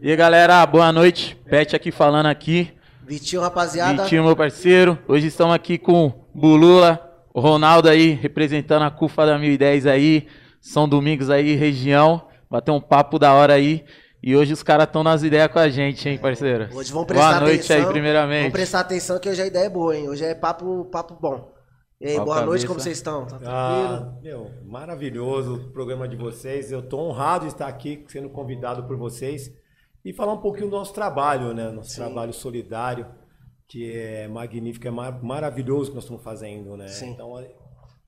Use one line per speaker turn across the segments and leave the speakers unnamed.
E aí, galera, boa noite. Pet aqui falando aqui.
Vitinho, rapaziada.
Vitinho, meu parceiro. Hoje estamos aqui com Bulula, o Ronaldo aí, representando a CUFA da 1010 aí. São Domingos aí, região. Bater um papo da hora aí. E hoje os caras estão nas ideias com a gente, hein, parceiro?
Hoje vamos prestar
Boa noite
atenção.
aí, primeiramente.
Vamos prestar atenção que hoje a ideia é boa, hein? Hoje é papo, papo bom. E aí,
Papo
boa noite,
cabeça.
como vocês estão? Tá tranquilo?
Ah, meu, maravilhoso o programa de vocês. Eu estou honrado de estar aqui sendo convidado por vocês e falar um pouquinho do nosso trabalho, né? Nosso
Sim.
trabalho solidário, que é magnífico, é mar maravilhoso que nós estamos fazendo, né?
Sim.
Então, olha,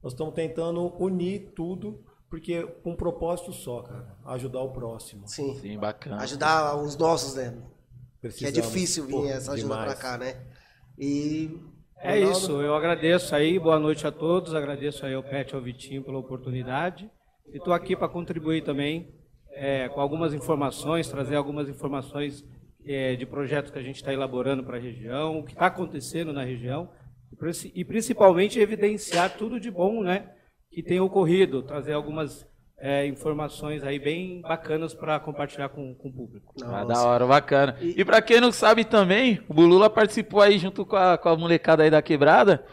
nós estamos tentando unir tudo, porque é um propósito só, cara, ajudar o próximo.
Sim.
Sim, bacana.
Ajudar os nossos, né? Que é
Precisamos,
difícil vir
pô,
essa ajuda
demais.
pra cá, né? E.
É
Ronaldo,
isso, eu agradeço aí, boa noite a todos, agradeço aí ao Pet e ao Vitinho pela oportunidade e estou aqui para contribuir também é, com algumas informações, trazer algumas informações é, de projetos que a gente está elaborando para a região, o que está acontecendo na região e princi- e principalmente evidenciar tudo de bom né, que tem ocorrido, trazer algumas é, informações aí bem bacanas para compartilhar com, com o público.
Ah,
Nossa.
da hora, bacana. E,
E-
pra quem não sabe também, o Bulula participou aí junto com a, com a molecada aí da quebrada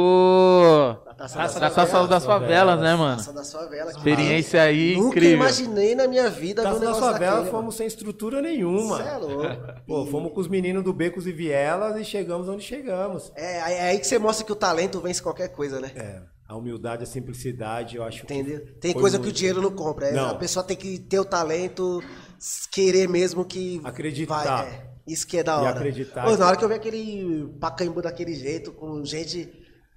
do.
tá Da Taça
Taça
da
da Taça
Favela.
das Favelas, né, mano?
Taça da sua vela. que
Experiência aí
Nunca
incrível.
imaginei na minha vida ver um
Taça da
negócio
Tá favela
daquele,
fomos sem estrutura
mano.
nenhuma.
Cê é louco.
Pô, fomos com os meninos do Becos e Vielas e chegamos onde chegamos.
É, aí- é aí que você mostra que o talento vence qualquer coisa, né?
É, a humildade, a simplicidade, eu acho. que-
Entendeu? Tem
Foi
coisa que
muito.
o dinheiro não compra. é,
Não.
A pessoa tem que ter o talento, s- querer mesmo que.
Acreditar.
vai- é, isso que é da
E
hora.
acreditar.
Pô, na hora que eu vi aquele Pacaembu daquele jeito, com gente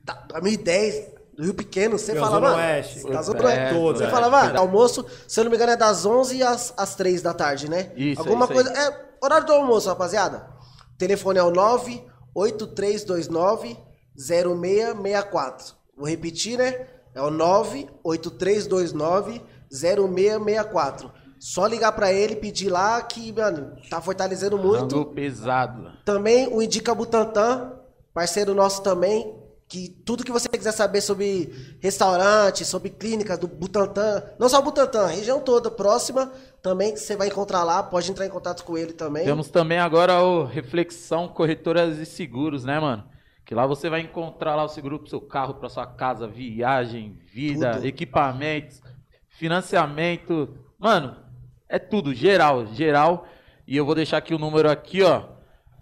da 2010, do Rio Pequeno, você
Meu,
falava.
Zona
mano,
Oeste.
Da Zona
É,
Oeste.
toda,
Você
é.
falava, ah, almoço, se eu não me engano, é das 11 às, às 3 da tarde, né?
Isso,
Alguma
isso aí.
coisa. É, horário do almoço, rapaziada. O telefone é o 98329 0664. Vou repetir, né? É o 98329 0664. Só ligar pra ele, pedir lá que, mano, tá fortalecendo muito.
Andou pesado.
Também o Indica Butantan, parceiro nosso também, que tudo que você quiser saber sobre restaurante, sobre clínicas do Butantan, não só o Butantan, a região toda próxima, também que você vai encontrar lá, pode entrar em contato com ele também.
Temos também agora o Reflexão Corretoras e Seguros, né, mano? Que lá você vai encontrar lá o seguro pro seu carro, pra sua casa, viagem, vida,
Tudo.
equipamentos, financiamento. Mano, é tudo, geral, geral. E eu vou deixar aqui o número aqui, ó.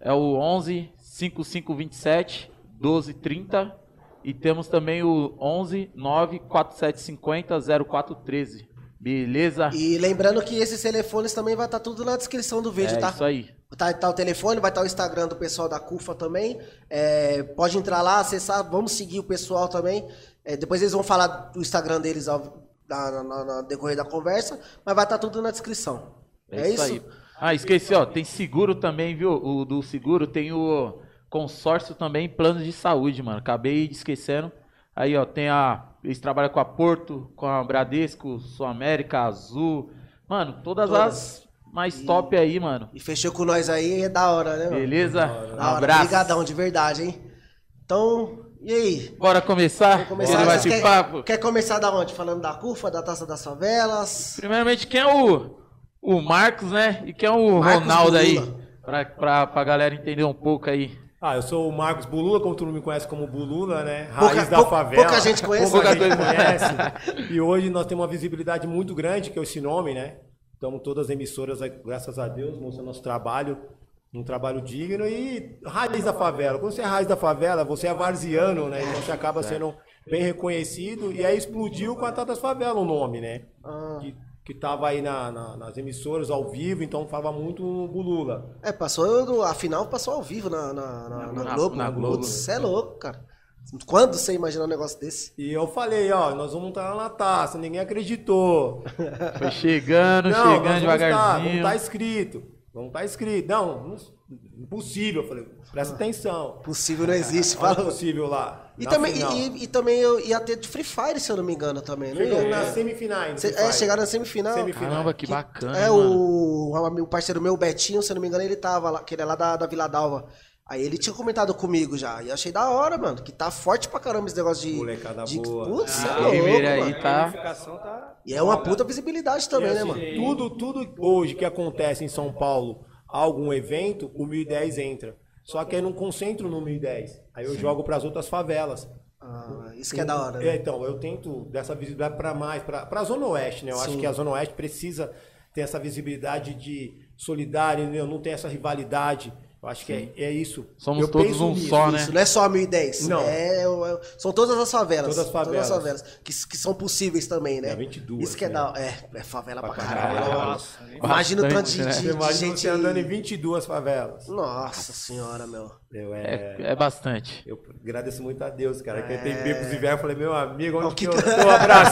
É o 11 5527 1230 e temos também o 11 94750 0413. Beleza?
E lembrando que esses telefones também vai estar tudo na descrição do vídeo,
é
tá?
isso aí.
Tá, tá o telefone, vai estar o Instagram do pessoal da CUFA também. É, pode entrar lá, acessar, vamos seguir o pessoal também. É, depois eles vão falar do Instagram deles ao, na, na- na decorrer da conversa, mas vai estar tudo na descrição. É, isso?
Ah, esqueci, ó. Tem seguro também, viu? O do seguro tem o consórcio também, plano de saúde, mano. Acabei esquecendo. Aí, ó, tem a. Eles trabalham com a Porto, com a Bradesco, Sul América, Azul. Mano, todas,
Todas.
as mais top aí, mano.
E fechou com nós aí, é da hora, né? mano?
Beleza? Um
Da hora.
abraço.
Obrigadão, de verdade, hein? Então, e aí?
Bora começar?
Começar,
Bora
vocês
bater
quer-
papo.
Quer começar da onde? Falando da CUFA, da Taça das Favelas?
Primeiramente, quem é o, o Marcos, né? E quem é o
Marcos
Ronaldo aí?
Lula.
Pra, pra, pra galera entender um pouco aí.
Ah, eu sou o Marcos Bulula, como todo mundo me conhece como Bulula, né? Raiz
Pouca-
da
pou-
favela.
pouca gente conhece. né?
Pouca gente
Pouca
conhece. E hoje nós temos uma visibilidade muito grande, que é esse nome, né? Estamos todas as emissoras, aí, graças a Deus, mostrando nosso trabalho, um trabalho digno e raiz da favela. Quando você é raiz da favela, você é varziano, né? Então você
É.
acaba sendo bem reconhecido e aí explodiu com a Tata das Favelas o nome, né?
Ah.
Que, que tava aí na- na- nas emissoras ao vivo, então falava muito no Bulula.
É, passou, no- a final passou ao vivo na, na, na- na
na-
Globo.
na Globo.
Você é louco, cara. Quando você imaginar um negócio desse?
E eu falei, ó, nós vamos estar lá na taça, ninguém acreditou.
Foi chegando,
não, nós
Tá chegando
vamos tá estar, vamos
devagarzinho.
estar escrito. Vamos estar escrito. Não, não- impossível. Eu falei, presta atenção.
Possível não existe,
Fala
Ah. fala.
possível lá.
E
na
também,
final.
e, e- e também eu ia ter de Free Fire, se eu não me engano, também, não
Chegamos
ia?
nas semifinais.
Cê- é, chegaram na semifinal.
Semifinal.
Caramba, que bacana.
é,
mano.
o, o parceiro meu, o Betinho, se eu não me engano, ele tava lá, que ele é lá da, da Vila Dalva. Aí ele tinha comentado comigo já. E eu achei da hora, mano. Que tá forte pra caramba esse negócio de.
Molecada
de,
boa.
Putz, cê é
Ah,
louco,
primeiro
mano.
aí.
A
tá-
unificação tá-
E é uma puta visibilidade também, né, mano?
assim, Tudo, tudo hoje que acontece em São Paulo, algum evento, o 1010 entra. Só que aí não concentro no 1010. Aí eu jogo pras outras favelas.
Ah, isso que é da hora, né?
É, então, eu tento dessa visibilidade para mais, para a Zona Oeste, né? Eu acho
Sim.
que a Zona Oeste precisa ter essa visibilidade de solidária, né? não tem essa rivalidade. Eu acho que é, é isso.
Somos
Eu
todos
penso
um
nisso.
só, né?
Isso, não é só a 1010.
Não.
É, é- são todas as favelas.
Todas as favelas.
que, que são possíveis também, né?
É, 22,
Isso que é
né?
da É, é favela pra,
Pra
caralho.
caralho.
Nossa, Imagina o tanto
Bastante,
de,
né?
de-
Você
de
imagina
gente.
você andando em 22 favelas.
Nossa senhora, meu.
Eu, é,
É, é bastante.
eu agradeço muito a Deus, cara. Que tem bicos e velho, eu falei, meu amigo, onde
que
É. que eu, eu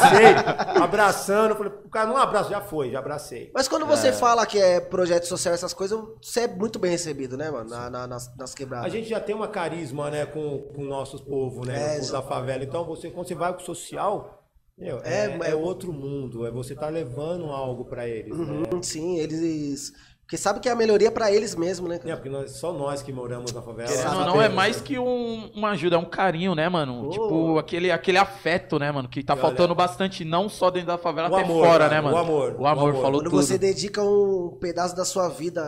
abracei, abraçando. eu Falei, o cara não abraço, já foi, já abracei.
Mas quando você fala que é projeto social, essas coisas, você é muito bem recebido, né, mano? Na- na- nas, nas
A
quebradas.
gente já tem uma carisma, né, com, com nossos povos,
É,
né, com os
exato.
da favela. Então, você, quando você vai pro social, meu, é,
É,
é, outro mundo. É você tá levando algo pra eles, né?
Uhum, Sim, eles. Porque sabe que é a melhoria pra eles mesmo, né,
É,
cara?
porque nós, só nós que moramos na favela.
Querendo
nós
Não, não é
sabemos,
mais
né?
que um- uma ajuda, é um carinho, né, mano?
Oh.
Tipo, aquele, aquele afeto, né, mano? Que tá
Olha.
faltando bastante, não só dentro da favela,
O
até
amor,
fora,
cara,
né, mano?
o amor,
O amor,
o amor.
falou
Quando
tudo.
você dedica um pedaço da sua vida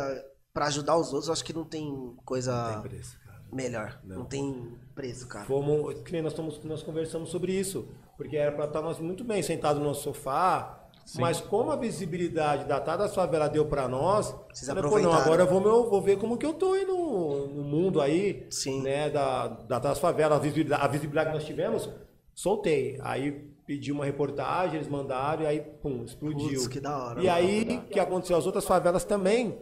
pra ajudar os outros, eu acho que não tem coisa.
Tem preço, cara.
Melhor. Não, tem preço, cara.
Fomos, que nem nós, estamos, nós conversamos sobre isso, porque era para estar nós muito bem sentados no nosso sofá, mas como a visibilidade da Tá das Favela deu para nós,
Vocês
eu falei, pô, não,
aproveitaram.
agora eu vou, meu- vou ver como que eu tô aí no, no mundo aí,
Sim.
né, da, da Tá das Favela, a visibilidade, a visibilidade que nós tivemos, soltei. Aí pedi uma reportagem, eles mandaram, e aí, pum, explodiu.
Putz, que da hora,
um E
mano.
aí, que aconteceu? As outras favelas também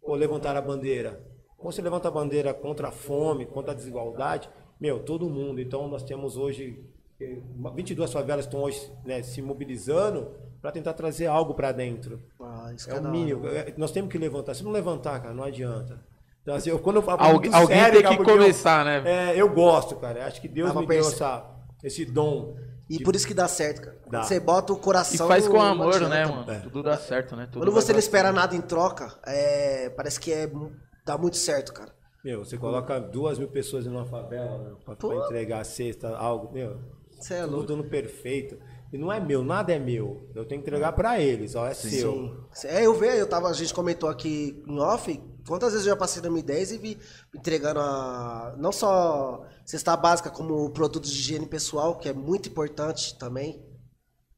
pô, levantaram a bandeira. Quando você levanta a bandeira contra a fome, contra a desigualdade, meu, todo mundo. Então, nós temos hoje, eh, uma- 22 favelas estão hoje né, se mobilizando para tentar trazer algo para dentro.
Ah, isso que
É
da
o
hora.
mínimo. É, Nós temos que levantar. Se não levantar, cara, não adianta. Então, assim, eu, quando eu falo
Algu-
muito
alguém
sério,
tem
cara,
que
porque
começar, né?
Eu, é, eu gosto, cara. Acho que Deus
Dá pra
me deu
perce-
essa, esse dom.
E
de-
por isso que dá certo, cara.
Dá.
Você bota o
E
coração.
faz
no-
com
não
amor,
adianta,
né, mano?
É.
Tudo dá certo, né? Tudo
Quando
vai
você não
dar
espera nada em troca, é, parece que é, dá muito certo, cara.
Meu, você coloca duas mil pessoas numa favela né, pra, pra
Pô.
entregar a cesta, algo. Meu,
Você é
tudo
louco.
dando perfeito. E não é meu, nada é meu. Eu tenho que entregar pra eles, ó, é seu.
Sim. É, eu vejo, eu tava, a gente comentou aqui em off, quantas vezes eu já passei na Mi 10 e vi entregando a, não só cesta básica, como produtos de higiene pessoal, que é muito importante também.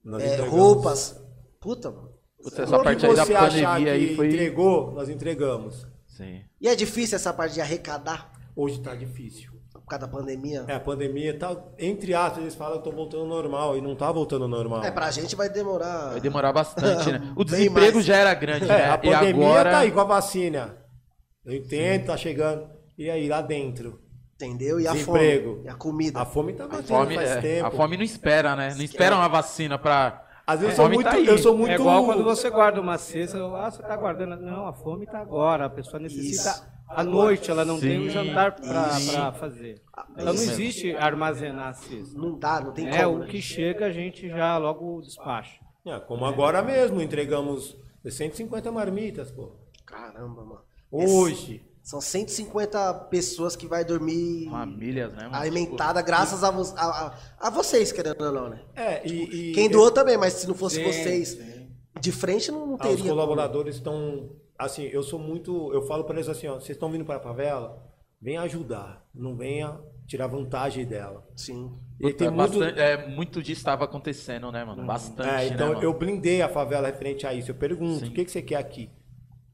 Nós
É,
entregamos.
roupas. Puta, mano.
Putz, essa
Tudo que
parte aí da
você achar
pandemia
que
aí foi.
entregou, nós entregamos.
Sim.
E é difícil essa parte de arrecadar
Hoje tá difícil.
por causa da pandemia.
É, a pandemia tá, entre aspas, eles falam que tô voltando ao normal e não tá voltando ao normal.
É, pra gente vai demorar.
Vai demorar bastante, né? O
Bem
desemprego
mais.
já era grande,
É,
né?
a pandemia
e agora.
tá aí com a vacina. Eu entendo, tá chegando. E aí, lá dentro?
Entendeu? E a
Desemprego.
fome. E a comida.
A fome tá
A
batendo
fome,
faz
é,
tempo.
a fome não espera, né? Não espera uma vacina pra.
Às vezes
A
eu sou
fome
muito.
tá aí.
eu sou muito.
É igual quando você guarda uma cesta, ah, você tá guardando. Não, a fome tá agora, a pessoa necessita
Isso.
à noite, ela não tem
Sim,
um jantar pra,
isso.
pra fazer. Então não
isso mesmo.
existe armazenar a cesta.
É Não dá, não tem
É,
como.
o
né?
que chega a gente já logo despacha.
É, como agora mesmo, entregamos 150 marmitas, pô.
Caramba, mano.
Hoje.
É, são 150 pessoas que vai dormir
Famílias, né? mano?
alimentada, graças a, vo- a- a- a vocês, querendo ou não, né?
É, e, e
Quem doou também, mas se não fosse
Sim,
vocês de frente, não, não
ah, os
teria.
colaboradores estão. Assim, eu sou muito. Eu falo para eles assim, ó, vocês estão vindo para a favela, venha ajudar, não venha tirar vantagem dela.
Sim.
E
Puta,
tem
é
muito.
bastante- é, muito disso estava acontecendo, né, mano? Bastante.
É,
né,
então
mano?
eu blindei a favela referente a isso. Eu pergunto, o que, que você quer aqui?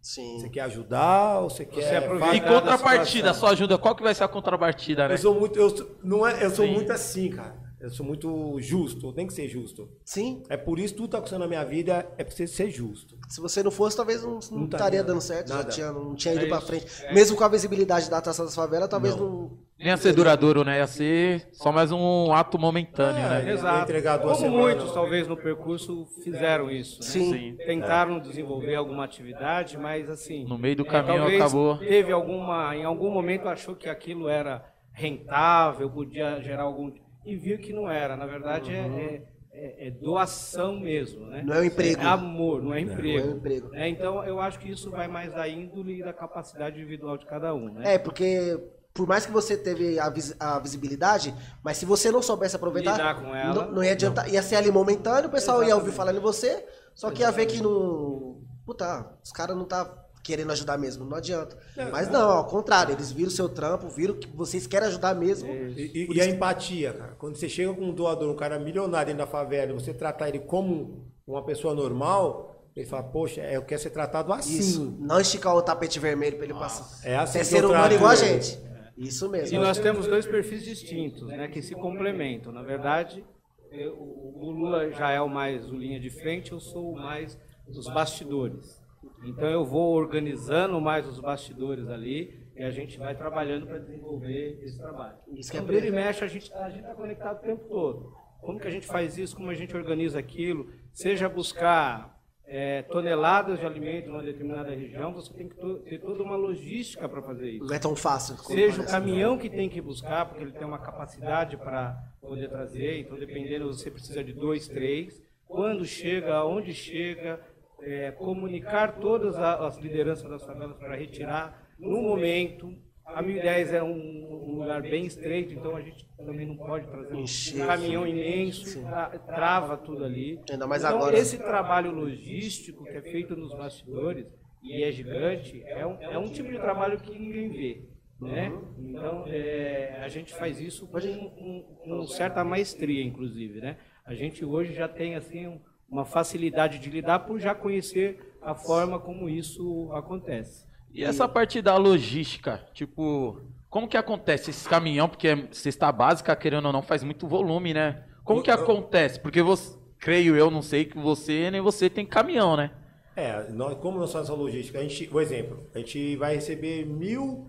Você
Sim.
quer ajudar ou você quer.
aproveita
E
cada
contrapartida,
situação.
só ajuda. Qual que vai ser a contrapartida, né?
Eu sou muito. Eu sou, não é, eu sou muito assim, cara. Eu sou muito justo, eu tenho que ser justo.
Sim.
É por isso que tudo tá acontecendo na minha vida, é preciso ser justo.
Se você não fosse, talvez não, não
Não
estaria
estaria
dando certo. Já
nada.
tinha, não tinha ido
É
pra
isso.
frente. Mesmo com a visibilidade da Taça das Favelas, talvez não.
Nem ia ser duradouro, né? Ia ser só mais um ato momentâneo, né?
É,
Exato.
entregar duas
Como
semanas.
muitos, talvez, no percurso fizeram isso. né?
Sim.
Sim.
Tentaram desenvolver alguma atividade, mas assim.
No meio do
é,
caminho
talvez
acabou.
Teve alguma. Em algum momento achou que aquilo era rentável, podia gerar algum. E viu que não era. Na verdade, é-
Uhum.
é, é- é doação mesmo, né?
Não é um emprego.
É amor, não é emprego.
Não é um emprego.
né? Então, eu acho que isso vai mais da índole e da capacidade individual de cada um, né?
É, porque por mais que você teve a, vis- a visibilidade, mas se você não soubesse aproveitar,
Lidar com ela.
não, não ia adiantar. Ia ser ali momentâneo, o pessoal ia ouvir falando em você, só que ia ver que não. Puta, os caras não tá querendo ajudar mesmo, não adianta. Mas não, ao contrário, eles viram o seu trampo, viram que vocês querem ajudar mesmo.
É.
E, e- e a empatia, cara. Quando você chega com um doador, um cara milionário na favela, e você tratar ele como um, uma pessoa normal, ele fala, poxa, é, eu quero ser tratado assim.
Isso. Não esticar o tapete vermelho pra ele passar.
é assim
Você é
que
ser
eu
humano
trato
igual a
ele.
gente. Isso
E
mesmo.
nós temos dois perfis distintos, né, que se complementam. Na verdade, eu- o o Lula já é o mais o linha de frente, eu sou o mais dos bastidores. Então eu vou organizando mais os bastidores ali e a gente vai trabalhando para desenvolver esse trabalho.
Isso que é
Quando ele mexe, a gente está tá conectado o tempo todo. Como que a gente faz isso? Como a gente organiza aquilo? Seja buscar eh, toneladas de alimento numa determinada região, você tem que to- ter toda uma logística para fazer isso.
Não é tão fácil. como
Seja o
parece.
caminhão que tem que buscar, porque ele tem uma capacidade para poder trazer, então dependendo, você precisa de dois, três. Quando chega, aonde chega, é, comunicar todas a- as lideranças das favelas para retirar no momento. A 1010 é um, um lugar bem estreito, então a gente também não pode trazer
Encher.
um caminhão imenso, tra- trava tudo ali.
Ainda mais
então,
agora.
esse trabalho logístico que é feito nos bastidores e é gigante, é um, é um tipo de trabalho que ninguém vê. Né?
Uhum.
Então, é, a gente faz isso com, com- com certa maestria, inclusive. Né? A gente hoje já tem assim um- uma facilidade de lidar por já conhecer a forma como isso acontece.
É.
E essa parte da logística, tipo, como que acontece esse caminhão? Porque é cesta básica, querendo ou não, faz muito volume, né? Como que acontece? Porque você, creio eu, não sei que você nem você tem caminhão, né?
É, nós, como nós fazemos essa logística? A gente, por exemplo, a gente vai receber mil,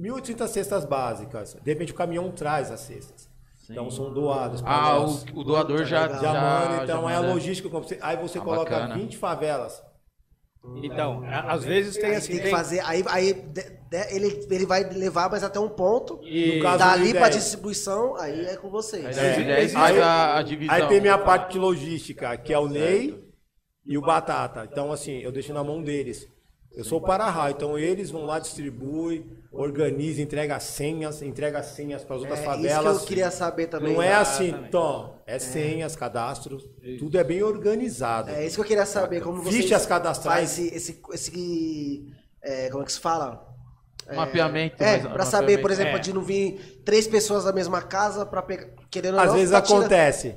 1.800 cestas básicas. De repente o caminhão traz as cestas. Então são doadas para
Ah,
nós.
o, o doador já, já,
Já manda, então
já
é a
manda.
logística. como você- Aí você
Ah,
coloca
bacana.
20 favelas.
Então, a- às vezes tem
Aí
assim.
Uhum. tem que
tem-
fazer. Aí, aí de- de- ele, ele vai levar, mas até um ponto.
E-
No caso
Dali
do
pra
10.
distribuição, aí é com vocês.
Aí,
É.
aí faz
Aí-
a, a divisão.
Aí tem minha parte de logística, que é o Ney e o Batata. Então, assim, eu deixo na mão deles. Eu sou o Parará, então eles vão lá, distribuem, organizam, entrega senhas, entrega senhas para as outras
É isso que
favelas.
eu queria saber também.
Não é assim, Tom. É senhas, cadastros. Tudo é bem organizado.
É isso que eu queria saber. Como vocês
Fichas cadastrais.
faz esse, esse, esse é, como é que se fala? É,
um Mapeamento,
É,
mas-
pra saber,
mapeamento.
por exemplo,
É.
de não vir três pessoas da mesma casa pra pegar. Querendo ou
Às
não,
vezes
tá tirando-
acontece.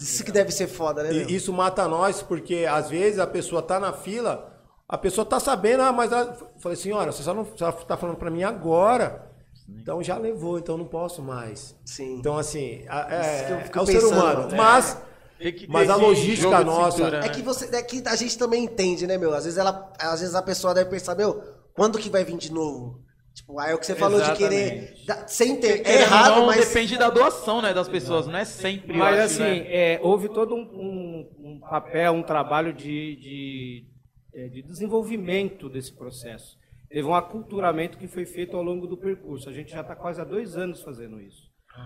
Isso que deve ser foda, né?
E
meu?
isso mata nós, porque às vezes a pessoa tá na fila, a pessoa tá sabendo, ah, mas ela... falei, senhora, você só não só tá falando pra mim agora. Então já levou, então não posso mais.
Sim.
Então, assim, a-
Isso que eu
é,
fico
é o ser
pensando,
humano.
né?
Mas
Tem que ter
É. mas a
esse
logística
jogo de
nossa-
cintura,
É
né?
que você, é que a gente também entende, né, meu? Às vezes ela, às vezes a pessoa deve pensar, meu, quando que vai vir de novo? Tipo, aí é o que você falou de querer,
Exatamente.
da- sem ter,
Querendo
é
ou
errado,
não,
mas
depende da doação, né, das pessoas, não é sempre. eu
Mas
acho,
assim,
né?
é, houve todo um, um- um papel, um trabalho de, de, é, de desenvolvimento desse processo. Teve um aculturamento que foi feito ao longo do percurso. A gente já está quase há dois anos fazendo isso.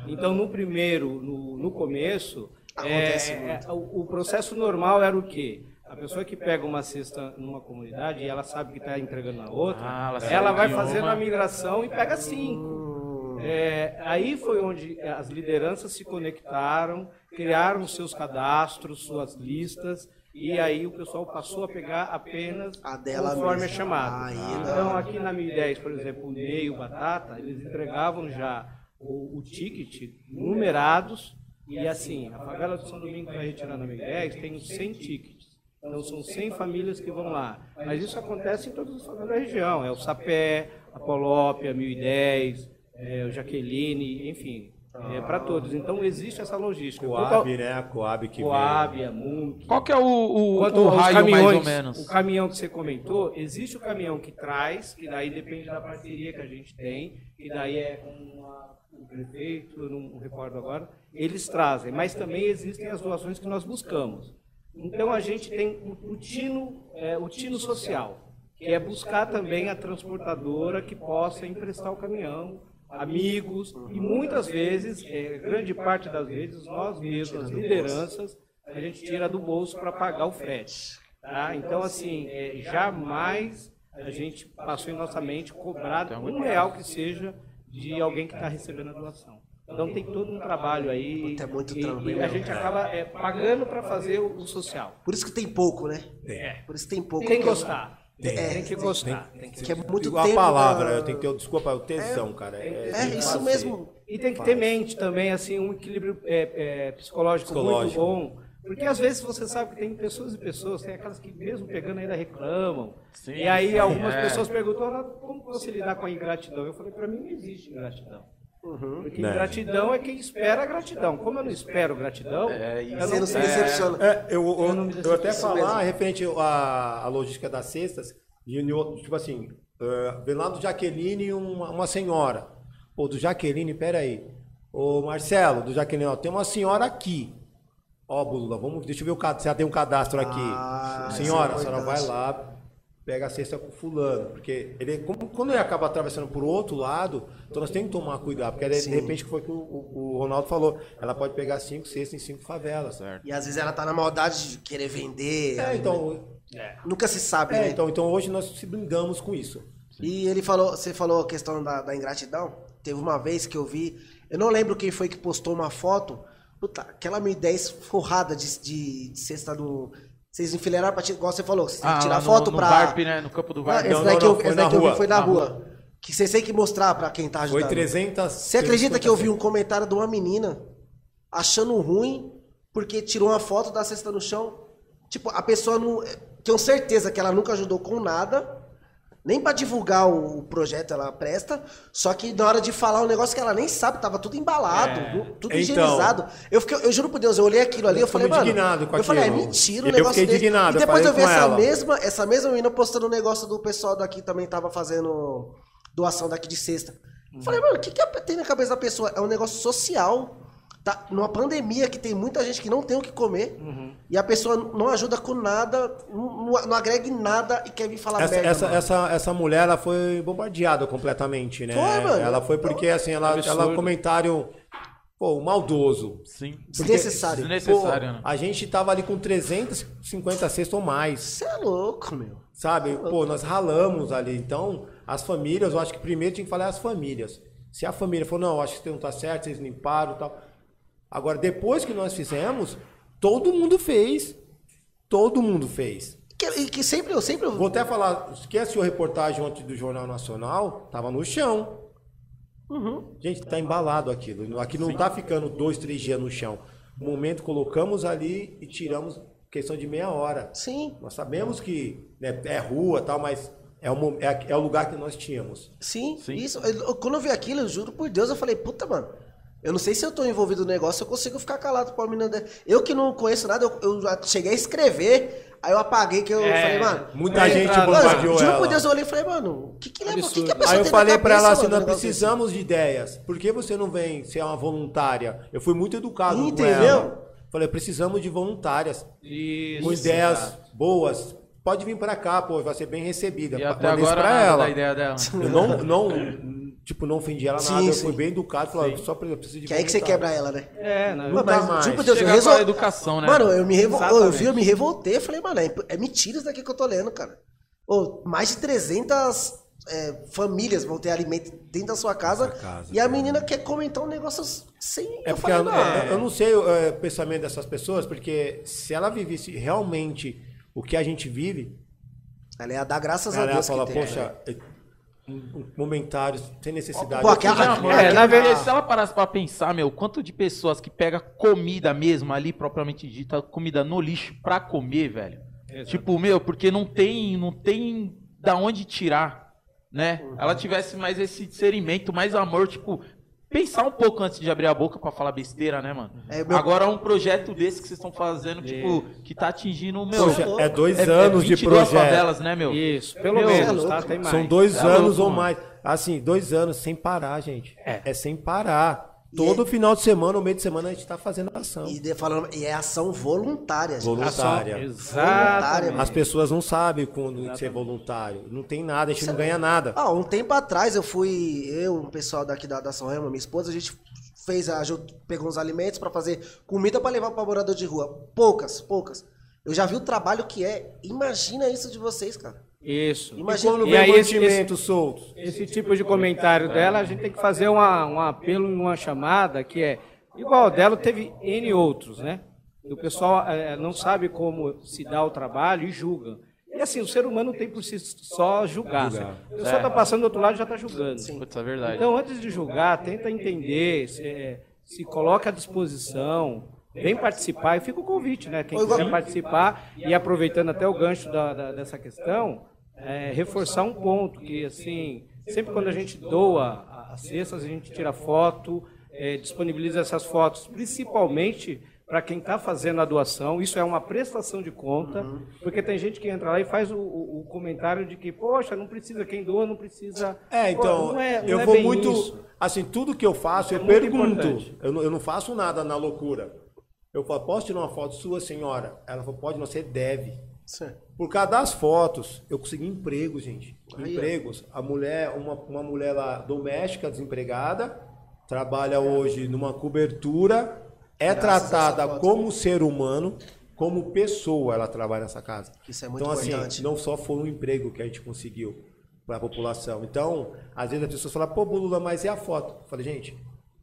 Então, no primeiro, no, no começo,
Acontece
é,
muito.
é, o, o processo normal era o quê? A pessoa que pega uma cesta numa comunidade e ela sabe que está entregando na outra,
Ah, ela
ela,
sabe
vai
de
fazendo
uma.
a migração e pega cinco. É, aí foi onde é, as lideranças se conectaram, criaram seus cadastros, suas listas, e aí o pessoal passou a pegar apenas
A dela
conforme
mesma.
é
Ah,
chamado.
Aí,
então,
não.
aqui na 1010, por exemplo, o Ney e o Batata, eles entregavam já o, o ticket numerados, e assim, a favela do São Domingo que vai retirar na 1010 tem uns 100 tickets. Então são 100 famílias que vão lá. Mas isso acontece em todas as favelas da região. É o Sapé, a Polópia, 1010, é, o Jaqueline, enfim. É para todos. Então existe essa logística. Então,
Coab, né? A Coab que vem.
Coab, a Munk.
Qual que é o, o,
Quanto
o
aos
raio mais
caminhões,
ou menos?
O caminhão que você comentou, existe o caminhão que traz, que daí depende da parceria que a gente tem, que daí é com a- o prefeito, eu não recordo agora, eles trazem, mas também existem as doações que nós buscamos. Então a gente tem o, o tino, é, o tino social, que é buscar também a transportadora que possa emprestar o caminhão, amigos, e muitas vezes, é, grande parte das vezes, nós mesmos, as lideranças, a gente tira do bolso para pagar o frete. Tá? Então, assim, é, Então, jamais a gente passou em nossa mente cobrar um real que seja de alguém que está recebendo a doação. Então tem todo um trabalho aí
Puta, é muito
e,
trampo, hein,
e a
meu?
gente acaba é, pagando para fazer o, o social.
Por isso que tem pouco, né?
É.
Por isso que tem pouco.
Tem que gostar.
Tem.
É.
Tem que gostar. Tem que
Que é muito
Igual a
tempo
palavra,
na-
eu tenho que ter, desculpa, o tesão, cara.
É,
tem que
isso
fazer.
mesmo.
E tem que ter mente também, assim, um equilíbrio é, é, psicológico, muito
Psicológico.
bom. Porque às vezes você sabe que tem pessoas e pessoas, tem aquelas que mesmo pegando ainda reclamam.
Sim,
e aí
sim,
algumas
é.
pessoas perguntam, "Ronaldo, como você lidar com a ingratidão? Eu falei, para mim não existe ingratidão. Porque
Né.
ingratidão é quem espera a gratidão. Como eu não espero gratidão,
É, e
eu
Você não se
é,
decepciona.
É, eu, eu,
não
eu
me decepciono.
até
Isso
falar
mesmo.
referente à, à logística das cestas, e no outro, tipo assim, eh, vem lá do Jaqueline uma, uma senhora. Pô, do Jaqueline, peraí. Ô, Marcelo, do Jaqueline, ó, tem uma senhora aqui. Ó, Bula, vamos, deixa eu ver o cadastro, se ela tem um cadastro aqui.
Ah, isso é
senhora, a senhora
importante.
vai lá, pega a cesta com fulano. Porque ele, como- quando ele acaba atravessando por outro lado, então nós temos que tomar cuidado. Porque de
Sim.
repente foi o que o, o- o Ronaldo falou. Ela pode pegar cinco cestas em cinco favelas. Certo.
E às vezes ela tá na maldade de querer vender.
É, então,
Nunca se sabe,
é,
né?
então, então hoje nós se brindamos com isso.
E ele falou, você falou a questão da, da ingratidão. Teve uma vez que eu vi, eu não lembro quem foi que postou uma foto, puta, aquela minha ideia esforrada de, de, de cesta do. Vocês enfileiraram pra tirar, igual você falou, vocês têm
Ah,
que
lá
tirar
no-
foto
no
pra.
VARP, né? No campo do
Não, é
VARP.
esse
Não,
daí
não,
que eu,
não, foi
esse daí
na
que eu vi
rua.
foi na,
Na
rua. Que vocês têm que mostrar pra quem tá ajudando.
Foi 300.
Você acredita que eu vi um comentário de uma menina achando ruim porque tirou uma foto da cesta no chão? Tipo, a pessoa não. Tenho certeza que ela nunca ajudou com nada, nem pra divulgar o projeto ela presta, só que na hora de falar um negócio que ela nem sabe, tava tudo embalado, tudo
Então.
higienizado. Eu, fiquei, eu juro por Deus, eu olhei aquilo ali, eu,
Eu
falei,
fiquei
mano.
indignado com
eu falei, é
aquilo.
mentira o
Eu
negócio
fiquei
desse. E
indignado, eu
depois
falei
eu vi
com
essa
ela.
mesma, essa mesma menina postando um negócio do pessoal daqui também tava fazendo doação daqui de sexta.
Hum.
Eu Falei, mano, o que, que tem na cabeça da pessoa? É um negócio social. Tá numa pandemia que tem muita gente que não tem o que comer
Uhum.
e a pessoa não ajuda com nada, não, não- não agrega em nada e quer vir falar
Essa,
merda.
essa,
mano.
essa, essa mulher ela foi bombardeada completamente, né?
Foi, um mano.
Ela foi porque, assim, ela,
Absurdo.
ela comentário, pô, maldoso.
Sim.
Desnecessário.
Desnecessário,
Pô,
né?
A gente tava ali com 350 cestas ou mais.
Você é louco, meu.
Sabe? Pô, nós ralamos ali. Então, as famílias, eu acho que primeiro tinha que falar é as famílias. Se a família falou, não, acho que não tá certo, vocês limparam e tal. Agora, depois que nós fizemos, todo mundo fez. Todo mundo fez.
Que, e que sempre eu sempre eu-
Vou até falar, quem assistiu a reportagem ontem do Jornal Nacional, tava no chão. Gente, tá embalado aquilo. Aqui não tá ficando dois, três dias no chão. No momento, colocamos ali e tiramos questão de meia hora.
Sim,
Nós sabemos que né, é rua e tal, mas é o, mo- é, a- é o lugar que nós tínhamos.
sim,
Sim.
isso. Eu- quando eu vi aquilo, eu juro por Deus, eu falei, puta, mano. Eu não sei se eu tô envolvido no negócio, eu consigo ficar calado pra menina dela. Eu que não conheço nada, eu, eu já cheguei a escrever, aí eu apaguei que eu
É,
falei, mano.
Muita
É,
gente
claro.
bombardeou
mano, juro por
ela.
Deus, eu olhei e falei, mano, o que que, leva, o que, que a pessoa
Aí eu
tem na
falei pra ela
cabeça,
assim,
mano,
nós
um negócio desse?
precisamos de ideias. Por que você não vem ser uma voluntária? Eu fui muito educado com
Entendeu?
ela. Falei, precisamos de voluntárias.
Isso,
com ideias
cara.
boas. Pode vir pra cá, pô, vai ser bem recebida.
E
Pa-
até
mandei isso
agora
pra
nada
ela.
da ideia dela. né?
Eu não, não, tipo, não ofendi ela
Sim,
nada. Eu
sim.
fui bem educado. Falei, só pre- eu preciso de
Que é aí que você
voluntário.
quebra ela, né?
É, na
Nunca
mas,
mais.
juro por Deus, eu
Chegar com a
resol...
educação, né?
Mano, eu me revol...
Exatamente.
eu vi, eu me revoltei, eu falei, mano, é, imp- é mentira isso daqui que eu tô lendo, cara. Ô, mais de 300 é, famílias vão ter alimento dentro da sua casa,
Sua casa,
e a
cara.
menina quer comentar um negócio sem...
É
eu
porque
falei,
eu,
não,
eu- eu não sei o é, pensamento dessas pessoas, porque se ela vivesse realmente o que a gente vive,
Ela ia dar graças a
ela ia
Deus
falar,
que tem.
poxa, é, um- um comentário sem necessidade.
Pô, aquela-
Eu-
aquela-
É,
aquela-
na verdade, se ela parasse pra pensar, meu, quanto de pessoas que pega comida mesmo ali, propriamente dita, comida no lixo pra comer, velho.
Exato.
Tipo, meu, porque não tem, não tem da onde tirar, né? Ela tivesse mais esse discernimento, mais amor, tipo, pensar um pouco antes de abrir a boca pra falar besteira, né, mano?
É, meu-
Agora um projeto desse que vocês estão fazendo, tipo, que tá atingindo, meu,
Poxa,
louco.
é dois anos de
22
projeto.
favelas, né, meu?
Isso, pelo
Meu,
menos,
é
tá?
louco,
Tem mais.
São dois
É
anos
louco,
ou
mano.
mais. Assim, dois anos sem parar, gente.
É.
É, sem parar.
E
Todo final de semana, ou meio de semana, a gente tá fazendo ação.
E, de- falando, e é ação voluntária, gente.
Voluntária.
Ação-
Voluntária,
Exatamente.
As pessoas não sabem quando ser voluntário. Não tem nada, a gente não ganha nada.
Ah, um tempo atrás eu fui, eu, um pessoal daqui da, da São Remo, minha esposa, a gente fez, a, ju- pegou uns alimentos pra fazer comida pra levar pra morador de rua. Poucas, poucas. Eu já vi o trabalho que é. Imagina isso de vocês, cara.
Isso.
e
Imagina,
quando
E
vem
aí, esse-
mantimentos soltos?
Esse tipo de comentário dela, a gente tem que fazer uma- um apelo e uma chamada que é igual ao dela, teve N outros, né? E o pessoal eh, não sabe como se dá o trabalho e julga. E assim, o ser humano tem por si só julgar. né? O pessoal está passando do outro lado e já está julgando.
Putz, é verdade.
Então, antes de julgar, tenta entender, se, eh, se coloca à disposição, vem participar. E fica o convite, né? Quem
Ô, igual-
quiser participar, e aproveitando até o gancho da- da- dessa questão, eh, reforçar um ponto, que assim, sempre quando a gente doa a- as cestas, a gente tira foto, eh, disponibiliza essas fotos, principalmente para quem está fazendo a doação, isso é uma prestação de conta, porque tem gente que entra lá e faz o, o- o comentário de que, poxa, não precisa, quem doa não precisa.
É,
Pô,
então,
não é- não
eu
é
vou
bem
muito.
isso. É
Assim, tudo que eu faço, eu
muito
pergunto.
importante.
Eu não, eu não faço nada na loucura. Eu falo, posso tirar uma foto sua, senhora? Ela falou, pode, não, você deve. Por causa das fotos, eu consegui emprego, gente.
Aí, ó.
Empregos. A mulher, uma, uma mulher lá doméstica, desempregada, trabalha hoje numa cobertura, é
Graças a essa
tratada
foto.
como ser humano, como pessoa ela trabalha nessa casa.
Isso é muito
então, assim,
importante.
não só foi um emprego que a gente conseguiu para a população. Então, às vezes as pessoas falam, pô, Lula, mas e a foto? Eu falei, gente,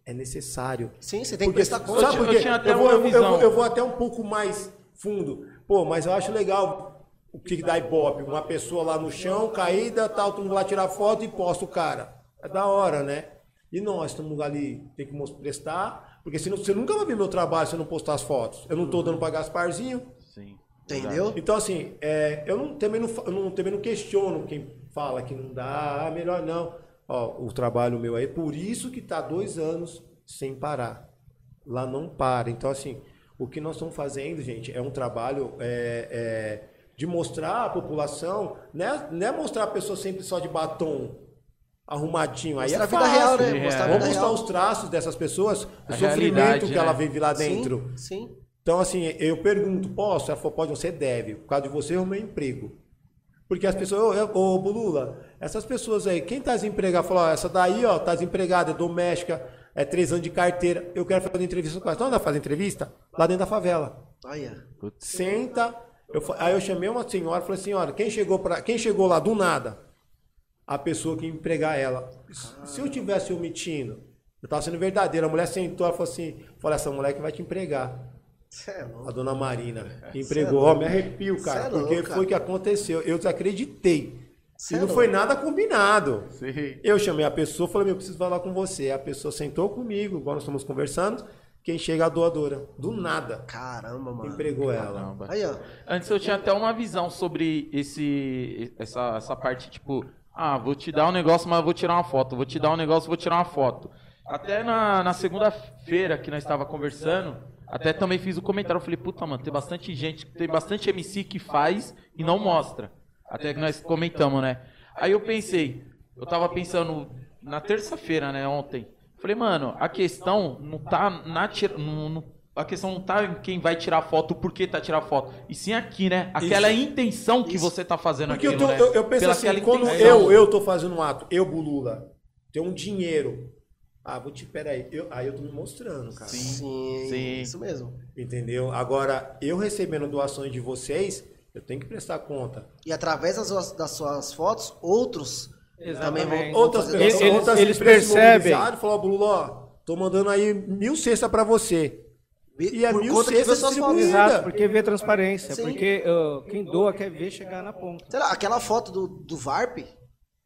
é necessário.
Sim, você tem que
Porque-
prestar
Sabe
conta.
Eu
por quê?
tinha até
vou,
uma
vou-
visão.
vou- eu vou até um pouco mais fundo. Pô, mas eu acho legal o que dá ibope. Uma pessoa lá no chão, caída, tal, todo mundo lá tirar foto e posta o cara. É da hora, né? E nós estamos ali, tem que mos- prestar, porque senão você nunca vai ver meu trabalho se eu não postar as fotos. Eu não estou dando para Gasparzinho,
Sim.
Entendeu?
então, assim, é, eu não- também, não, fa- eu não- também não questiono quem fala que não dá, ah, melhor não. Ó, o trabalho meu aí, é por isso que tá dois anos sem parar. Lá não para. Então, assim, o que nós estamos fazendo, gente, é um trabalho é, é, de mostrar à população, né, não é mostrar a pessoa sempre só de batom arrumadinho. Aí
Mostrar
é
a vida
fácil.
real, né?
É.
Mostrar a vida
Vamos mostrar
real.
os traços dessas pessoas, o
A
sofrimento
realidade,
que
né?
ela vive lá
Sim,
dentro.
Sim.
Então, assim, eu pergunto, posso? Ela falou, pode, você deve. Por causa de você, eu meu emprego. Porque as pessoas, ô, eu- ô Bulula, essas pessoas aí, quem tá desempregada, falou, ó, essa daí, ó, tá desempregada, é doméstica, é três anos de carteira, eu quero fazer entrevista com ela. Então, anda fazer entrevista? Lá dentro da favela.
Olha.
Senta. Eu fa- aí eu chamei uma senhora, falei, senhora, quem chegou, pra, quem chegou lá do nada? A pessoa que ia empregar ela. Se eu tivesse omitindo, eu tava sendo verdadeiro. A mulher sentou, ela falou assim, falou, essa mulher que vai te empregar.
Cê é louco.
A dona Marina,
Cê
que
é
empregou. Ó,
louco.
me arrepio, cara,
Cê é
porque
louco,
foi
cara.
o que aconteceu. Eu desacreditei.
Cê
e
é
não
louco.
foi nada combinado.
Sim.
Eu chamei a pessoa, falei, meu, eu preciso falar com você. A pessoa sentou comigo, igual nós estamos conversando. Quem chega é a doadora. Do nada,
Caramba, Hum. mano.
empregou ela.
Caramba.
Aí, ó.
Antes eu tinha até uma visão sobre esse essa, essa parte, tipo, ah, vou te dar um negócio, mas vou tirar uma foto. Vou te dar um negócio, vou tirar uma foto. Até na, na segunda-feira que nós estava conversando, até também fiz o comentário. Eu falei, puta, mano, tem bastante gente, tem bastante MC que faz e não mostra. Até que nós comentamos, né? Aí eu pensei, eu tava pensando na terça-feira, né, ontem. Falei, mano, a questão não tá na tira, não- não- a questão não tá em quem vai tirar foto, por que tá tirar foto, e sim aqui, né? Aquela intenção que você tá fazendo
Porque eu,
aquilo,
tô-
né?
eu- eu penso
Pela
assim,
aquela
quando
intenção.
eu, eu tô fazendo um ato, eu, Bulula, tenho um dinheiro. Ah, vou te, peraí. Eu, aí eu tô me mostrando, cara.
Sim.
Sim.
Sim.
Isso mesmo.
Entendeu? Agora, eu recebendo doações de vocês, eu tenho que prestar conta.
E através das suas, das suas fotos, outros
Exatamente.
também vão, vão
Outras
fazer
Eles-
pessoas,
doação.
eles-
outras
eles
empresas se
percebem.
mobilizaram e falaram, ó, Bruno, ó, tô mandando aí mil cestas pra você. e é mil
conta que vê
cestas
suas
distribuídas.
fotos.
Exato, porque vê transparência,
Sim.
porque ah, quem doa quer ver chegar na ponta.
Será? Aquela foto do, do VARP?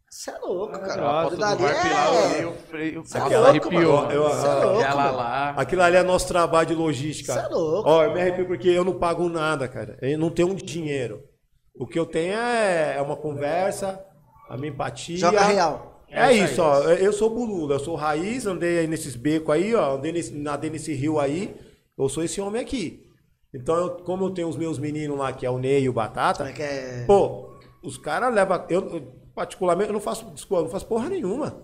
Você é louco, cara.
A foto do
Aquilo
Mark
ali
lá, eu olhei,
é-
eu falei, eu-
Cê é
Nossa,
louco,
arrepiou.
mano. Eu-
Cê é
mano.
louco,
Aquela
mano.
lá.
Aquilo ali é nosso trabalho de logística.
Cê é louco.
Ó, eu me arrepio porque eu não pago nada, cara. Eu não tenho um dinheiro. O que eu tenho é, é uma conversa, a minha empatia.
Joga real.
É isso, ó. Eu sou Bulula, eu sou raiz, andei aí nesses becos aí, ó. Andei nesse, nadei nesse rio aí. Eu sou esse homem aqui. Então, eu- como eu tenho os meus meninos lá, que é o Ney e o Batata,
Como é que é?
Pô, os caras levam. Eu, eu, particularmente, eu não faço. Desculpa, eu não faço porra nenhuma.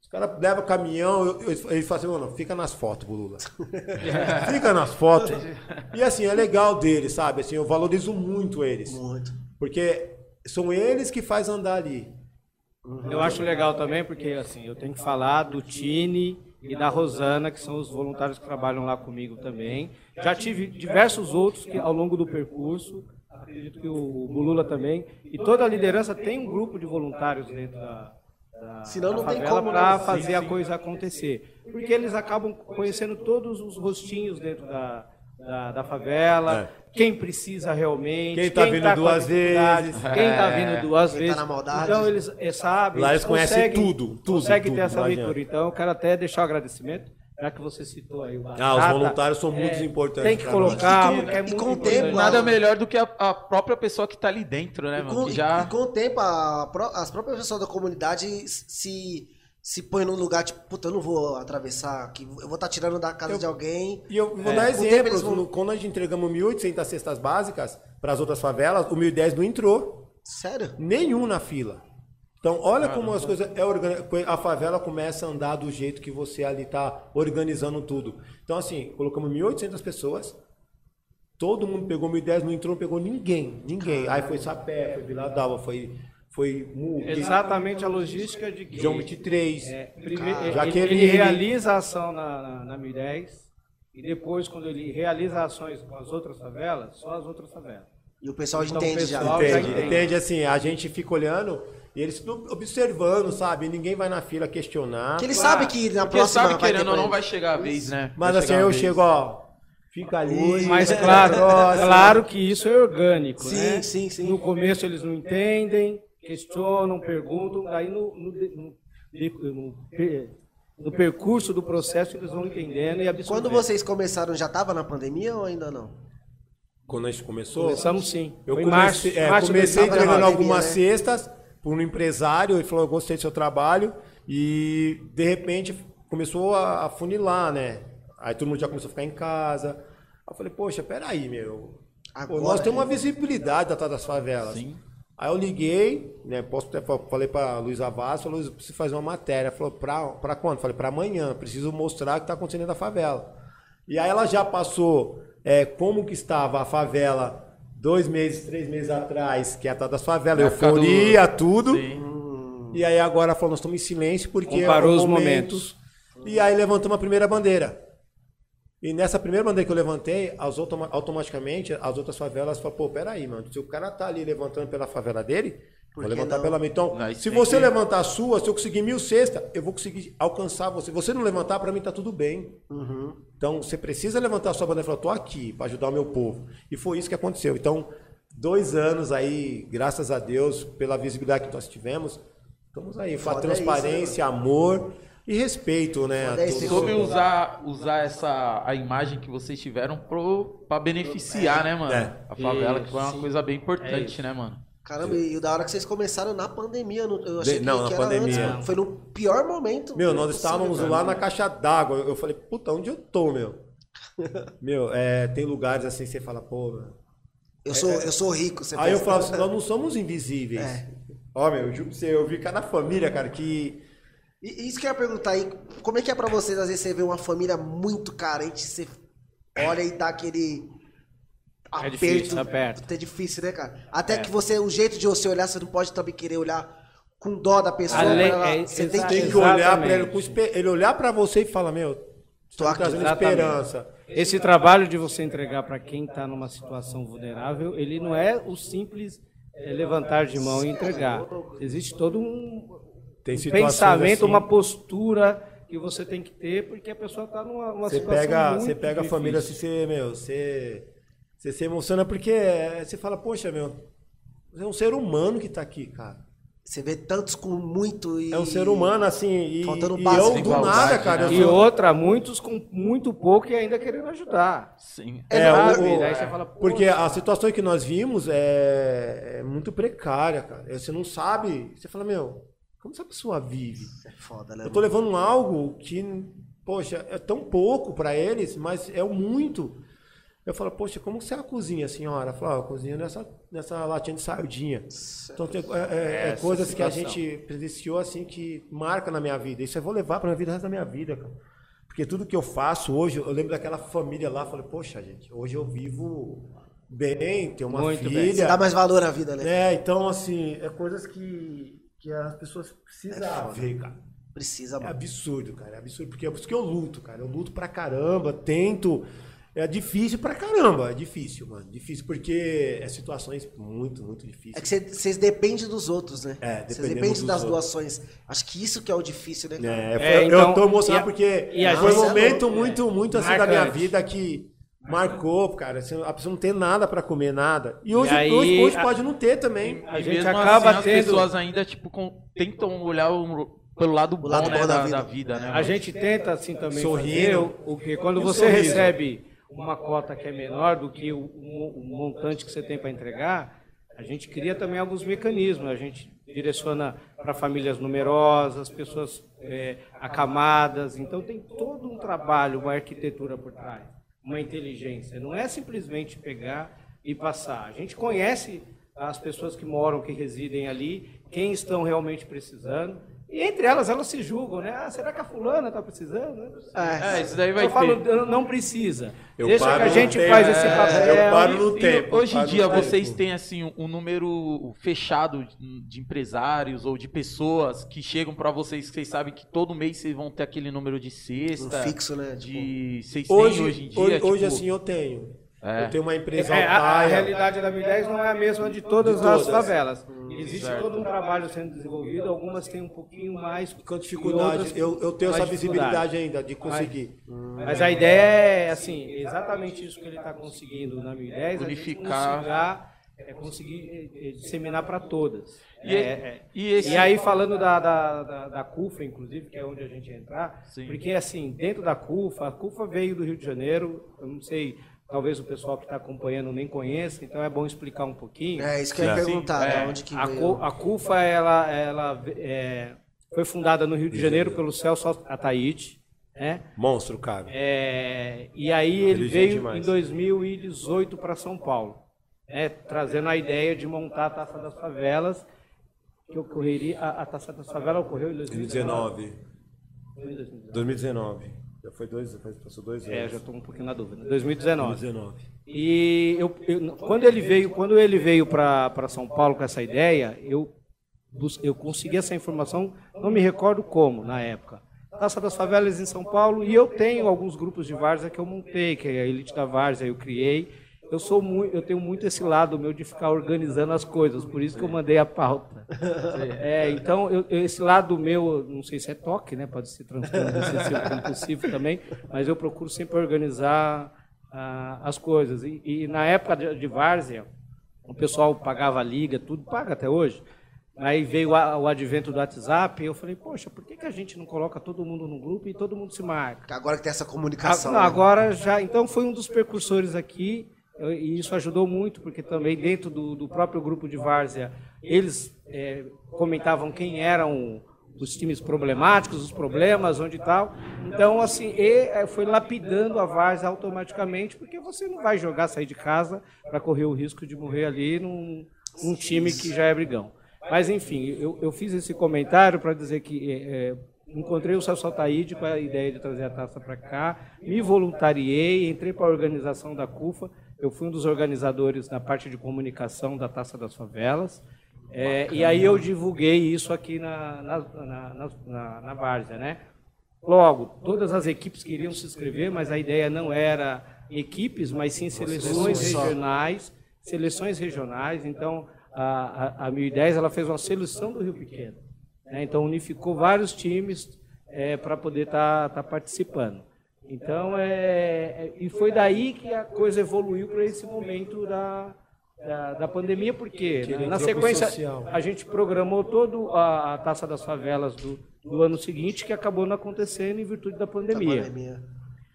Os caras levam caminhão, eu, eu, eles falam assim, mano, fica nas fotos, Bulula. fica nas fotos. E assim, é legal deles, sabe? Assim, eu valorizo muito eles.
Muito.
Porque são eles que fazem andar ali.
Uhum. Eu acho legal também, porque assim, eu tenho que falar do Tini e da Rosana, que são os voluntários que trabalham lá comigo também. Já tive diversos outros que, ao longo do percurso, acredito que o Bulula também. E toda a liderança tem um grupo de voluntários dentro da, da,
Senão
da
não tem
favela
como,
para
né?
fazer a coisa acontecer. Porque eles acabam conhecendo todos os rostinhos dentro da, da, da favela, quem precisa realmente.
É. Quem tá vindo
com a
duas
dificuldade,
vezes. É.
Quem tá vindo duas
Quem tá
vezes.
na maldade.
Então eles é, sabem.
Lá eles conhecem
conseguem-
tudo, tudo,
Conseguem
tudo,
ter essa
não
leitura.
adianta.
Então eu quero até deixar o agradecimento. Já que você citou aí o é,
Ah, os voluntários são muito importantes
Tem que
pra nós.
colocar,
E com-
porque é
e
muito
com o
importante.
tempo,
Nada
Nada melhor do que a, a própria pessoa que tá ali dentro, né,
E
mano?
com,
Que
e-
já...
e com o tempo, a pró- as próprias pessoas da comunidade se, se põem num lugar, tipo, puta, eu não vou atravessar aqui, eu vou estar tirando da casa de alguém.
E eu vou
É.
dar
Com o tempo
exemplos.
eles vão-
No- Quando nós entregamos 1.800 cestas básicas para as outras favelas, o 1.010 não entrou.
Sério?
nenhum na fila. Então, olha como as coisas é organi- a favela começa a andar do jeito que você ali tá organizando tudo. Então, assim, colocamos 1.800 pessoas, todo mundo pegou 1.010, não entrou, não pegou ninguém, ninguém. Aí foi Sapé, foi Vila Dalva, foi, foi Muque,
Exatamente a logística de que
João 23.
é, prime-
Cara,
ele-
Jaqueline.
ele realiza a ação na, na, na Mi10 e depois, quando ele realiza ações com as outras favelas, só as outras favelas.
E o pessoal
Então,
entende
o pessoal
já.
já
Entende, entende assim, a gente fica olhando e eles tudo observando, sabe? Ninguém vai na fila questionar.
Que ele sabe que na
Porque
próxima
sabe,
vai ter
querendo ou
pra
não,
ele.
vai chegar a vez, né?
Mas
Vai
assim,
chegar a
eu
vez.
chego, ó, fica ali. um
Mas
fica
claro,
próximo.
claro que isso é orgânico,
é. Sim,
né?
sim, sim.
No começo eles não entendem, questionam, perguntam, aí no, no, de- no, de- no per- no percurso do processo eles vão entendendo e absorvendo.
Quando vocês começaram, já tava na pandemia ou ainda não?
Quando a gente começou,
Começamos sim.
Eu
Foi em
comecei, é,
março de
comecei
2019.
entregando
pandemia,
algumas
né?
cestas para um empresário, ele falou, eu gostei do seu trabalho, e de repente começou a, a funilar, né? Aí todo mundo já começou a ficar em casa. Aí eu falei, poxa, peraí, meu. Pô,
Agora,
nós temos uma visibilidade da tal das favelas.
Sim.
Aí eu liguei, né? Posso até fa- falei para Luiz Avaz, falou, Luiz, eu preciso fazer uma matéria. Falou, pra, pra quando? Falei, pra amanhã, preciso mostrar o que tá acontecendo na favela. E aí ela já passou é, como que estava a favela dois meses, três meses atrás, que é a tal das favelas,
Vai ficar do-
euforia, tudo.
Sim.
E aí agora falou, nós estamos em silêncio porque
Comparou
é o
os
momento.
momentos.
E aí levantamos a primeira bandeira. E nessa primeira bandeira que eu levantei, as automa- automaticamente as outras favelas falaram, pô, peraí, mano, se o cara tá ali levantando pela favela dele,
Por
vou
que
levantar
não?
pela minha. Então,
Não, isso
se
tem
você
que-
levantar a sua, se eu conseguir mil cesta, eu vou conseguir alcançar você. Você não levantar, pra mim tá tudo bem.
Uhum.
Então, você precisa levantar a sua bandeira e falar, tô aqui pra ajudar o meu povo. E foi isso que aconteceu. Então, dois anos aí, graças a Deus, pela visibilidade que nós tivemos, estamos aí, com a
Foda é isso,
transparência, amor e respeito, né?
Foda é
a
isso,
todos.
Soube usar, usar essa, a imagem que vocês tiveram pro, pra beneficiar, né, mano?
É.
A favela, que
Isso,
foi uma
sim.
coisa bem
É
importante,
isso.
né, mano?
Caramba, e o da hora que vocês começaram na pandemia, eu não- eu achei
De-
que,
não, na
que era
pandemia.
antes, mano. Foi no pior momento.
Meu, nós
possível,
estávamos
cara.
lá na caixa d'água. Eu falei, puta, onde eu tô, meu? Meu, é, tem lugares assim que você fala, pô, meu.
Eu sou, eu sou rico, você
Aí eu
pensa. É.
falava assim, nós não somos invisíveis. Ó, meu, eu juro pra você, eu vi cada família, cara, que.
E isso que eu ia perguntar aí, como é que é pra vocês, às vezes, você vê uma família muito carente, você olha e dá aquele
É
aperto.
difícil, aperta. É.
Puta, É difícil, né, cara? Até que você, o jeito de você olhar, você não pode também querer olhar com dó da pessoa.
Além-
pra ela-
é,
você tem
exa-
que...
Tem que olhar pra ele
Exatamente.
com esper... Ele olhar pra você e falar, meu,
Tô
tô
aqui.
trazendo
Exatamente.
esperança.
Esse trabalho de você entregar para quem está numa situação vulnerável, ele não é o simples eh, levantar de mão e entregar. Existe todo um
Tem situações
pensamento,
assim.
uma postura que você tem que ter, porque a pessoa está numa numa
Você
situação
pega,
muito
você pega a
difícil.
família assim, você, meu, você, você se emociona porque é, você fala, poxa, meu, é um ser humano que tá aqui, cara.
Você vê tantos com muito e...
É um ser humano, assim, e,
Faltando
e
básico.
eu do
Igualdade,
nada, cara. eu
né?
E
sou-
outra, muitos com muito pouco e ainda querendo ajudar.
Sim.
É,
É,
sabe?
o- o-
Daí você fala, "Pô,
Porque a situação que nós vimos é, é muito precária, cara. Você não sabe, você fala, meu, como essa pessoa vive?
É foda, né?
Eu tô
mano?
levando algo que, poxa, é tão pouco pra eles, mas é o muito. Eu falo, poxa, como que você é cozinha, senhora? Ela fala, ó, eu cozinho nessa, nessa é latinha de sardinha. Então, tem, é- é, é
Essa
coisas que a
situação.
gente presenciou, assim, que marca na minha vida. Isso eu vou levar pra minha vida, o resto da minha vida, cara. Porque tudo que eu faço hoje, eu lembro daquela família lá, eu falei, poxa, gente, hoje eu vivo bem, tenho uma
Muito bem.
Você tá dá
filha.
mais valor à vida, né?
É, então, assim, é coisas que, que as pessoas precisam ver, cara.
Precisa,
É
mano.
absurdo, cara. É absurdo, porque é por isso que eu luto, cara. Eu luto pra caramba, tento É difícil pra caramba, é difícil, mano. Difícil porque é situações muito, muito difíceis.
É que vocês dependem dos outros, né?
É,
Vocês
dependemos
dependem
dos
das
outros.
doações. Acho que isso que é o difícil, né? É cara?
É,
É,
foi-
então,
eu tô emocionado
e a-
porque
e a
foi um
gente-
momento muito, muito assim da minha
Marcante.
vida que marcou, cara. assim, A pessoa não tem nada pra comer, nada. E hoje,
E aí,
hoje, hoje
a-
pode não ter também.
A
E
gente
mesmo
acaba
assim,
tendo-
as pessoas ainda tipo com- tentam olhar o- pelo lado bom,
lado
né,
bom da
da,
vida.
da vida, né?
A
mano?
gente tenta assim também
Sorrindo.
fazer o, o que quando
E o
você
sorriso.
recebe uma cota que é menor do que o, o mo- o montante que você tem para entregar, a gente cria também alguns mecanismos. A gente direciona para famílias numerosas, pessoas eh, acamadas. Então tem todo um trabalho, uma arquitetura por trás, uma inteligência. Não é simplesmente pegar e passar. A gente conhece as pessoas que moram, que residem ali, quem estão realmente precisando. E entre elas, elas se julgam, né? Ah, será que a fulana está precisando?
É, isso daí vai
eu falo,
ter.
"Não- não precisa.
Eu
Deixa
paro
que a
no
gente
tempo.
faz esse
É,
papel.
eu paro
e-
no
E
tempo.
Hoje em
paro no
dia
tempo.
vocês têm assim um número fechado de- de empresários ou de pessoas que chegam pra vocês que vocês sabem que todo mês vocês vão ter aquele número de
Um
tá.
cesta.
fixo, né? Tipo,
de vocês têm
Hoje,
hoje em dia,
hoje,
tipo,
hoje, assim eu tenho.
É.
Eu tenho uma empresa
É, a, a
altaia.
realidade da 1010 não é a mesma de todas,
De todas. Hum,
as favelas. Existe todo um trabalho sendo desenvolvido, algumas têm um pouquinho mais.
Com
e
dificuldade,
outras
eu, eu tenho
mais
essa
dificuldade.
visibilidade ainda de conseguir.
Mas a ideia é, assim, exatamente isso que ele está conseguindo na 1010,
Unificar.
unificar, é conseguir eh, eh, disseminar para todas.
E,
É, é.
e esse
E aí, falando da, da, da, da CUFA, inclusive, que é onde a gente ia entrar,
Sim.
porque assim, dentro da CUFA, a CUFA veio do Rio de Janeiro, eu não sei, talvez o pessoal que está acompanhando nem conheça, então é bom explicar um pouquinho.
é, isso que eu ia
Sim,
perguntar, né?
é.
Onde que
a,
veio?
Cu- a CUFA, ela, ela é, foi fundada no Rio de Janeiro pelo Celso Ataíde, né?
Monstro, cara.
É, e aí ele
Inteligente
veio
demais.
em 2018 para São Paulo, né, trazendo a ideia de montar a Taça das Favelas, que ocorreria, a, a Taça das Favelas ocorreu em 2019.
2019.
2019.
2019. Já foi dois, já passou dois anos.
É, já estou um pouquinho na dúvida. 2019.
2019.
E eu, eu- quando ele veio, quando ele veio para São Paulo com essa ideia, eu bus- eu consegui essa informação, não me recordo como na época. Taça das Favelas em São Paulo e eu tenho alguns grupos de várzea que eu montei, que é a Elite da Várzea eu criei. Eu sou muito, eu tenho muito esse lado meu de ficar organizando as coisas, por isso que eu mandei a pauta. É, então, eu- eu- esse lado meu, não sei se é toque, né? Pode ser transtorno compulsivo também, mas eu procuro sempre organizar ah, as coisas. E, e na época de, de Várzea, o pessoal pagava a liga, tudo paga até hoje. Aí veio a- o advento do WhatsApp e eu falei, poxa, por que, que a gente não coloca todo mundo no grupo e todo mundo se marca?
Agora que tem essa comunicação.
Ah, não,
né?
agora já. Então foi um dos precursores aqui eu- e isso ajudou muito porque também dentro do, do próprio grupo de várzea eles eh, comentavam quem eram os times problemáticos, os problemas, onde e tal. Então assim, e, eh, foi lapidando a várzea automaticamente porque você não vai jogar sair de casa para correr o risco de morrer ali num, num time que já é brigão. Mas enfim, eu, eu fiz esse comentário para dizer que eh, eh, Encontrei o Celso Altaíde com a ideia de trazer a taça para cá, me voluntariei, entrei para a organização da CUFA, eu fui um dos organizadores na parte de comunicação da Taça das Favelas, É, e aí eu divulguei isso aqui na, na, na, na, na- na Várzea, né? Logo, todas as equipes queriam se inscrever, mas a ideia não era equipes, mas sim
seleções
seleções
só.
regionais, seleções regionais, então a, a, a 1010 ela fez uma seleção do Rio Pequeno. Né? Então unificou vários times para poder estar participando. Então é, é- e foi daí que a coisa evoluiu para esse momento da, da, da pandemia, porque
ele
na, né? na
entrou pro
sequência
social.
a gente programou toda a, a taça das favelas do, do ano seguinte que acabou não acontecendo em virtude da
Da
é pandemia.
né? é pandemia.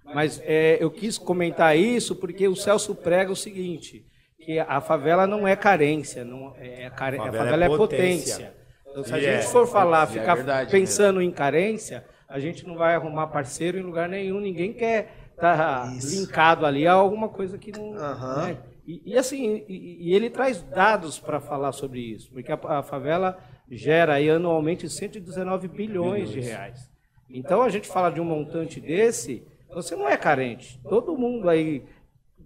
Mas é, eu quis comentar isso porque o Celso prega o seguinte, que a favela não é carência, não é care- a
Favela é
favela é
potência.
potência. Então, se a
E é.
gente for falar,
E é
ficar
verdade
pensando em carência, a gente não vai arrumar parceiro em lugar nenhum, ninguém quer estar
Isso.
linkado ali a alguma coisa que não...
Aham.
né? E, e assim, e, e ele traz dados para falar sobre isso, porque a, a favela gera aí anualmente 119 bilhões de reais. Então a gente fala de um montante desse, você não é carente. Todo mundo aí,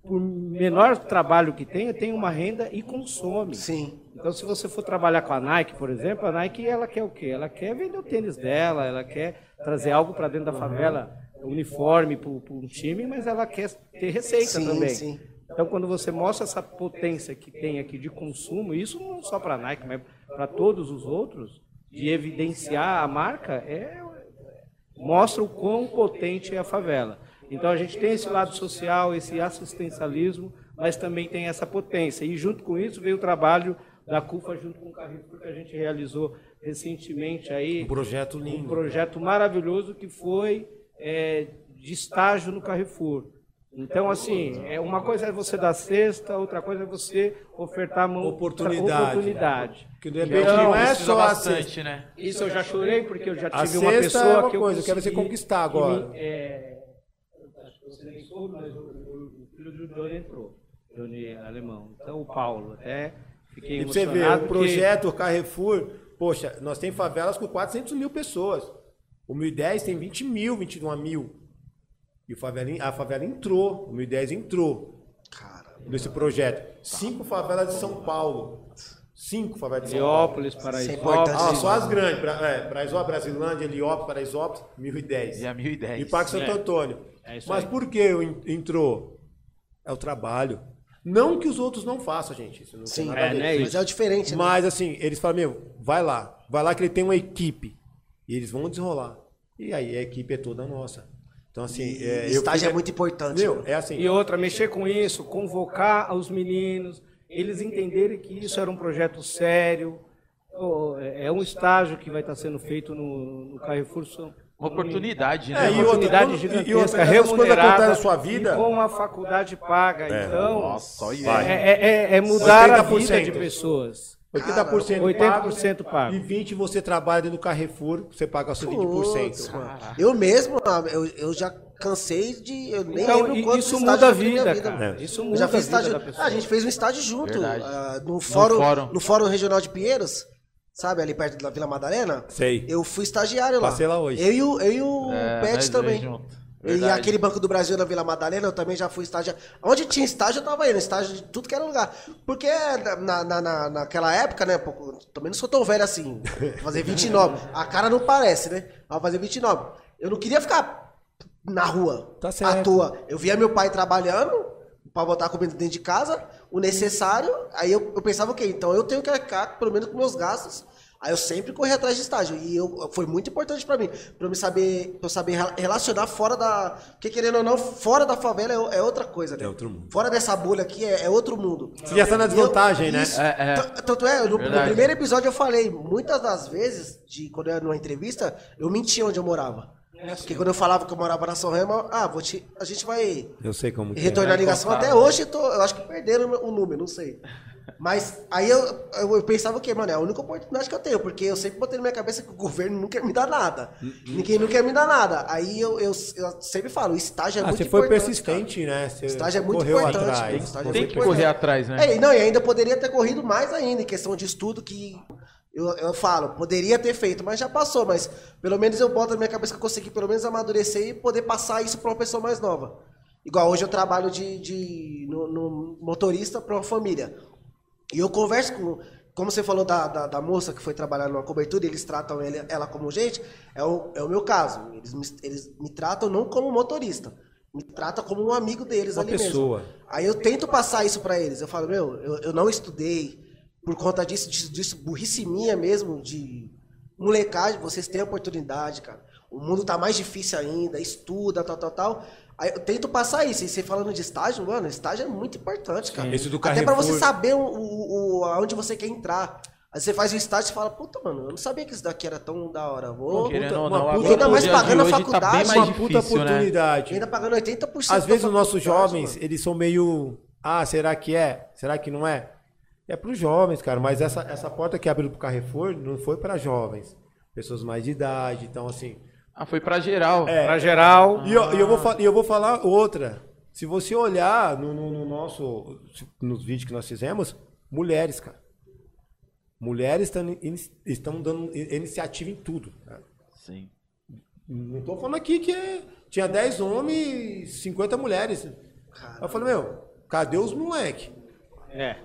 por menor trabalho que tenha, tem uma renda e consome.
Sim.
Então, se você for trabalhar com a Nike, por exemplo, a Nike ela quer o quê? Ela quer vender o tênis dela, ela quer trazer algo para dentro da favela. uniforme para um time, mas ela quer ter receita
Sim,
também.
sim.
Então, quando você mostra essa potência que tem aqui de consumo, isso não só para a Nike, mas para todos os outros, de evidenciar a marca, é, mostra o quão potente é a favela. Então, a gente tem esse lado social, esse assistencialismo, mas também tem essa potência. E, junto com isso, veio o trabalho da CUFA junto com o Carrefour, que a gente realizou recentemente aí.
Um projeto
Um
lindo.
projeto maravilhoso que foi é, de estágio no Carrefour. Então, assim, é uma coisa é você dar cesta, outra coisa é você ofertar a mão
Oportunidade.
oportunidade.
Que de repente
Então,
não é
precisa
só a
bastante,
cesta.
né?
Isso eu já chorei porque eu já
A
tive uma
cesta
pessoa
é uma
que eu
coisa, eu quero você
consegui-
conquistar
que me-
agora.
é, acho que você nem soube, mas o, o- o filho do Johnny entrou, Johnny alemão. Então, o Paulo, até fiquei
E pra você
emocionado.
ver, o
porque-
projeto Carrefour, poxa, nós tem favelas com 400 mil pessoas. O 1010 tem 20 mil, 21 mil. E o favela, a favela entrou, o 1010 entrou.
Cara,
nesse projeto. Cinco favelas de São Paulo. Cinco favelas de São Paulo.
Heliópolis,
importante.
Ah,
Paraisópolis.
só as grandes. Pra, é, Braisópolis, Brasilândia, Heliópolis, Paraisópolis, 1010.
E a 1010.
E Parque Santo
É.
Antônio.
É isso
Mas
aí.
por que eu en- entrou? É o trabalho. Não que os outros não façam, gente. Isso não tem
sim.
nada a
É,
ver.
né?
Mas é o diferente, né?
Mas assim, eles falam, meu, vai lá. Vai lá que ele tem uma equipe. E eles vão desenrolar. E aí a equipe é toda nossa. Então assim...
E
é, eu
estágio
fico-
é muito importante.
Meu,
né?
é assim...
E outra, mexer com isso, convocar os meninos, eles entenderem que isso era um projeto sério, pô, é é um estágio que vai estar sendo feito no, no Carrefour São
Uma oportunidade, né?
É,
uma
e outra,
oportunidade
quando- e- e outra,
gigantesca,
essas coisas
remunerada
acontecem na sua vida- É,
e com a faculdade paga.
É.
então,
Nossa, olha aí.
é, é- é- é mudar a vida
80%.
de pessoas.
80%
80% pago.
E 20% você trabalha dentro do Carrefour, você paga o seu 20%.
Putz, mano. Eu mesmo, ah, eu, eu já cansei de. Eu nem
Então,
lembro
i-
quantos
isso
estágios
muda a
eu fiz na minha
vida, cara.
mano.
Isso
Eu
muda
já
a vida
fiz estágio.
da
Ah,
pessoa.
a gente fez um estágio junto.
Verdade.
ah, no, fórum,
fórum.
no Fórum Regional de Pinheiros, sabe, ali perto da Vila Madalena.
Sei.
Eu fui estagiário lá.
Passei lá hoje.
Eu e o, eu e o
É, nós
Pet
dois
também.
junto.
E
Verdade.
aquele Banco do Brasil na Vila Madalena, eu também já fui estagiário. Onde tinha estágio, eu tava indo, estágio de tudo que era lugar. Porque na, na, na, naquela época, né? pô, Também não sou tão velho assim. vou Fazer 29. A cara não parece, né? Mas vou fazer 29. Eu não queria ficar na rua.
Tá certo.
À toa. Eu via meu pai trabalhando pra botar comida dentro de casa, o necessário. Aí eu, eu pensava, ok, então eu tenho que arcar pelo menos com meus gastos. Aí eu sempre corri atrás de estágio. E eu, foi muito importante pra mim. Pra eu me saber, pra eu saber rela- relacionar fora da. Porque querendo ou não, fora da favela é, o- é outra coisa, né?
É outro mundo.
Fora dessa bolha aqui é, é outro mundo.
Você já está na
E eu-
desvantagem, né?
isso.
É, é.
T- Tanto é, no, no
Verdade.
primeiro episódio eu falei, muitas das vezes, de, quando eu era numa entrevista, eu mentia onde eu morava.
É assim.
Porque quando eu falava que eu morava na São Remo, ah, vou te, a gente vai
Eu sei como que é.
retornar a ligação.
cortar.
Até hoje eu, tô, eu acho que perderam o número, não sei. Mas aí eu, eu, eu pensava o quê, mano? É a única oportunidade que eu tenho, porque eu sempre botei na minha cabeça que o governo não quer me dar nada.
Hum,
Ninguém não quer me dar nada. Aí eu, eu, eu sempre falo, estágio é
Ah,
muito
você foi
importante,
persistente, né? Você
Estágio é muito
correu
importante, tem que-
atrás.
estágio é
Tem
muito
que
importante.
correr atrás, né?
É, e não, e ainda poderia ter corrido mais ainda em questão de estudo que eu, eu falo, poderia ter feito, mas já passou, mas pelo menos eu boto na minha cabeça que eu consegui pelo menos amadurecer e poder passar isso para uma pessoa mais nova. Igual hoje eu trabalho de, de no, no motorista para uma família. E eu converso com. Como você falou da, da, da moça que foi trabalhar numa cobertura, eles tratam ele- ela como gente, é o, é o meu caso. Eles me, eles me tratam não como motorista, me tratam como um amigo deles
Uma
ali
pessoa.
mesmo. Aí eu tento passar isso pra eles. Eu falo, meu, eu, eu não estudei por conta disso, disso, disso, burrice minha mesmo, de molecagem, vocês têm oportunidade, cara. O mundo tá mais difícil ainda, estuda, tal, tal, tal. Aí eu tento passar isso. E você falando de estágio, mano, estágio é muito importante, cara.
Esse do
Até pra
Carrefour.
você saber o, o, o- aonde você quer entrar. Aí você faz o estágio e fala, puta, mano, eu não sabia que isso daqui era tão da hora. Vou,
Querendo
puta-
ou
É, uma
não,
puta-
agora
Ainda
no
mais
dia de
pagando a
hoje tá bem
faculdade.
mais
uma puta
difícil, né?
oportunidade.
ainda tá pagando 80%.
Às
da
vezes os nossos
faculdade,
jovens,
mano.
eles são meio. Ah, será que é? Será que não é? É para os jovens, cara. Mas essa, essa porta que abriu para o Carrefour não foi para jovens. Pessoas mais de idade. Então, assim,
Ah, foi pra geral.
É.
Para geral,
E eu, e eu vou, fa- e eu vou falar outra. Se você olhar no, no- no nosso, nos vídeos que nós fizemos, mulheres, cara. Mulheres tão in- estão dando in- iniciativa em tudo. cara.
Sim.
Não tô falando aqui que é- tinha 10 homens e 50 mulheres. Eu falei, meu, cadê os moleque?
é.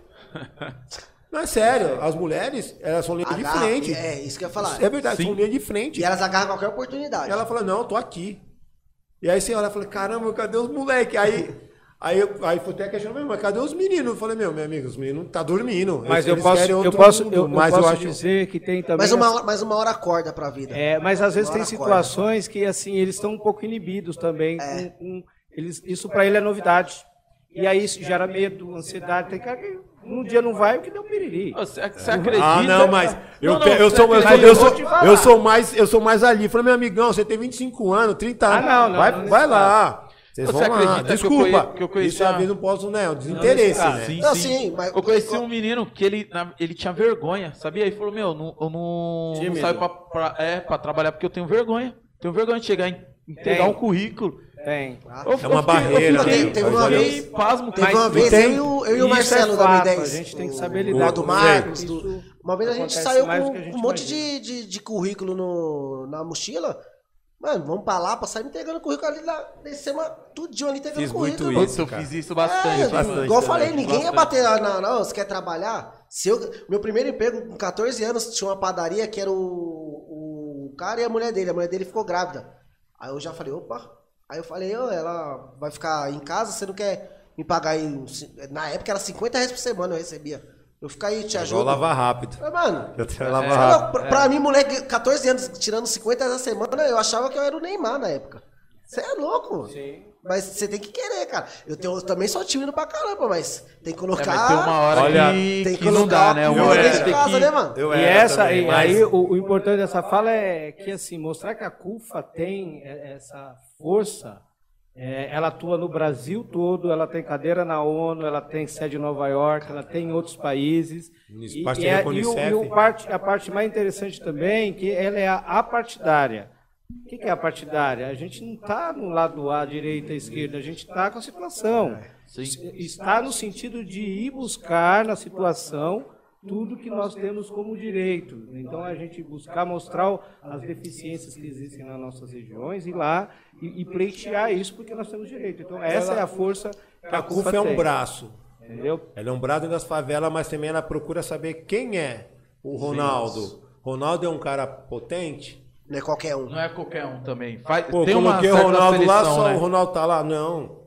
Não, é sério, as mulheres, elas são linha de
Agarra-
frente.
Ah, tá. É, isso que eu ia falar.
É verdade,
Sim.
são linha de frente.
E elas agarram qualquer oportunidade.
E ela fala, não, eu tô aqui. E aí você olha e fala, caramba, cadê os moleque? Aí, aí, eu- aí foi até questionando, meu, mas cadê os meninos? Eu falei, meu, meu amigo, os meninos tá dormindo.
Mas eu
Eles
posso,
querem
eu
outro
posso,
mundo.
eu, eu
mas
posso
eu acho
dizer que tem também.
Mas uma, hora- mas uma hora acorda pra vida.
É, mas às vezes
Uma
tem
hora
situações que assim eles estão um pouco inibidos também.
É.
com- com- eles, isso para ele é novidade. E aí isso gera medo, ansiedade. Tem cara que um dia não vai, o que deu piriri.
Você, você acredita?
Ah, não, mas eu,
Não, não,
pe- eu
você
sou, eu, sou,
acredita?
eu,
eu vou
sou,
te falar.
eu sou mais, eu sou mais ali. Eu Falei, meu amigão, você tem 25 anos, 30 anos.
Ah, não, não,
vai
não, não
vai
nesse
lá. Vocês
Você
vão lá.
acredita que eu
Desculpa.
conhe- que eu conheci
Isso às
uma-
vezes não posso, né? É um desinteresse,
Ah,
né?
sim,
Não,
sim.
sim, mas-
Eu conheci um menino que ele, na- ele tinha vergonha, sabia? Ele falou, meu, eu não, eu não, não
Tímido.
saio pra, pra- é, pra trabalhar porque eu tenho vergonha. Tenho vergonha de chegar e entregar
Tem.
um currículo.
Tem.
Eu-
É uma
eu fiquei-
barreira,
Eu fiquei,
né? Teve uma
eu fiquei
vez-
pasmo.
Teve
Mas
uma vez eu,
tem-
e o- eu e
isso
o
é
Marcelo da
fato,
B10.
a gente tem que
o-
saber
O
lidar
do
com
Marcos.
isso.
do- Uma vez a gente
Acontece
saiu
mais
com
do que a gente
um monte de,
imagina.
de, de currículo no, na mochila. Mano, vamos pra lá pra sair entregando currículo ali na semana, tudinho ali entregando
Fiz muito
currículo.
Putz, eu fiz isso bastante.
É,
bastante. né?
igual eu
bastante
falei,
também,
ninguém ia
bastante.
bater lá, não, não, você quer trabalhar? Se eu, meu primeiro emprego, com 14 anos, tinha uma padaria que era o, o cara e a mulher dele. A mulher dele ficou grávida. Aí eu já falei, opa. Aí eu falei, ô, ela vai ficar em casa, você não quer me pagar aí? uns cin- Na época era 50 reais por semana eu recebia. Eu ficar aí, te
Igual
ajudo.
lavar rápido.
Mas, mano,
Eu tenho
você
lavar
é
rápido.
louco, pra, pra mim, moleque, 14 anos, tirando 50 reais a semana, eu achava que eu era o Neymar na época. Você é louco. Mas você tem que querer, cara. Eu, tenho, eu também sou tímido pra caramba, mas tem que
É,
colocar.
mas tem uma hora
Olha,
que,
tem
que não
colocar
dá, né?
o
Uma
meu
hora
dentro
que
de
tem
casa,
que...
né, mano?
Eu
e
era
essa,
também,
e
mas-
aí o, o importante dessa fala é que assim mostrar que a CUFA tem é, essa força, é, ela atua no Brasil todo, ela tem cadeira na ONU, ela tem sede em Nova York, ela tem em outros países.
Isso,
E, e,
parceria
é-
com a
e o-
Unicef.
e o parte- a parte mais interessante também que ela é a- apartidária. O que, que é a partidária? A gente não está no lado A, direita, esquerda, a gente está com a situação.
Sim.
Está no sentido de ir buscar na situação tudo que nós temos como direito. Então, a gente buscar mostrar o- as deficiências que existem nas nossas regiões e lá e, e pleitear isso porque nós temos direito. Então, essa é a força que a,
A CUF é um
tem,
braço.
Entendeu?
Ela é um brado das favelas, mas também ela procura saber quem é o Ronaldo. Ronaldo é um cara potente.
Não é qualquer um.
Não é qualquer um também. Faz,
Pô,
tem uma
coloquei
certa
o Ronaldo lá,
seleção,
só
né?
o Ronaldo tá lá. Não.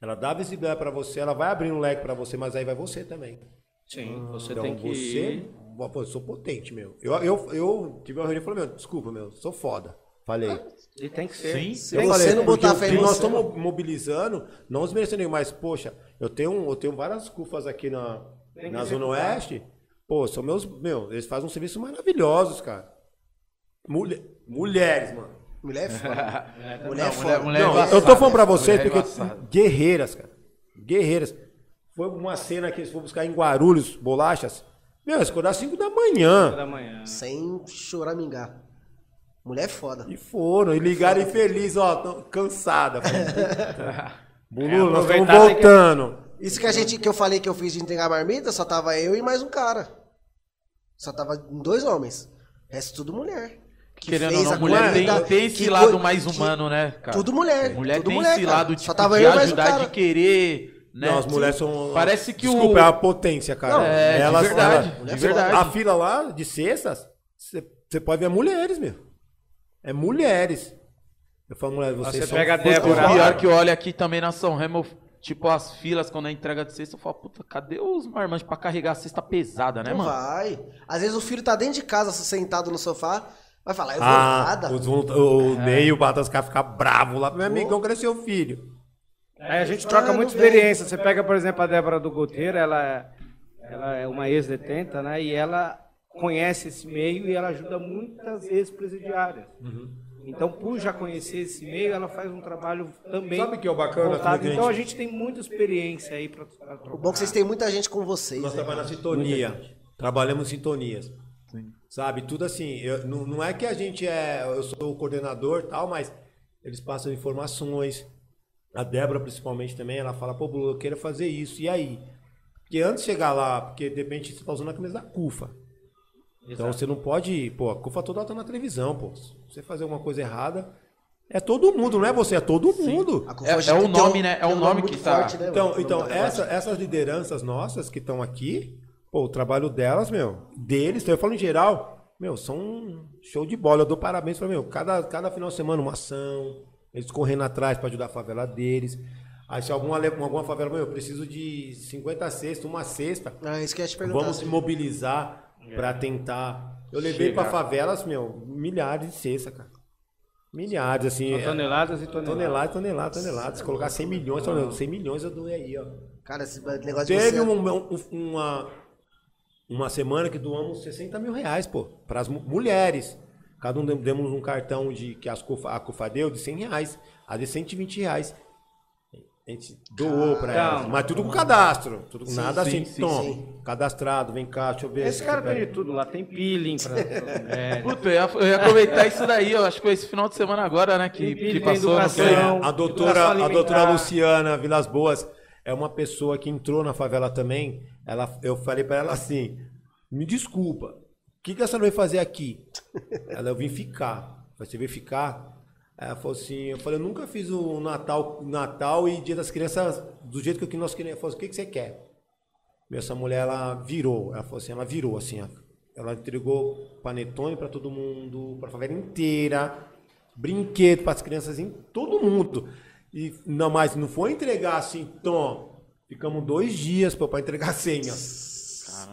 Ela dá visibilidade pra você, ela vai abrir um leque pra você, mas aí vai você também.
Sim, você
Então
tem que...
você. Pô, eu sou potente, meu. Eu, eu, eu tive uma reunião e falei, meu, desculpa, meu, sou foda. Falei.
Ah,
E tem que ser.
Sim,
Se você não
porque
botar
o
fé
um
que
nisso-
Nós estamos mobilizando, não desmerecendo, mas, poxa, eu tenho, um, eu tenho várias cufas aqui na,
Tem que
na
ver
Zona
com o
Oeste. Pô, são meus. Meu, eles fazem um serviço maravilhosos, cara. Mulher- mulheres, mano.
Mulher é foda. mulher é
Não,
foda.
mulher- mulher
Não,
embaçada.
eu tô falando pra vocês
Mulher é
porque.
embaçada.
Guerreiras, cara. Guerreiras. Foi uma cena que eles foram buscar em Guarulhos, bolachas. Meu, eles acordaram às 5 da manhã.
Da manhã.
Sem choramingar. Mulher é foda.
E foram, e ligaram infeliz, ó, tão cansada. Falei,
É,
puta. Bulu, nós estamos
aproveitar, tem que-
voltando.
Isso que a gente que eu falei que eu fiz de entregar marmita, só tava eu e mais um cara. Só tava dois homens. O resto tudo mulher. Que
Querendo ou
fez
não,
a
mulher tem,
comida,
tem esse
que
lado
coi-
mais
que-
humano, né, cara?
Tudo mulher.
Mulher
tudo
tem
mulher,
esse
cara.
lado tipo,
Só tava
de
eu e mais um
ajudar,
cara.
de querer, né?
Não, as mulheres são.
Parece que
Desculpa, é
o...
uma potência, cara.
Não, é, de
elas,
verdade,
elas-
de verdade.
A fila lá de cestas, você pode ver mulheres, meu. É mulheres. Eu falo, mulher, vocês
Você
são
pega a
foda.
Débora.
O É pior que olha aqui também na São Remo, eu- tipo, as filas, quando é entrega de cesta, eu falo, puta, cadê os marmanjos pra carregar a cesta pesada, né,
Não
mano?
vai. Às vezes o filho tá dentro de casa sentado no sofá, vai falar, eu vou
Ah,
nada.
os, o, o Ney e o Batascar ficar bravo lá. Meu amigão cresceu filho.
Aí a gente troca
Ah,
muita
não vem.
experiência. Você pega, por exemplo, a Débora do Goteiro, ela, ela é uma ex-detenta, né? E ela conhece esse meio e ela ajuda muitas ex-presidiárias. Então, por já conhecer esse meio, ela faz um trabalho também.
Sabe o que é o bacana,
voltado.
Clemente?
Então, a gente tem muita experiência aí para trocar.
O bom é que vocês têm muita gente com vocês.
Nós
né?
trabalhamos na sintonia. Trabalhamos em sintonias. Sabe? Tudo assim. eu- não, não é que a gente é. Eu sou o coordenador e tal, mas eles passam informações. A Débora, principalmente, também, ela fala, pô, Bruno, eu quero fazer isso. E aí? Porque antes de chegar lá, porque de repente você tá usando a camisa da CUFA. Então você não pode. Pô, a CUFA toda tá na televisão, pô. Se você fazer alguma coisa errada. É todo mundo, não é você, é todo mundo.
A
É-
Confrade
é o
tem um-
nome, né? É
tem
o nome
muito
que tá-
forte, né,
Então,
mano?
então
O nome da
essa- essas lideranças nossas que estão aqui, pô, o trabalho delas, meu, deles, então, eu falo em geral, meu, são um show de bola. Eu dou parabéns para meu, cada, cada final de semana uma ação, Eles correndo atrás para ajudar a favela deles. Aí se alguma, le- alguma favela, "Meu, eu preciso de 50 cestas, uma cesta,
Não, esquece de perguntar. assim.
vamos se mobilizar para tentar. Eu levei
Chegar.
para favelas, meu, milhares de cestas, cara. Milhares, assim. é-
Toneladas e toneladas.
Toneladas, toneladas, toneladas. Se colocar 100 milhões, toneladas, 100 milhões eu doei aí, ó.
Cara, esse negócio de
Teve
você- é
um- um- uma, uma semana que doamos 60 mil reais, pô, para as mulheres. Cada um dem- demos um cartão de que as Cufa- a CUFA deu de 100 reais, a de 120 reais. A gente doou para
Calma.
elas, mas tudo com cadastro. Tudo,
Sim,
nada
sim,
assim,
sim,
tom,
sim.
cadastrado, vem cá, deixa eu ver.
Esse cara tem de tudo lá, tem peeling pra. É,
Puta, eu ia, eu ia comentar isso daí, eu acho que foi esse final de semana agora, né? Que,
Bíblia
que
e
passou. não foi?
É,
educação.
a doutora,
educação
a doutora
alimentar.
Luciana Vilas Boas é uma pessoa que entrou na favela também. Ela, eu falei pra ela assim: me desculpa, o que, que a senhora veio fazer aqui? Ela, eu vim ficar. Eu falei, Você veio ficar? Ela falou assim: eu falei, eu nunca fiz o Natal, Natal e Dia das Crianças do jeito que eu- que nós queríamos. Ela falou assim: o que, que você quer? Meu, essa mulher, ela virou. Ela falou assim, ela virou, assim, ó. Ela entregou panetone pra todo mundo, pra favela inteira, brinquedo pras crianças, em todo mundo. E, não, mas não foi entregar assim, Tom. Ficamos dois dias, pô, pra entregar senha.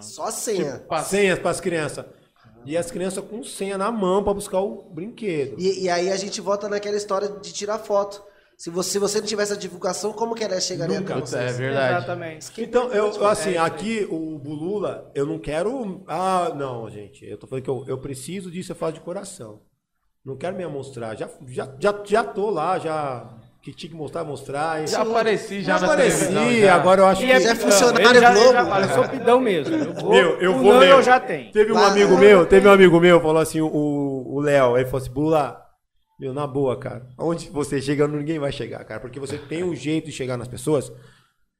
Só senha.
Senhas pras crianças. E as crianças com senha na mão pra buscar o brinquedo.
E, e aí a gente volta naquela história de tirar foto. Se você, se você não tivesse a divulgação, como que ela chegaria
Nunca.
até
Puta,
você?
é verdade.
Exatamente.
Então, eu, eu, assim, aqui o Bulula, eu não quero. Ah, não, gente. Eu tô falando que eu, eu preciso disso, eu faço de coração. Não quero me amostrar. Já, já, já, já tô lá, já. Que tinha que mostrar, mostrar. E-
Já apareci já,
Já
na
apareci,
televisão, já.
agora eu acho
é
que.
Você funcionário
Então, ele já,
Globo.
ele já fala, eu sou pidão mesmo. Eu vou,
Meu, eu
o
vou
não
mesmo.
eu já tenho.
Teve um
Vai.
amigo meu, teve um amigo meu, falou assim, o o Léo, ele falou assim, Bula, meu, na boa, cara, onde você chega, ninguém vai chegar, cara, porque você tem um jeito de chegar nas pessoas,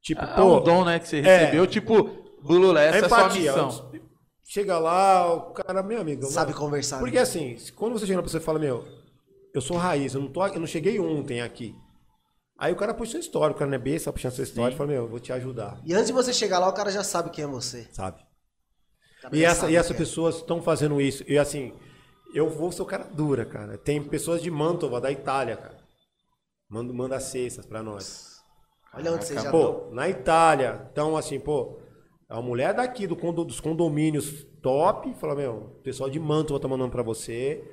tipo,
É
pô,
um dom, né, que você recebeu. Tipo, Bulula, essa é, a sua
empatia,
missão.
chega lá, o cara, meu amigo,
Sabe
mano,
conversar. né?
porque assim, se- quando você chega na pessoa e fala, meu, eu sou raiz, eu não, tô, eu não cheguei ontem aqui, aí o cara puxa sua história, o cara não é besta, puxa sua história, e fala, meu, eu vou te ajudar.
E antes de você chegar lá, o cara já sabe quem é você.
sabe?
O cara
E,
já
essa,
sabe
e essas
quem é.
pessoas estão fazendo isso. E assim, eu vou ser o cara dura, cara. Tem pessoas de Mantova, da Itália, cara. Manda, manda cestas pra nós.
Olha onde você já tá. deu.
Pô, na Itália. Então, assim, pô, a mulher daqui do condo- dos condomínios top fala, meu, o pessoal de Mantova tá mandando pra você.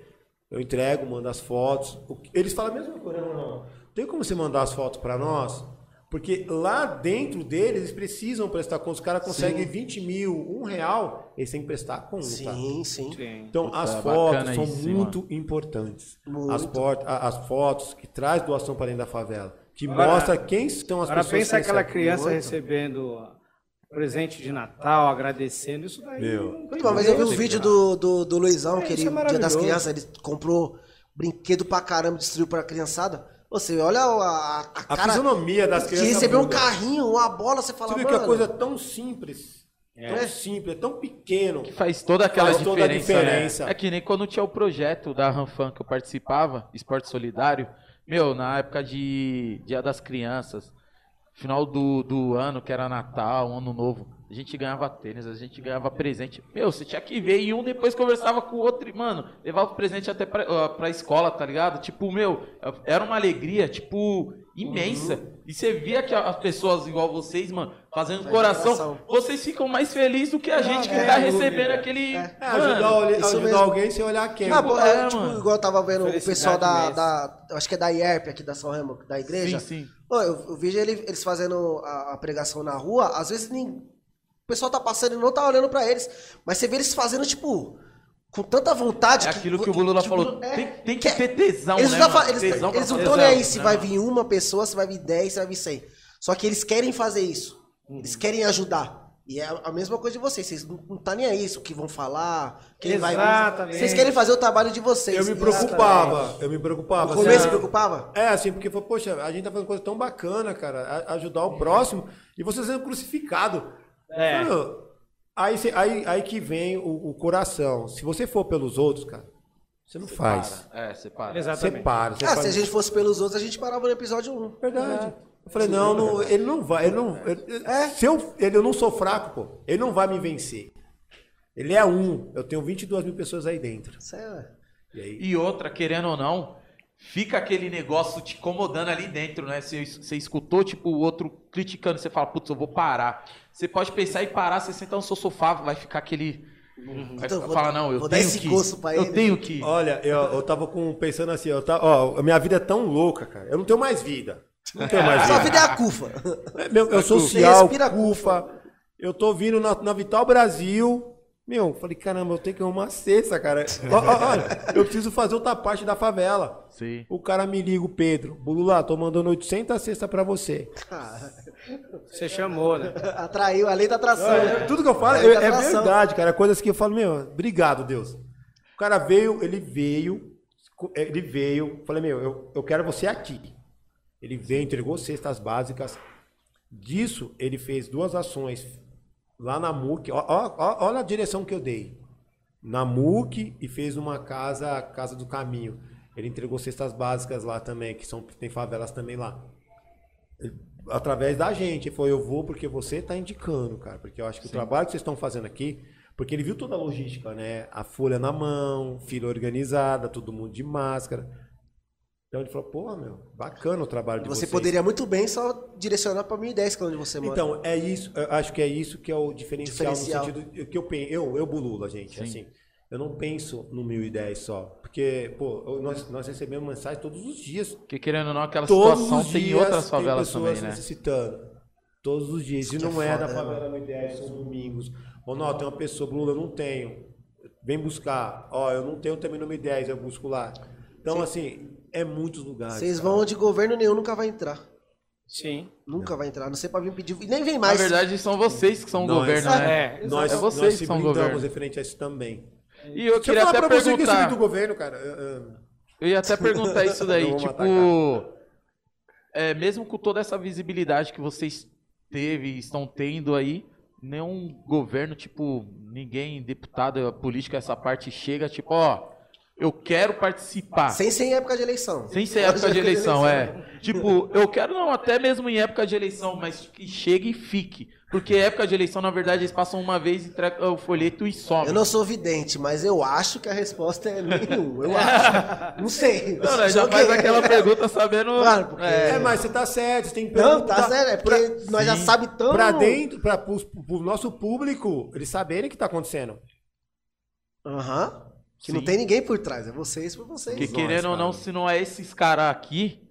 Eu entrego, mando as fotos. O que- Eles falam a mesma coisa, não, não. Tem como você mandar as fotos pra nós? Porque lá dentro deles, eles precisam prestar conta. Os caras conseguem 20 mil, um real, eles têm que prestar conta.
Sim, sim.
Sim.
Então,
Puta,
as
bacana
fotos são
isso, hein,
muito importantes.
Muito.
As, port- a- as fotos que traz doação para dentro da favela, que
Agora-
mostra quem são as
Agora
pessoas.
pensa
que
aquela
recebem.
criança
Muito.
recebendo presente de Natal, agradecendo, isso daí.
Meu.
não tem
Muito bom, mas eu vi
preço,
um vídeo
cara.
do, do, do Luizão,
É,
que
isso
ele,
é
dia das
maravilhoso.
crianças, ele comprou brinquedo pra caramba, distribuiu pra criançada. Você olha a, a,
A
cara
fisionomia das
que
crianças.
recebeu um
muda.
carrinho, uma bola, você fala,
Você viu
mano...
que a coisa é tão simples. É. Tão
É.
simples, é tão pequeno.
que faz toda aquela
Faz toda a
diferença. né?
diferença.
É que nem quando tinha o projeto da Ranfan que eu participava, Esporte Solidário, meu, na época de Dia das Crianças, final do, do ano, que era Natal, Ano Novo, a gente ganhava tênis, a gente ganhava presente. Meu, você tinha que ver, e um depois conversava com o outro, e, mano, levava o presente até pra, ó, pra escola, tá ligado? Tipo, meu, era uma alegria, tipo, imensa. E você via que a- as pessoas igual vocês, mano, Uhum. fazendo
Faz
coração,
coração.
vocês ficam mais felizes do que a gente que
é,
tá
é,
recebendo aquele.
É.
É, ajudar, a olhe-
isso
ajudar
mesmo.
alguém sem olhar quem.
Ah, pô, é,
É,
tipo,
mano.
igual eu tava vendo o
Felicidade
pessoal da,
mesmo.
da- eu Acho que é da IERP aqui da São Remo, da igreja.
Sim, sim.
Pô, eu, eu vejo ele- eles fazendo a, a pregação na rua, às vezes nem, o pessoal tá passando e não tá olhando pra eles. Mas você vê eles fazendo, tipo, com tanta vontade.
É aquilo que o Bulula falou.
é,
tem, tem que ter tesão,
eles
né?
não,
mano?
tá, eles,
tesão pra
eles não
fazer.
tão nem aí
Tesão,
se
né,
vai
mano?
vir uma pessoa, se vai vir 10, se vai vir 100. Só que eles querem fazer isso.
Uhum.
Eles querem ajudar. E é a mesma coisa de vocês. Vocês não, não tá nem aí isso, o que vão falar, quem vai
Exatamente.
vir. Vocês querem fazer o trabalho de vocês.
Eu me
Exatamente.
preocupava, eu me preocupava.
No começo
Será-
se preocupava?
É, assim, porque, foi, poxa, a gente tá fazendo coisa tão bacana, cara, a- ajudar o próximo, e você sendo crucificado.
É.
Mano, aí, cê- aí, aí que vem o, o coração. Se você for pelos outros, cara, você não faz.
É, separa.
Você
Exatamente.
para. Você
Ah,
faz- É
se a gente fosse pelos outros, a gente parava no episódio 1.
Verdade.
É.
Eu falei, não, não, ele não vai, ele não. ele- se eu, ele, eu não sou fraco, pô. Ele não vai me vencer. Ele é um. Eu tenho 22 mil pessoas aí dentro.
Isso é...
E aí,
E outra, querendo ou não, fica aquele negócio te incomodando ali dentro, né? Você, você escutou, tipo, o outro criticando, você fala, putz, eu vou parar. Você pode pensar em parar, você sentar no seu sofá, vai ficar aquele. Vai
Então,
ficar-
vou-
fala, não, eu
vou dar
tenho
esse
que.
gosto pra
eu
ele."
tenho que.
Olha, eu, eu tava com, pensando assim, eu tava, ó, a minha vida é tão louca, cara. Eu não tenho mais vida. Não tenho mais
Sua
vida.
vida é a cufa.
É, Meu, eu sou
Você
social,
respira
cufa. Eu tô vindo na, na Vital Brasil. Meu, falei, caramba, eu tenho que arrumar a cesta, cara. Ó, ó, Olha, eu preciso fazer outra parte da favela.
Sim.
O cara me liga, o Pedro. Bulula, tô mandando 800 cesta pra você.
Cara,
Você chamou, né?
Atraiu, a lei da atração. né?
Tudo que eu
A
falo é,
lei da
é
atração.
verdade, cara. Coisas que eu falo, meu, obrigado, Deus. O cara veio, ele veio, ele veio, falei, meu, eu, eu quero você aqui. Ele veio, entregou cestas básicas. Disso, ele fez duas ações lá na MUC. Ó, ó, ó, olha a direção que eu dei. Na MUC e fez uma casa, Casa do Caminho. Ele entregou cestas básicas lá também, que são, tem favelas também lá através da gente. Ele falou, eu vou porque você está indicando, cara. Porque eu acho que o trabalho que vocês estão fazendo aqui, porque ele viu toda a logística, né? A folha na mão, fila organizada, todo mundo de máscara. Então ele falou, pô, meu, bacana o trabalho de
Você
vocês.
poderia muito bem só direcionar pra 1010, que é onde você mora.
Então, é isso, eu acho que é isso que é o diferencial,
Diferencial.
no sentido que eu penso, eu, eu bulula, gente,
Sim.
assim. Eu não penso no 1010 só, porque, pô, eu- nós, nós recebemos mensagem todos os dias,
Porque querendo ou não, aquela
todos
situação
os dias
tem outras
tem
favelas
pessoas
também, né?
necessitando. Todos os dias. E
Isso que
não
é
é,
foda,
da
né,
favela uma ideia, são domingos. Ou não, tem uma pessoa, Bruna, eu não tenho. Vem buscar. Ó, eu não tenho também nome 10, eu busco lá. Então, assim, é muitos
ah,
lugares.
tá.
Vocês
cara.
vão onde governo nenhum nunca vai entrar.
Sim.
Nunca vai entrar. Não sei pra vir pedir. E nem vem
Na
mais.
verdade, são vocês que são o
Nós-
governo,
É.
né?
É,
Nós,
É vocês
nós
que
se
são o
blindamos
governo.
referente a isso também.
E eu
Deixa eu
queria
falar
até
pra você que eu subi
perguntar.
do governo, cara. eu- eu-
Eu ia até perguntar isso
Eu
daí,
vou matar,
tipo, é, mesmo com toda essa visibilidade que vocês teve, e estão tendo aí, nenhum governo, tipo, ninguém, deputado, política, essa parte chega, tipo, ó, eu quero participar. Sem,
Sem ser em época de eleição.
ser
Fora
época de eleição,
né?
é. Tipo, eu quero não, até mesmo em época de eleição, mas que chegue e fique. Porque época de eleição, na verdade, eles passam uma vez, entregam o folheto e somem.
Eu não sou vidente, mas eu acho que a resposta é nenhum. Eu acho. Não sei.
Não, né, já
Só
faz
que-
aquela pergunta sabendo...
Claro, porque-
é,
É, mas você tá certo, você tem que
Não, tá
perguntar
sério. É
pra-
porque nós já
Sim.
sabe tanto.
pra dentro, para o nosso público, eles saberem o que tá acontecendo.
Aham. Que não
Sim.
tem ninguém por trás. É vocês por vocês.
Porque
Nós,
querendo ou não,
cara.
se não é esses caras aqui,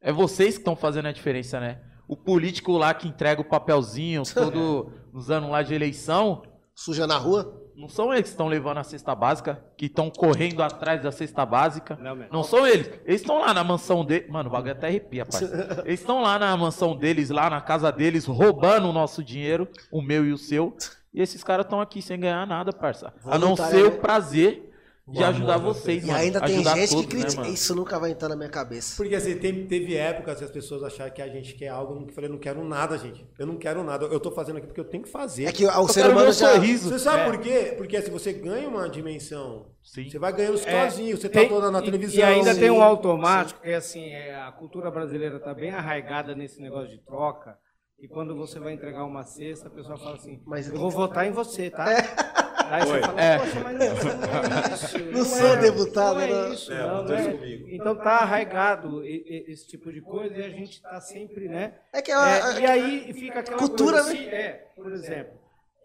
é vocês que estão fazendo a diferença, né? O político lá que entrega o papelzinho
É.
todo nos anos lá de eleição,
Suja na rua.
não são eles que estão levando a cesta básica, que estão correndo atrás da cesta básica.
não, mesmo.
Não são eles. Eles estão lá na mansão deles. Mano, o bagulho até arrepia, rapaz. Eles estão lá na mansão deles, lá na casa deles, roubando o nosso dinheiro, o meu e o seu. E esses caras estão aqui sem ganhar nada, parça. A não ser o
Voluntariamente.
prazer de
O
ajudar
amor a
vocês,
né? E
mano.
ainda tem
Ajudar
gente que
todos, né,
critica.
mano?
Isso nunca vai entrar na minha cabeça.
Porque assim, teve, teve épocas que as pessoas acharam que a gente quer algo, eu não- falei, eu não quero nada, gente. Eu não quero nada. Eu tô fazendo aqui porque eu tenho que fazer.
É que o
Eu
ser
quero ver
humano
o
já.
sorriso.
Você sabe por quê? Porque assim, você ganha uma dimensão.
Sim.
Você vai ganhando sozinho, você tá
Tem-
toda na
e-
televisão.
E ainda tem um
Sim.
automático, que é assim, é, a cultura brasileira está bem arraigada nesse negócio de troca. E quando você vai entregar uma cesta, a pessoa fala assim,
Mas-
eu vou votar em você, tá? Aí você fala,
É.
poxa, mas não é isso.
Não sou deputado,
Não é
não.
isso,
É,
não, não
dois
é.
comigo.
Então tá arraigado e- e- esse tipo de coisa e a gente está sempre, né?
É que
É,
é,
e aí fica aquela
Cultura,
coisa,
né?
se- é, por exemplo,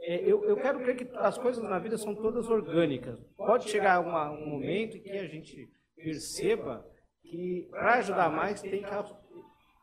é, eu, eu quero crer que as coisas na vida são todas orgânicas. Pode chegar uma- um momento em que a gente perceba que para ajudar mais tem que a-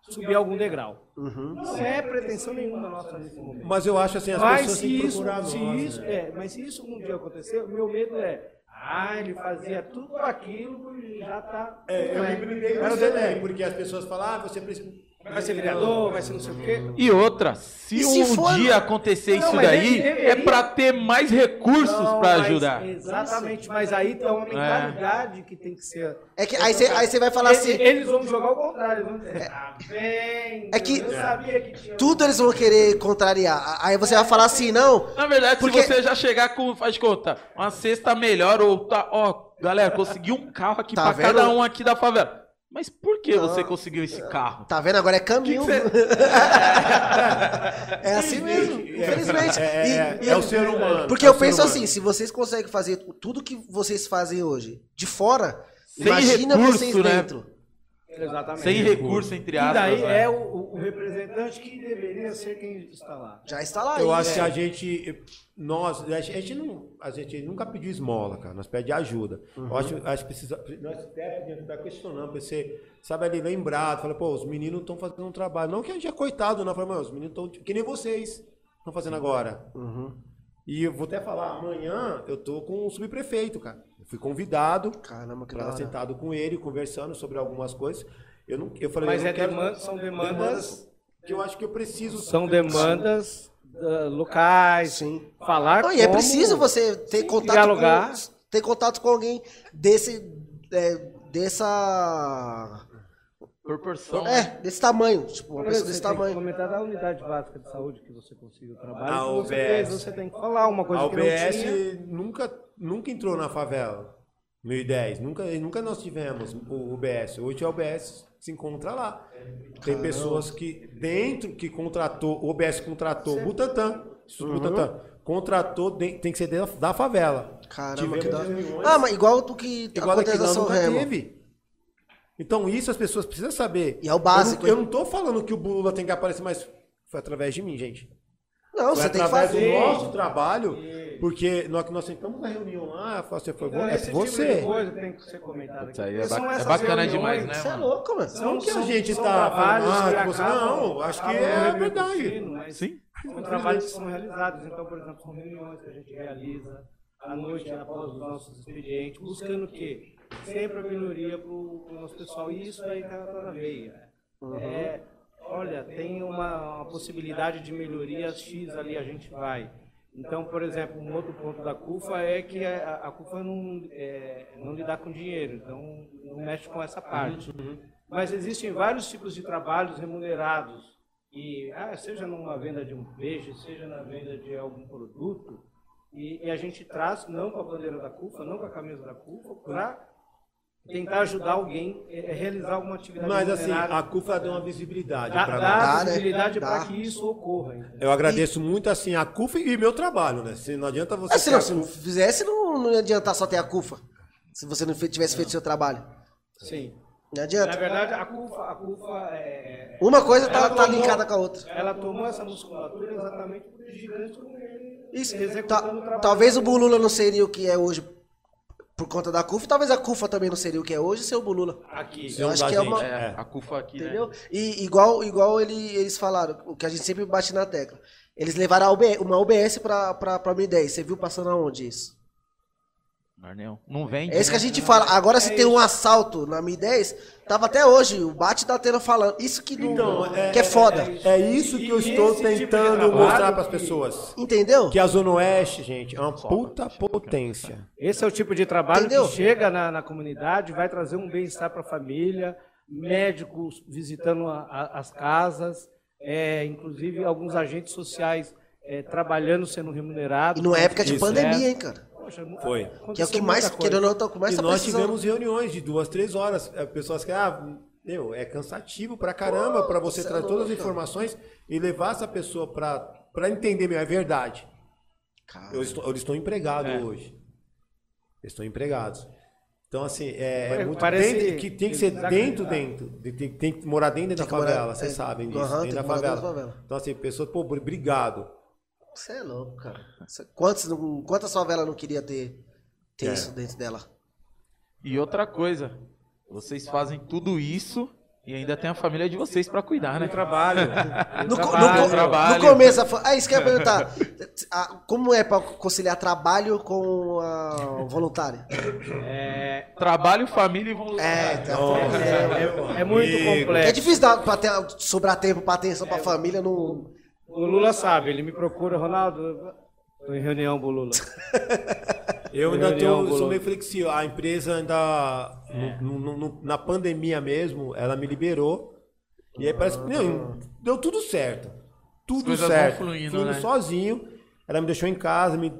subir algum degrau. Não é pretensão nenhuma nossa nesse momento.
Mas eu acho assim, Uhum. as
Mas
pessoas
se
têm que
isso,
procurar
se
nós,
isso,
né?
é, mas se isso um dia acontecer, o meu medo é, ah, ele fazia tudo aquilo e já tá está.
É, eu me brindei com você né? também, porque as pessoas falam, ah, você precisa.
Vai ser vereador, vai ser não sei o quê.
E outra, se,
E se
um
for-
dia acontecer
Não,
isso
mas
daí,
ele deveria-
é pra ter mais recursos
Não,
pra
mas-
ajudar.
Exatamente, mas aí tem uma mentalidade que tem que ser.
é que aí você aí você vai
É,
falar assim.
Eles, eles vão jogar o contrário, vão dizer, "Ah, bem,
É que-
eu sabia que tinha.
Tudo eles vão querer contrariar. A- Aí você vai falar assim, não.
Na verdade,
Porque-
se você já chegar com, faz de conta, uma cesta melhor ou tá, ó, galera, consegui um carro aqui pra
Tá vendo?
cada um aqui da favela. Mas por que você conseguiu esse carro?
Tá vendo? Agora é
Que que
caminho.
você-
É assim mesmo, infelizmente.
É,
E-
é,
e-
é o ser humano.
Porque
é
eu
o ser
penso
humano.
assim, se vocês conseguem fazer tudo que vocês fazem hoje de fora,
Sem
Imagina
recurso,
vocês
né?
dentro.
um-" Exatamente.
Sem recurso, entre
É E
aspas.
daí
né?
é o, o representante que deveria ser quem está lá.
Já está lá. né?
Eu
hein,
acho que
velho?
a gente. Nós, a gente, não, a gente nunca pediu esmola, cara. Nós pedimos ajuda.
Uhum.
Eu acho, acho que precisa. Nós até podemos estar questionando, pra você, sabe, ali lembrado, fala, pô, os meninos estão fazendo um trabalho. Não que a gente é coitado, não. Fala, mano, os meninos estão. Que nem vocês estão fazendo agora.
Uhum.
E eu vou até falar, amanhã eu tô com o subprefeito, cara. Eu fui convidado
Caramba, que da
para
hora.
sentado com ele, conversando sobre algumas coisas. Eu, não, eu falei,
Mas
eu não
é
quero-
demanda- são demandas,
que eu acho que eu preciso.
são demandas ah, locais,
Sim.
falar
Não, e é
como-
preciso você ter
Sim,
contato
dialogar.
com ter contato com alguém desse é, dessa
Proporção.
é
né?
desse tamanho, tipo uma
Por
pessoa
exemplo,
desse
Você tem que
tamanho.
comentar da unidade básica de saúde que você conseguiu trabalho.
A
que você,
UBS.
fez, você tem que falar uma coisa
a
que não
UBS
tinha.
nunca, nunca entrou na favela. 2010. Nunca, nunca nós tivemos o UBS. Hoje a UBS se encontra lá. Tem pessoas que dentro que contratou, o UBS contratou o Butantan,
Uhum.
Instituto Butantan, contratou, de- tem que ser dentro da favela.
Caramba, que da
Tivemos reuniões.
Ah, mas igual do que
Igual daqui
acontece na
lá
São
nunca
Remo.
teve. Então isso as pessoas precisam saber.
E é o básico,
Eu não, eu não tô falando que o Lula tem que aparecer, mas foi através de mim, gente.
Não,
Foi
Então, você é tem que
através
fazer.
do nosso trabalho, porque na hora que nós sentamos na reunião lá, você foi
Então,
é
esse tipo
você.
de coisa que tem que ser comentada aqui.
Isso aí é,
Porque são
ba- é
essas
bacana
reuniões
demais, né,
Você é
mano?
louco, mano.
Não que a
são-
gente
são
está
trabalhos
falando, ah,
que
que você-
acabam-
não, acho que
acabam
é
repercutindo,
verdade.
mas
Sim.
São trabalhos que são realizados. Então, por exemplo, são reuniões que a gente realiza à noite, após os nossos expedientes, buscando o quê? Sempre a melhoria para o nosso pessoal. E isso aí está na veia. né?
Uhum.
É, olha, tem uma, uma possibilidade de melhoria X ali, a gente vai. Então, por exemplo, um outro ponto da CUFA é que a, a CUFA não, é, não lidar com dinheiro, então não mexe com essa parte. Mas existem vários tipos de trabalhos remunerados. E ah, seja numa venda de um peixe, seja na venda de algum produto, e, e a gente traz não com a bandeira da CUFA, não com a camisa da CUFA, para tentar ajudar alguém a realizar alguma atividade
Mas assim,
remunerada.
a CUFA deu uma visibilidade
tá dá,
para
dá
nós.
Dá, né?
visibilidade para
Dá.
que isso ocorra. entendeu?
Eu agradeço muito assim a CUFA e meu trabalho, né? Se não adianta você
Ah, se
ter a
não, se não fizesse, não, não ia adiantar só ter a CUFA. Se você não fe- tivesse feito seu trabalho.
Sim.
Não
Na
adianta.
verdade, a CUFA, a CUFA é,
Uma coisa tá,
Ela
tá
tomou-
linkada com a outra.
ela tomou essa musculatura exatamente por gigantes como ele
Isso,
executando
ta-
o trabalho.
talvez o Bulula não seria o que é hoje por conta da CUFA, talvez a CUFA também não seria o que é hoje sem o
Né.
Bulula.
aqui.
Sim. Não
acho
dá,
que é
gente.
uma-
É,
É.
a CUFA aqui, né?
Entendeu? E igual, igual ele- eles falaram, o que a gente sempre bate na tecla. Eles levaram a UBS uma UBS pra, pra, pra 1010. Você viu passando aonde isso?
Marneu. Não vende.
É isso que a
né?
gente fala. Agora,
É
se tem um assalto na 1010, tava até hoje, o Bate da Tena falando. Isso que, não,
Então, é-
que é foda.
É isso que eu estou
Esse tipo de
tentando
trabalho
mostrar
que-
para as pessoas.
Entendeu?
Que a Zona Oeste, gente, é uma puta potência.
Esse é o tipo de trabalho
Entendeu?
que chega na, na comunidade, vai trazer um bem-estar para a família, médicos visitando a- a- as casas, é, inclusive alguns agentes sociais é, trabalhando, sendo remunerados.
E numa época de
Isso, É.
pandemia, hein, cara?
Poxa, mu-
Que
Foi.
é
aconteceu
o que mais,
muita coisa.
querendo ou não, tá- o que mais
e
tá
nós
precisando.
tivemos reuniões de duas, três horas. É, Pessoas que, ah, meu, é cansativo pra caramba pra você
cê é
trazer todas as
louco.
informações e levar essa pessoa pra, pra entender, meu, é verdade.
Cara,
Eu estou, eu estou empregado
É.
hoje. Eu estou empregados. Então, assim, é, é
Pare-
muito
parece ah.
dentro- que tem que ser dentro,
desacreditado.
dentro. De- Tem, tem que morar dentro da
que morar-
favela, vocês
é,
sabem disso.
aham, tem
dentro da
que morar
favela.
dentro da favela.
Então, assim, pessoas, pô, obrigado.
Você é louco, cara. Cê- Quantos, não- quantas favela não queria ter, ter
É.
isso dentro dela?
E outra coisa, vocês fazem tudo isso e ainda tem a família de vocês pra cuidar, né?
Trabalho.
No, co- no
Trabalho.
co-
trabalho.
no começo, a fa- ah, isso que eu ia perguntar. Ah, Como é pra conciliar trabalho com a voluntária?
É, então.
Trabalho, família e voluntariado.
É, então, é,
É, é muito
é,
complexo.
difícil dar, pra ter- sobrar tempo pra atenção
É.
pra família. Não,
O Lula sabe, ele me procura, Ronaldo. Tô em reunião, Bolula.
Eu ainda
Reunião,
tô, sou
Bolão.
meio flexível. A empresa ainda.
É.
no- no- no- na pandemia mesmo, ela me liberou. E aí
Ah.
parece que. Não, deu tudo certo. Tudo
coisas vão
certo.
fluindo,
Fluindo
né?
sozinho. Ela me deixou em casa, me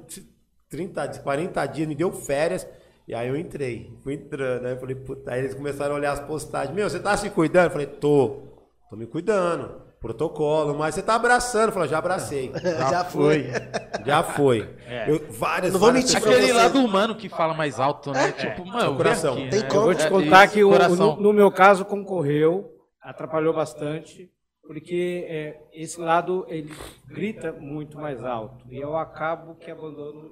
30, dias, 40 dias, me deu férias. E aí eu entrei. Fui entrando. Aí eu falei, puta, aí eles começaram a olhar as postagens. Meu, você tá se cuidando? Eu falei, tô. Tô me cuidando. protocolo, mas você tá abraçando, fala, já abracei.
É, Já foi.
Já foi.
É.
Eu- várias,
Não vou
várias
mentir pra
pessoas-
Aquele
você.
lado humano que fala mais alto, né? tipo, mano,
o coração.
vem aqui,
É. Tem
né?
como
Eu vou te
É,
contar
isso,
que o-
coração.
no, no meu caso concorreu, atrapalhou bastante, porque é, esse lado ele grita muito mais alto e eu acabo que abandono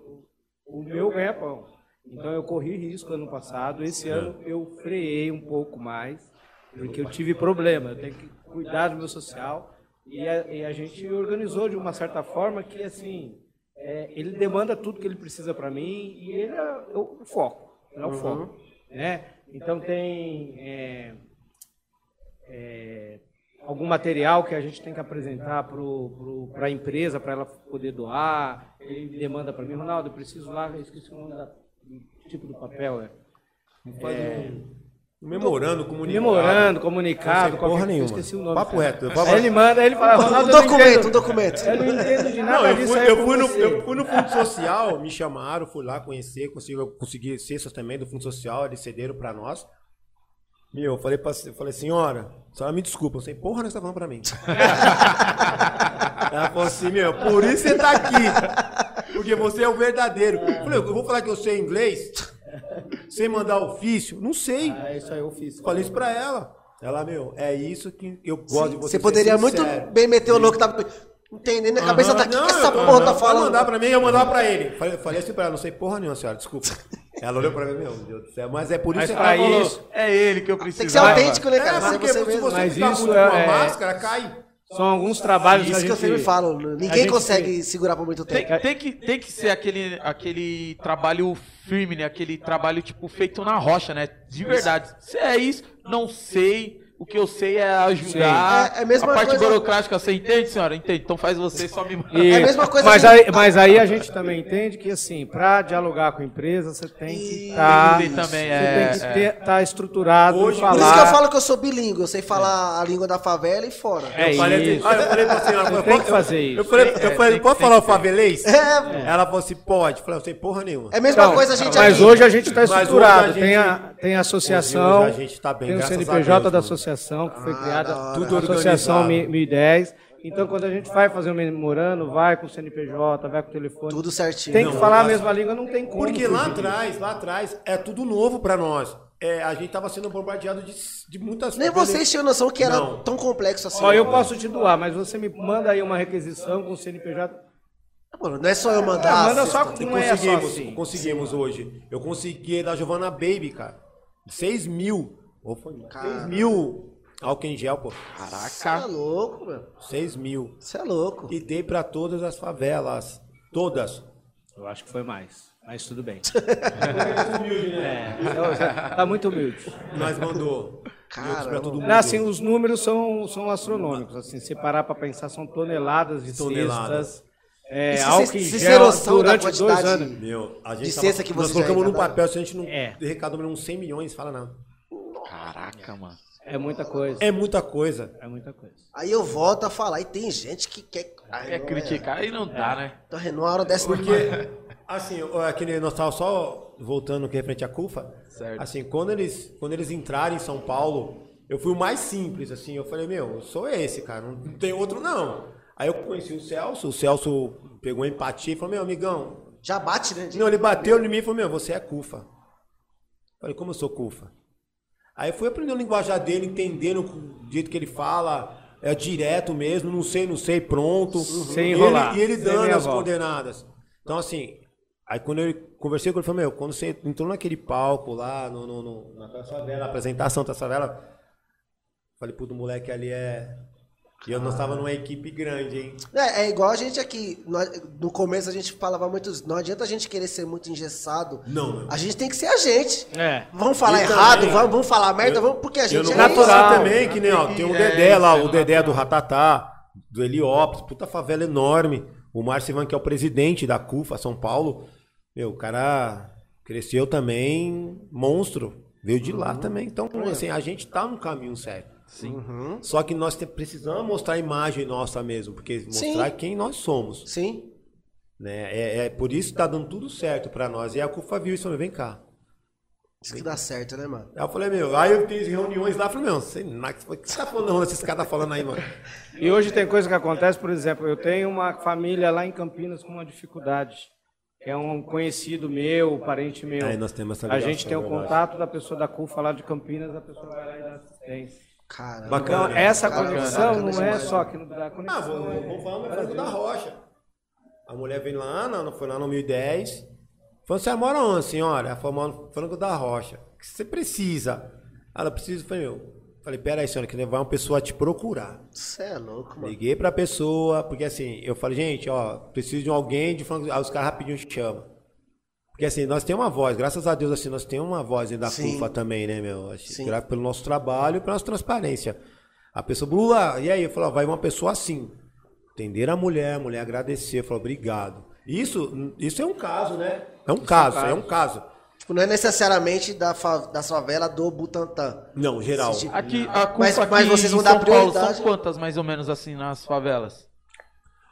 o, o meu ganha-pão. Então eu corri risco ano passado, esse ano eu freiei um pouco mais, porque eu tive problema, eu tenho que cuidar do meu social e a, e a gente organizou de uma certa forma que assim é, ele demanda tudo que ele precisa para mim e ele é o foco, ele é
Uhum.
o foco, né? Então tem é, é, algum material que a gente tem que apresentar para a empresa para ela poder doar, ele demanda para mim, Ronaldo, eu preciso lá, eu esqueci o nome da, do tipo do papel, é.
Memorando, comunicado.
Memorando, comunicado,
um Não sei
qualquer-
porra
eu
nenhuma.
esqueci o nome.
Papo
cara.
reto, eu
Aí
falo-
ele manda, aí ele fala,
Um
Ronaldo, eu não
documento, um
entendo-
documento.
Eu não entendo de nada
Não, eu
disso
fui,
aí
eu,
com
fui no,
você.
eu fui no Fundo Social, me chamaram, fui lá conhecer, consegui, consegui cestas também do Fundo Social, eles cederam pra nós. E eu falei, pra, eu falei, senhora, a senhora me desculpa, eu sei, porra, não você tá falando pra mim. Ela falou assim, meu, por isso você tá aqui. Porque você é o verdadeiro. Eu falei, eu vou falar que eu sei inglês? Sem mandar ofício? Não sei.
Ah, isso aí eu fiz.
Falei isso pra ela. Ela, meu, é isso que eu gosto de você.
Você poderia
ser
muito
sincero.
bem meter o louco, tá entendendo? A cabeça tá aqui,
Não,
que essa
eu-
porra tá
não, Pode
falando.
mandar pra mim, eu mandava pra ele. Falei, falei assim pra ela, não sei porra nenhuma, senhora, desculpa. Ela olhou pra mim, meu Deus do céu, mas é por isso
Mas
que
pra
ela falou.
isso-
É ele que eu preciso.
Tem que ser autêntico, né,
É,
cara? Ser
porque
você
se
mesmo.
você
Mas
ficar
isso
muito com a
é-
máscara, cai.
São alguns trabalhos
Isso
a
que eu
gente-
sempre falo.
a
Ninguém
gente
consegue segurar por muito
Tem,
tempo.
tem que, tem que ser aquele, aquele trabalho firme, né? Aquele trabalho, tipo, feito na rocha, né? De verdade. Se é isso, não sei. O que eu sei é ajudar.
Sim. É- é a mesma
a parte
coisa-
burocrática, você entende, senhora? Entende. Então faz você só me manda.
E-
É a mesma coisa
mas,
que-
aí, mas aí a gente também entende que, assim, para dialogar com a empresa, você tem que
Isso.
estar.
Tem que ter também, é,
você tem
é.
que estar estruturado.
Hoje-
e
Por
falar,
Por isso que eu falo que eu sou bilíngue. Eu sei falar a língua da favela e fora.
É
Eu falei,
isso.
assim, olha, eu falei pra senhora,
Você
eu
tem
posso-
que fazer
eu-
isso.
Eu falei, eu falei,
tem-
pode
tem
falar o
que ser.
favelês?
É.
Ela falou assim, pode. Eu falei, eu sei porra nenhuma.
É a mesma
Então,
coisa a gente
mas
aqui.
hoje a gente está
Mas hoje
estruturado.
a gente-
tem, a, tem a associação,
hoje a gente tá bem,
tem o
graças a
CNPJ
Deus,
da
mano.
associação, que foi
da
criada
hora.
Tudo
a Associação Mi-
organizado.
1010. Então, quando a gente vai fazer um memorando, vai com o CNPJ, vai com o telefone.
Tudo certinho.
tem que
Não,
falar a
mas-
mesma língua, não tem como.
Porque lá
fugir.
atrás, lá atrás, é tudo novo pra nós. É, a gente tava sendo bombardeado de, de muitas
Nem vocês tinham noção que era
Não.
tão complexo assim.
Ó, eu posso te doar, mas você me manda aí uma requisição com o CNPJ.
Mano, não é só eu mandar.
Ah, manda
assista.
só com
E
não é só
conseguimos,
assim.
conseguimos hoje. Eu consegui da Giovanna Baby, cara. 6 mil. Ou foi? 6 mil álcool em gel, pô.
Você é louco, meu.
6 mil.
Você é louco.
E dei pra todas as favelas. Todas.
Eu acho que foi mais, mas tudo bem. É, tá muito humilde.
Nós mandou.
Caramba.
E outros pra todo mundo.
Não, assim, os números são, são astronômicos. Assim, se parar para pensar, são toneladas de
Toneladas.
cestas. É,
E se
álcool
cê-
em
se cê
gel
noção da
durante dois
quantidade-
anos.
Meu, a gente
De
tava-
cesta que
Nós
vocês
colocamos
já
num papel, se a gente não
É.
arrecadamos uns 100 milhões, fala nada.
Caraca, mano.
É muita coisa.
É muita coisa.
É muita coisa.
Aí eu volto a falar. E tem gente que quer. Ai,
É
não
criticar e não dá, né?
Então, Numa hora dessa.
Porque, assim, ó, aquele, nós tava só voltando aqui frente à CUFA.
Certo.
Assim, quando eles, quando eles entraram em São Paulo, eu fui o mais simples, assim. Eu falei, meu, eu sou esse, cara. Não tem outro, não. Aí eu conheci o Celso. O Celso pegou empatia e falou, meu, amigão...
Já bate, né?
Não, ele bateu em mim e falou, meu, você é CUFA. Falei, como eu sou CUFA? Aí eu fui aprendendo o linguajar dele, entendendo o jeito que ele fala... É direto mesmo, não sei, não sei, pronto. E
Sem enrolar,
ele- E ele,
sem
dando
meia
as
volta.
coordenadas. Então, assim, aí quando eu conversei com ele, eu falei, meu, quando você entrou naquele palco lá, no, no, no, na favela, apresentação da favela, falei, puto, o moleque ali é... E eu não estava numa equipe grande, hein?
É, é igual a gente aqui. nós- no começo a gente falava muito. isso, Não adianta a gente querer ser muito engessado.
Não, meu.
A gente tem que ser a gente.
É.
Vamos falar
Eu
errado,
também.
vamos, vamos falar merda, vamos, porque a
Eu
gente
não
é
vou
natural.
falar também, que nem, ó, tem o
É,
Dedé lá,
isso,
o
é
Dedé do Ratatá, do Heliópolis, puta favela enorme. O Márcio Ivan, que é o presidente da CUFA, São Paulo. Meu, o cara cresceu também, monstro. Veio de
Uhum.
lá também. Então, assim, a gente tá no caminho certo.
Assim.
Sim.
Uhum.
Só que nós te- precisamos mostrar a imagem nossa mesmo, porque mostrar
Sim.
quem nós somos.
isso. Sim.
Né? É, é por isso que tá dando tudo certo pra nós. E a CUFA viu isso, falou, vem cá.
Isso que dá certo, né, mano?
Aí eu falei, meu, aí eu fiz reuniões lá, falei, meu, sei nada, o que você tá falando, não, esses caras tá falando aí, mano?
E hoje tem coisa que acontece, por exemplo, eu tenho uma família lá em Campinas com uma dificuldade. É um conhecido meu, parente meu.
Aí nós temos essa
a
ligação,
gente tem o
é verdade.
contato da pessoa da CUFA lá de Campinas, a pessoa vai lá e dá assistência.
Caramba.
Bacana.
Então, essa
Bacana,
conexão
bacana
não é
demais.
só aqui no da
Ah, vou-
conexão. né?
vou- vamos falar no Franco da Rocha. A mulher veio lá, não, foi lá no 1010. Falou, você mora onde, senhora? Ela falou, moro no Franco da Rocha. O que você precisa? Ela precisa, falei, meu. Falei, peraí, senhora, que vai uma pessoa te procurar.
Você é louco, mano.
Liguei pra pessoa, porque assim, eu falei, gente, ó, preciso de alguém de Franco. Aí os caras rapidinho chama. Porque assim, nós temos uma voz, graças a Deus, assim, nós temos uma voz ainda da
Sim.
CUFA também, né, meu? Acho que
Sim.
Graças pelo nosso trabalho e pela nossa transparência. A pessoa, Brula, e aí? Eu falo, ó, vai uma pessoa assim. Entender a mulher, a mulher agradecer, falou, obrigado. Isso, isso é um caso, né? É um caso, é um caso.
Tipo, não é necessariamente da, fa da favela do Butantã.
Não, geral.
Esse tipo-
Aqui, a CUFA
Mas- mas
aqui
vocês
em
vão dar
São Paulo
prioridade.
são quantas mais ou menos assim nas favelas?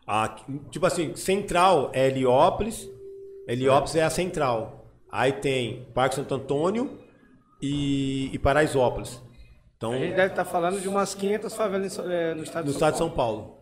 Aqui, tipo assim, central é Heliópolis. Heliópolis é a central. Aí tem Parque Santo Antônio e, e Paraisópolis. Então,
A gente deve estar falando de umas 500 favelas em São- eh, no estado
no
de São
estado de São
Paulo.
Paulo.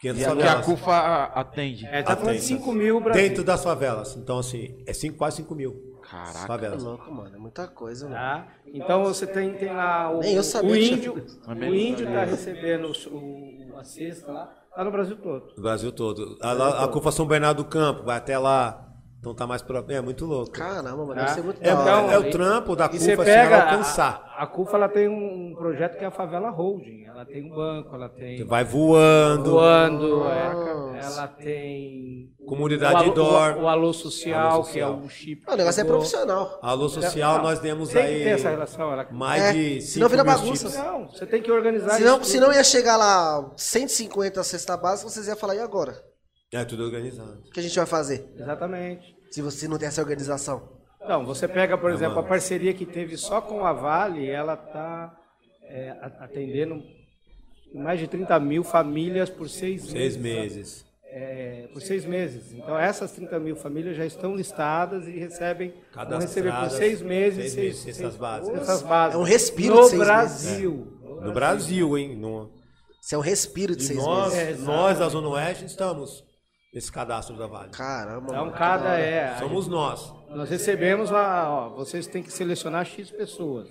500
E a, que a
favelas.
CUFA a- atende.
É, tá falando de
Atentas.
5 mil Brasil.
Dentro das favelas. Então, assim, é cinco, quase 5 mil.
Caraca.
É
Favelas.
louco, mano. É muita coisa, mano.
Tá? Então você tem, tem lá o,
Nem eu sabia
o
que tinha
índio.
isso.
Também
O
não
índio
sabia.
está recebendo o- o- a cesta lá, tá no Brasil todo.
No Brasil todo. A, a, a Copa São Bernardo do Campo vai até lá. Então tá mais pro... É muito louco.
Caramba, mano.
Tá?
Deve ser muito
É,
da hora.
Então,
é o trampo da
E você
CUFA assim, ela
pega.
alcançar.
A, a CUFA ela tem um, um projeto que é a Favela Holding. Ela tem um banco, ela
Você
tem.
vai voando,
Doando, é, ela tem. o
comunidade
alô-
indoor.
O, o Alô Social,
Alô
que é
Social.
um chip.
O negócio é
que eu dou.
profissional.
Alô social, nós demos
É, Tem que
aí
ter essa relação. Ela...
mais
É,
de
senão
5
vira
mil
bagunça. né?
tipos.
Não, você tem que organizar
Senão,
isso
senão
tudo.
ia chegar lá 150 cesta básica, vocês iam falar, e agora?
É tudo organizado.
O que a gente vai fazer?
Exatamente.
Se você não tem essa organização.
Então, você pega, por exemplo, a parceria que teve só com a Vale, ela está atendendo mais de 30 mil famílias por seis,
Seis
meses.
meses.
É, por seis meses. Então, essas 30 mil famílias já estão listadas e recebem, vão
Cadastradas,
receber por seis meses,
seis meses, cestas básicas.
cestas básicas.
É um respiro de
no
seis
Brasil.
No Brasil, hein? No...
Isso é um respiro de
E
seis
nós,
meses.
meses. É,
nós da Zona Oeste, estamos nesse cadastro da Vale.
Caramba,
Então,
mano, que da
cada
hora.
é.
Somos nós.
Nós recebemos lá, ó, vocês têm que selecionar X pessoas.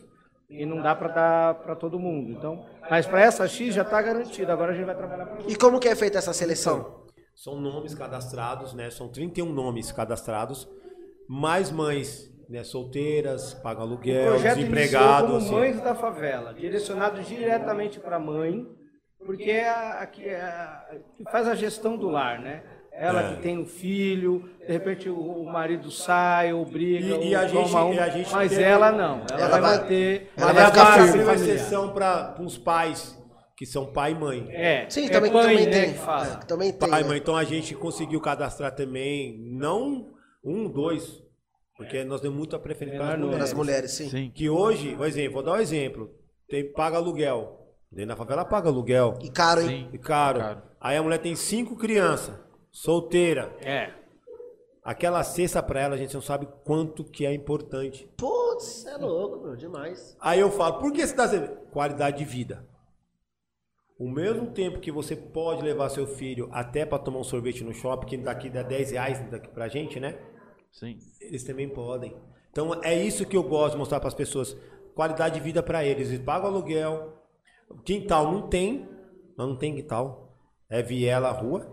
E não dá para dar para todo mundo. Então, mas para essa X já está garantida. Agora a gente vai trabalhar para
E como que é feita essa seleção?
São nomes cadastrados, né? São 31 nomes cadastrados, mais mães, né? Solteiras, pagam aluguel,
iniciou
desempregados.
como
assim.
Mães da Favela, direcionado diretamente para a mãe, porque é a, a que é a- que faz a gestão do lar, né? Ela
É.
que tem o filho, de repente o, o marido sai, ou briga,
E-
ou
e a gente-
toma um,
e a gente
mas
teve-
ela não. Ela,
Ela vai-
vai manter.
ela
Ela
vai
vai
ficar firme.
abrir uma
familiar.
exceção para os pais, que são pai e mãe.
É,
Sim,
é
também,
mãe,
também
né,
tem.
que fala.
É, também tem.
Pai,
né?
mãe, então a gente conseguiu cadastrar também, não um, dois, porque nós demos muita preferência para as
Menor
mulheres.
Para as mulheres, sim.
Sim.
Que hoje, por exemplo, vou dar um exemplo, tem paga aluguel, dentro da favela paga aluguel,
E caro, hein?
Sim.
e caro.
Caro.
Aí a mulher tem cinco crianças, solteira,
É.
aquela cesta para ela a gente não sabe quanto que é importante.
Putz, cê é louco, meu, demais.
Aí eu falo, por que você dá cerveja? Qualidade de vida. O mesmo tempo que você pode levar seu filho até para tomar um sorvete no shopping, que daqui dá 10 reais daqui pra gente, né?
Sim.
Eles também podem. Então é isso que eu gosto de mostrar para as pessoas. Qualidade de vida para eles. Eles pagam aluguel. Quintal não tem. Mas não tem quintal. É viela, rua.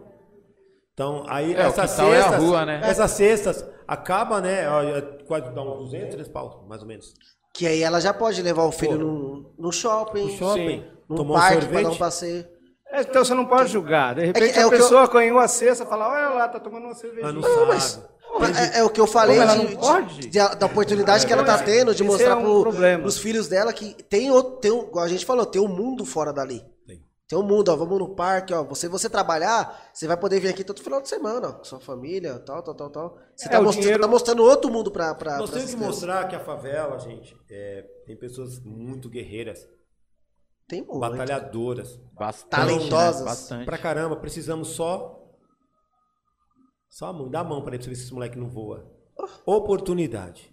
Então aí
É, o
essas
quintal é a
cestas.
rua, né?
Essas cestas acaba, né? ó, é Quase dá uns 200, 300 pau, mais ou menos.
Que aí ela já pode levar o filho no, no shopping,
No shopping.
num
Tomar um
parque, pra
sorvete.
dar um passeio.
É, Então você não pode julgar. De repente
é o
a
que eu-
pessoa ganhou a cesta e fala, olha lá, tá tomando uma cervejinha.
Mas não
Não,
sabe.
mas é, é o que eu falei
ela
de-
não
de-
pode?
de- da oportunidade que ela tá tendo de
Esse
mostrar
é um
pro-
problema.
pros filhos dela que tem outro, tem um, igual a gente falou, tem um mundo fora dali.
Tem.
Tem um mundo, ó, vamos no parque, ó, você você trabalhar, você vai poder vir aqui todo final de semana, ó, com sua família, tal, tal, tal, tal. Você
É,
tá,
o
mostrando,
dinheiro-
tá mostrando outro mundo pra, pra,
Nós
pra
temos
essas
que
crianças.
mostrar que a favela, gente, é, tem pessoas muito guerreiras,
Tem muito.
batalhadoras.
Bastante.
Talentosas.
Né? Bastante.
Pra caramba, precisamos só.
Oh.
Só a mão, dá a mão pra ele pra você ver se esse moleque não voa. Oportunidade.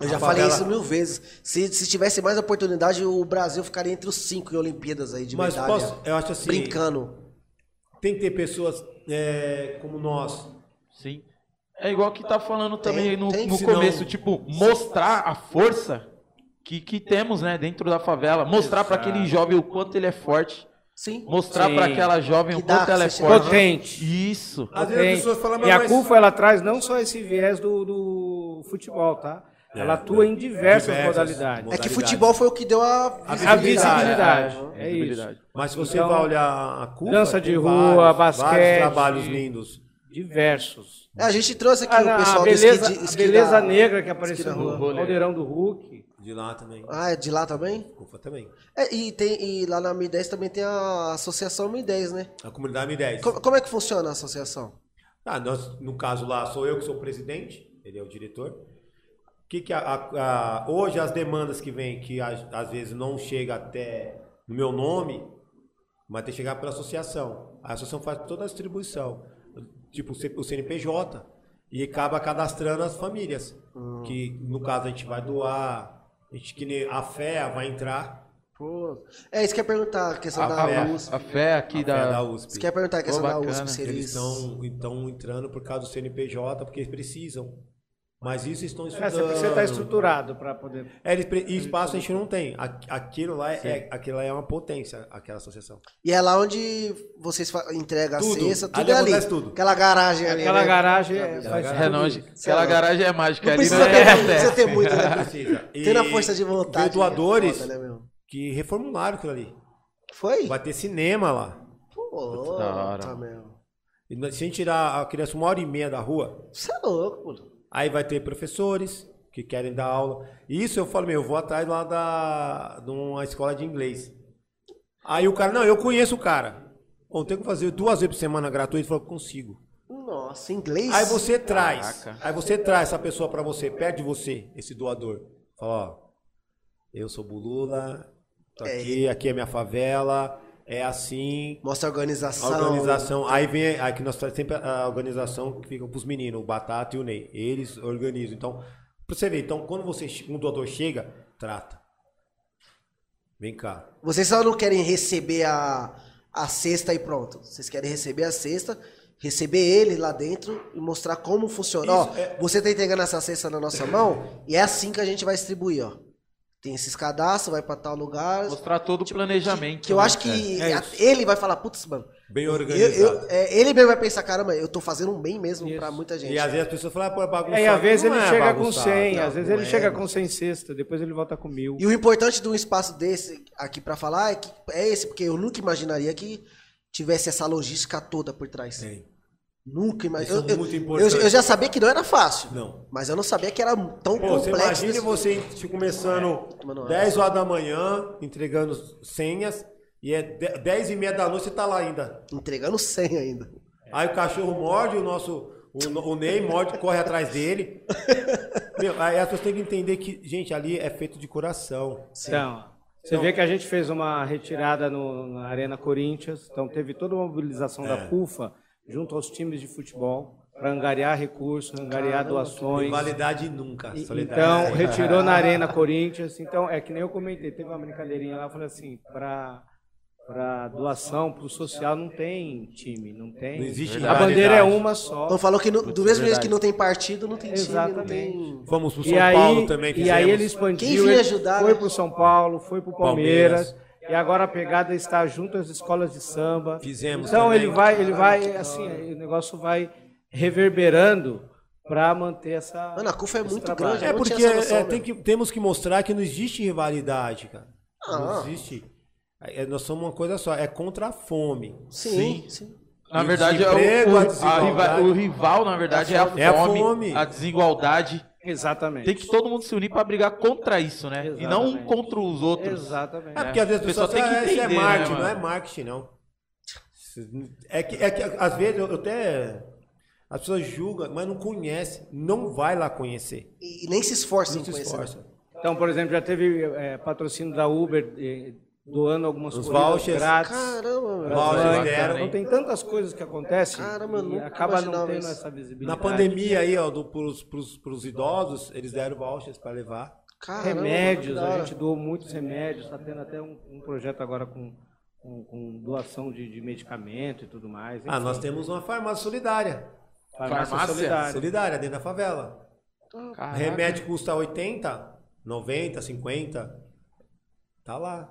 Eu já
A
falei
favela-
isso mil vezes. Se, se tivesse mais oportunidade, o Brasil ficaria entre os cinco em Olimpíadas aí, de
Mas
medalha.
posso- eu acho assim-
Brincando.
Tem que ter pessoas é, como nós.
Sim. É igual que tá falando também
Tem-
aí no,
tem,
no
senão-
começo, tipo, mostrar a força que, que temos, né, dentro da favela. Mostrar pra aquele jovem o quanto ele é forte.
Sim.
Mostrar
Sim.
pra aquela jovem o
Que dá
quanto ela é
pra você chegar-
forte.
Potente.
Isso.
Às vezes as
Potente.
pessoas falam,
e a
mas-
CUFA ela traz não só esse viés do, do futebol, tá? ela atua em diversas,
diversas
modalidades.
É que
modalidades.
futebol foi o que deu a
A
visibilidade.
visibilidade.
É,
É,
visibilidade.
isso.
Mas se você
Então,
vai olhar a curva.
dança
tem
de rua, basquete.
trabalhos lindos.
Diversos.
É, a gente trouxe aqui
Ah,
o
não,
pessoal
a
do
beleza,
esqui de-
a
esqui
beleza
da-
negra
esqui
que
da
apareceu
rua.
no caldeirão do Hulk.
De lá também.
Ah, é de lá também?
Cufa também.
É, e, tem, e lá na Mi 10 também tem a associação Mi 10, né?
A comunidade M10.
Co- como é que funciona a associação?
Ah, nós, no caso lá, sou eu que sou o presidente, ele é o diretor. O Que que a- a- a- hoje as demandas que vêm, que a- às vezes não chega até no meu nome, mas tem que chegar pela associação. A associação faz toda a distribuição, tipo o C- o CNPJ, e acaba cadastrando as famílias. Que no caso a gente vai doar, a, gente, que nem a FEA vai entrar,
Pô. É, isso que eu ia perguntar, a
Ah,
questão
A,
da
a-
USP.
a fé aqui
a
da.
FEA da USP.
Isso que eu ia perguntar, a questão
Pô,
da
bacana.
USP. Se eles,
Eles estão então, entrando por causa do CNPJ, porque eles precisam. Mas isso estão
É,
estudando.
você precisa estar estruturado para poder.
É, eles pre- e espaço a gente não tem. Aqu- Aquilo lá é, aquilo lá é uma potência, aquela associação.
E é lá onde vocês fa- entregam a
Tudo.
cesta, tudo
Ali
é ali.
acontece tudo.
Aquela garagem ali.
Aquela
né?
garagem é,
Aquela
faz
garagem.
É,
tudo
não,
isso.
aquela
Sei lá.
garagem é mágica
Não
ali,
precisa,
né?
não
ter,
é
não precisa ter muito, né?
Precisa. E
Tendo a força de vontade.
Tem doadores
é foda, né, meu?
que reformularam aquilo ali.
Foi?
Vai ter cinema lá.
Pô,
Da hora.
tá, meu.
E nós- Se a gente tirar a criança uma hora e meia da rua,
Você é louco, mano.
aí vai ter professores que querem dar aula. E Isso eu falo, meu, eu vou atrás lá da, de uma escola de inglês. Aí o cara, não, eu conheço o cara. Bom, tem que fazer duas vezes por semana gratuito. Ele falou, consigo.
Nossa, inglês?
Aí você traz.
Caraca.
Aí você traz essa pessoa pra você, perto de você, esse doador. Fala, ó, eu sou Bulula, tô
É
aqui, aqui é minha favela, é assim,
Mostra a organização.
a organização. Aí vem, aqui nós trazemos sempre a organização que fica pros meninos, o Batata e o Ney. Eles organizam. Então, pra você ver, então quando você, che- um doador chega, trata. Vem cá.
Vocês só não querem receber a, a cesta e pronto. Vocês querem receber a cesta, receber ele lá dentro e mostrar como funciona.
Isso,
Ó,
é-
você tá entregando essa cesta na nossa mão e é assim que a gente vai distribuir, ó. Tem esses cadastros, vai pra tal lugar.
Mostrar todo o planejamento.
Que eu
né?
acho que
É, é
a-
isso.
ele vai falar, putz, mano.
Bem
eu-
organizado.
eu- é, ele mesmo vai pensar, caramba, eu tô fazendo um bem mesmo
Isso.
pra muita gente.
E às vezes as pessoas falam, ah, pô, é bagunçado.
É, e às vezes
Não
ele
é
chega com
bagunçado,
100,
não,
às vezes
não
ele
é,
chega
não.
com 100 cesta, depois ele volta com mil.
E o importante de um espaço desse aqui pra falar é que é esse, porque eu nunca imaginaria que tivesse essa logística toda por trás.
Tem.
Nunca imaginei.
É. Isso é
Eu, eu-
muito
eu-
importante.
eu já sabia que não era fácil.
Não.
Mas eu não sabia que era tão
Pô, você
É complexo. assim, É,
imagina
desse-
você te começando
Manoel.
10 horas da manhã, entregando senhas, e é de- 10 e meia da noite você tá lá ainda.
Entregando 100 ainda. Então,
É. Aí o cachorro morde, o nosso. O, no- o Ney morde, corre atrás dele. Meu, aí as pessoas têm que entender que, gente, ali é feito de coração.
Então, você vê que a gente fez uma retirada no, na Arena Corinthians, então teve toda uma mobilização
É.
da CUFA junto aos times de futebol para angariar recursos, angariar doações.
Rivalidade nunca.
E- Então,
solidariedade.
retirou na Arena Corinthians. Então, é que nem eu comentei, teve uma brincadeirinha lá, eu falei assim, para para doação, para o social, não tem time, não tem.
Não existe
a bandeira é
rivalidade.
uma só.
Então falou que no- do mesmo jeito que não tem partido, não tem
Exatamente.
time, não tem.
Vamos pro São
E aí,
Paulo também.
e aí
fizemos.
ele expandiu,
Quem vinha
ele
ajudar,
foi
né?
pro São Paulo, foi pro Palmeiras, e agora a pegada está junto às escolas de samba.
Fizemos
Então
também.
ele vai, ele vai assim, o negócio vai reverberando para manter essa
Mano, a CUFA é
esse
muito
trabalho.
grande,
É
não tinha
porque
essa noção,
é,
né?
tem que- temos que mostrar que não existe rivalidade, cara.
Ah.
Não existe. É, nós somos uma coisa só, é contra a fome.
Sim, sim.
Na
E o
verdade, é o,
desemprego,
o-
a
a
desigualdade.
rival- o rival, na verdade, é a fome,
É a
a,
fome.
desigualdade.
Exatamente.
Tem que todo mundo se unir pra brigar contra isso, né? E não um
Exatamente.
contra os outros.
Exatamente.
É porque às vezes a
O pessoal
pessoa tem que
tem que
entender, isso é
entender,
marketing,
né,
não é
mano?
marketing, não. É que, é que às vezes eu eu até. As pessoas julgam, mas não conhece, não vai lá conhecer.
E, e nem se esforça
Não
em
se
conhecer. né?
esforça.
Então, por exemplo, já teve eh, patrocínio da é, Uber eh, doando algumas
Os
comidas
vouchers.
grátis.
Caramba, meu.
Voucher
Bacana,
deram.
Então tem tantas coisas que acontecem
Caramba, eu
e
nunca
acaba não
imaginava
tendo
isso.
essa visibilidade.
Na pandemia aí, ó, do, pros, pros, pros idosos, eles deram vouchers para levar.
Caramba, que
Remédios,
da
a
hora.
gente doou muitos remédios, está tendo até um, um projeto agora com, com, com doação de, de medicamento e tudo mais.
Ah,
enfim.
nós temos uma farmácia solidária.
Farmácia
Farmácia?
Solidária.
Solidária, dentro da favela.
Caraca.
Remédio custa 80, 90, 50. Tá lá.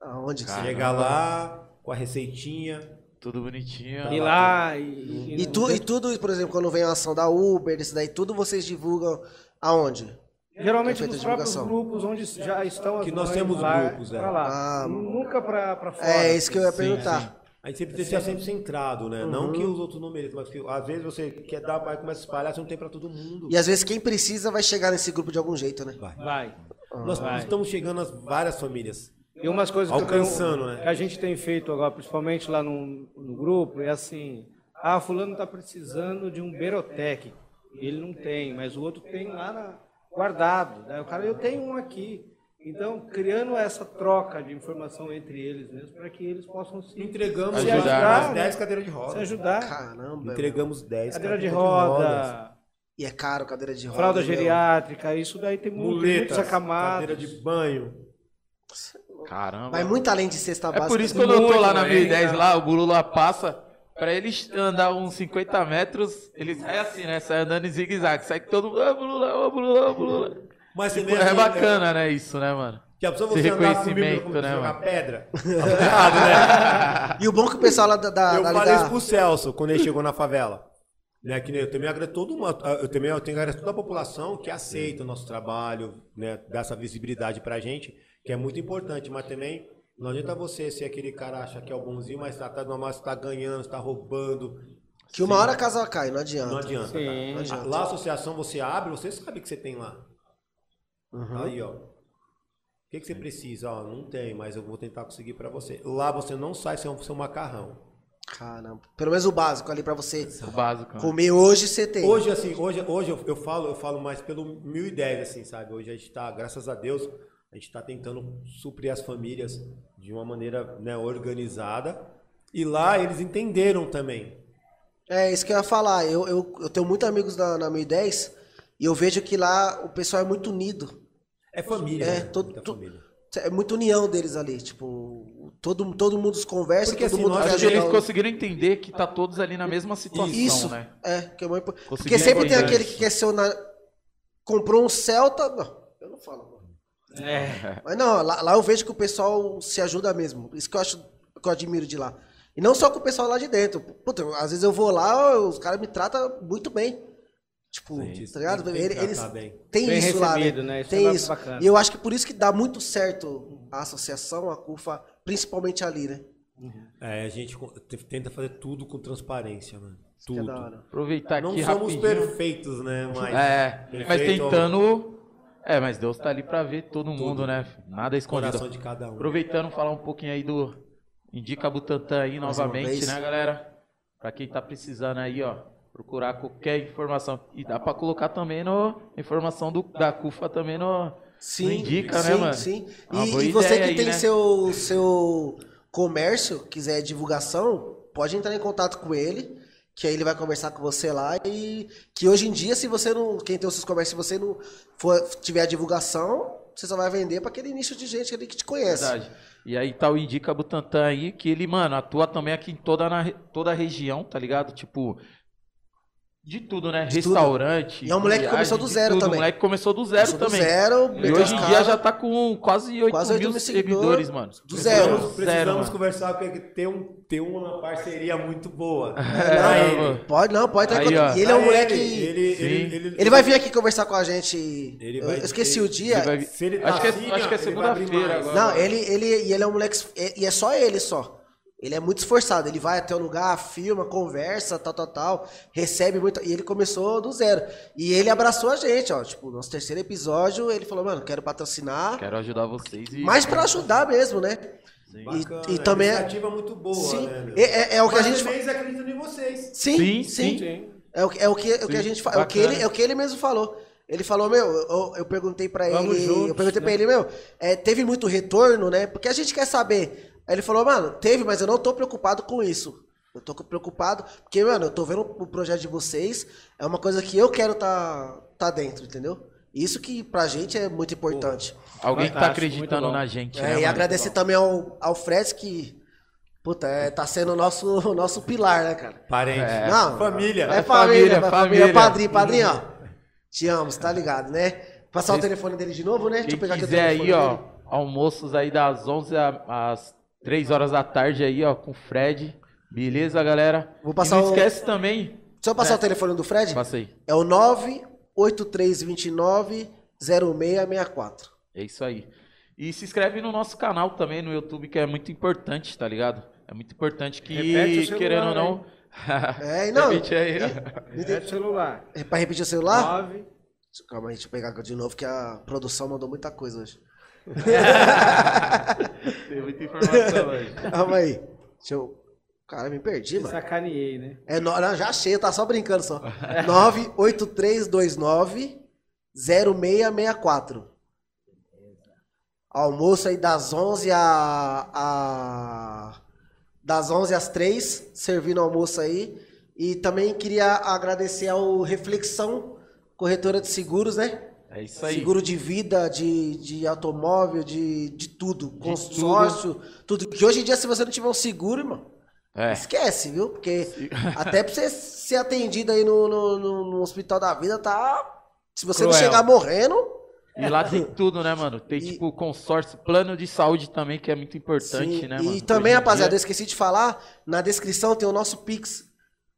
Aonde que
Cara.
você...
Chega lá com a receitinha.
Tudo bonitinho.
E lá e,
E, tu, e tudo, por exemplo, quando vem a ação da Uber, isso daí, tudo vocês divulgam aonde?
geralmente
Feita
nos
de
próprios
divulgação.
grupos onde já estão as
Que nós
mães
temos
lá,
grupos, é.
pra lá.
Ah,
nunca para para fora.
É isso que eu ia
Sim.
perguntar.
A gente sempre deixa sempre centrado, né?
Uhum.
Não que os outros não mereçam, mas que às vezes você quer dar, vai começa a espalhar, você não tem pra todo mundo.
E às vezes quem precisa vai chegar nesse grupo de algum jeito, né?
Vai.
Vai.
Nós
Ah, Vai.
estamos chegando às várias famílias.
E umas coisas que eu tenho-
Alcançando, né?
que a gente tem feito agora, principalmente lá no, no grupo, é assim, ah, fulano está precisando de um berotec. Ele não tem, mas o outro tem lá na- guardado. Daí o cara, eu tenho um aqui. Então, criando essa troca de informação entre eles mesmo, para que eles possam se,
Entregamos
Ajudar.
mais 10 cadeiras de
se
roda.
ajudar.
Caramba.
Entregamos 10
né, Cadeira de
rodas.
roda,
E é caro cadeira de roda.
fralda
meu.
geriátrica, isso daí tem muito,
muletas,
muitos acamados.
cadeira de banho.
Caramba.
Vai muito além de cesta
É
básica.
por isso que quando eu tô lá na
Muito,
Via
hein,
10
cara.
lá, o guru lá passa. Pra eles andar uns 50 metros, eles sai assim, né? Sai andando em zigue-zague. Sai que todo mundo. Ah, Brula, ah, Brula, ah, Brula.
Mas você
É bacana, né? Isso, né, mano?
Já precisou
Esse
você andar comigo
reconhecimento,
como
né,
jogar
mano?
pedra?
E o bom é que o pessoal lá da, da,
eu
da-
falei
da-
isso pro Celso quando ele chegou na favela. Né, que nem eu também agradeço todo uma, eu também eu tenho que agradecer toda a população que aceita o nosso trabalho, né, dá essa visibilidade pra gente, que é muito importante, mas também não adianta você ser aquele cara acha que é o bonzinho, mas tá atrás do mal, você tá ganhando, você tá roubando.
que uma hora a casa cai, não adianta.
Não adianta. cara.
Sim.
Não adianta.
Lá a associação você abre, você sabe o que você tem lá.
Uhum.
Aí, ó. O que, que você precisa? Ó, não tem, mas eu vou tentar conseguir pra você. Lá você não sai sem o seu macarrão.
Caramba. Pelo menos o básico ali pra você
O básico. né?
comer hoje você tem.
Hoje, assim, hoje, hoje eu, eu falo, eu falo mais pelo 1010, assim, sabe? Hoje a gente tá, graças a Deus, a gente tá tentando suprir as famílias de uma maneira né, organizada. E lá eles entenderam também.
É isso que eu ia falar. Eu, eu, eu tenho muitos amigos na, na 1010 e eu vejo que lá o pessoal é muito unido.
É família.
É,
né?
todo-
Muita
to-
família.
É muita união deles ali. Tipo, todo, todo mundo se conversa,
Porque,
todo
assim,
mundo
nós-
quer
Acho que eles
ajudar o-
conseguiram entender que tá todos ali na mesma situação,
Isso,
né?
é, que é muito impor- Porque
Conseguir
sempre tem
acordar.
aquele que quer ser o na- comprou um Celta, não, eu não falo. mano.
É,
Mas não, lá, lá eu vejo que o pessoal se ajuda mesmo. Isso que eu acho que eu admiro de lá. E não só com o pessoal lá de dentro. Puta, às vezes eu vou lá, os caras me tratam muito bem. Tipo,
Sim,
tá ligado?
tem que
Ele- Eles
tratar bem.
tem
Bem
isso lá, né?
recebido, né? Isso é
Tem
ba-
isso.
bacana.
E eu acho que por isso que dá muito certo a associação, a CUFA, principalmente ali, né?
É, a gente co- te- tenta fazer tudo com transparência, mano.
Que
Tudo.
é da hora.
Aproveitar
Não
aqui
somos
rapidinho.
perfeitos, né? Mas
É, mas
Perfeito.
tentando. É, mas Deus tá ali pra ver todo mundo, né? filho? Nada escondido.
coração de cada um.
Aproveitando falar um pouquinho aí do Indica Butantan aí
Mais uma
novamente,
vez.
né, galera? Pra quem tá precisando aí, ó, procurar qualquer informação. E dá pra colocar também no informação do, da CUFA também no. Não indica, né,
sim,
mano?
Sim.
É uma
E,
boa
e você
ideia
que
aí,
tem
né?
seu, seu comércio, quiser divulgação, pode entrar em contato com ele, que aí ele vai conversar com você lá. E que hoje em dia, se você não. Quem tem os seus comércios, se você não for, tiver a divulgação, você só vai vender para aquele nicho de gente ali que te conhece.
Verdade. E aí tá o Indica Butantan aí, que ele, mano, atua também aqui em toda, na, toda a região, tá ligado? Tipo, de tudo, né?
De tudo.
Restaurante.
E é um moleque que começou
viagem,
do
de
zero
tudo.
também.
O moleque começou do zero
Começou do
também.
zero,
E
meteu as
hoje em dia
caras.
já tá com quase 8
Quase 8
mil
mil
seguidores,
seguidores,
mano.
do zero.
Zero,
Então, Precisamos, precisamos
mano.
conversar com ele, ter, um, ter uma parceria muito
É,
boa.
É.
não,
Pra ele.
mano.
Pode, não, pode entrar em
Aí,
contato.
ó.
E ele é um
Pra
moleque.
Ele,
Ele,
ele,
Sim.
ele, ele-
vai vir aqui conversar com a gente.
Ele
eu-
vai-
eu esqueci
ele-
o dia.
ele vai vir.
Se ele tá
acho, que é,
assim,
acho que é
ó, ele vai abrir
segunda-feira
mais.
agora.
Não, ele, ele, e ele é um moleque. E é só ele só. Ele é muito esforçado. Ele vai até o lugar, filma, conversa, tal, tal, tal. Recebe muito. E ele começou do zero. E ele abraçou a gente, ó. Tipo, nosso terceiro episódio, ele falou, mano, quero patrocinar.
Quero ajudar vocês e.
Mas pra ajudar mesmo, né?
Sim.
Bacana,
E, e também. é-
iniciativa muito boa,
Sim.
né? meu?
É, é- é o que a
Mas
gente. fa-
também eles acreditam em vocês.
Sim,
Sim,
sim.
sim.
É o, que- é o que, é o que a
Sim,
gente fa- é o que ele
bacana.
É o que ele mesmo falou. Ele falou, meu, eu, eu perguntei pra
Vamos
ele.
juntos,
eu perguntei pra
né?
ele, meu, é, teve muito retorno, né? Porque a gente quer saber. Aí ele falou, mano, teve, mas eu não tô preocupado com isso. Eu tô preocupado, porque, mano, eu tô vendo o projeto de vocês, é uma coisa que eu quero tá, tá dentro, entendeu? Isso que pra gente é muito importante.
Alguém que tá
Fantástico,
acreditando
muito bom.
na gente,
É,
né?
e
mano?
agradecer também ao, ao Fred, que, puta, é, tá sendo o nosso, o nosso pilar, né, cara?
Parente.
É.
Não,
Família.
É família,
família,
família.
família.
Padrinho, padrinho, ó. Te amo, você tá ligado, né? Passar o telefone dele de novo, né? Deixa
Quem
eu pegar aqui o
quiser
telefone
aí, ó,
dele.
almoços aí das 11 a- às 3 horas da tarde aí, ó, com o Fred. Beleza, galera?
Vou passar
e não
o-
esquece também.
Deixa eu passar o telefone do Fred.
Passa aí.
É o 98329-0664.
É isso aí. E se inscreve no nosso canal também no YouTube, que é muito importante, tá ligado? É muito importante que,
Repete o celular,
querendo ou não.
É, e não.
Repete aí.
É de celular.
É Pra repetir o celular?
Nove.
Calma aí, deixa eu pegar de novo, que a produção mandou muita coisa hoje.
Tem muita informação aí.
Calma aí. Deixa eu. Cara, me perdi, mano.
Sacaneei, né?
É, no... não, já achei, eu tava só brincando só. 98329-0664. Almoço aí das 11 a, a- Das 11 às 3, servindo almoço aí. E também queria agradecer ao Reflexão, corretora de seguros, né?
É isso aí.
Seguro de vida, de, de automóvel, de, de tudo. Consórcio, tudo. Que hoje em dia, se você não tiver um seguro, irmão,
É.
Esquece, viu? Porque até pra você ser atendido aí no, no, no- no hospital da vida, tá. Se você não
Cruel.
chegar morrendo.
E lá tem tudo, né, mano? Tem,
E-
tipo, consórcio, plano de saúde também, que é muito importante,
sim.
né,
e
mano?
também,
Hoje em
rapaziada, eu
dia-
esqueci de falar, na descrição tem o nosso Pix.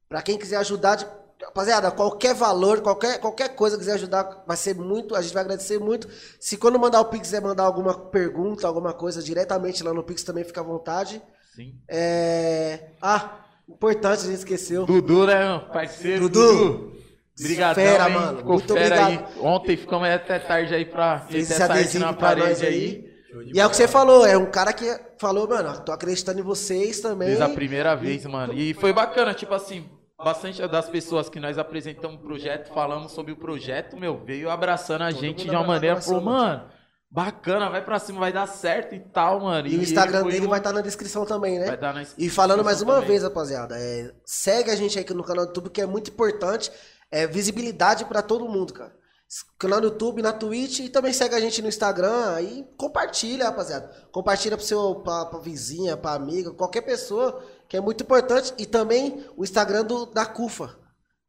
Pra quem quiser ajudar, de- rapaziada, qualquer valor, qualquer, qualquer coisa que quiser ajudar, vai ser muito, a gente vai agradecer muito. Se quando mandar o Pix é mandar alguma pergunta, alguma coisa diretamente lá no Pix, também fica à vontade.
Sim.
É... Ah, importante, a gente esqueceu.
Dudu, né, meu parceiro?
Dudu.
Obrigadão,
Fera,
hein?
mano.
Ficou
Muito
fera
obrigado.
aí. Ontem ficamos aí até tarde aí pra
fez esse
até tarde
adesivo pra nós aí.
Show de
E é o que você falou, é um cara que falou, mano, tô acreditando em vocês também.
Desde a primeira vez, mano. E foi bacana, tipo assim, bastante das pessoas que nós apresentamos o projeto, falamos sobre o projeto, meu, veio abraçando a gente de
mundo
uma maneira,
abraçou,
falou, mano, bacana, vai pra cima, vai dar certo e tal, mano.
E o Instagram
ele foi
dele
um-
vai estar na descrição também, né?
vai dar na
E falando mais uma
também.
vez, rapaziada, é, segue a gente aí no canal do YouTube, que é muito importante. É visibilidade pra todo mundo, cara. S- Canal no YouTube, na Twitch e também segue a gente no Instagram aí compartilha, rapaziada. Compartilha pro seu, pra, pra vizinha, pra amiga, qualquer pessoa, que é muito importante. E também o Instagram do, da CUFA,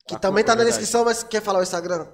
que
Da
também
Cufa,
tá na
verdade.
descrição, mas quer falar o Instagram?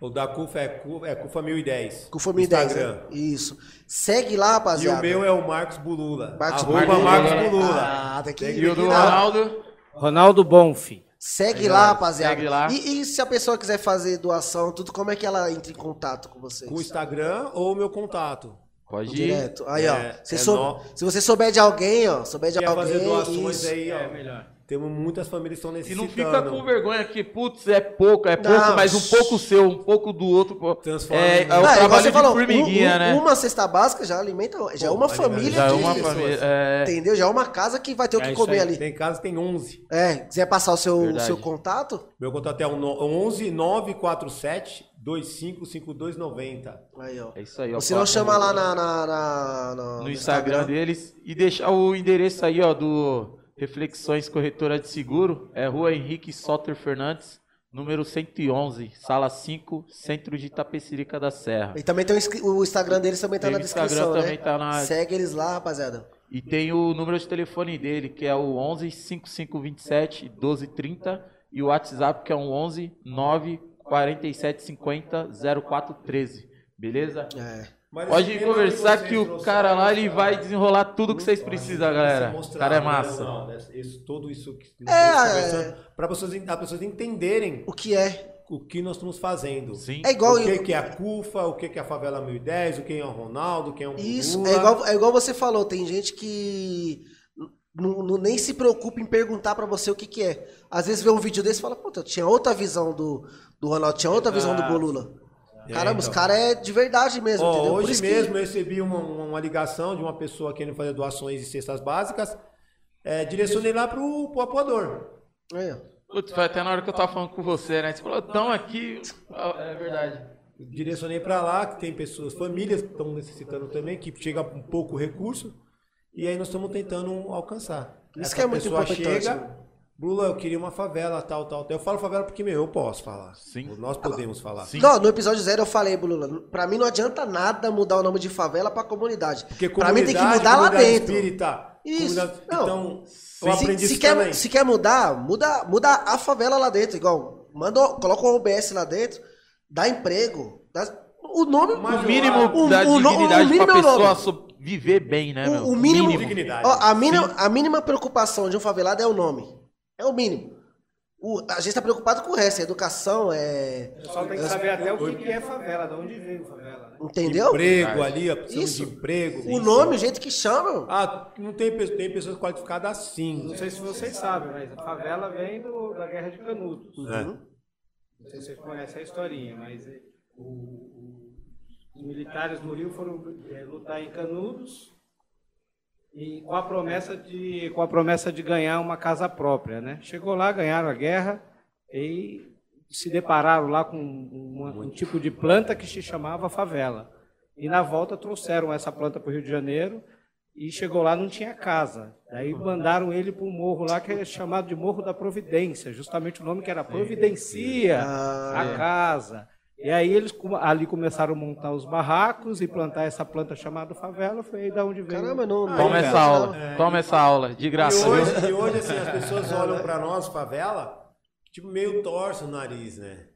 O da CUFA é CUFA, é CUFA 1010.
Com Fome 10,
Instagram.
né? Isso. Segue lá,
E
rapaziada.
o meu é o Marcos Bulula.
Marcos
arroba
Bulula.
Marcos Bulula.
Ah, tem que,
E o
tem
do
que dar.
Ronaldo,
Ronaldo Bonfi.
Segue lá, rapaziada.
Segue lá.
E, e se a pessoa quiser fazer doação, tudo, como é que ela entra em contato com vocês?
Com o Instagram ou o meu contato.
pode ir.
Direto. Aí,
É,
ó. Se,
é
sou-
nó.
se você souber de alguém, ó. Souber de
Quer
alguém.
é fazer doações
isso.
aí, ó.
É melhor.
Temos muitas famílias que estão
E
necessitando.
não fica com vergonha que, putz, é pouco, é pouco,
Não.
mas um pouco seu, um pouco do outro. pô.
Transforma
É,
em-
é o
Ah, igual
trabalho
você
de
falou, um-
formiguinha,
um-
né?
Uma cesta básica já alimenta. Já é
Pô,
uma
alimenta
família
Já é
de
uma
pessoas.
família. É,
Entendeu? Já é uma casa que vai ter o
É
que
isso
comer
aí,
ali.
Tem casa que tem 11.
É, quiser passar o seu,
Verdade.
seu contato,
Meu contato é o no- 11 947 255290.
aí, ó.
é isso aí, ó.
Ou se não,
Fala
chama
com-
lá na, na- na-
no Instagram deles e deixar o endereço aí, ó, do Reflexões Corretora de Seguro, é Rua Henrique Soter Fernandes, número 111, sala 5, centro de Itapecerica da Serra.
E também tem o inscri- o Instagram deles também tá
Tem
na
o
descrição,
Instagram
né?
também tá na-
Segue eles lá, rapaziada.
E tem o número de telefone dele, que é o 11 5527 1230 e o WhatsApp que é um 11 9 4750 0413. Beleza?
É.
Mas
Pode
esse tema
conversar
vocês
que o
trouxeram,
cara lá ele
cara,
vai desenrolar tudo que vocês
Olha,
precisam,
se
galera. O
mostrar,
cara é
né,
massa.
não, né, isso- Tudo isso que
É,
para pessoas, as pessoas entenderem
O que é?
o que nós estamos fazendo.
Sim.
É igual.
o que, que é a CUFA, o que, que é a Favela 1010, o que é o Ronaldo, o que é o
Isso,
Lula.
é igual, é igual você falou, tem gente que não, não- nem se preocupa em perguntar pra você o que, que é. Às vezes vê um vídeo desse e fala, puta, eu tinha outra visão do, do Ronaldo, tinha outra visão do
Exato.
Bolula.
É,
Caramba, os
então.
caras é de verdade mesmo,
Ó,
entendeu? Por
hoje
isso que-
mesmo eu recebi uma, uma- uma ligação de uma pessoa querendo fazer doações de cestas básicas. É, direcionei lá pro, pro apoiador.
É, ó.
Putz, foi até na hora que eu tava falando com você, né? Você falou, tão aqui. Ah, É verdade.
direcionei para lá, que tem pessoas, famílias que estão necessitando também, que chega com pouco recurso, e aí nós estamos tentando um, alcançar.
Isso
Essa
que é muito
pessoa
importante, né?
chega, Lula, eu queria uma favela, tal, tal, tal. Eu falo favela porque, meu, eu posso falar.
Sim.
Nós podemos falar.
Sim.
Não, no episódio zero eu falei, Lula, pra mim não adianta nada mudar o nome de favela pra comunidade.
Porque
pra mim tem que
comunidade,
mudar lá
comunidade
dentro.
espírita,
Isso,
comunidade-
não.
Então, eu
se,
aprendi
se
isso também.
quer, se quer mudar, muda, muda a favela lá dentro, igual. Manda, coloca um o OBS lá dentro, dá emprego. dá- o nome.
Mas
O mínimo
o-
da
o no- o
dignidade
mínimo
pra
é o nome.
pessoa so- viver bem, né, meu?
O, o mínimo.
Dignidade.
Ó, a, mínima, a mínima preocupação de um favelado é o nome. É o mínimo. O- a gente tá preocupado com o resto, é educação, é.
O pessoal tem que saber até o que, que é favela, de onde veio favela. Né?
Entendeu?
Emprego ali, a precisamos
Isso.
de emprego.
O nome, o jeito que chama.
Ah, não tem, pe- tem pessoas qualificadas assim, né? sim.
Não sei se vocês sabem, mas a favela vem do- da Guerra de Canudos.
É.
Não sei se vocês conhecem a historinha, mas eh, o- os militares no Rio foram eh, lutar em Canudos e com a promessa de com a promessa de ganhar uma casa própria, né? Chegou lá, ganharam a guerra e se depararam lá com uma- um tipo de planta que se chamava favela. E na volta trouxeram essa planta para o Rio de Janeiro e chegou lá não tinha casa. Daí mandaram ele para um morro lá que é chamado de Morro da Providência, justamente o nome que era Providencia a casa. E aí eles com- ali começaram a montar os barracos e plantar essa planta chamada favela, foi aí da onde
Ah,
veio.
Caramba, não. não- é
Toma essa
não-
aula, toma essa aula, de
É, então. E
graça, viu?
hoje, e hoje, assim, as pessoas olham pra nós, favela, tipo, meio torce o nariz, né?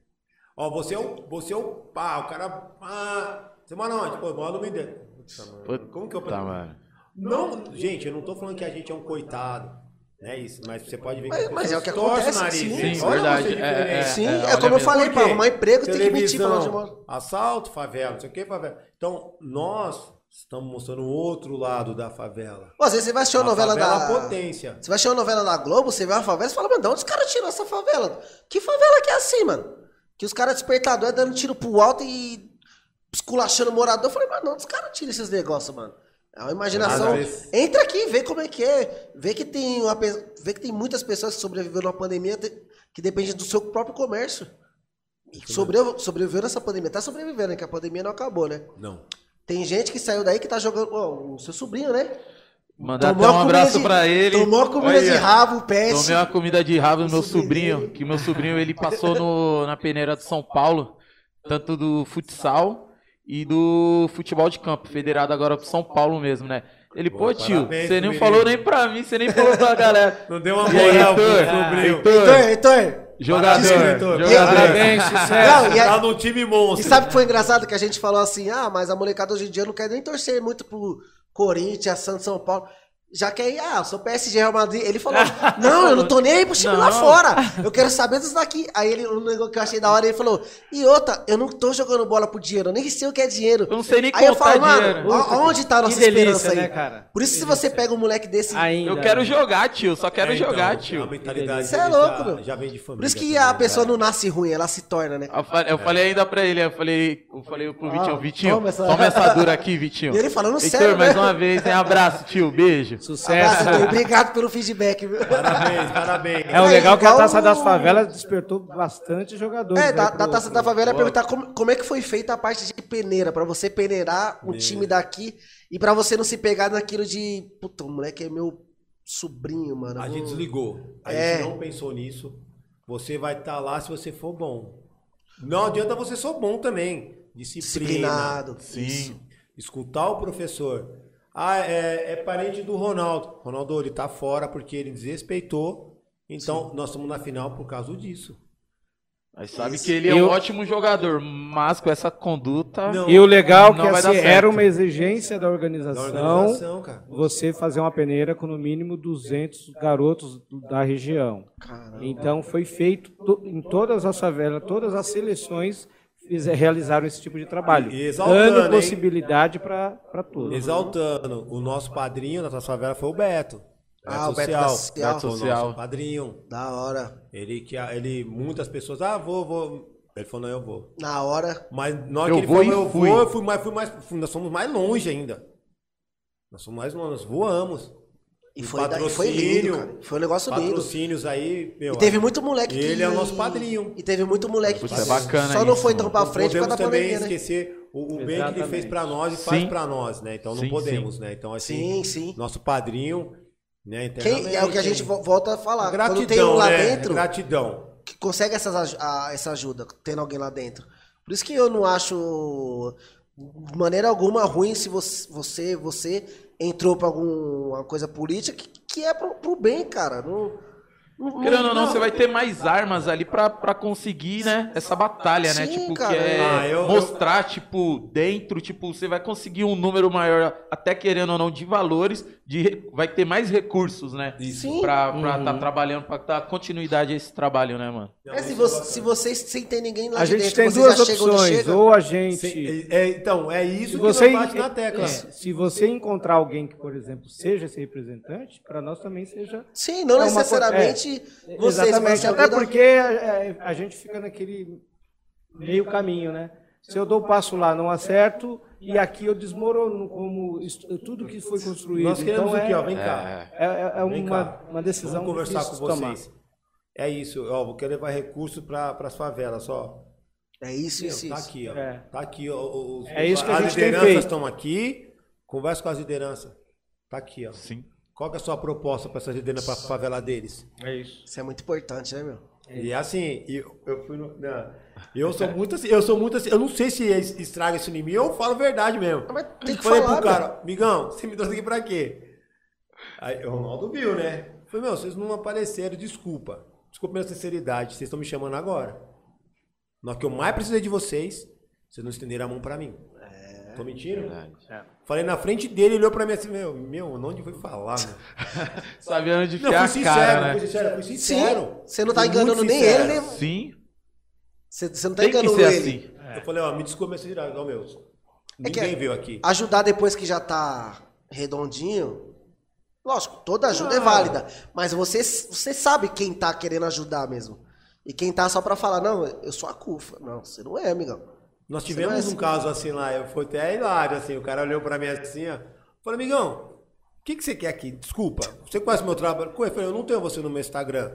Ó, você é o, você é o pá, o cara. Ah, você mora onde? Pô, mora no Mineiro. Putz, mano, Como que eu
Tá, mano.
Não, gente, eu não tô falando que a gente é um coitado. Não é isso, mas você pode ver que
Mas-
as
mas é o que
pessoas torcem
acontece,
o nariz.
sim.
né?
Sim,
Olha
verdade,
você diferente.
É,
Sim,
é,
é,
olha
como eu
mesmo.
falei,
Por
pra
quê?
arrumar emprego tem que mentir pra
Televisão,
onde mora.
Assalto, favela, não sei o que, favela. Então, nós estamos mostrando o outro lado da favela.
Pô, às vezes você vai assistir
A
uma novela
favela é
da.
potência.
Você vai assistir uma novela da Globo, você vê uma favela e fala, mano, de onde os caras tiraram essa favela? Que favela que é assim, mano? Que os caras despertadores dando tiro pro alto e esculachando o morador. Eu falei, mano, de onde os caras tiram esses negócios, mano? É uma imaginação.
Às vezes-
Entra aqui, vê como é que é. Vê que tem, uma, pe- vê que tem muitas pessoas que sobreviveram à pandemia de- que dependem do seu próprio comércio. E que sobrevi- sobreviveram nessa pandemia. Tá sobrevivendo, né? Que a pandemia não acabou, né?
Não.
Tem gente que saiu daí que tá jogando. Ó, o seu sobrinho, né?
Mandar até
Tomou
um
a comida
abraço
de-
pra ele.
Tomou a comida
Olha
de
aí, ó.
rabo, peste.
Tomei uma comida de rabo do meu sobrinho, que meu sobrinho ele passou no- na peneira de São Paulo, tanto do futsal e do futebol de campo, federado agora pro São Paulo mesmo, né? Ele, pô,
Boa,
tio,
parabéns,
você nem
menino.
falou nem pra mim, você nem falou pra galera.
Não deu uma
E aí,
moral pro
Heitor,
sobrinho.
Heitor,
Ah, Heitor, Heitor.
jogador,
Parabéns, Heitor.
jogador.
Parabéns,
Não, e,
sucesso.
Tá
a-
num time monstro.
e sabe o que foi engraçado? Que a gente falou assim, ah, mas a molecada hoje em dia não quer nem torcer muito pro Corinthians, Santos, São Paulo. Já que aí, ah, eu sou PSG, Real Madrid. Ele falou, não, eu não tô nem aí pro time lá
Não.
fora. Eu quero saber disso daqui. Aí ele, um negócio que eu achei da hora, ele falou, e outra, eu não tô jogando bola por dinheiro, eu nem sei o que é dinheiro.
Eu não sei nem
aí eu
contar
falo, mano,
dinheiro.
ó, onde tá a nossa
que delícia,
esperança aí?
né, cara?
Por isso, se você pega um moleque desse
Ainda. né?
Eu quero jogar, tio, só quero
É, então,
jogar,
A
tio.
mentalidade
Isso é
deles
louco,
já,
meu.
já vem de família.
Por isso que a
também, né?
pessoa
cara.
não nasce ruim, ela se torna, né?
Eu falei, eu falei ainda pra ele, eu falei, eu falei pro Vitinho,
Ah,
Vitinho,
toma
toma
essa-
essa, dura aqui, Vitinho.
E ele falando
Heitor,
sério,
mais
né?
uma vez, hein? Abraço, tio, beijo.
Sucesso.
Abraço, Heitor, obrigado pelo feedback, viu?
Parabéns, parabéns.
É o
É,
legal que a
igual
Taça
o-
das Favelas despertou bastante jogadores.
É,
né,
da,
pro-
da Taça da
pro-
Favela é perguntar como, como é que foi feita a parte de peneira, pra você peneirar um time daqui e pra você não se pegar naquilo de, puta, o moleque é meu sobrinho, mano.
A
eu
gente
vou-
desligou. A
É.
gente não pensou nisso. Você vai estar lá se você for bom. Não adianta você ser bom também. Disciplina.
Disciplinado.
Sim.
Escutar o professor. Ah, é, é parente do Ronaldo. Ronaldo, ele tá fora porque ele desrespeitou. Então, nós estamos na final por causa disso.
Mas sabe que ele é
Eu-
um ótimo jogador, mas com essa conduta.
Não.
E o legal
Não
que
vai dar
assim,
certo.
era uma exigência da
Da
organização,
organização, cara.
você fazer uma peneira com no mínimo 200 garotos da região.
Caramba.
Então foi feito to- em todas as favelas, todas as seleções fize- realizaram esse tipo de trabalho,
E exaltando,
dando
hein?
possibilidade para
Uhum.
todos.
Exaltando, o nosso padrinho da nossa favela foi o Beto.
Ah, o Beto da Social.
Beto Social.
Social.
Foi o nosso padrinho.
Da hora.
Ele que ele muitas pessoas, ah, vou, vou. Ele falou, não, eu vou.
Na hora.
Mas na hora
Eu
que ele
vou
falou,
e
eu
fui.
vou, eu fui mais, fui mais, fui- nós somos mais longe ainda. Nós somos mais longe, nós voamos.
E
E
foi, da- e foi lindo,
patrocínio.
cara. Foi um negócio lindo.
Patrocínios aí, meu.
E teve muito moleque que-
Ele é o nosso padrinho.
E teve muito moleque
Puxa,
que
é bacana
só não
isso,
foi tão pra
mano.
frente por
podemos
causa da
também
pandemia, né?
esquecer o, o bem que ele fez
Exatamente.
pra nós e faz
Sim.
pra nós, né? Então não
Sim,
podemos, né? Então assim,
Sim, sim.
nosso padrinho, né?
Quem, é o que a gente vo- volta a falar.
Gratidão,
Quando tem um lá
né?
dentro,
Gratidão.
que consegue essas, aj- a- essa ajuda, tendo alguém lá dentro. Por isso que eu não acho de maneira alguma ruim se você você, você entrou pra alguma coisa política que, que é pro, pro bem, cara. Não, não- não-
Querendo ou não,
não.
você vai ter mais armas ali pra, pra conseguir, né? Essa batalha, né?
Sim,
Tipo,
cara.
que é
Ah, eu-
mostrar, tipo, dentro, tipo, você vai conseguir um número maior, até querendo ou não, de valores, de, re- vai ter mais recursos, né?
Sim.
Pra, pra tá trabalhando, pra dar continuidade a esse trabalho, né, mano?
É, se, você, se vocês sem ter ninguém lá
A
de
gente
dentro,
tem
vocês
duas
já chegam onde
opções.
chega?
Ou a gente.
Sim, é- é, então, é isso
Se
que
você,
você bate na tecla.
é, se você encontrar alguém que, por exemplo, seja esse representante, para nós também seja.
Sim, não
É uma coisa-
necessariamente vocês, mas
Exatamente.
se
Até
alguém dá- um
porque é, a gente fica naquele meio caminho, né? Se eu dou o passo lá, não acerto, e aqui eu desmorono como est- tudo que foi construído.
Nós queremos
então,
aqui,
é,
ó, vem cá.
É, é- é
Vem
uma,
cá.
uma decisão
Vamos conversar com
difícil de tomar.
vocês. É isso, ó, vou querer levar recurso para as favelas, ó.
É isso,
Meu,
isso,
tá
isso.
aqui, ó.
É.
Tá aqui, ó. o- o-
É isso que a
as
gente tem
lideranças
feito.
estão aqui. Conversa com as lideranças. Tá aqui, ó.
Sim.
Qual que é a sua proposta para essas lideranças para favela deles?
É isso.
Isso é muito importante, né, meu?
É
E assim, eu, eu fui no. na- eu sou muito assim, eu sou muito assim. Eu não sei se es- estraga isso em mim ou eu falo a verdade mesmo.
Mas tem que
Falei
falar,
pro cara, migão, você me trouxe aqui pra quê? Aí o Ronaldo viu, né? Falei, meu, vocês não apareceram, desculpa. Desculpa minha sinceridade, vocês estão me chamando agora. Na hora que eu mais precisei de vocês, vocês não estenderam a mão pra mim.
É.
Tô mentindo? Falei na frente dele, ele olhou pra mim assim, meu, meu, onde foi falar, mano?
Sabe onde
Não,
enfiar
fui
a
sincero,
cara,
fui
né?
sincero, fui
Sim,
sincero.
você não tá
Fui muito
enganando nem
sincero.
ele, nem...
Sim,
Você, você não tá
tem que
enganando
ser
ele.
assim.
Eu falei, ó, me desculpa, mas vocês não, meu.
É que
Ninguém
é-
veio aqui.
Ajudar depois que já tá redondinho. Lógico, toda ajuda
Ah.
é válida. Mas você, você sabe quem tá querendo ajudar mesmo. E quem tá só pra falar, não, eu sou a Cufa. Não, você não é, amigão.
Nós
Você
tivemos
conhece?
um caso assim lá, eu fui até hilário, assim, o cara olhou pra mim assim, ó. Falei, amigão, o que, que você quer aqui? Desculpa, você conhece meu trabalho? Eu falei, eu não tenho você no meu Instagram.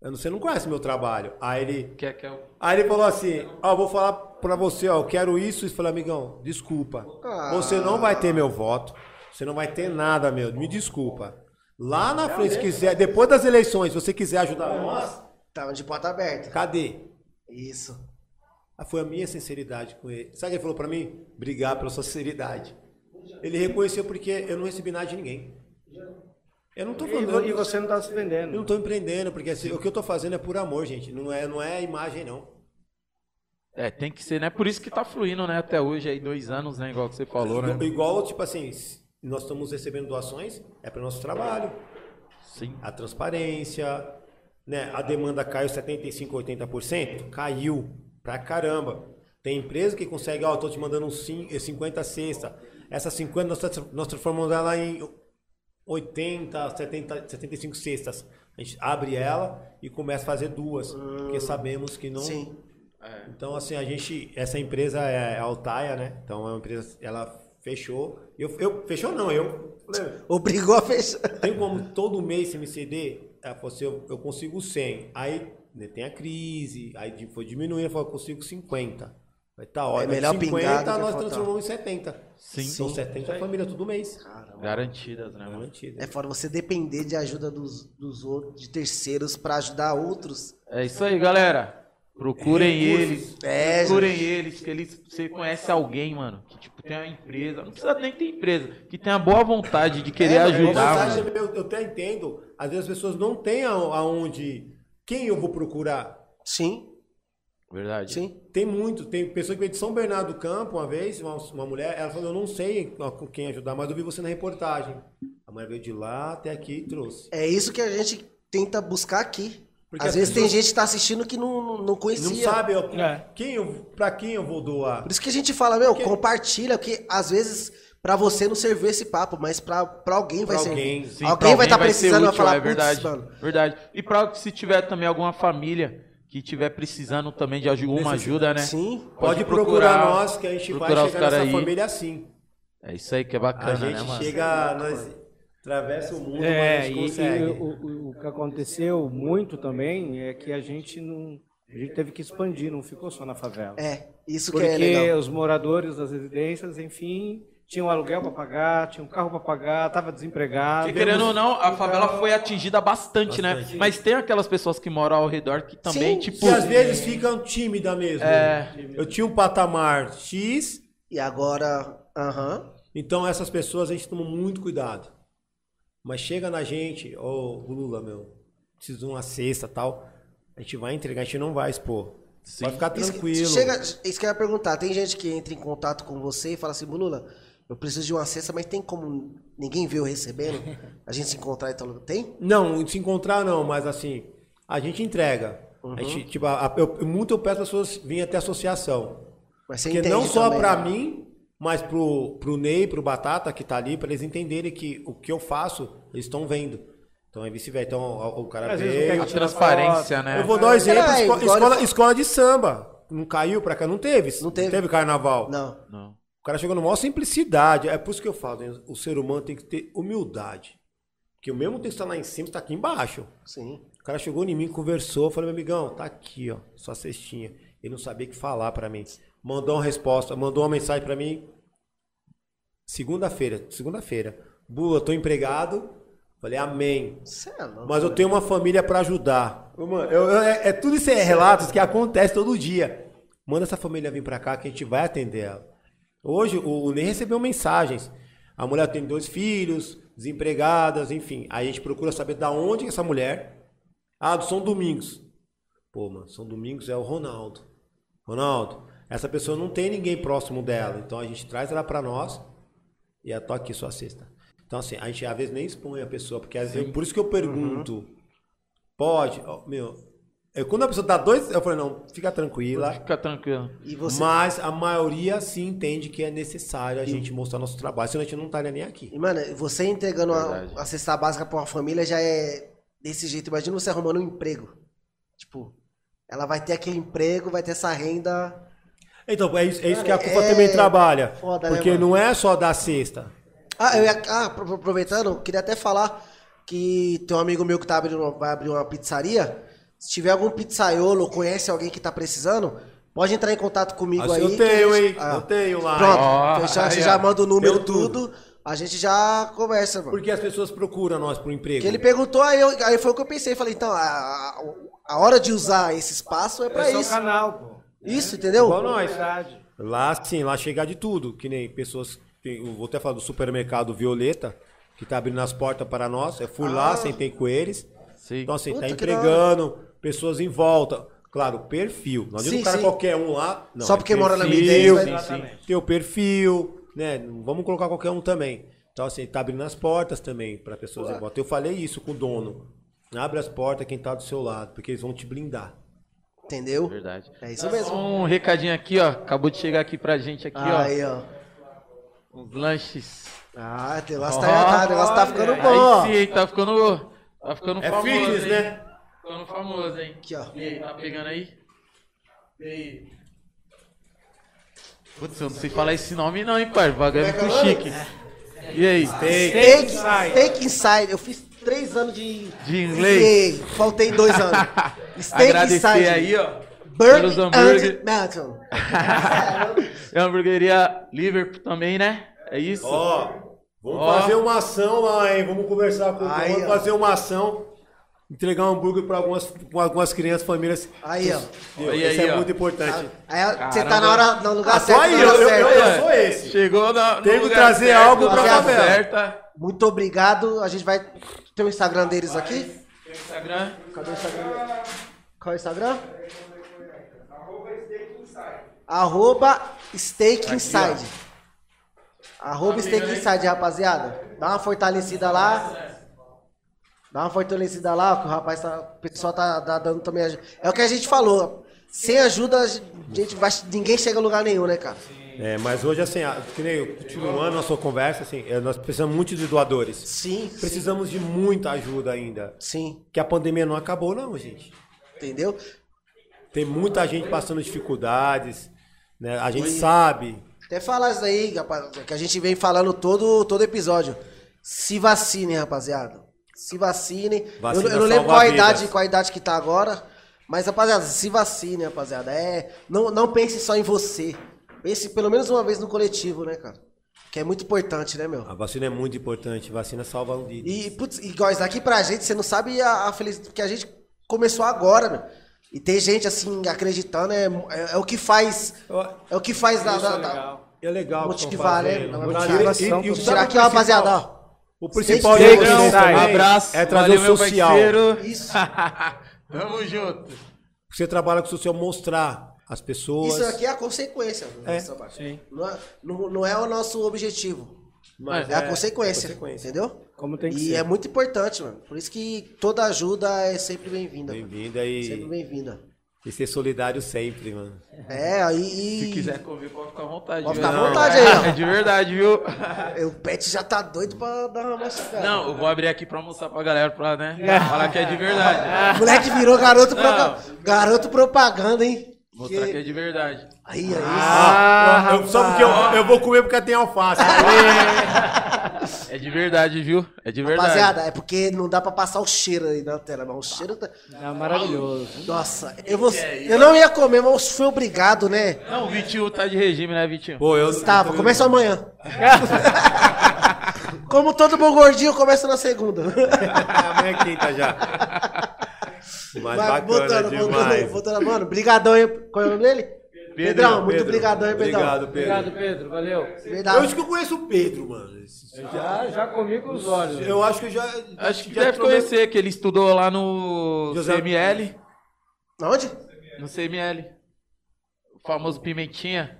Eu não- Você não conhece meu trabalho. Aí ele,
Quer que é eu...
aí ele falou assim, ó, eu vou falar pra você, ó, eu quero isso. E falei, amigão, desculpa.
Ah.
Você não vai ter meu voto. Você não vai ter nada, meu. Me desculpa. Lá na
né?
frente, se quiser, depois das eleições, se você quiser ajudar nós,
Tava Tá de porta aberta.
cadê?
Isso.
Ah, Foi a minha sinceridade com ele. Sabe o que ele falou pra mim? Obrigado pela sua sinceridade. Ele reconheceu porque eu não recebi nada de ninguém. Eu não tô
E,
falando.
vo- e você não está se
Eu não
vendendo.
tô empreendendo, porque assim, o que eu tô fazendo é por amor, gente. Não é, não é imagem, não.
É, tem que ser, né? Por isso que tá fluindo, né? Até hoje aí, dois anos, né? Igual que você falou, né?
Igual, igual, tipo assim, s- nós estamos recebendo doações, é para nosso trabalho.
Sim.
A transparência, né? A demanda caiu 75, 80%? Caiu pra caramba. Tem empresa que consegue, ó, tô te mandando uns cin- eh, 50 cesta. Essas 50 nós, tra- nós transformamos ela em 80, 70, 75 cestas. A gente abre ela e começa a fazer duas, porque sabemos que não
Sim.
então, assim, a gente. Essa empresa é a Altaia, né? Então, é uma empresa. Ela fechou. Eu, eu, fechou não, eu. falei,
Obrigou a fechar.
Tem como todo mês você me ceder? Ela falou assim: eu, eu consigo 100. Aí né, tem a crise, aí di- foi diminuindo. Ela falou: eu consigo 50. Vai tá
É
ótimo.
melhor
50
pingar do que
nós
faltar.
transformamos em 70.
Sim.
São 70 família todo mês.
Garantidas, né, mano?
Garantida.
É fora você depender de ajuda dos, dos outros, de terceiros pra ajudar outros.
É isso aí, galera. Procurem eles.
É,
procurem eles, que eles. Você conhece alguém, mano, que tipo, tem uma empresa. Não precisa nem ter empresa, que tem a boa vontade de querer
É,
ajudar,
mas
né?
mano.
eu, eu até entendo. Às vezes as pessoas não têm a- aonde. Quem eu vou procurar?
Sim,
Verdade.
sim.
Tem muito, tem pessoa que veio de São Bernardo do Campo uma vez, uma, uma mulher, ela falou, eu não sei com quem ajudar, mas eu vi você na reportagem. A mulher veio de lá até aqui e trouxe.
É isso que a gente tenta buscar aqui.
Porque
Às
as
vezes tem
pessoas-
gente que tá assistindo que não, não- não
E Não
conhecia.
sabe ó,
É.
quem eu, pra quem eu vou doar.
Por isso que a gente fala, meu, compartilha, porque às vezes pra você não serviu esse papo, mas pra, pra alguém vai
Pra
servir.
alguém, sim,
Sim, pra
alguém vai estar
ser
precisando vai
útil,
falar,
é verdade.
putz, mano.
Verdade. E pra se tiver também alguma família que tiver precisando também de alguma ajuda, né?
Sim.
Pode, procurar, nós, que a gente vai
procurar os
chegar nessa
cara aí.
família assim.
É isso aí que é
A
bacana, né,
gente
mano?
chega. Nós, Atravessa o mundo, mas
É,
a gente
e,
consegue.
e o, o- o que aconteceu muito também é que a gente não. A gente teve que expandir, não ficou só na favela.
É, isso
porque
que é legal.
os moradores das residências, enfim, tinham aluguel para pagar, tinham carro para pagar, estava desempregado.
Porque, querendo ou não, a favela foi atingida bastante, né?
Bastante.
Mas tem aquelas pessoas que moram ao redor que também,
Sim,
tipo.
E às vezes ficam tímida mesmo.
É.
Eu tinha um patamar X,
E agora, aham.
então essas pessoas a gente toma muito cuidado. Mas chega na gente, ô Lula, meu, preciso de uma cesta tal. A gente vai entregar, a gente não vai expor.
Sim.
Vai ficar
Isso que-
tranquilo.
Chega, isso que eu ia perguntar. Tem gente que entra em contato com você e fala assim, Bulula, eu preciso de uma cesta, mas tem como ninguém ver eu recebendo? A gente se encontrar e tal? lugar?" Tem?
Não, se encontrar não, mas assim, a gente entrega. A
Uhum.
gente, tipo, a- a- eu- muito eu peço as pessoas virem até a associação.
Mas você
Porque
entende
não só
também,
pra
né?
mim, mas pro, pro Ney, pro Batata que tá ali, pra eles entenderem que o que eu faço, eles estão vendo. Então é vice-versa. Então o, o cara
Às vezes não
vê.
quer
A transparência, né?
Eu vou dar um exemplo:
É. Peraí,
esco-
agora-
escola, escola de samba. Não caiu pra cá? Não teve.
Não teve.
carnaval.
Não.
Não.
O cara chegou numa maior simplicidade. É por isso que eu falo, né? o ser humano tem que ter humildade. Porque o mesmo tem que estar lá em cima, está aqui embaixo.
Sim.
O cara chegou em mim, conversou, falou, meu amigão, tá aqui, ó, sua cestinha. Ele não sabia o que falar pra mim. Mandou uma resposta, mandou uma mensagem pra mim. Segunda-feira, segunda-feira. Bula, tô empregado. Falei, amém.
Você é louco.
Mas eu tenho uma família pra ajudar. né? Ô, mano, eu- eu- é, é tudo isso é relatos que acontece todo dia. Manda essa família vir pra cá que a gente vai atender ela. Hoje o, o Ney recebeu mensagens. A mulher tem dois filhos, desempregadas, enfim. Aí a gente procura saber da onde é essa mulher. Ah, do São Domingos. Pô, mano, São Domingos é o Ronaldo. Ronaldo, essa pessoa não tem ninguém próximo dela. Então a gente traz ela pra nós e a toque sua cesta. Então, assim, a gente às vezes nem expõe a pessoa, porque às vezes, por isso que eu pergunto. Pode, Ó, meu. Eu, quando a pessoa dá dois, eu falei, não, fica tranquila.
Fica tranquilo.
E você...
Mas a maioria sim entende que é necessário a gente mostrar nosso trabalho, senão a gente não estaria nem aqui.
E, mano, você entregando
Verdade.
a, a cesta básica pra uma família já é desse jeito. Imagina você arrumando um emprego. Tipo, ela vai ter aquele emprego, vai ter essa renda.
Então, é isso, é isso que a
Cara,
Cufa
é
também trabalha.
foda, né,
porque
mano?
não é só dar cesta.
Ah, eu ia, ah, apro- aproveitando, queria até falar que tem um amigo meu que tá abrindo, uma- vai abrir uma pizzaria. Se tiver algum pizzaiolo, conhece alguém que tá precisando, pode entrar em contato comigo
Acho que
aí.
Assim, eu
que
tenho,
a gente- Ah.
hein? Eu tenho lá,
Pronto,
hein?
então
Ó,
já,
aí,
você
ó.
já manda o número,
Deu tudo.
tudo. A gente já conversa, mano.
Porque as pessoas procuram nós pro emprego.
Porque ele perguntou, aí, eu, aí foi o que eu pensei. Falei, então, a, a, a hora de usar esse espaço é pra
Esse é o
isso.
canal, pô. É
Isso, entendeu?
Igual nós.
Verdade.
Lá sim, lá chegar de tudo, que nem pessoas. tem- eu vou até falar do supermercado Violeta, que tá abrindo as portas para nós. Eu fui lá, sentei com eles.
Sim.
Então, assim,
Ah. Puta,
tá
que da hora.
empregando pessoas em volta. Claro, perfil. Não adianta
Sim,
um cara
sim.
qualquer um lá. Não,
Só
é
porque mora na
perfil, né?
minha ideia,
Sim,
vai-
sim.
Tem o perfil, né? Não Vamos colocar qualquer um também. Então, assim, tá abrindo as portas também para pessoas em volta. Eu falei isso com o dono. Abre as portas quem tá do seu lado, porque eles vão te blindar.
Entendeu?
Verdade.
É isso mesmo.
Um recadinho aqui, ó. Acabou de chegar aqui pra gente aqui,
Aí, ó.
ó. Uns lanches.
Ah, o negócio
Ó,
tá, tá- o negócio tá ficando
Aí
bom. ó.
sim, hein? tá ficando. Tá ficando
É
famoso.
fitness,
hein?
né?
Ficando famoso, hein?
Aqui, ó.
E aí, tá pegando aí? E aí? Putz, eu não sei falar esse nome não, hein, pai. Bagulho é
Como é
muito
que é o
chique. E aí?
Take
Inside.
Inside. Eu fiz três anos de,
De inglês.
de- Faltei dois anos. Steak
Agradecer aí, ó. pelos
Burger
hambúrguer.
and Mountain.
É a hamburgueria Liverpool também, né? É isso?
Ó, vamos
Ó.
fazer uma ação lá, hein? Vamos conversar com
Aí, ó.
Vamos fazer uma ação. Entregar um hambúrguer para algumas, com algumas crianças, famílias.
Aí, ó.
Meu,
Aí,
isso
aí,
é
ó.
muito importante.
Aí você
Caramba.
tá na hora, no lugar
Ah, só
certo.
aí,
na
eu-
hora
eu-
certa.
eu- sou esse.
Chegou na, no
Tem que
lugar
trazer
certo,
algo
na
pra
hora
favela.
certa.
Muito obrigado. A gente vai ter o Instagram deles aqui.
Tem o Instagram.
Cadê o Instagram? Qual é o Instagram? Arroba Steak Inside. Arroba Steak Inside, rapaziada. Dá uma fortalecida lá. Dá uma fortalecida lá, que o rapaz tá. O pessoal tá, tá dando também ajuda. É o que a gente falou. Sem ajuda, a gente vai, ninguém chega a lugar nenhum, né, cara?
É, mas hoje, assim, a- que nem eu, continuando a sua conversa, assim, é, nós precisamos muito de doadores.
Sim, sim.
Precisamos de muita ajuda ainda.
Sim,
Que a pandemia não acabou, não, gente.
entendeu?
Tem muita gente passando dificuldades, né? A gente sabe.
Até falar isso aí, rapaz, que a gente vem falando todo, todo episódio. Se vacinem, rapaziada. Se vacinem. Eu,
Vacina
eu não lembro
salva
qual a,
vidas.
idade, qual a idade que tá agora. Mas, rapaziada, se vacine, rapaziada. É, não, não pense só em você. Pense pelo menos uma vez no coletivo, né, cara? Que é muito importante, né, meu?
A vacina é muito importante, vacina salva um vida.
E, putz, e igual isso aqui pra gente, você não sabe a, a felicidade que a gente começou agora, meu. E ter gente, assim, acreditando, é, é, é o que faz. É o que faz da.
Isso
da-
é
da-
legal.
É legal. que estão
Motivar, né?
fazendo.
Na
Motiva-
motivação,
e- e o-
tirar aqui,
sabe é o
ó,
principal?
rapaziada, ó.
O principal
Stay
de
strong.
vocês
Sai.
também
Abraço.
é trazer
valeu,
o social.
Meu parceiro.
Isso.
Tamo junto.
Você trabalha com o social, mostrar as pessoas.
Isso aqui é a consequência do
É,
nosso trabalho.
sim.
Não, é, não, não é o nosso objetivo.
Mas
é, a consequência,
consequência.
Entendeu?
Como tem que
e
ser.
é muito importante, mano. Por isso que toda ajuda é sempre bem-vinda. mano.
Bem-vinda
Sempre
e,
bem-vinda.
e ser solidário sempre, mano.
É, aí.
Se quiser comer, pode ficar à vontade.
Pode
viu?
ficar à
Não,
vontade aí, ó.
É de verdade, viu?
O Pet já tá doido pra dar uma mastigada.
Não, eu vou abrir aqui pra almoçar pra galera, pra, né? Falar que é de verdade.
O moleque virou garoto, propa-
Não.
garoto propaganda, hein?
Mostrar que
Que-
é de verdade.
Aí, aí.
Ah,
eu, só porque eu, eu vou comer porque tem alface.
É de verdade, viu? É de verdade.
Rapaziada, é porque não dá pra passar o cheiro aí na tela, mas o cheiro tá.
É maravilhoso.
Nossa, eu, vou- eu não ia comer, mas fui obrigado, né?
Não, o Vitinho tá de regime, né, Vitinho?
Pô, eu
Tava, começa amanhã. Como todo bom gordinho, começa na segunda.
Amanhã é quinta já. Mas bacana demais.
botando, botando. Mano, brigadão aí. Qual é o nome dele? Pedrão, muito
Pedro,
brigadão aí, Pedrão.
Obrigado, Pedro.
Obrigado, Pedro. Valeu.
Verdade.
Eu acho que eu conheço o Pedro, mano. Eu já-
Já, já comi com os olhos.
eu acho que eu já.
Acho que
já
deve
trombe-
conhecer, que ele estudou lá no
José-
CML.
Aonde?
No CML. O famoso Pimentinha.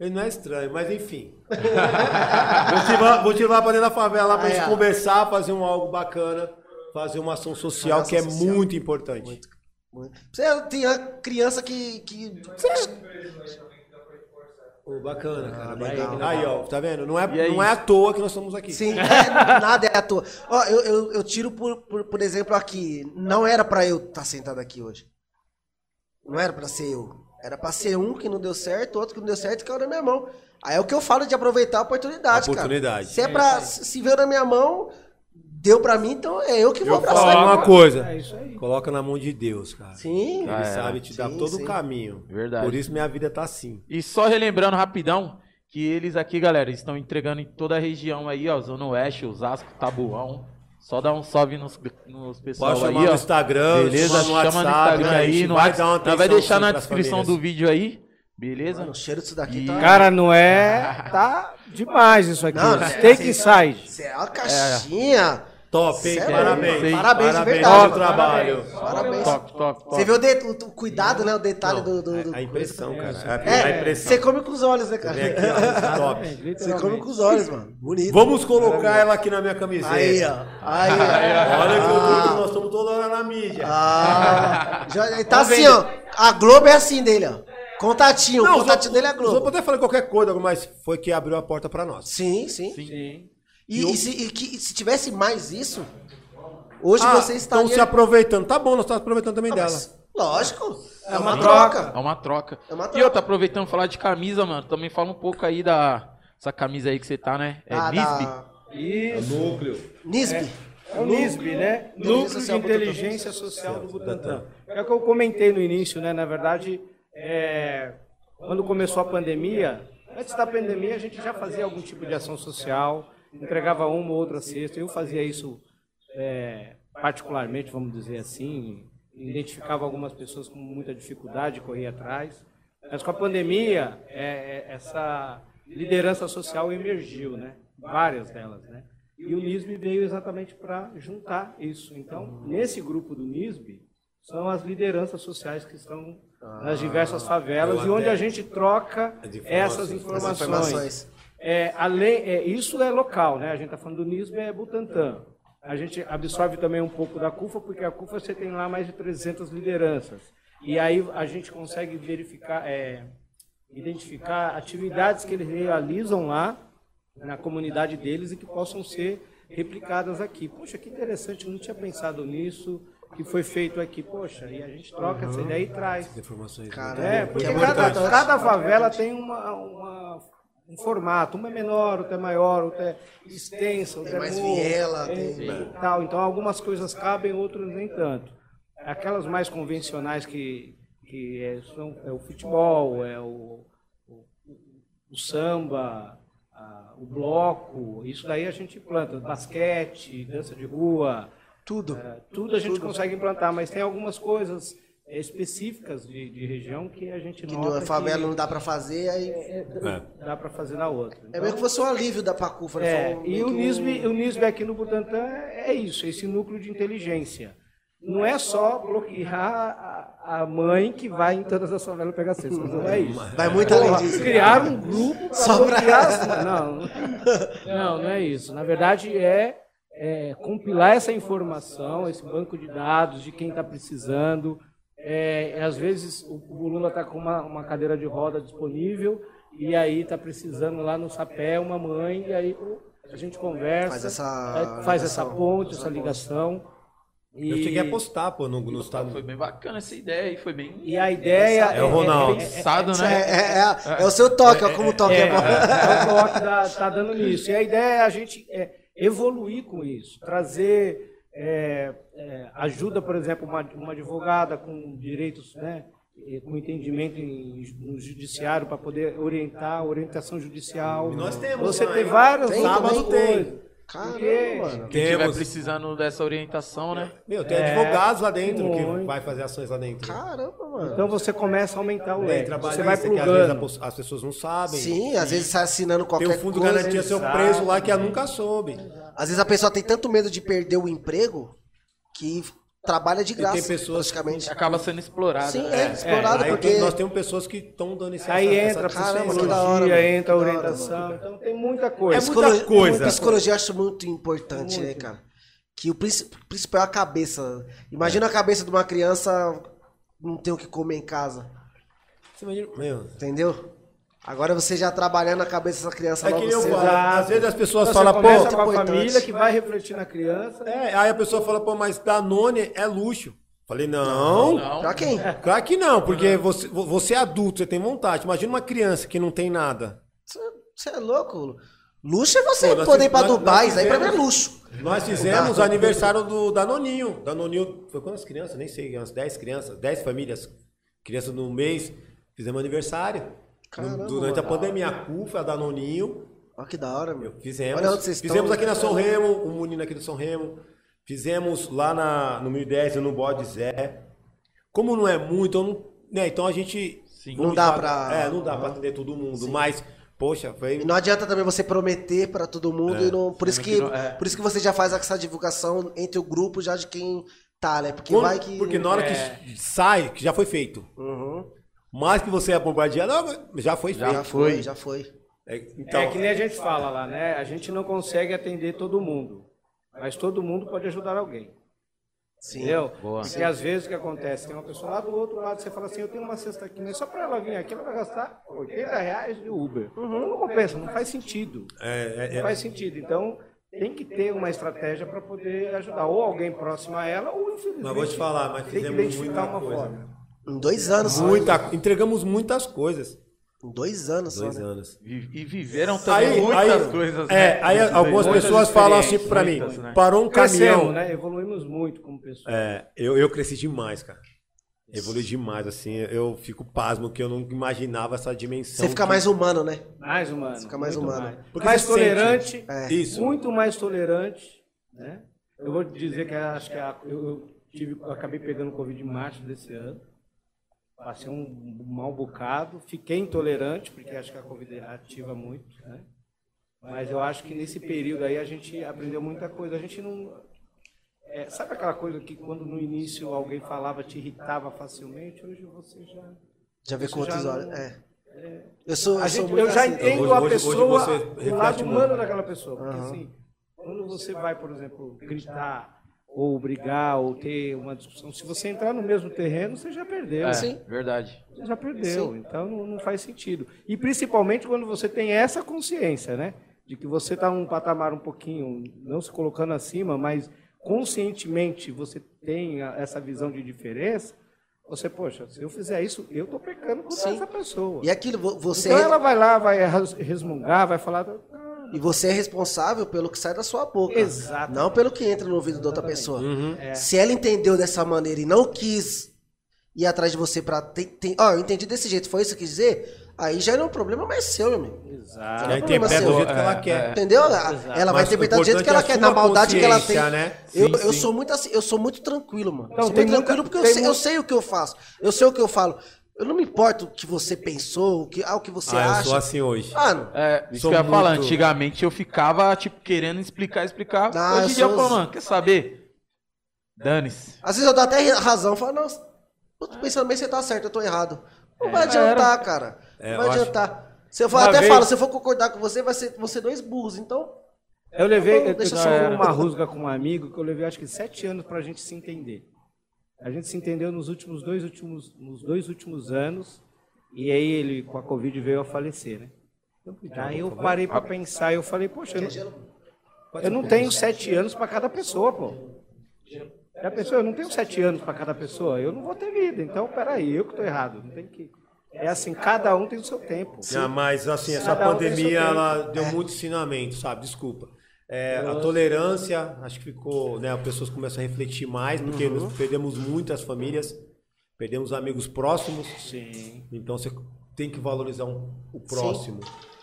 Ele não é estranho, mas enfim. vou, te levar, vou te levar pra dentro da favela lá pra
Ah,
gente
é.
conversar, fazer um algo bacana, fazer uma ação social
Uma ação
que é
social.
muito importante.
Você tem a criança que. que...
Pô, bacana, cara.
legal,
bacana. Ah, Aí, ó, tá vendo? Não é,
é
não é à toa que nós estamos aqui.
Sim, é, nada é à toa. Ó, eu, eu, eu tiro por, por, por exemplo aqui. Não era pra eu estar sentado aqui hoje. Não era pra ser eu. Era pra ser um que não deu certo, outro que não deu certo e caiu na minha mão. Aí é o que eu falo de aproveitar a oportunidade,
Oportunidade.
cara. Se é pra. Se se veio na minha mão, deu pra mim, então é eu que vou
Eu
abraçar.
falo uma coisa.
É isso aí.
Coloca na mão de Deus, cara.
né? Sim.
Ele
Ah, é.
sabe te dar
Sim,
todo
sim.
o caminho.
Verdade.
Por isso minha vida tá assim.
E só relembrando rapidão que eles aqui, galera, estão entregando em toda a região aí, ó, Zona Oeste, Osasco, Tabuão. Só dá um salve nos, nos pessoal
Pode
aí,
chamar no
ó.
Instagram,
Beleza,
chama no WhatsApp.
Instagram
né? A
aí,
gente
no
vai
WhatsApp.
dar uma
Nós vai
atenção,
deixar
sim,
na
pras
descrição
famílias.
do vídio aí, beleza?
Mano, o cheiro disso daqui
E-
tá.
Cara, não é. Tá demais isso aqui.
Não, não é.
Steak inside.
Isso é uma caixinha.
Top, hein?
Cê é
Parabéns.
louco.
Parabéns, de verdade,
pelo
mano.
trabalho.
Parabéns.
Top, top, top.
Você vê o, de- o- o cuidado, né? O detalhe do. do, do-
É. A impressão, cara. A, a
É,
impressão.
você come com os olhos, né, cara?
Vem aqui, ó, top.
Você come com os olhos, mano. Bonito.
Vamos colocar ela aqui na minha
Aí,
camiseta.
ó. Ah. Aí, ó.
Olha que eu curto, nós estamos toda hora na mídia.
Ah, já, ele tá
Vamos
assim,
ver.
ó. A Globo é assim dele, ó. Contatinho. o contatinho
os outros-
dele é a
Os
Globo.
outros podem falar qualquer coisa, mas foi que abriu a porta pra nós.
Sim, sim.
Sim.
E, e se, e que- se tivesse mais isso, hoje
Ah,
você estaria...
Estão se aproveitando. Tá bom, nós estamos aproveitando também
Ah,
dela.
mas Lógico. É,
uma
uma
troca.
troca.
É uma troca.
É uma
E eu
troca.
tô aproveitando falar de camisa, mano. Também fala um pouco aí da essa camisa aí que você tá, né? É
Ah,
Nisbe?
da-
Isso.
Núcleo.
Nisbe.
É o NISB, né? É Núcleo de
Social do
Inteligência Social do Butantan. É o que eu comentei no início, né? Na verdade, é, quando começou a pandemia, antes da pandemia a gente já fazia algum tipo de ação social, entregava uma ou outra cesta. Eu fazia isso é, particularmente, vamos dizer assim, identificava algumas pessoas com muita dificuldade, corria atrás. Mas com a pandemia, é, é, essa liderança social emergiu, né? Várias delas, né? E o NISB veio exatamente para juntar isso. Então, nesse grupo do NISB, são as lideranças sociais que estão nas diversas favelas
Ah, eu
e onde
até-
a gente troca
As informações.
essas
As
informações.
informações.
É, além, é, isso é local, né? A gente está falando do NISB, é Butantan. A gente absorve também um pouco da CUFA, porque a CUFA você tem lá mais de 300 lideranças. E aí a gente consegue verificar, é, identificar atividades que eles realizam lá na comunidade deles e que possam ser replicadas aqui. Poxa, que interessante, eu não tinha pensado nisso, que foi feito aqui. Poxa, e a gente troca essa ideia e traz.
Informações.
Cara,
É,
Que
porque
é
cada,
importante.
cada favela tem uma, uma, um formato. Uma é menor, outra é maior, outra é extensa, outra
Tem
é
mais
morro,
viela,
é
tem-
Sim.
tal. Então algumas coisas cabem, outras nem tanto. Aquelas mais convencionais que, que é, são é o futebol, é o, o- o samba, a- o bloco, isso daí a gente planta, basquete, dança de rua,
Tudo.
é, tudo a gente consegue implantar, mas tem algumas coisas é, específicas de, de região que a gente
Que
nota
na favela
que
não dá pra fazer, aí.
é
dá para fazer na outra. Então,
É meio que fosse um alívio da Pacufa, né? Foi
É,
um-
e
meio
o
que um-
NISB, o NISB aqui no Butantã é isso, esse núcleo de inteligência. Não é só bloquear a, a mãe que vai em todas as favelas pegar cesta, não é isso.
Vai muito
Porra,
além disso.
criar um grupo pra
Só pra-
bloquear as- Não, não, não é isso. Na verdade, é, é compilar essa informação, esse banco de dados de quem está precisando. É, e às vezes o Bulula está com uma, uma cadeira de roda disponível e aí está precisando lá no sapé uma mãe e aí pô, a gente conversa,
Faz essa
é, faz essa
ligação,
ponte,
essa
essa ligação. E,
Eu cheguei a postar, pô, no, no estado.
Foi bem bacana essa ideia e foi bem
e a ideia
É o Ronaldo.
pensado,
É,
né?
é, é- é o seu toque, ó, como o toque é,
É,
bom.
é o coloque da, tá dando nisso. E a ideia é a gente é, evoluir com isso, trazer é, é, ajuda, por exemplo, uma, uma advogada com direitos, né, e com entendimento em- no judiciário para poder orientar, orientação judicial.
E nós temos
Você
lá,
tem
hein?
várias
Tem
outras
também?
coisas.
Tem.
Porque-
Caramba, mano.
Quem estiver
Temos.
precisando dessa orientação, né?
Meu, tem
É,
advogados lá dentro que
muito.
vai fazer ações lá dentro.
Caramba, mano.
Então você começa a aumentar o
Lei
leque. É, Você vai
trabalhista, que às vezes a
plugando.
pos- as pessoas não sabem.
Sim, às vezes sai assinando
Tá Tem
qualquer
o fundo
coisa.
garantia seu
Exato.
preso lá que ela nunca soube.
Às vezes a pessoa tem tanto medo de perder o emprego que trabalha de graça,
tem pessoas-
praticamente.
Acaba sendo explorado.
Sim,
né?
é, explorado
Aí
porque...
tem- nós temos pessoas que estão dando esse
Aí
essa-
entra a
essa
Caramba, que
consciência.
da hora,
psicologia,
mano.
entra a
Que da hora,
orientação. Então tem muita
é
coisa.
muita
Psicolo-
coisa.
Psicologia eu acho muito importante, né, cara? Que o princi- principal é a cabeça. Imagina a cabeça de uma criança não ter o que comer em casa,
Você imagina- Meu, é
entendeu? Agora você já trabalhando a cabeça dessa criança
É
logo
que nem eu
cedo.
falo, às vezes as pessoas
Você
falam,
começa
pô.
com a
importante.
família que vai refletir na criança.
É, aí a pessoa fala, pô, mas Danone é luxo. Falei, não.
Não.
Pra quem?
é.
Claro que não, porque você, vo- você é adulto, você tem vontade. Imagina uma criança que não tem nada.
Você é louco? Luxo é você
Pô, nós
poder ir pra
nós-
Dubai,
nós
isso aí pra mim é
fizemos-
luxo.
Nós fizemos o aniversário do Danoninho. Danoninho, foi quantas crianças? Nem sei, umas 10 crianças, 10 famílias, crianças no mês. Fizemos aniversário.
Caramba,
No- durante a
mano.
pandemia, a CUFA, a Danoninho.
Olha que da hora, meu.
Fizemos.
Olha onde vocês
fizemos
estão. né?
aqui na São Remo, um menino aqui do São Remo. Fizemos lá na, no 1010, no Bode Zé. Como não é muito, eu não- né, então a gente.
Sim.
vamos
Não dá
falar-
pra-
É, não dá pra atender todo mundo, mas, poxa, foi.
E não adianta também você prometer pra todo mundo e não, por isso
Sendo
que,
que não- é.
por isso que você já faz essa divulgação entre o grupo já de quem tá, né? Porque
Quando-
vai que
Porque na hora que sai, que já foi feito.
Uhum.
Mais que você é bombardeado, não, já foi
Já
feito.
Já foi,
foi.
já foi.
É, então,
é que nem a gente fala lá, né? A gente não consegue atender todo mundo, mas todo mundo pode ajudar alguém.
Sim.
Entendeu?
Boa.
Porque às vezes o que acontece? Tem uma pessoa lá do outro lado, você fala assim, eu tenho uma cesta aqui, mas só para ela vir aqui, ela vai gastar 80 reais de Uber. Então Não compensa, não faz sentido.
é, é,
Não faz sentido. Então, tem que ter uma estratégia para poder ajudar ou alguém próximo a ela, ou infelizmente.
Mas vou te falar, mas
tem que
fizemos
identificar
muita
uma
coisa.
forma.
Em dois anos, só, né?
muita, entregamos muitas coisas.
Em dois anos,
Dois
só, né?
anos.
Vi- E viveram também muitas coisas.
é,
né?
aí
Muitas
algumas
coisas.
pessoas falam assim pra mim,
muitas, né?
parou um caminhão.
Crescemos, né? Evoluímos muito como pessoa.
É, eu, eu cresci demais, cara. Evolui demais, assim, eu fico pasmo que eu não imaginava essa dimensão.
Você fica mais humano, né?
Mais humano.
Fica mais
muito
humano.
Porque
mais
você sente.
tolerante.
É.
Isso.
muito mais tolerante, né? Eu vou te dizer que acho que a- eu, eu tive, eu acabei pegando Covid em março desse ano, passei um mau bocado, fiquei intolerante porque acho que a Covid ativa muito, né? Mas eu acho que nesse período aí a gente aprendeu muita coisa. A gente não é, sabe aquela coisa que quando no início alguém falava te irritava facilmente, hoje você já
Já vê
Isso
com outros
já
olhos.
não-
É. Eu sou,
a
eu sou
gente,
muito
eu já
assim.
Hoje-
entendo
tá então, hoje-
a
hoje
pessoa,
você
o
reflete
lado
muito.
humano daquela pessoa. Porque assim, quando você vai, por exemplo, gritar ou brigar ou ter uma discussão, se você entrar no mesmo terreno, você já perdeu.
É,
Sim.
verdade.
Você já perdeu. Então não, não faz sentido. E principalmente quando você tem essa consciência, né? De que você está num patamar um pouquinho, não se colocando acima, mas conscientemente você tem a- essa visão de diferença, Você, poxa, se eu fizer isso, eu estou pecando contra
Sim.
essa pessoa.
E aquilo, vo- você,
Então ela vai lá, vai ras- resmungar, vai falar. "Ah,
e você é responsável pelo que sai da sua boca.
Exato.
Não pelo que entra no ouvido da outra pessoa.
Uhum.
É.
Se ela entendeu dessa maneira e não quis ir atrás de você pra. Ó, eu entendi desse jeito, foi isso que eu quis dizer? Aí já não é um problema mais seu, meu amigo.
Exato.
Ela
é um
interpreta
problema
do jeito
seu.
que ela
é.
quer.
Entendeu? Ela- Ela vai
É. Mas
interpretar do jeito que
o
ela
importante
quer,
é a
na
sua
maldade que ela tem.
consciência, né?
Eu,
Sim,
eu
sim.
sou muito assim, eu sou muito tranquilo, mano.
Então,
sou
tem
muito
muita-
tranquilo porque eu
tem
sei,
mu-
eu sei o que eu faço. Eu sei o que eu falo. Eu não me importo o que você pensou, o que, ah, o que você
Ah, eu
acha.
sou assim hoje.
Mano,
É, isso
Sou
que eu ia falar,
muito-
antigamente eu ficava, tipo, querendo explicar, explicar.
Ah,
Hoje em
eu
dia eu
sou-
falo, mano, quer saber? Dane-se.
às vezes eu dou até razão, eu falo, nossa, eu tô pensando bem, você tá certo, eu tô errado.
É.
Não vai
já era.
adiantar, cara.
É,
não vai
eu acho-
adiantar. Se eu for,
Uma
até
vez-
falo, se eu for concordar com você, vai ser você dois burros, então.
Eu levei, eu,
Deixa
eu
só
era
um.
uma rusga com um amigo que eu levei acho que sete anos para a gente se entender. A gente se entendeu nos últimos dois últimos, nos dois últimos anos e aí ele com a Covid veio a falecer, né? Aí eu parei para pensar e eu falei, poxa, eu não, eu não tenho sete anos para cada pessoa, pô. Já pensou? Eu não tenho sete anos para cada pessoa, eu não vou ter vida. Então, peraí, eu que estou errado, não tem que. É assim, cada um tem o seu tempo.
Não, mas assim, essa
Cada um tem
pandemia
seu tempo.
ela
É.
deu muito ensinamento, sabe? Desculpa. É, a tolerância, acho que ficou, né? As pessoas começam a refletir mais, porque
Uhum.
nós perdemos muitas famílias, perdemos amigos próximos.
Sim.
Então você tem que valorizar um- o próximo.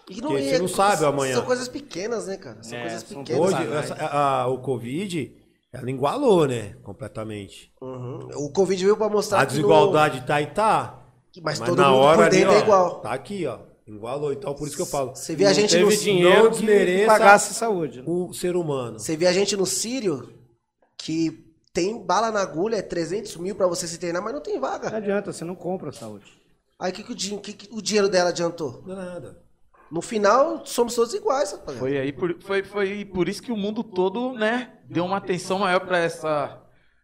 E
Porque
e
você não sabe amanhã.
São coisas pequenas, né, cara? São
É,
coisas
são
pequenas.
Hoje,
sabe,
essa- a- a- o Covid, ela igualou, né? Completamente.
Uhum. O Covid veio pra mostrar
A
que no-
desigualdade tá e tá.
que- Mas, todo mundo por
ali,
dentro
ó,
é igual.
tá aqui, ó. Igualou. Então, por isso que eu falo.
Você vê a gente
Teve
no,
dinheiro que- que
desmereça-
pagasse saúde. né?
O ser humano.
Você vê a gente no Sírio que tem bala na agulha, é 300 mil pra você se treinar, mas não tem
Não
vaga.
adianta, você não compra saúde.
Aí o que, que o, din- que que o dinheiro dela adiantou?
Não é nada.
No final, somos todos iguais, rapaziada.
Foi aí por, foi, foi por isso que o mundo todo, né, deu uma atenção maior pra essa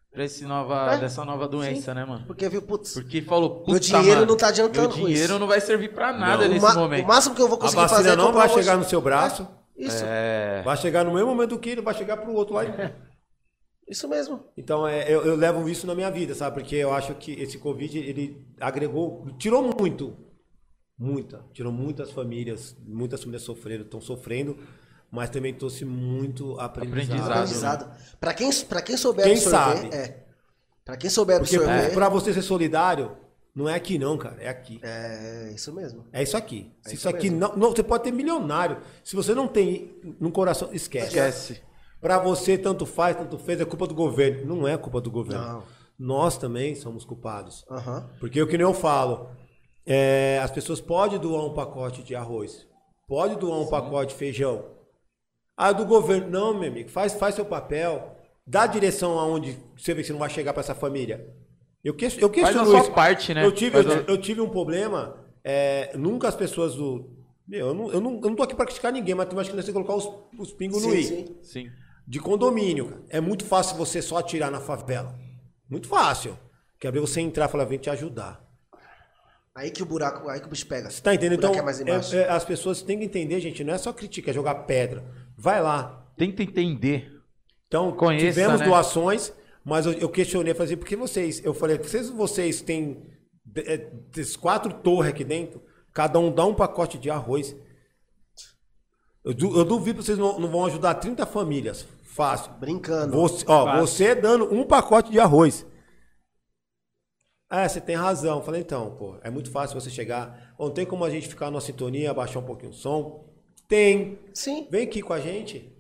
pra esse nova
É,
dessa nova doença, né, mano?
Porque viu, putz,
Porque falou,
meu
puta,
dinheiro
mano,
não tá adiantando
meu
com
dinheiro
isso.
não vai servir pra nada
Não.
nesse
o, ma-
momento.
o máximo que eu vou
A
conseguir fazer
vacina
é
não
comprar
vai
hoje.
chegar no seu braço.
Isso,
É,
Vai chegar no mesmo momento que ele, vai chegar pro outro lá. e-
isso mesmo.
Então, é, eu, eu levo isso na minha vida, sabe? Porque eu acho que esse Covid, ele agregou, tirou muito. Muita. Tirou muitas famílias. Muitas famílias sofreram, estão sofrendo. Mas também trouxe muito aprendizado.
Aprendizado,
Aprendizado. né? Pra quem, pra quem souber
Tá, Quem
absorver,
sabe?
é. Pra quem souber
Porque
absorver,
pra você ser solidário, não é aqui não, cara. É aqui.
é isso mesmo.
É isso aqui. Se isso aqui não, não, você pode ter milionário. Se você não tem no coração, esquece.
esquece.
Pra você tanto faz, tanto fez, é culpa do governo. Não é culpa do governo.
Não.
Nós também somos culpados.
Aham.
Porque o que nem eu falo, é, as pessoas podem doar um pacote de arroz, pode doar um pacote de feijão. Ah, do governo, não, meu amigo, faz, faz seu papel, dá direção aonde você vê que você não vai chegar para essa família. Eu, que, eu
a
questiono
sua
isso.
parte, né?
Eu tive, eu,
Faz a-
ti- eu tive um problema, é, nunca as pessoas do... Meu, eu não, eu, não, eu não tô aqui para criticar ninguém, mas tem uma chance de colocar os, os pingos no
Sim,
i
sim.
Sim.
de condomínio. cara. É muito fácil você só atirar na favela. Muito fácil. Quer ver você entrar e falar, vem te ajudar.
Aí que o buraco, aí que o bicho pega.
Você tá entendendo?
O buraco
Então,
é mais embaixo.
é- é, as pessoas têm que entender, gente, não é só criticar, é jogar pedra. Vai lá.
Tenta entender.
Então,
Conheça,
tivemos
né?
doações, mas eu, eu questionei, falei assim, por que vocês? Eu falei, vocês, vocês têm de- é, dessas quatro torres aqui dentro, cada um dá um pacote de arroz. Eu, du- eu duvido que vocês não, não vão ajudar 30 famílias. Fácil.
Brincando.
Você, ó,
Fácil.
você dando um pacote de arroz. É, você tem razão. Eu Falei, então, pô, é muito fácil você chegar. Não tem como a gente ficar na sintonia, abaixar um pouquinho o som? Tem.
Sim.
Vem aqui com a gente.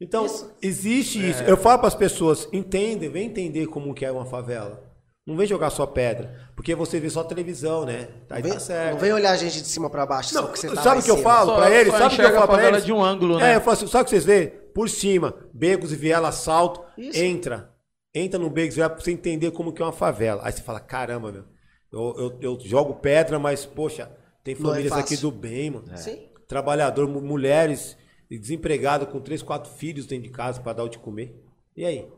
Então,
Isso.
existe isso. Eu falo para as pessoas, entendem, vem entender como que é uma favela. Não vem jogar só pedra, porque você vê só televisão, né? Aí
Vem-
tá certo.
não vem olhar a gente de cima pra baixo.
Não,
só porque você tá lá
sabe
em
o que eu
cima.
falo
Só-
pra eles?
só
Sabe o que eu
enxerga
falo
a
pra
favela
eles?
de um ângulo, né?
É, eu falo assim, sabe o que vocês vê? Por cima, becos e viela, assalto,
Isso.
entra. Entra no becos e viela pra você entender como que é uma favela. Aí você fala, caramba, meu, eu, eu, eu jogo pedra, mas, poxa, tem
Não é
famílias aqui
fácil. É.
do bem, mano.
Sim.
Trabalhador, mu- mulheres desempregadas com três, quatro filhos dentro de casa pra dar o de comer. E aí?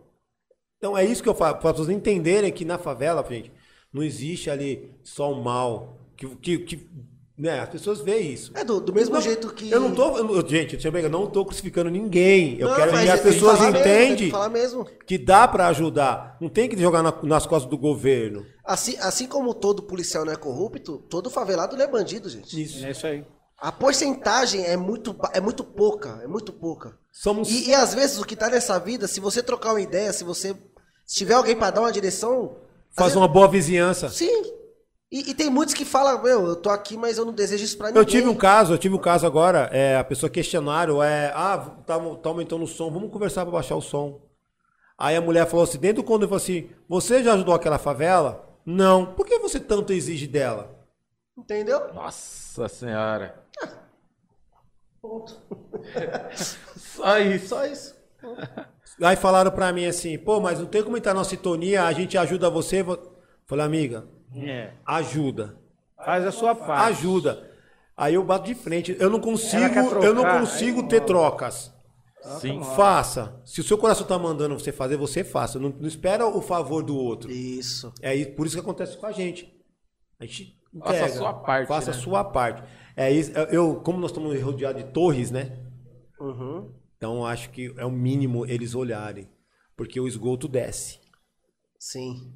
Então é isso que eu falo, para as pessoas entenderem que na favela, gente, não existe ali só o mal. Que, que, que Né? As pessoas veem isso.
É do, do mesmo
Não,
jeito que.
Eu não tô. eu não- gente, deixa eu ver, eu não tô crucificando ninguém. Eu
Não,
quero
mas
que as
tem que
pessoas
falar mesmo, tem que
entendem
falar mesmo.
que dá pra ajudar. Não tem que jogar na- nas costas do governo.
Assim, assim como todo policial não é corrupto, todo favelado não é bandido, gente.
Isso.
É isso aí.
A porcentagem é muito, ba- é muito pouca, é muito pouca.
Somos.
E, e às vezes o que tá nessa vida, se você trocar uma ideia, se você. Se tiver alguém pra dar uma direção. às
Faz uma boa vizinhança.
vezes- Sim. E, e tem muitos que falam, meu, eu tô aqui, mas eu não desejo isso pra ninguém.
Eu tive um caso, eu tive um caso agora, é, a pessoa questionaram, é, ah, tá, tá aumentando o som, vamos conversar pra baixar o som. Aí a mulher falou assim, dentro do condomínio, falou assim, você já ajudou aquela favela? Não. Por que você tanto exige dela?
Entendeu?
Nossa senhora.
Ponto.
Só isso, só isso.
Aí falaram pra mim assim, pô, mas não tem como entrar na sintonia, a gente ajuda você. vo- Falei, amiga,
É.
ajuda.
Faz a sua parte.
Ajuda. Aí eu bato de frente. Eu não consigo,
quer trocar,
eu não
aí
consigo
não
ter
rola.
trocas.
Sim.
Faça. Se o seu coração tá mandando você fazer, você faça. Não, não espera o favor do outro.
Isso.
É isso- por isso que acontece com a gente. A gente
Faça a
entrega,
sua parte,
Faça a
né?
sua parte. É isso. eu- Eu, como nós estamos rodeados de torres, né?
Uhum.
Então acho que é o mínimo eles olharem, porque o esgoto desce.
Sim.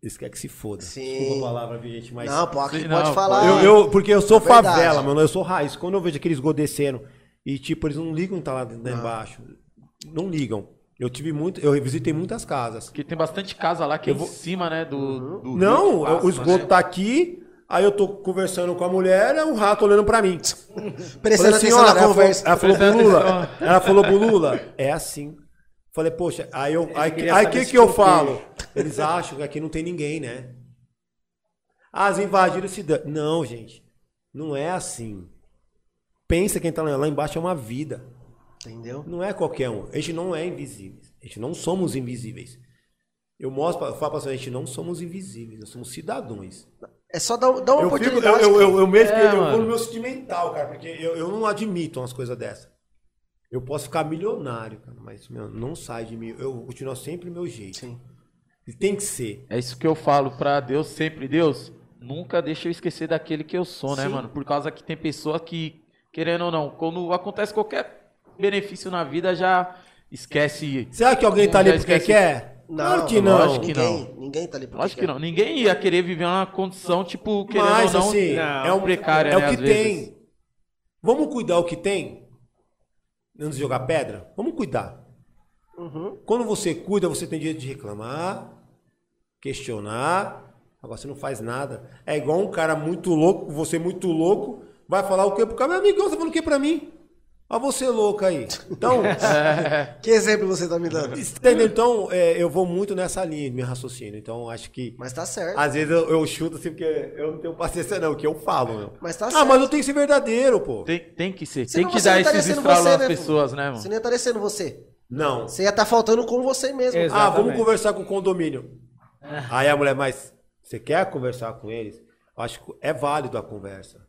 Eles querem que se foda.
Sim.
Desculpa a palavra, gente, mas
não, pô, aqui
Sim,
pode
não,
falar.
eu, eu- porque eu sou
Verdade.
favela, mano. Eu sou raiz. Quando eu vejo aqueles esgoto descendo e tipo eles não ligam que tá lá dentro- lá embaixo, não ligam. Eu tive muito, eu visitei muitas casas.
Porque tem bastante casa lá que é em cima, né? Do, do rio
Uhum. Não,
que passa,
o esgoto
né?
tá aqui, aí eu tô conversando com a mulher, é um rato olhando pra mim.
Prestando
Falei assim,
atenção
olha,
na
ela
conversa.
Falou, ela falou pro
Prestando
Lula,
atenção.
ela falou pro Lula, é assim. Falei, poxa, aí eu, aí,
queria
aí
saber
que
se
que eu
tem
falo? Eles acham que aqui não tem ninguém, né? Ah, as invadiram se dan... Não, gente, não é assim. Pensa quem tá lá lá embaixo é uma vida.
Entendeu?
Não é qualquer um. A gente não é invisível. A gente não somos invisíveis. Eu mostro, pra- eu falo pra você, a gente não somos invisíveis, nós somos cidadãos.
É só dar, dar uma
Eu, fico, eu,
oportunidade.
eu, eu, eu mesmo
É,
que eu vou
mano.
no meu sentimental, cara, porque eu, eu não admito umas coisas dessas. Eu posso ficar milionário, cara, mas meu, não sai de mim. Eu continuo sempre o meu jeito.
Sim.
E tem que ser.
É isso que eu falo pra Deus sempre, Deus, nunca deixa eu esquecer daquele que eu sou, né,
Sim.
mano? Por causa que tem pessoa que, querendo ou não, quando acontece qualquer benefício na vida, já esquece.
Será que alguém tá ali
Já
porque
esquece.
quer?
Não,
claro que não.
lógico que
ninguém,
não.
Ninguém tá ali pra
Lógico que não. Ninguém ia querer viver uma condição, tipo, querendo
Mas
ou não,
assim,
não,
é um
precária, né,
É o que
às
tem.
vezes.
Vamos cuidar o que tem. Antes de jogar pedra, vamos cuidar. Quando você cuida, você tem direito de reclamar, questionar. Agora você não faz nada. É igual um cara muito louco, você muito louco, vai falar o que pro cara, meu amigão, você tá falando o que pra mim? Olha você louco aí. Então,
É,
Que exemplo você tá me dando?
entendeu? Então, é, eu vou muito nessa linha de meu raciocínio. Então, acho que.
Mas tá certo.
Às vezes eu, eu chuto assim, porque eu não tenho paciência, não, o que eu falo, meu.
Mas tá
Ah,
certo.
mas eu tenho que ser verdadeiro, pô.
Tem, tem que ser.
Senão
tem que
você
dar
não estaria
esses
sendo
estralos
você,
às
né,
pessoas, né,
Você
mano?
nem ia estar descendo você.
Não.
Você ia estar faltando com você mesmo.
Exato.
Ah, vamos
Exatamente.
Ah, conversar com o condomínio. Aí a mulher, mas você quer conversar com eles? Acho que é válido a conversa.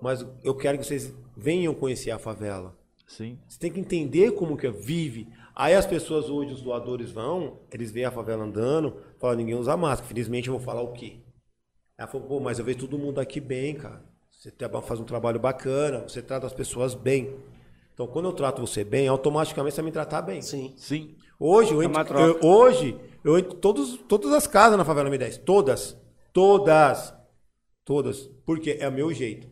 Mas eu quero que vocês venham conhecer a favela.
Sim.
Você tem que entender como que é, vive. Aí as pessoas hoje, os doadores vão, eles veem a favela andando, falam, ninguém usa máscara. Felizmente eu vou falar o quê? Ela falou, pô, mas eu vejo todo mundo aqui bem, cara. Você traba- faz um trabalho bacana, você trata as pessoas bem. Então, quando eu trato você bem, automaticamente você vai me tratar bem.
Sim.
Sim.
Hoje, eu
É
entro,
uma troca.
eu- hoje, eu entro todos, todas as casas na favela M10. Todas. Todas. Todas. Porque é o meu jeito.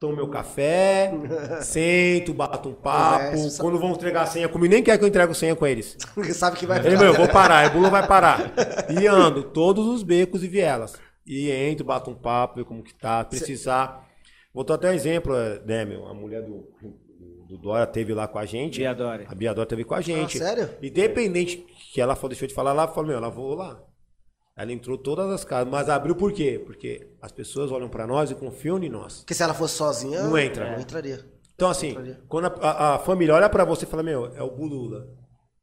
Tomo meu café, sento, bato um papo.
Conversa.
Quando vão entregar a senha comigo, nem quer que eu entregue senha com eles.
Porque sabe que vai
Ei, meu, eu vou parar, a Bula vai parar. E ando todos os becos e vielas. E entro, bato um papo, ver como que tá, precisar. Vou dar até um exemplo, eh, né, meu? A mulher do, do, do Dória teve lá com a gente.
Bia Dória.
A Bia Dória teve com a gente.
Ah, sério?
Independente que ela falou, deixou de falar, ela falou, meu, ela vou lá. Ela entrou todas as casas, mas abriu por quê? Porque as pessoas olham pra nós e confiam em nós.
Porque se ela fosse sozinha,
Não entra.
Não entraria.
Então, assim, quando a, a- a família olha pra você e fala, meu, é o Bulula.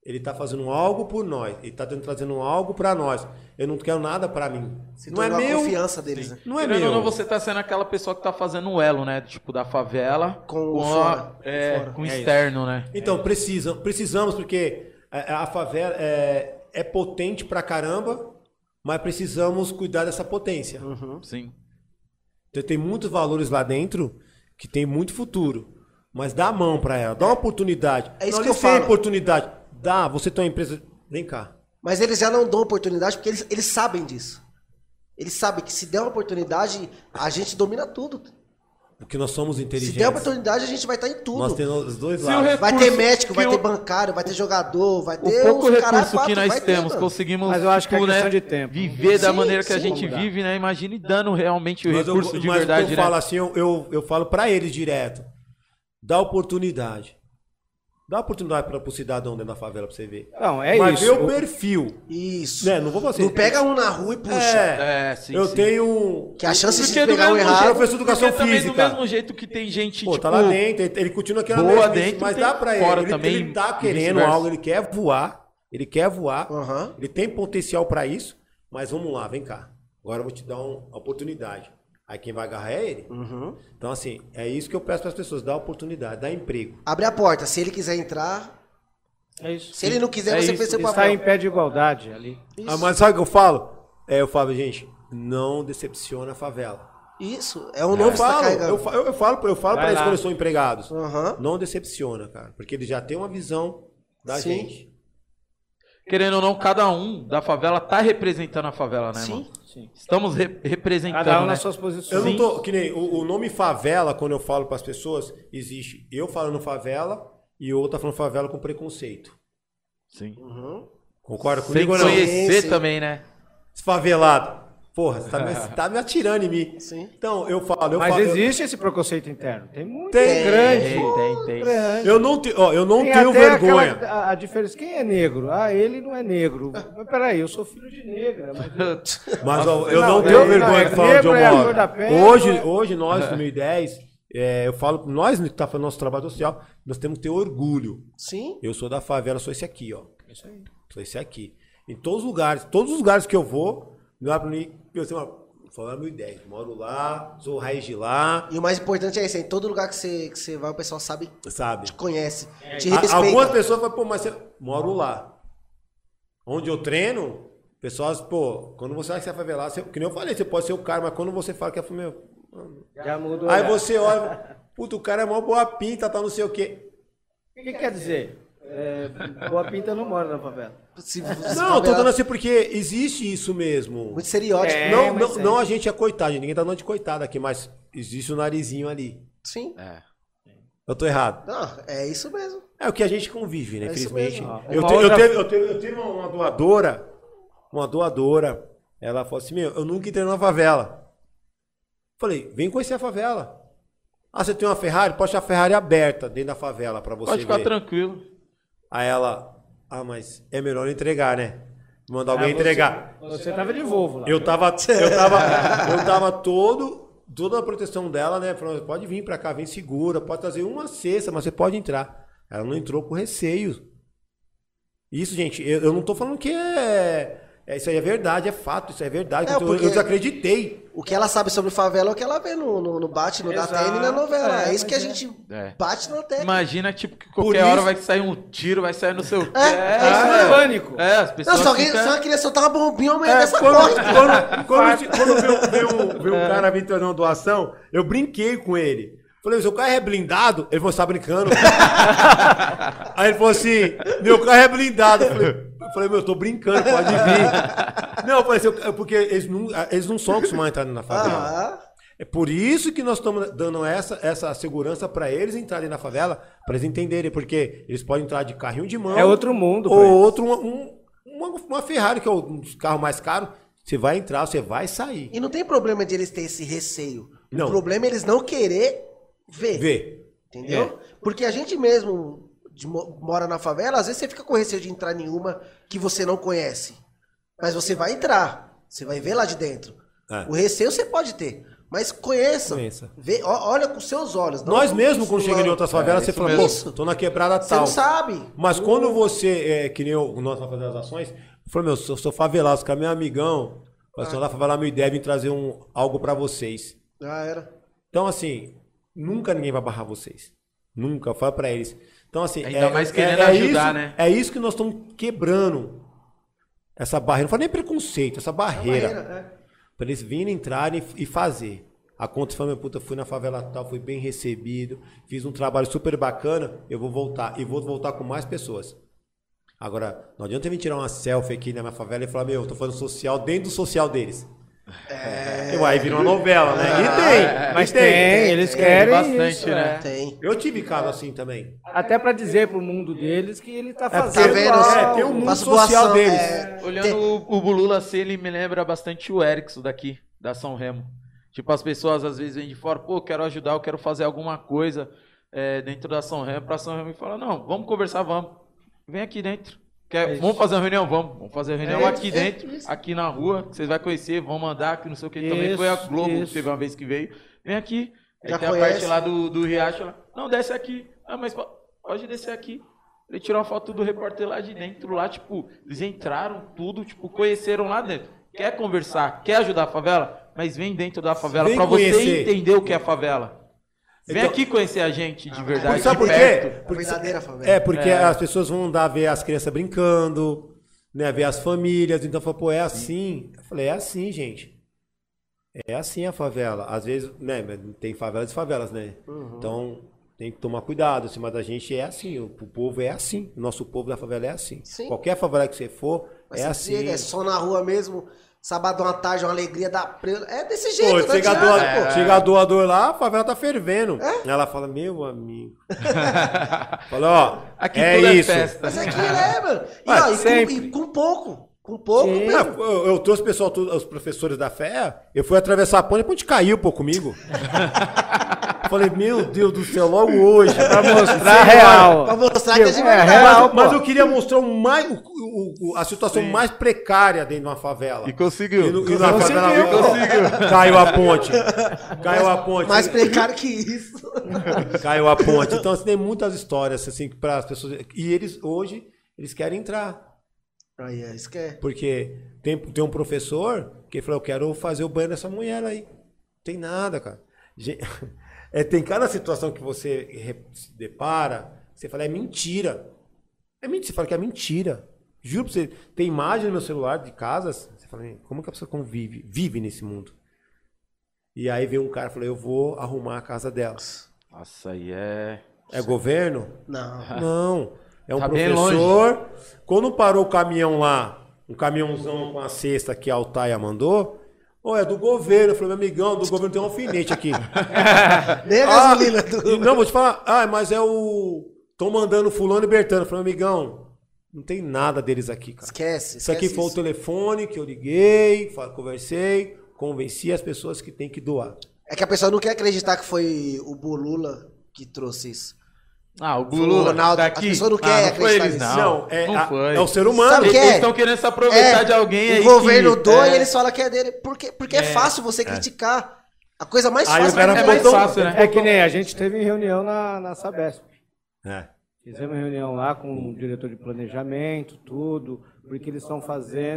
Ele tá fazendo algo por nós. Ele tá tendo- trazendo algo pra nós. Eu não quero nada pra mim.
Se
não é
tornou a
meu.
confiança deles, né?
Não é
Querendo
meu.
ou não, você tá sendo aquela pessoa que tá fazendo um elo, né? Tipo, da favela
Com o
a-
fora.
é,
Fora.
com o externo, né?
Então, precisam, precisamos, porque a, a favela é, é potente pra caramba, mas precisamos cuidar dessa potência.
Sim.
Então tem muitos valores lá dentro que tem muito futuro. Mas dá a mão pra ela, dá uma oportunidade.
É isso
Não,
que
eles
eu
têm
falo.
oportunidade. Dá, você tem uma empresa. Vem cá.
Mas eles já não dão oportunidade porque eles, eles sabem disso. Eles sabem que se der uma oportunidade, a gente domina tudo.
Porque nós somos
Se
inteligentes.
der oportunidade, a gente vai estar em tudo.
Nós temos os dois
Se
lados.
o re-
Vai ter
recurso
médico, vai
que
ter
o-
bancário, vai ter jogador, vai
O
ter
pouco
os
recurso
caralho
que
quatro,
nós
vai ter,
temos,
mano.
conseguimos
Mas eu acho que é
né,
questão de tempo.
viver da
Sim,
maneira que a
sim.
gente
Mudar.
vive, né? Imagine dando realmente o
Mas eu-
recurso de
mas o que
verdade,
eu
né?
falo assim, eu, eu, eu falo pra eles direto. Dá oportunidade. Dá oportunidade para o cidadão dentro da favela pra você ver.
Não, é
Mas
isso.
vê o
O-
perfil.
Isso.
Né? Não vou fazer.
Não pega um na rua e puxa.
É, sim,
assim, eu
sim.
tenho. um
Que a chance de
Porque do
pegar o
mesmo
errado.
jeito-
Professor de educação
porque também
física.
do mesmo jeito que tem gente,
Pô,
tipo,
tá lá dentro, ele, ele continua querendo
boa
mesmo,
dentro,
mas
tem
dá pra ele.
fora
ele,
também,
ele tá
e
querendo
vice-versa.
algo, ele quer voar, ele quer voar,
Aham.
ele tem potencial pra isso, mas vamos lá, vem cá. Agora eu vou te dar um- uma oportunidade. Aí quem vai agarrar é ele. Então, assim, é isso que eu peço para as pessoas: dá oportunidade, dá emprego.
Abre a porta. Se ele quiser entrar.
É isso.
Se ele não quiser,
É
você
isso,
fez seu
Ele está
papel.
em pé de igualdade ali.
Ah, mas sabe o que eu falo? É, eu falo, gente, não decepciona a favela.
Isso. É o
Eu
novo que você tá
falo, eu
carregando.
fa- eu, eu falo, eu falo
Vai
para eles
lá.
quando eles são empregados.
Aham.
Não decepciona, cara, porque eles já têm uma visão da
Sim.
gente.
querendo ou não, cada um da favela tá representando a favela, né,
Sim.
mano?
Sim.
Estamos re- representando,
Cada um
né?
nas suas
Eu
posições.
não tô. Que nem o, o nome favela, quando eu falo para as pessoas, existe eu falando favela e outra falando favela com preconceito.
Sim.
Uhum.
Concorda
Sem
comigo ou não?
conhecer
Sim, sim.
também, né?
Desfavelado. Porra, você tá me, você tá me atirando em mim.
Sim.
Então, eu falo, eu
Mas
falo. eu-
existe esse preconceito interno. Tem muito.
Tem.
grande.
Tem, tem, tem.
grande.
Eu não, te, ó, eu não
Tem
tenho
até aquela-
vergonha.
a, a diferença. Quem é negro? Ah, ele não é negro. Mas peraí, eu sou filho de negra. Mas
Mas ó, eu não,
Não,
tenho
eu-
vergonha
não,
de falar onde eu
negro é a
moro.
cor da pele,
hoje,
não é-
hoje, nós, em 2010, é, eu falo, nós que tá fazendo nosso trabalho social, nós temos que ter orgulho.
Sim.
Eu sou da favela, sou esse aqui, ó.
Isso aí.
Sou esse aqui. Em todos os lugares, todos os lugares que eu vou, não é pra mim. Eu sei, ó, falar 2010, moro lá, sou raiz de lá,
E o mais importante é isso. Em todo lugar que você, que você vai, o pessoal sabe,
sabe?
te conhece. Te
A-
respeita.
Algumas pessoas falam, pô, mas você moro lá. Onde eu treino, pessoas, pô, quando você acha que você é favelado, você, que nem eu falei, você pode ser o cara, mas quando você fala que é meu,
Já mudou.
Aí
já.
você olha, puta, o cara é mó boa pinta, tá não sei o quê.
O que quer dizer? É, Boa Pinta não mora na favela.
Se- se
Não, eu tô
favela-
dando assim porque existe isso mesmo.
é Muito estereótipo.
É.
não,
mas
não, não a gente é coitado, gente, ninguém tá dando de coitado aqui, mas existe o narizinho ali.
Sim.
É.
Eu tô errado.
Não, é isso mesmo.
É o que a gente convive, né?
É isso
Infelizmente.
mesmo.
Eu,
Uma
te- eu
outra-
teve, eu, teve, eu teve uma doadora, uma doadora, ela falou assim, meu, eu nunca entrei na favela. Falei, vem conhecer a favela. Ah, você tem uma Ferrari? Pode deixar a Ferrari aberta dentro da favela pra você
Pode ficar
ver.
tranquilo.
Aí ela, ah, mas é melhor eu entregar, né? Mandar alguém
Ah, você-
entregar.
Você tava de Volvo lá.
Eu tava, eu tava, eu tava todo, toda a proteção dela, né? Falando, pode vir pra cá, vem segura, pode trazer uma cesta, mas você pode entrar. Ela não entrou com receio. Isso, gente, eu, eu não tô falando que é, é- Isso aí é verdade, é fato, isso aí é verdade.
É,
eu, tô- eu
porque-
desacreditei.
O que ela sabe sobre favela é o que ela vê no, no, no Bate, no
Exato,
da TN e na novela. É,
é,
isso que a
mas é.
gente
É.
bate na tecla.
Imagina, tipo, que
Por
qualquer
isso-
hora vai sair um tiro, vai sair no seu.
É, é isso
mesmo.
É, as
Não,
pessoas.
só, que-
ficam-
só queria soltar uma bombinha amanhã
É,
dessa
quando,
corre.
quando, quando, quando veio, veio,
É.
veio um cara me tornando doação, eu brinquei com ele. Falei, seu carro é blindado? Ele falou, você tá brincando? Aí ele falou assim, meu carro é blindado. Eu falei, eu falei, meu, eu tô brincando, pode vir. Não, eu falei, "Seu ca- porque eles não, eles não são acostumados a entrar na favela.
Aham.
É por isso que nós estamos dando essa, essa segurança pra eles entrarem na favela, pra eles entenderem, porque eles podem entrar de carrinho de mão.
É outro mundo.
Ou
pai.
outro, uma, um- uma, uma Ferrari, que é um dos carros mais caros, você vai entrar, você vai sair.
E não tem problema de eles terem esse receio.
Não.
O problema é eles não querer ver.
Vê.
Entendeu?
É.
Porque a gente mesmo de mo- mora na favela, às vezes você fica com receio de entrar em uma que você não conhece. Mas você vai entrar. Você vai ver lá de dentro.
É.
O receio você pode ter. Mas conheça.
Conheça.
Vê, ó- olha com seus olhos. não
Nós
com
mesmo,
os
quando chega em
fulano.
outras favelas,
É,
você
isso
fala,
mesmo.
pô, tô na quebrada
Você não
tal.
sabe.
Mas quando você, é, que nem eu, nós na Favela das Ações, eu falei, meu, sou, sou favelado, com meu amigão,
Ah.
mas lá favela me devem trazer um, algo pra vocês.
Já era.
Então, assim, nunca ninguém vai barrar vocês. Nunca, fala pra eles. Então, assim,
Ainda mais querendo ajudar,
isso,
né?
É isso que nós estamos quebrando. Essa barreira, não fala nem preconceito, essa barreira.
Era, é.
Pra eles virem, entrarem e fazer. A conta foi, meu puta, fui na favela tal, fui bem recebido, fiz um trabalho super bacana, eu vou voltar. E vou voltar com mais pessoas. Agora, não adianta eu vir tirar uma selfie aqui na minha favela e falar, meu, eu tô fazendo social dentro do social deles. É... Aí vira uma novela, né?
É.
E tem,
Mas
e
tem, eles
tem
querem
bastante,
isso,
né?
é.
Tem.
Eu tive caso assim também.
Até para dizer pro mundo deles que ele tá
Tá
fazendo
vendo?
é,
algo.
tem um mundo
Faço
social
doação,
deles.
é,
Olhando o, o Bulula assim, ele me lembra bastante o Erickson daqui, da São Remo. Tipo, as pessoas às vezes vêm de fora, pô, quero ajudar, eu quero fazer alguma coisa é, dentro da São Remo, pra São Remo e fala, não, vamos conversar, vamos. Vem aqui dentro. Quer-
É isso.
vamos fazer uma reunião? Vamos. Vamos fazer a reunião
É,
aqui
é
dentro,
isso.
aqui na rua, que vocês vão conhecer, vão mandar, que não sei o que. Também
Isso,
foi a Globo que
isso.
teve uma vez que veio. Vem aqui. Aí
Já
tem a
conhece.
parte lá do, do Riacho. Lá. Não, desce aqui. Ah, mas po- pode descer aqui. Ele tirou uma foto do repórter lá de dentro, lá, tipo, eles entraram tudo, tipo, conheceram lá dentro. Quer conversar, quer ajudar a favela, mas vem dentro da favela
Vem
pra você
conhecer.
entender o que é a favela. Vem
Então-
aqui conhecer a gente
Ah,
de
É, tá
verdade.
sabe
de
por quê?
perto.
A verdadeira favela.
É, porque as pessoas vão andar ver as crianças brincando, né? Ver as famílias. Então, fala, pô, é assim. Eu falei, é assim, gente. É assim a favela. Às vezes, né? mas Tem favelas e favelas, né?
Uhum.
Então, tem que tomar cuidado. Assim, mas a gente é assim. O, o povo é assim. O nosso povo da favela é assim.
Sim.
Qualquer favela que você for,
Mas
é
você
assim.
chega, é só na rua mesmo, sabadão à tarde, uma alegria da prela. É desse jeito,
Pô,
não
chega, a
adianta,
doa-
pô.
chega a doador lá, a favela tá fervendo.
É?
Ela fala, meu amigo. fala, ó,
Aqui
é
tudo
isso.
é festa.
Mas é que é, mano. E,
Ué,
ó, e com,
sempre.
e com pouco. Com pouco,
Não,
mesmo.
eu, eu trouxe o pessoal, tudo, os professores da fé, eu fui atravessar a ponte, a ponte caiu, pô, comigo. Falei, meu Deus do céu, logo hoje.
Pra mostrar a
Senhora,
real.
pra mostrar que é de verdade.
Mas,
real,
mas
pô.
eu queria mostrar o mais, o- o- o- a situação mais precária dentro de uma favela.
E conseguiu.
E no- e na
Conseguiu,
favela- Caiu a ponte. Caiu a ponte.
Mais precário que isso.
Caiu a ponte. Então, assim, tem muitas histórias, assim, para as pessoas. E eles, hoje, eles querem entrar.
Aí, é, isso que é.
Porque tem, tem um professor que falou: Eu quero fazer o banho dessa mulher aí. Tem nada, cara. Gen- É, tem cada situação que você re- se depara, você fala: É mentira. É mentira. Você fala que é mentira. Juro pra você. Tem imagem no meu celular de casas. Você fala: Como que a pessoa convive? Vive nesse mundo. E aí vem um cara e falou: Eu vou arrumar a casa dela.
Nossa, aí é.
É governo?
Não.
Não. É um
Tá bem
professor. Quando parou o caminhão lá, um caminhãozão com a cesta que a Altaia mandou. Ô, é do governo. Eu falei, meu amigão, do governo tem um alfinete aqui.
Nem a
Ah,
gasolina
e
do.
não, vou te falar. Ah, mas é o. Estão mandando fulano e Bertano. Eu falei, meu amigão, não tem nada deles aqui, cara.
Esquece.
Isso aqui
esquece
foi o telefone que eu liguei, fa- conversei, convenci as pessoas que tem que doar.
É que a pessoa não quer acreditar que foi o Bolula que trouxe isso.
Ah, o
Foi o
Bulula
Ronaldo.
tá
A
aqui.
pessoa não
Ah,
quer
foi
acreditar
eles,
nisso.
não.
é,
não
a-
foi.
é o ser humano.
Sabe o que
Eles
é?
estão querendo se aproveitar
É,
de alguém aí.
O governo
que-
doa
é.
e eles falam que é dele. Porque, porque é, fácil você criticar. A coisa mais
Aí
fácil um-
o cara
que
É
tem
mais
botou-
mais-
fácil, né?
É que nem a gente teve reunião na, na Sabesp.
É.
Fizemos reunião lá com o diretor de planejamento, tudo, porque eles estão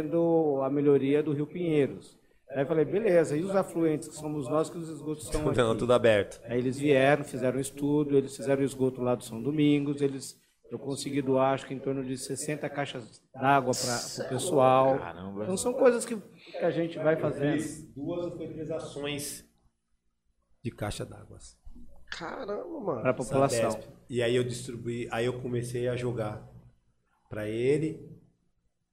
fazendo a melhoria do Rio Pinheiros. Aí eu falei, beleza, e os afluentes, que somos nós que os esgotos estão aqui?
Não, tudo aberto.
Aí eles vieram, fizeram um estudo, eles fizeram o esgoto lá do São Domingos, eles eu consegui doar, acho que em torno de 60 caixas d'água para o pessoal.
Caramba.
Então são coisas que, que a gente vai fazendo.
Fiz duas ou foi três ações de caixa d'água.
Caramba, mano.
Para a população.
Sabesp. E aí eu distribuí, aí eu comecei a jogar pra ele,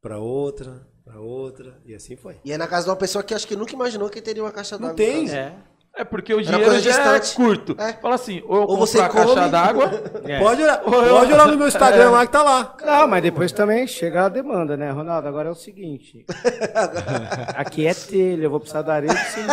pra outra, pra outra, e assim foi.
E é na casa de uma pessoa que acho que nunca imaginou que teria uma caixa d'água.
Não
em
tem.
casa.
É.
É porque o
Era
dinheiro
coisa
já é
distante.
curto.
É.
Fala assim, ou eu compro
você
a caixa
come.
d'água,
É.
Pode olhar, pode olhar no meu Instagram lá que tá lá.
Não, mas depois também chega a demanda, né, Ronaldo? Agora é o seguinte. Aqui é telha, eu vou precisar da areia de cimento.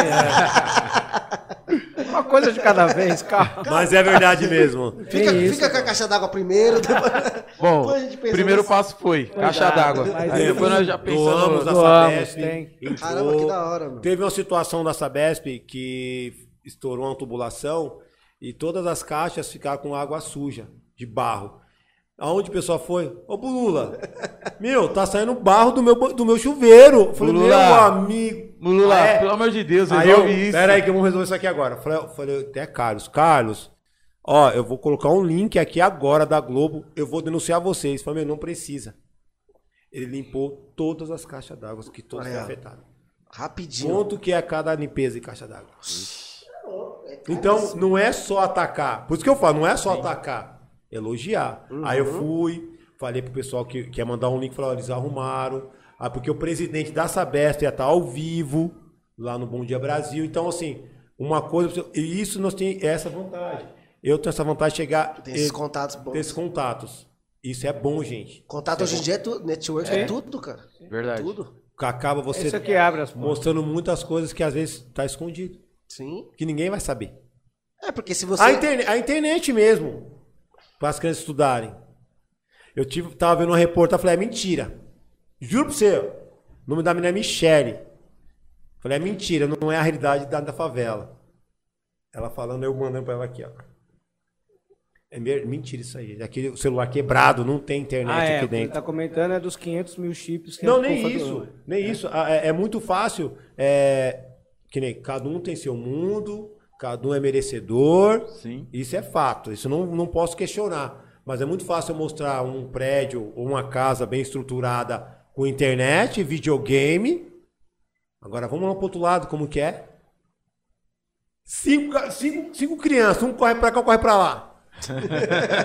Uma coisa de cada vez, calma.
Mas é verdade mesmo.
Fica,
Tem isso,
fica com a caixa d'água primeiro. depois-
bom,
depois a gente pensa
primeiro
nisso.
passo foi, caixa
dá,
d'água.
mas
Aí
é.
depois nós já
Doamos
pensamos... assim,
da
Doamos,
Sabesp.
tem.
entrou.
Caramba, que da hora, mano.
Teve uma situação da Sabesp que estourou uma tubulação e todas as caixas ficaram com água suja, de barro. Aonde o pessoal foi? Ô, Bulula, meu, tá saindo barro do meu, ba- do meu chuveiro. Eu Falei,
Bulula.
meu amigo.
Lula,
Ah, é?
pelo amor de Deus,
Aí eu,
resolve isso.
pera aí que eu vou resolver isso aqui agora. Eu Falei, eu falei até Carlos, Carlos, ó, eu vou colocar um link aqui agora da Globo, eu vou denunciar vocês. Eu Falei, meu, não precisa. Ele limpou todas as caixas d'água que todas
Olha.
foram afetadas.
Rapidinho.
Quanto que é cada limpeza de caixa d'água? Então, não é só atacar. Por isso que eu falo, não é só atacar. é Elogiar.
Uhum.
Aí eu fui, falei pro pessoal que quer mandar um link, falei, ó, eles arrumaram. Ah, porque o presidente da Sabesp ia estar ao vivo lá no Bom Dia Brasil. Então, assim, uma coisa. E isso nós temos essa vantagem. Eu tenho essa vantagem de chegar.
Tem esses
eh,
contatos
ter
bons.
esses contatos. Isso é bom, gente.
Contato hoje em dia é tudo, network é,
É.
tudo, cara.
Verdade.
Tudo.
Acaba você
Isso aqui é abre as portas.
mostrando muitas coisas que às vezes tá escondido,
Sim.
que ninguém vai saber.
É, porque se você.
A, interne- a internet mesmo, para as crianças estudarem. Eu tive, tava vendo uma reportagem, falei, é mentira. Juro pra você, ó, o nome da menina é Michele. Falei, é mentira, não é a realidade da, da favela. Ela falando, eu mandando pra ela aqui, ó. É me- mentira isso aí. Aquele celular quebrado, não tem internet
Ah, é,
aqui
o que ele
dentro.
tá comentando é dos 500 mil chips que
Não,
a
nem
Cofa
isso.
doou.
Nem isso. Ah, É, é muito fácil. É, que nem cada um tem seu mundo, cada um é merecedor.
Sim.
Isso é fato. Isso não, não posso questionar. Mas é muito fácil eu mostrar um prédio ou uma casa bem estruturada com internet, videogame. Agora vamos lá pro outro lado, como que é? Cinco, ca- cinco, cinco crianças, um corre pra cá, um corre pra lá.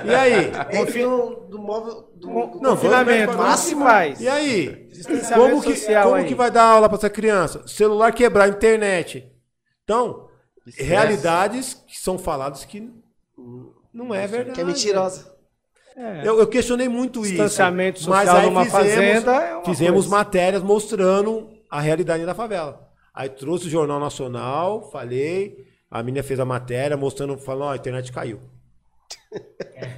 E aí?
Confio no- é um do móvel. Do, do-
né?
Não,
Confinamento,
vamos- um
máximo faz.
E aí?
Distanciamento
Como que,
social
como
aí.
que vai dar aula para essa criança? Celular quebrar, internet. Então,
Estresse.
realidades que são faladas que não é verdade.
que é mentirosa.
Eu, eu questionei muito isso.
É. Distanciamento social numa fazenda é uma
fizemos
coisa.
matérias mostrando a realidade da favela. Aí trouxe o Jornal Nacional, falei, a menina fez a matéria mostrando, falando, ó, a internet caiu.
É.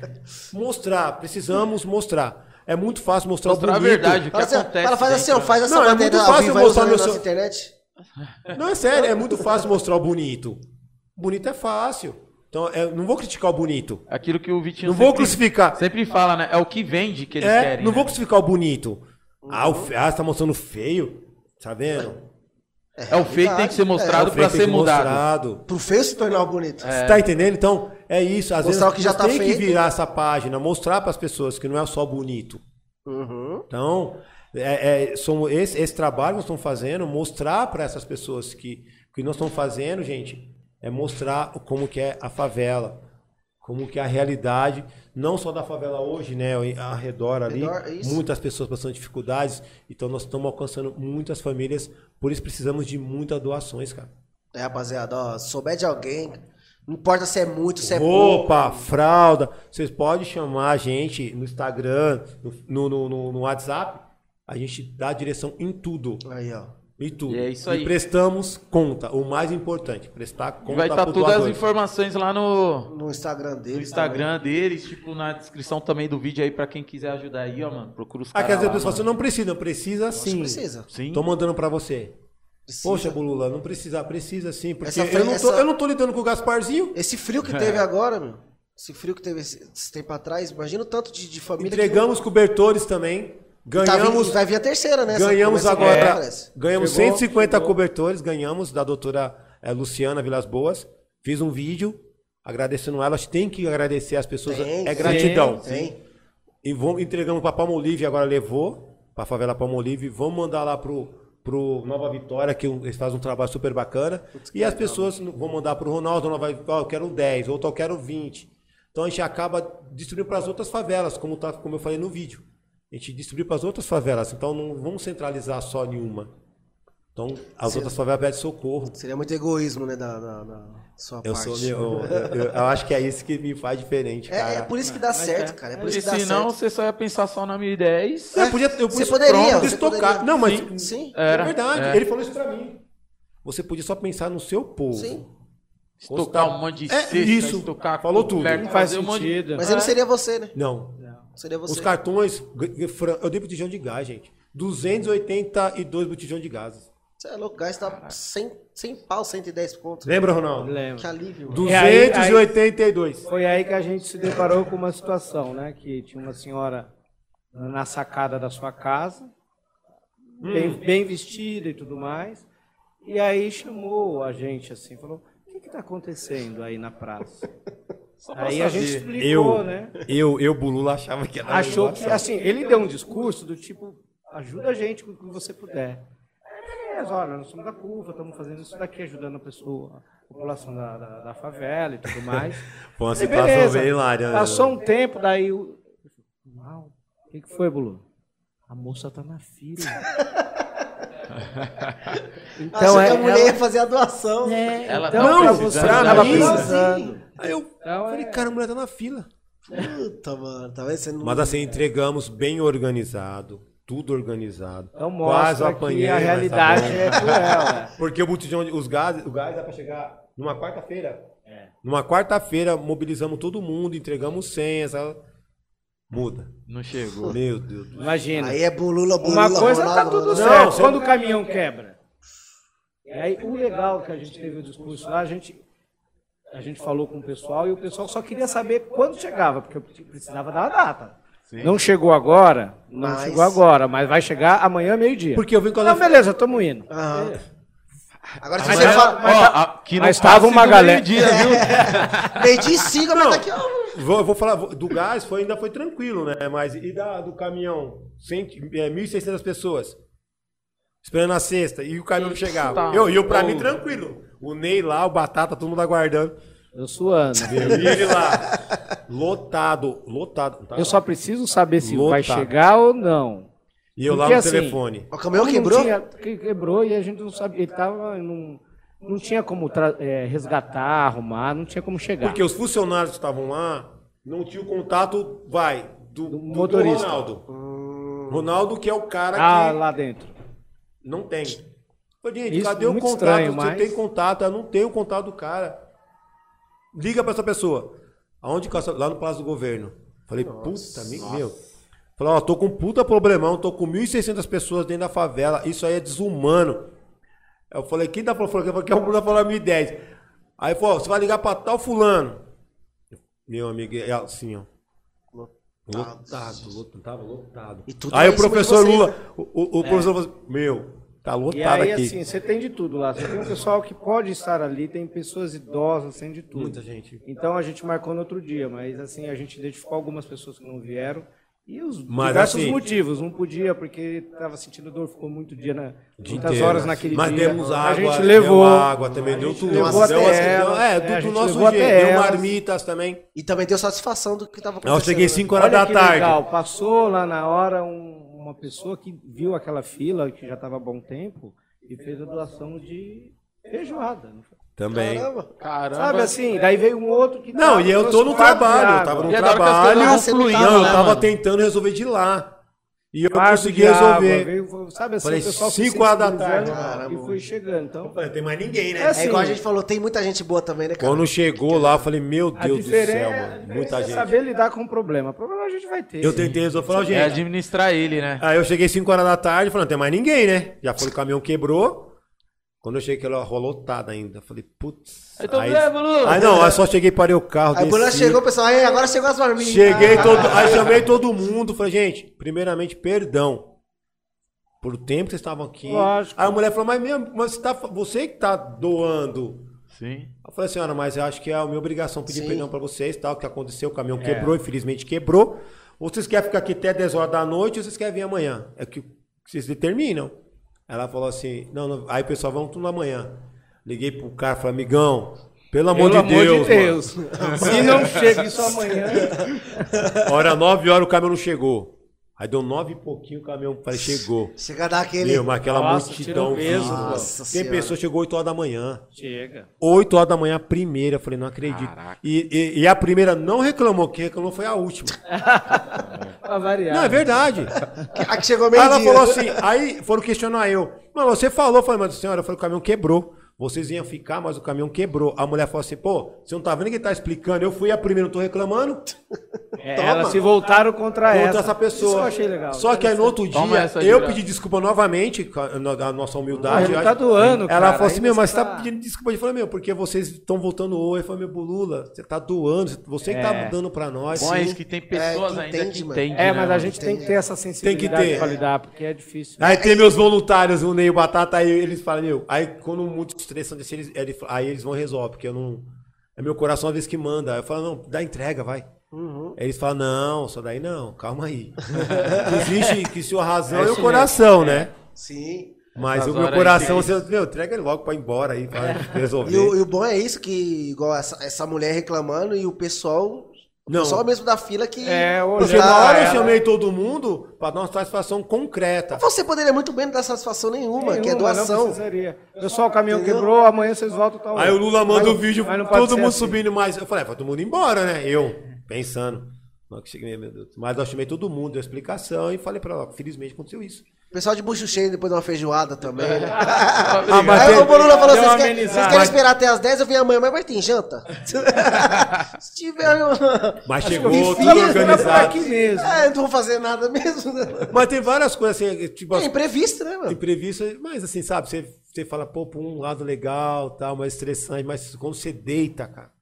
mostrar, precisamos mostrar. É muito fácil mostrar,
Mostrar
o
a
bonito.
verdade, o que
Fala assim, ó,
acontece. né?
fala, faz assim, ó,
dentro,
faz essa
Não, é muito
matéria ao
fácil
vivo aí
mostrar
na
no
nossa
seu-
internet.
né?
Não, é sério, é muito fácil mostrar o bonito. Bonito é fácil. Então, eu não vou criticar o bonito.
né? Aquilo que o Vitinho
Não vou
sempre,
crucificar.
sempre fala, né? É o que vende que eles
É,
querem.
não
né?
vou crucificar o bonito. Ah, o fe... ah, você tá mostrando feio? Tá vendo?
É o feio que tem que ser mostrado
o feio
pra
tem
ser
que
mudado. É.
mostrado.
Pro feio se tornar o bonito.
Você tá entendendo? Então, é isso. Às
Mostrar
vezes
o que já
você
tá
tem
feito.
que virar essa página, mostrar para as pessoas que não é só bonito.
Uhum.
Então, é, é, são esse, esse trabalho que nós estamos fazendo, mostrar para essas pessoas que o que nós estamos fazendo, gente, é mostrar o- como que é a favela, como que é a realidade, não só da favela hoje, né, ao- ao redor ali,
Redor, é isso.
muitas pessoas passando dificuldades, então nós estamos alcançando muitas famílias, por isso precisamos de muitas doações, cara.
É, rapaziada, ó, se souber de alguém, não importa se é muito, se é pouco.
Roupa, fralda, vocês podem chamar a gente no Instagram, no, no, no, no WhatsApp, a gente dá direção em tudo.
Aí, ó.
E tudo.
E é isso aí.
E prestamos conta. O mais importante, prestar conta
tá
Vai estar
pro
todas as
doador.
informações lá no,
No Instagram dele.
no Instagram deles, tipo, na descrição também do vídeo aí, pra quem quiser ajudar aí, ó, mano. Procura os
Ah,
caras.
quer dizer,
lá,
pessoal, você
mano.
não precisa, precisa sim.
precisa.
Sim.
Tô mandando pra você.
Precisa.
Poxa, Bulula, não precisa, precisa sim. Porque
Essa foi-
eu, não tô,
essa-
eu não tô lidando com o Gasparzinho.
Esse frio que teve agora, meu. Esse frio que teve esse, esse tempo atrás, imagina o tanto de, de família. que-
Entregamos cobertores também.
Tá vindo-
Ganhamos,
vai vir a terceira, né? Essa
ganhamos
começa
agora.
parece.
ganhamos
Chegou,
150
chegou.
cobertores, ganhamos da doutora eh, Luciana Vilas Boas. Fiz um vídeo agradecendo ela. Acho que tem que agradecer as pessoas.
Tem,
é
tem,
gratidão.
Tem.
E vamos, entregamos para Palmolive, agora levou, para a favela Palmolive. Vamos mandar lá pro, pro Nova Vitória, que um- eles fazem um trabalho super bacana. e as pessoas não- vão mandar pro Ronaldo, Nova Vitória, eu quero 10, outro eu quero 20. Então a gente acaba distribuindo para as outras favelas, como, tá, como eu falei no vídeo. A gente distribui para as outras favelas, então não vamos centralizar só em uma. Então as
Sim.
outras favelas pedem socorro.
Seria muito egoísmo, né? Da, da- da sua
Eu,
parte.
sou, eu, eu- eu acho que é isso que me faz diferente, cara.
é, é por isso que dá certo, cara. É por isso
E
que dá
se não,
certo. É,
você só ia pensar só na 1010.
Eu podia, eu
Você
podia-
poderia,
pronto,
você
estocar.
poderia.
Não, mas
Sim, sim.
é
Era,
verdade.
é.
Ele falou isso pra mim. Você podia só pensar no seu povo.
Sim.
Estocar um monte de
É,
cesta,
isso.
estocar
Falou tudo.
coberta,
Não faz
fazer um monte de-
sentido.
Mas aí não seria você, né?
Não.
Não seria você.
Os cartões, g- g- fran- eu dei botijão de gás, gente. 282 botijão de gás.
Você é louco, o gás tá 100, 100 pau, 110 pontos.
Lembra, Ronaldo?
Lembro.
Que alívio, mano.
282.
Foi aí que a gente se deparou com uma situação, né? Que tinha uma senhora na sacada da sua casa, bem, bem vestida e tudo mais. E aí chamou a gente assim, falou: o que está acontecendo aí na praça?
Só pra
Aí a
saber.
gente explicou,
Eu,
né?
eu, eu, Bulula, achava que era
Achou que
negócio.
um assim, ele deu um discurso do tipo, ajuda a gente com o que você puder. ideias, olha, nós somos da curva, estamos fazendo isso daqui, ajudando a pessoa, a população da, da, da favela e tudo mais.
Foi uma
Falei,
situação
beleza.
bem hilária. né?
Passou um tempo, daí o. Mal. O que, que foi, Bulu? A moça tá na fila.
Então,
então
Ah, Achei
é.
que a mulher ia
Ela,
fazer a doação.
é,
Ela
então,
tá
pra
precisando,
você,
ela
ela
tá
precisando.
Aí eu
Então,
falei,
é-
cara, a mulher tá na fila.
Puta, mano. Tá vendo? Você não...
Mas assim, entregamos bem organizado, tudo organizado.
Então
Quase
mostra
apanhei,
que a
mas tá
realidade
bom.
é cruel. é.
Porque o botijão, de- os gás, o gás dá pra chegar numa quarta-feira. Numa quarta-feira, mobilizamos todo mundo, entregamos senha, sabe? Muda.
Não chegou.
Meu Deus do céu.
Imagina.
Aí é bulula, bulula,
Uma coisa tá
Ronaldo,
tudo
Ronaldo.
Não,
certo
você-
quando o caminhão quebra. E aí o legal que a gente teve o discurso lá, a gente a gente falou com o pessoal e o pessoal só queria saber quando chegava, porque eu precisava dar a data. Não chegou agora, não
Mas-
chegou agora, mas vai chegar amanhã meio-dia.
Porque eu vim com
Não,
ela.
beleza, estamos indo.
Aham. Agora se
É. Mas
você
ela-
fala.
mas
é, Ó,
tá-
a- que não
mas tava
passe
uma
do
galera-
meio-dia, viu?
Perdi siga, mas tá aqui, ó.
Vou, eu vou falar vou- do gás, foi, ainda foi tranquilo, né? Mas e da, do caminhão? Cento- é, 1.600 pessoas esperando a sexta e o caminhão não chegava.
Tá.
Eu, e eu, pra mim,
Ô.
tranquilo. O Ney lá, o Batata, todo mundo aguardando.
Eu suando.
Ele lá, lotado, lotado. tá
Eu só preciso saber se vai
Lotado.
chegar ou não.
E eu lá
Porque
no
assim,
telefone.
O caminhão
Não
quebrou?
tinha- que- quebrou e a gente não sabia. Ele tava. Não, não tinha como tra- eh, resgatar, arrumar, não tinha como chegar.
Porque os funcionários que estavam lá não tinham contato, vai, do, do- do
motorista.
Ronaldo. Ronaldo que é o cara
Ah,
que
lá dentro.
não tem. Ô, gente,
Isso,
cadê o
muito
contato?
estranho,
Você
mas-
tem contato? Eu não tenho o contato do cara. Liga pra essa pessoa. Aonde que é essa- Lá no Palácio do Governo. Falei, puta, me- meu. Falei, ó, tô com um puta problemão, tô com 1.600 pessoas dentro da favela, isso aí é desumano. Eu falei, quem tá falando? Falei, que é o Bruno falou 1.010. Aí ele falou, ó, você vai ligar pra tal fulano. Meu amigo, é assim, ó. Lotado, lotado, tava lotado.
E tudo
aí
lá
o
em cima de
professor
vocês,
Lula, o, o- o professor falou assim, meu, tá
E
lotado
aí,
aqui.
assim, você tem de tudo lá. Você tem um pessoal que pode estar ali, tem pessoas idosas, tem de tudo.
Muita gente.
Então a gente marcou no outro dia, mas assim, a gente identificou algumas pessoas que não vieram. E os
Mas,
diversos
assim-
motivos. Não podia, porque estava sentindo dor, ficou muito dia, na,
Dia
muitas
inteiro.
horas naquele
Mas
dia.
demos
a
água,
gente
deu
levou.
água também, deu
gente
tudo.
levou
Deu
até
umas- é,
elas, né, a
do, do
gente
nosso
levou
jeito.
até
Deu
elas.
marmitas também.
E também deu satisfação do que tava
Aí eu
acontecendo.
cheguei
né?
5 horas da
que
tarde.
legal, passou lá na hora um- uma pessoa que viu aquela fila, que já estava há bom tempo, e fez a doação de feijoada.
Também.
Caramba.
Caramba.
Sabe assim, daí veio um outro que...
Não,
tava-
e eu tô
trouxe
no
quatro
trabalho, eu
água.
tava no
E agora que as
trabalho.
coisas
não
não
fluíam,
fluíam,
Não, eu
né,
tava
mano?
tentando resolver de lá. E eu
Quarto
consegui
de água,
resolver.
veio- sabe assim,
Falei,
o pessoal
cinco horas da tarde.
Caramba. E foi chegando,
Eu
então...
falei, Tem mais ninguém, né?
É assim,
É igual a gente falou, tem muita gente boa também, né, cara?
Quando chegou lá, eu falei, meu
a
Deus do
diferença-
céu,
a
mano.
diferença
Muita
é
gente.
saber lidar com o problema. O problema a gente vai ter.
Eu tentei resolver. Falei, ó,
É
gente.
administrar ele, né?
Aí eu cheguei 5 horas da tarde, falando, não tem mais ninguém, né? Já foi, o caminhão quebrou. Quando eu cheguei, ela rolotada ainda. Falei, putz.
Aí é tu
aí,
vê, Bulu.
aí não, aí só cheguei, parei o carro.
Aí a ambulância
desci.
chegou, pessoal, aí agora chegou as marmitas.
Cheguei
Ah,
todo, aí chamei todo mundo, falei, gente, primeiramente, perdão por o tempo que vocês estavam aqui.
Lógico.
Aí a mulher falou, mas mesmo, mas você, tá, você que tá doando.
Sim.
Eu falei, senhora, mas eu acho que é a minha obrigação pedir
Sim.
perdão pra vocês, tal, o que aconteceu, o caminhão quebrou, infelizmente quebrou. Ou vocês querem ficar aqui até 10 horas da noite, ou vocês querem vir amanhã? É que vocês determinam. Ela falou assim, não, não. aí pessoal, vamos tudo amanhã. Liguei pro cara, falei, amigão, pelo amor, de, Deus, mano.
Se não chega isso amanhã...
Hora 9 horas o caminhão não chegou. Aí deu 9 e pouquinho o caminhão falei, chegou.
Chega a dar aquele.
Meu, mas aquela
Nossa, tira
multidão.
um peso,
vindo.
pô.
Nossa
Tem
Senhora.
pessoa, chegou 8 horas da manhã.
Chega.
8 horas da manhã, a primeira. Eu falei, não acredito. E, e- e a primeira não reclamou, quem reclamou foi a última.
Pra variar. né?
Não, é verdade.
A que chegou
Aí
meio
ela
dia.
falou assim, aí foram questionar eu. Mano, você falou, eu falei, mas senhora, eu falei, o caminhão quebrou. Vocês iam ficar, mas o caminhão quebrou. A mulher falou assim, pô, você não tá vendo que tá explicando? Eu fui a primeira, não tô reclamando.
É,
Toma.
elas se voltaram contra,
contra
é essa.
essa, pessoa.
Isso que eu achei legal.
Só que aí no outro dia,
Toma essa,
eu
Gira.
pedi desculpa novamente, com a no- a nossa humildade.
Não,
Eu
tá
acho-
doando,
Ela
cara,
falou assim,
ainda
meu, mas
você
você tá...
tá
pedindo desculpa. Eu falei, meu, porque vocês estão voltando oi. Eu falei, meu, Bulula, você tá doando, você que
É.
tá dando pra nós.
Bom, é
sim.
isso que tem pessoas
É, que
ainda
entende,
que
mano.
entendem.
É,
né,
mas a
mano?
gente tem que ter essa sensibilidade
Tem que ter.
pra lidar, porque é difícil.
Aí tem meus voluntários, o Ney e o Batata, aí eles falam, meu, aí quando muito estressante, assim, eles, ele- aí eles vão resolver, porque eu não. É meu coração a vez que manda. Aí eu falo, não, dá entrega, vai. Aí eles falam, não, só daí não, calma aí. Existe que se o razão é, o coração, né?
Sim.
Mas
Essas
o meu
horas aí
coração,
tem-
você, meu, entrega ele logo pra ir embora aí, pra resolver.
E o, e o bom é isso, que igual essa, essa mulher reclamando e o pessoal.
Não.
Só mesmo da fila que.
É, olhando
Porque
tá-
na hora eu
ela.
chamei todo mundo pra dar uma satisfação concreta.
Você poderia muito bem não dar satisfação nenhuma, que é
Nenhuma, não
doação.
precisaria. Pessoal, o caminhão quebrou, amanhã vocês voltam tal
Aí
hora.
o Lula manda
Mas-
o vídeo,
mas não pode
todo
ser
mundo
assim.
subindo mais. Eu falei, "É, vai todo mundo embora, né? Eu, pensando. Na hora que cheguei, meu Deus. Mas eu chamei todo mundo, dei a explicação e falei pra ela, felizmente aconteceu isso.
O pessoal de bucho cheio depois de uma feijoada também. né?
Ah,
mas
Aí
tem-
o Bolula falou:
É. deu
vocês
uma
querem,
amenizada."
vocês querem esperar até as 10? Eu vim amanhã, mas vai ter janta. Se tiver. eu-
Mas
Eu
chegou
vi
tudo
fila, era por
organizado.
aqui mesmo.
Ah, eu não vou fazer nada mesmo. né?
Mas tem várias coisas assim, tipo,
É imprevisto, né, mano?
imprevisto, mas assim, sabe, você, você fala, pô, por um lado legal, tal, mais estressante, mas quando você deita, cara.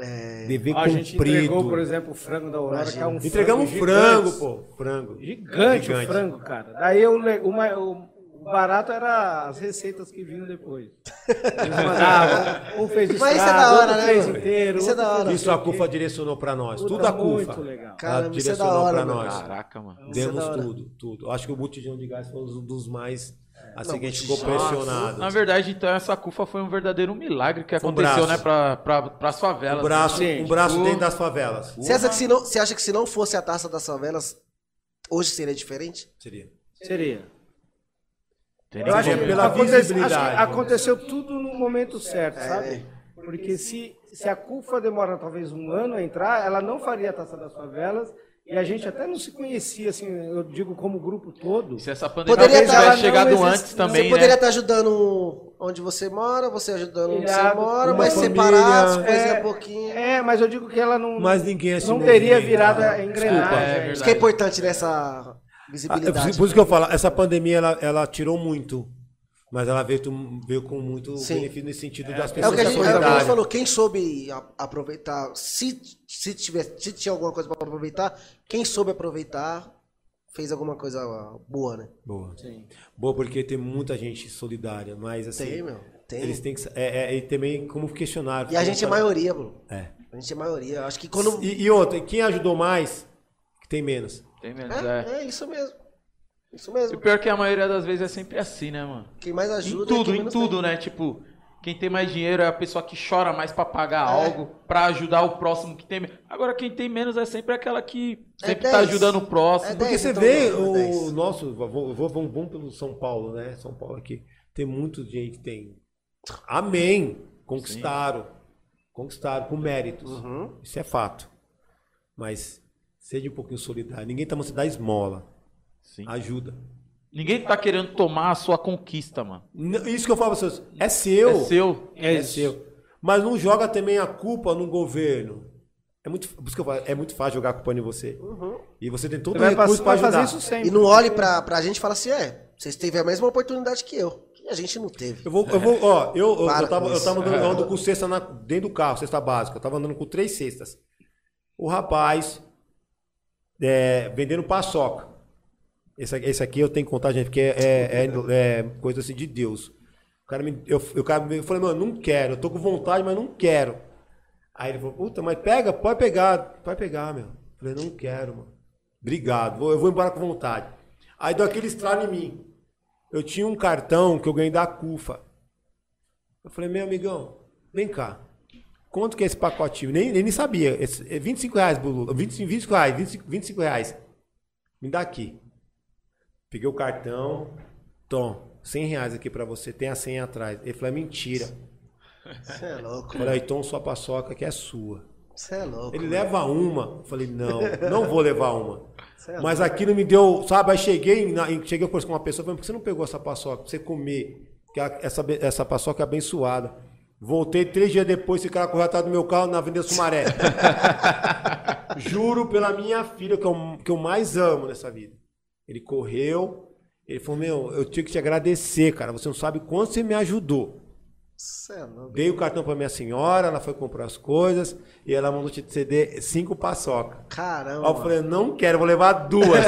É.
Dever
A gente entregou, por
cumprido.
exemplo, o frango da Aurora, que é um
Entregamos frango, pô. Frango.
Gigante, o frango, cara. Daí o, le- o ma- o- o barato era as receitas que vinham depois. Eles mandavam, um fez
Mas isso é
estrada,
da hora,
outro
né,
fez
mano?
inteiro.
Isso é da
outro
hora.
fez
Isso a
não sei o
CUFA direcionou pra nós.
Puta,
tudo a
muito
CUFA.
legal.
Caramba,
ela
isso é da
direcionou
hora,
pra
mano.
nós.
Caraca, mano.
Isso é
Demos
da hora.
tudo, tudo. Acho que o botijão de gás foi um dos mais. Assim
É. Não,
que a gente ficou assim.
botijão.
pressionado.
Na verdade, então, essa cufa foi um verdadeiro milagre que
Foi um
aconteceu,
braço.
né, pra, pra, assim. pras favelas.
um braço,
Sim.
um braço
Pô.
dentro das favelas.
Você acha, que se não, você acha que se não fosse a taça das favelas, hoje seria diferente?
Seria.
que. Seria.
Entendeu?
Eu acho que é
Pela
aconte-
visibilidade.
acho que aconteceu tudo no momento certo,
É,
sabe? Porque se, se a CUFA demora talvez um ano a entrar, ela não faria a Taça das Favelas e a gente até não se conhecia, assim, eu digo como grupo todo.
E Se essa pandemia
Poderia
tivesse
estar lá, não
chegado
existe-
antes também,
você
né?
poderia estar ajudando um- onde você mora, você ajudando onde você
Irado.
mora,
Uma
mas
família.
separados, coisinha
É,
um pouquinho.
É, mas eu digo que ela não,
Mas ninguém é
não
assinou.
teria virado a engrenagem.
É
né?
verdade.
Isso que é importante
Ah,
nessa visibilidade.
é Por isso que eu falo, essa pandemia ela, ela tirou muito. Mas ela veio, tu- veio com muito
Sim.
benefício nesse sentido das
É
pessoas.
o que a gente, é o que a gente
solidárias.
falou, quem soube a- aproveitar, se, se, tiver, se tinha alguma coisa pra aproveitar, quem soube aproveitar fez alguma coisa boa, né?
Boa. Boa, porque tem muita gente solidária, mas assim.
Tem, meu, tem.
Eles têm que. sa- É, é, e também como questionar.
E a gente é maioria, mano.
É.
A gente é maioria. Eu Acho que quando.
E, e outra, quem ajudou mais, que tem menos.
Tem menos, é.
É, é isso mesmo.
E
Isso
o
mesmo.
pior é que a maioria das vezes é sempre assim, né, mano?
Quem mais
Em
ajuda. é quem
tudo, em
menos
tudo, né? Tipo, quem tem mais dinheiro é a pessoa que chora mais pra pagar
É.
algo, pra ajudar o próximo que tem. me- Agora, quem tem menos é sempre aquela que
É
sempre tá
10.
ajudando o
É
próximo.
10,
Porque você
então,
vê
não,
o
10.
nosso. Vamos, vamos, vamos pelo São Paulo, né? São Paulo aqui. Tem muito gente que tem. Amém! Conquistaram. Conquistaram com méritos.
Uhum.
Isso é fato. Mas seja um pouquinho solidário. Ninguém tá mandando dar esmola.
Sim.
Ajuda.
Ninguém tá querendo tomar a sua conquista, mano.
Não, Isso que eu falo pra vocês. É seu.
É seu.
É
É
isso.
seu. Mas não joga também a culpa no governo. É muito, por isso que eu falo, é muito fácil jogar a culpa em você. E você tem todo
Uhum. Você
o
vai,
recurso
passar,
pra
vai fazer
ajudar.
isso sempre.
E não olhe pra, pra gente e fala assim: é, vocês tiveram a mesma oportunidade que eu. Que a gente não teve.
Eu vou, eu vou, ó, eu, eu,
Para
eu tava,
com
eu
isso.
tava andando, eu ando com cesta na- dentro do carro, cesta básica. Eu tava andando com três cestas. O rapaz é, vendendo paçoca. Esse, aqui- esse aqui eu tenho que contar, gente, porque é, é- é- é coisa assim de Deus. O cara me, eu, o cara me, eu falei, mano, não quero, eu tô com vontade, mas não quero. Aí ele falou, puta, mas pega, pode pegar, pode pegar, meu. Eu falei, não quero, mano. Obrigado, vou- eu vou embora com vontade. Aí deu aquele estralo em mim. Eu tinha um cartão que eu ganhei da CUFA. Eu falei, meu amigão, vem cá. Quanto que é esse pacotinho? Nem, nem sabia. Esse, é 25 reais, Bulu. 25, 25 reais, 25, 25 reais. Me dá aqui. Peguei o cartão. Tom, 100 reais aqui pra você. Tem a senha atrás. Ele falou, é mentira.
Você é louco.
Eu falei, então sua paçoca que é sua.
Você é louco.
Ele leva uma. Eu falei, não, não vou levar uma.
Cê é
Mas aquilo me deu, sabe? Aí cheguei, na, em- cheguei a conversar com uma pessoa, falei, por que você não pegou essa paçoca pra você comer? Que a- essa, be- essa paçoca é abençoada. Voltei três dias depois, esse cara correu atrás do meu carro na Avenida Sumaré. Juro pela minha filha, que eu, que eu mais amo nessa vida. Ele correu, ele falou, meu, eu tinha que te agradecer, cara. Você não sabe quanto você me ajudou.
Você é louco.
Dei o cartão pra minha senhora, ela foi comprar as coisas e ela mandou te ceder cinco paçoca.
Caramba.
Aí eu falei, não quero, vou levar duas.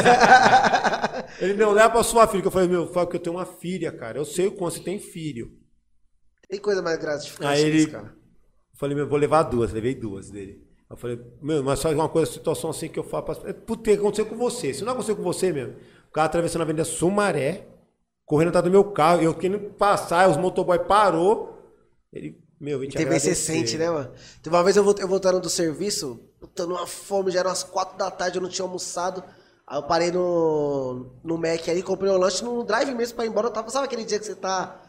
Ele não leva pra sua filha. que Eu falei, meu, fala que eu tenho uma filha, cara. Eu sei o quanto você tem filho.
Tem coisa mais gratificante
Aí
que
ele.
isso, assim, cara.
Eu falei, meu, vou levar duas, levei duas dele. Eu falei, meu, mas só uma coisa, situação assim que eu falo. Pra... Puta, aconteceu com você. Se não aconteceu com você mesmo, o cara atravessando a Avenida Sumaré, correndo atrás do meu carro. Eu querendo passar, os motoboy parou. Ele, meu, ele
E tem vez que você sente, né, mano? Teve uma vez eu, volt- eu voltando do serviço, puta, numa fome, já eram as quatro da tarde, eu não tinha almoçado. Aí eu parei no, no Mac ali, comprei um lanche no drive mesmo pra ir embora. Eu tava, sabe aquele dia que você tá.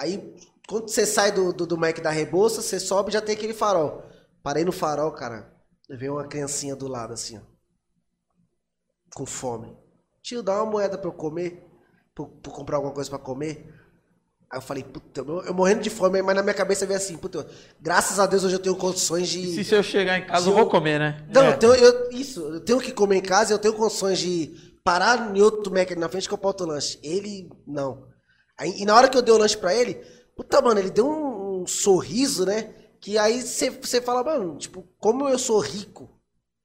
Aí, quando você sai do, do, do Mac da Rebouça, você sobe e já tem aquele farol. Parei no farol, cara. Veio uma criancinha do lado, assim, ó. Com fome. Tio, dá uma moeda pra eu comer. Pra, pra eu comprar alguma coisa pra comer. Aí eu falei, puta, eu, eu morrendo de fome, mas na minha cabeça veio assim, puta, graças a Deus hoje eu tenho condições de.
E se eu chegar em casa,
Se
eu vou
eu-
comer, né?
Não, eu tenho- eu- isso, eu tenho que comer em casa, eu tenho condições de parar em outro Mac ali na frente e comprar outro lanche. Ele, não. Aí, e na hora que eu dei o lanche pra ele, puta, mano, ele deu um, um sorriso, né? Que aí você você fala, mano, tipo, como eu sou rico,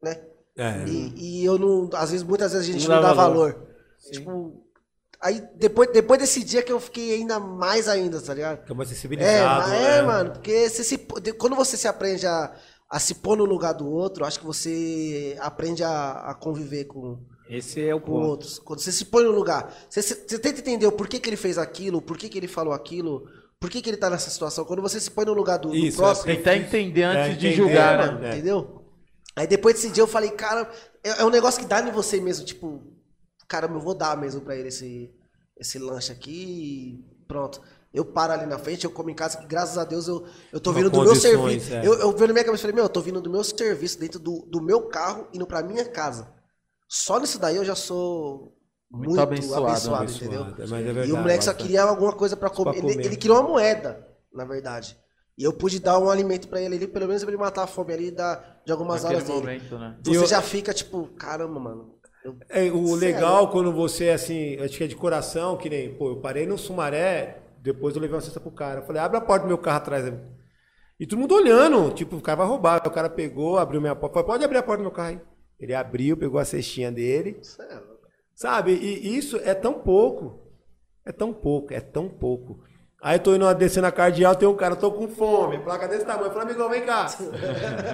né?
É.
E, e eu não, às vezes, muitas vezes a gente
Não
não,
dá
dá
valor.
valor. Tipo, aí depois, depois desse dia que eu fiquei ainda mais ainda, tá ligado?
Fica mais
É,
sensibilizado.
mas é,
né?
mano, porque você se pô- de- quando você se aprende a, a se pôr no lugar do outro, acho que você aprende a, a conviver com,
Esse é o
com
ponto.
outros. Quando você se põe no lugar, você, se- você tenta entender o porquê que ele fez aquilo, por que que ele falou aquilo, por que que ele tá nessa situação. Quando você se põe no lugar do, do
Isso,
próximo,
é,
Tentar entender antes
É,
de
entender,
julgar,
mano.
né?
É.
Entendeu? Aí depois desse dia eu falei, cara, é, é um negócio que dá em você mesmo, tipo, caramba, eu vou dar mesmo pra ele esse, esse lanche aqui e pronto. Eu paro ali na frente, eu como em casa, que graças a Deus eu, eu tô
Uma
vindo do meu
condições,
serviço.
é.
Eu, eu vendo na minha cabeça e falei, meu, eu tô vindo do meu serviço, dentro do, do meu carro, indo pra minha casa. Só nisso daí eu já sou
Muito
muito,
abençoado,
abençoado,
abençoado,
entendeu?
mas é verdade,
e o moleque só
bastante.
queria alguma coisa pra comer.
Pra
Ele,
comer.
ele queria uma moeda, na verdade. E eu pude dar um alimento pra ele ali, pelo menos pra ele matar a fome ali da, de algumas
Naquele
horas dele.
momento, né?
Então
E
você
eu-
já fica tipo, caramba, mano. eu-
É, o
Sério.
legal quando você, assim, acho que é de coração, que nem, pô, eu parei no Sumaré, depois eu levei uma cesta pro cara. Eu falei, abre a porta do meu carro atrás. amigo. E todo mundo olhando, tipo, o cara vai roubar. O cara pegou, abriu minha porta, falou, pode abrir a porta do meu carro aí. Ele abriu, pegou a cestinha dele,
sério.
sabe? E isso é tão pouco, é tão pouco, é tão pouco. Aí eu tô indo descer na cardeal, tem um cara, tô com fome, placa desse tamanho. Eu falei, amigão, vem cá.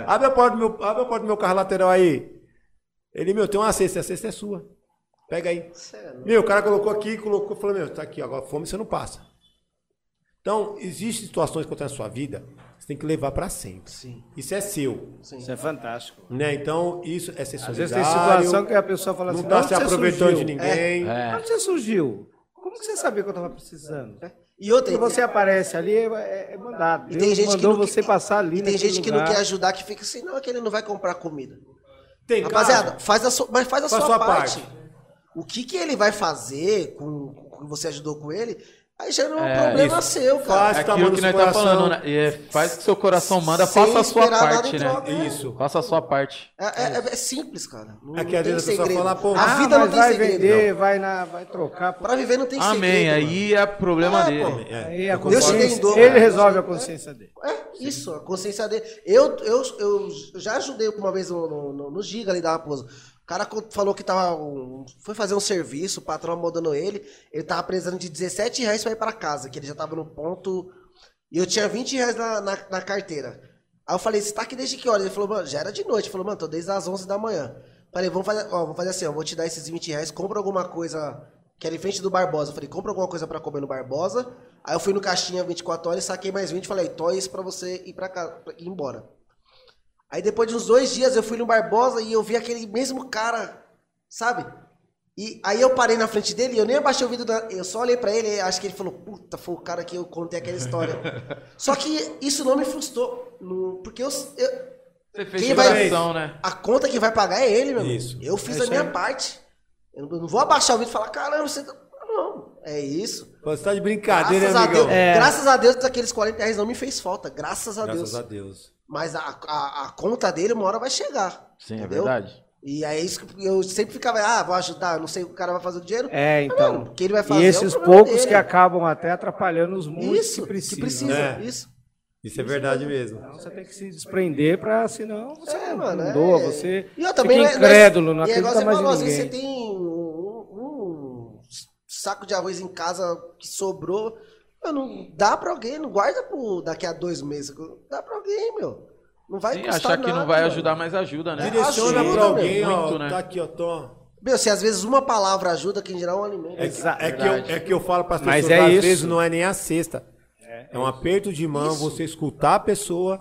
abre, a porta do meu, abre a porta do meu carro lateral aí. Ele, meu, tem uma cesta, a cesta é sua. Pega aí.
sério.
Meu, o cara colocou aqui, colocou, falou, meu, tá aqui, agora fome você não passa. Então, existem situações que acontecem na sua vida, você tem que levar pra sempre.
Sim,
Isso é seu,
sim.
Isso é fantástico.
né? Então, isso é ser
Às vezes
solidário.
tem situação que a pessoa fala assim,
não tá
"Onde
se
você
aproveitando de
surgiu?
ninguém.
É.
Onde você surgiu? Como que você sabia que eu estava precisando?
E outra,
Quando você aparece ali, é, é mandado.
e
Deus
tem gente que
mandou
não,
você passar ali
e tem
naquele
gente que não
lugar.
quer ajudar, que fica assim, não, é que ele não vai comprar comida.
Tem
Rapaziada,
caso-
faz a sua, mas faz a
Faz
sua,
sua
parte.
parte.
O que que ele vai fazer com com o que você ajudou com ele, aí já não é um
É,
problema
isso.
seu,
É
cara.
Faz
aquilo
tamanho
que
do
nós
seu
tá
coração.
falando, né? E é, faz o que seu coração manda,
Sem
faça a sua
esperar nada
parte,
em
né?
troca, né?
Isso.
Faça a sua parte.
É, é- é- é simples, cara. Não,
É que às
não tem
vezes a pessoa
segredo.
fala, pô,
a
Ah,
vida não
mas
tem
vai
segredo.
vender, vai, na, vai trocar. pô.
Pra viver não tem
Amém,
segredo.
aí é problema
É,
dele.
pô.
É.
Aí a
Deus te
consciência-
vendou,
ele
cara.
resolve a consciência dele.
mano. É, isso, a consciência dele. Eu, eu, eu já ajudei uma vez no, no, no- no Giga ali da Raposa. O cara co- falou que tava. um- foi fazer um serviço, o patrão mandando ele. Ele tava precisando de 17 reais pra ir pra casa, que ele já tava no ponto. E eu tinha 20 reais na, na, na carteira. Aí eu falei, você tá aqui desde que hora? Ele falou, mano, já era de noite. Ele falou, mano, tô desde as 11 da manhã. Falei, vamos fazer, ó, vamos fazer assim, ó, vou te dar esses 20 reais, compra alguma coisa, que era em frente do Barbosa. Eu falei, compra alguma coisa pra comer no Barbosa. Aí eu fui no Caixinha 24 horas, saquei mais 20, falei, tô isso pra você ir pra casa, pra ir embora. Aí depois de uns dois dias eu fui no Barbosa e eu vi aquele mesmo cara, sabe? E aí eu parei na frente dele e eu nem abaixei o vidro, da- eu só olhei pra ele e acho que ele falou, puta, foi o cara que eu contei aquela história. só que isso não me frustrou, não- porque eu, eu-
Você fez
Quem
Quem
vai-
coração, né?
a conta que vai pagar é ele, meu irmão.
Isso.
Eu fiz
É
a
isso
minha
aí.
parte. Eu não eu não vou abaixar o vídeo e falar, caramba, você... tá-" Não, é isso.
Você tá de brincadeira,
Graças
né,
a
amigão?
Deus,
É.
graças a Deus, aqueles 40 reais não me fez falta. Graças a Deus.
Graças a Deus.
Mas a, a, a conta dele uma hora vai chegar.
Sim, é
entendeu?
verdade.
E é isso que eu sempre ficava, ah, vou ajudar, não sei o que o cara vai fazer o dinheiro.
É, então.
Mano, o que ele vai fazer
e
é o
esses
problema
poucos
dele.
que acabam até atrapalhando os muitos
Isso,
que precisam.
né?
Isso.
Isso é verdade mesmo.
Então você tem que se desprender para, senão você
É,
não
mano, é.
doa, você
E eu também
fica
não é-
incrédulo, não
e é igual
acredita mais
falou,
em
às vezes
ninguém.
Você tem um, um saco de arroz em casa que sobrou, mano, dá pra alguém, não guarda pro daqui a dois meses, dá pra alguém, meu. Não vai
Sim,
custar
achar que
nada,
não vai
mano.
ajudar, mas ajuda, né?
Direciona
Direciona
Ajuda,
pra alguém,
muito,
ó.
né?
Tá aqui, ó, Tom.
Meu, se às vezes uma palavra ajuda, quem dirá um alimento.
É que, é que eu, é que eu falo para as
Mas
pessoas,
é
às
isso.
vezes não é nem a cesta. É, um aperto de mão, você escutar a pessoa,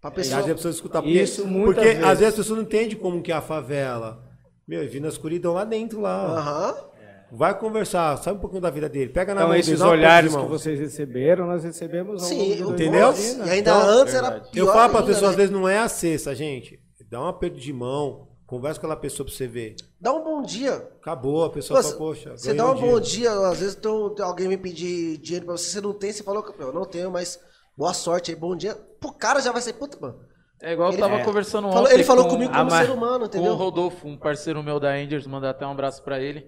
Pra
e às
pessoa.
vezes a pessoa escutar
Isso, muitas
Porque
vezes.
às vezes a pessoa não entende como que é a favela. Meu, vindo na escuridão lá dentro, lá. ó.
Aham.
Vai conversar, sabe um pouquinho da vida dele. Pega na
Então,
mão dele,
esses
dá um aperto de
olhares que
mão.
vocês receberam, nós recebemos ao
Sim,
longo do-
Entendeu?
né?
E ainda
Então,
antes era
verdade.
pior.
Eu falo para as
ainda,
pessoas,
né?
às vezes não é a cesta, gente. Dá um aperto de mão, conversa com aquela pessoa para você ver.
Dá um bom dia.
Acabou, a pessoa
Você,
fala, poxa.
você
ganhei
dá um
dinheiro.
bom dia, às vezes tem- tem alguém me pedir dinheiro pra você, você não tem, você falou que eu não tenho, mas boa sorte aí, bom dia. Pro cara já vai ser, puta, mano.
É igual eu
Ele-
tava
é.
conversando
Falou-
ontem
ele falou
com-
comigo
a
como
Mar-
ser humano,
com o
entendeu?
Rodolfo, um parceiro meu da Angels, mandar até um abraço pra ele.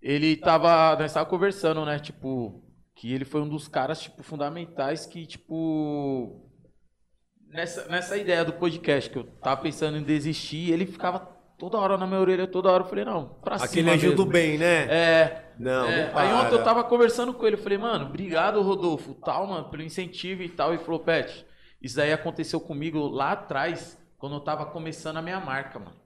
Ele tava, nós tava conversando, né, tipo, que ele foi um dos caras, tipo, fundamentais que, tipo, nessa, nessa ideia do podcast, que eu tava pensando em desistir, ele ficava toda hora na minha orelha, toda hora, eu falei, não, pra
Aquele
cima
anjinho do
mesmo.
bem, né?
É,
Não,
é,
não
aí ontem eu
para.
tava conversando com ele, eu falei, mano, obrigado, Rodolfo, tal, mano, pelo incentivo e tal. E falou, Pet, isso daí aconteceu comigo lá atrás, quando eu tava começando a minha marca, mano.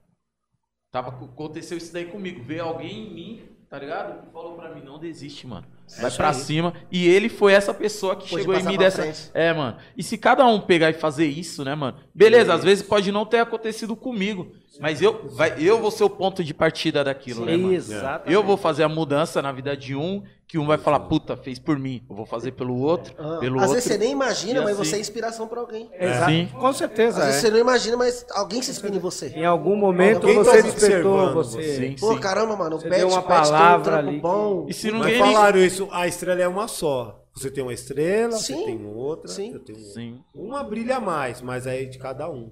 Tava, aconteceu isso daí comigo. Veio alguém em mim, tá ligado? E falou pra mim, não desiste, mano. Vai pra cima. E ele foi essa pessoa que
Pôde
chegou em
passar
mim
pra
dessa.
frente.
É, mano. E se cada um pegar e fazer isso, né, mano? Beleza, às vezes pode não ter acontecido comigo. Mas eu, vai, eu vou ser o ponto de partida daquilo, né, mano?
Exatamente.
Eu vou fazer a mudança na vida de um, que um vai falar, puta, fez por mim. Eu vou fazer pelo outro,
Ah,
pelo
às
outro.
vezes você nem imagina,
E
mas
assim-
você é inspiração pra alguém.
Exa-
Sim.
Com
Às
certeza.
vezes
é.
você não imagina, mas alguém se inspira em você.
Em algum momento
Alguém tá
você
observando
despertou,
você.
você.
Sim,
Pô,
sim.
caramba, mano, o
Você
Pet,
deu
o
uma
Pet tem um
palavra
trampo
ali que-
bom.
E se
Mas
ninguém...
falaram isso, a estrela é uma só. Você tem uma estrela,
Sim,
você tem outra,
sim.
eu tenho outra.
Sim.
Uma brilha a mais, mas aí é de cada um.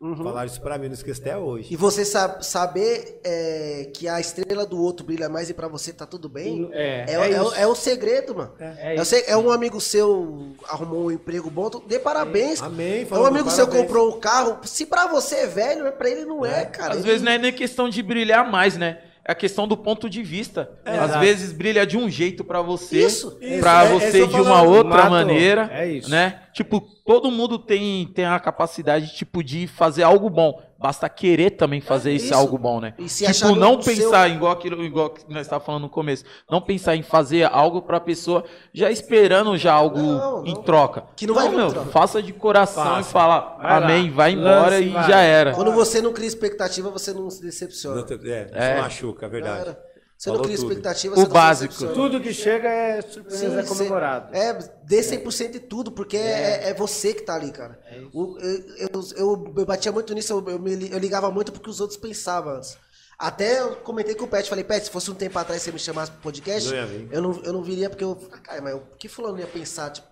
Uhum.
Falaram isso pra mim, não esqueci até hoje.
E você sa- saber é, que a estrela do outro brilha mais e pra você tá tudo bem,
É,
é,
é
é o-
isso.
é o segredo, mano.
É
É,
isso.
sei- é um amigo seu arrumou um emprego bom, tu- dê parabéns.
Amém.
É um
falando,
amigo seu
parabéns.
comprou um carro. Se pra você é velho, é pra ele não é, cara.
Às
Ele-
vezes não é nem questão de brilhar mais, né? É a questão do ponto de vista. Às
Exato.
vezes brilha de um jeito pra você,
Isso,
isso,
pra
é- esse
você
eu
de
falando,
uma outra
matou.
maneira,
É isso.
né? Tipo, todo mundo tem tem a capacidade tipo de fazer algo bom. Basta querer também fazer esse
É isso.
algo bom, né?
E se achar
Tipo,
no
não
seu-
pensar igual aquilo, igual que nós estávamos falando no começo. Não pensar em fazer algo pra pessoa já esperando já algo
Não, não.
em troca.
Que não vai vir em
meu,
troca.
faça de coração
Faça.
e fala
Vai lá.
amém, vai embora
Lance,
e
vai.
já era.
Quando você não cria expectativa, você não se decepciona.
Não, te- É,
É.
se machuca, é verdade.
Cara, Você
Falou
não cria
tudo.
expectativa,
O
você não se
básico.
decepciona.
Tudo que chega é surpresa, é
cê-
comemorado.
É, dê 100% em tudo, porque é, é você que tá ali, cara.
É
O- eu, eu, eu- eu batia muito nisso, eu, eu me li- eu ligava muito porque os outros pensavam antes. Até eu comentei com o Pet, falei, Pet, se fosse um tempo atrás você me chamasse pro podcast,
Não é ia vir.
eu não, eu não viria porque eu. Ah, cara, mas o que fulano ia pensar? Tipo,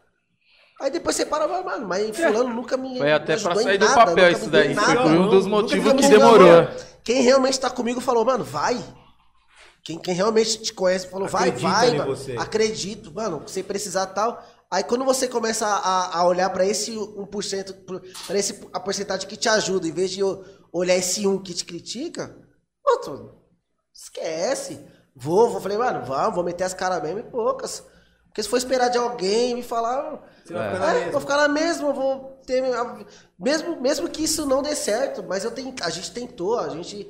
aí depois você para, mas, mano, mas fulano nunca me.
Foi até pra
ajudou em
sair do
nada,
papel
nunca
isso
me deu
daí. Isso
nada."
foi um dos
Nunca
motivos que
Todo mundo
demorou.
falou, Quem realmente tá comigo falou, mano, vai. Quem, quem realmente te conhece falou, vai,
Acredita
vai,
em
mano.
você.
Acredito, mano, se precisar tal. Aí quando você começa a, a olhar pra esse 1%, pra esse, a porcentagem que te ajuda, em vez de o- olhar esse 1 que te critica, outro, esquece. Vou, vou. Falei, mano, vamos, vou meter as caras mesmo e poucas. Porque se for esperar de alguém me falar,
Você vai
é,
ficar na mesma.
vou ficar lá mesmo, eu vou ter. a- Mesmo, mesmo que isso não dê certo, mas eu ten- a gente tentou, a gente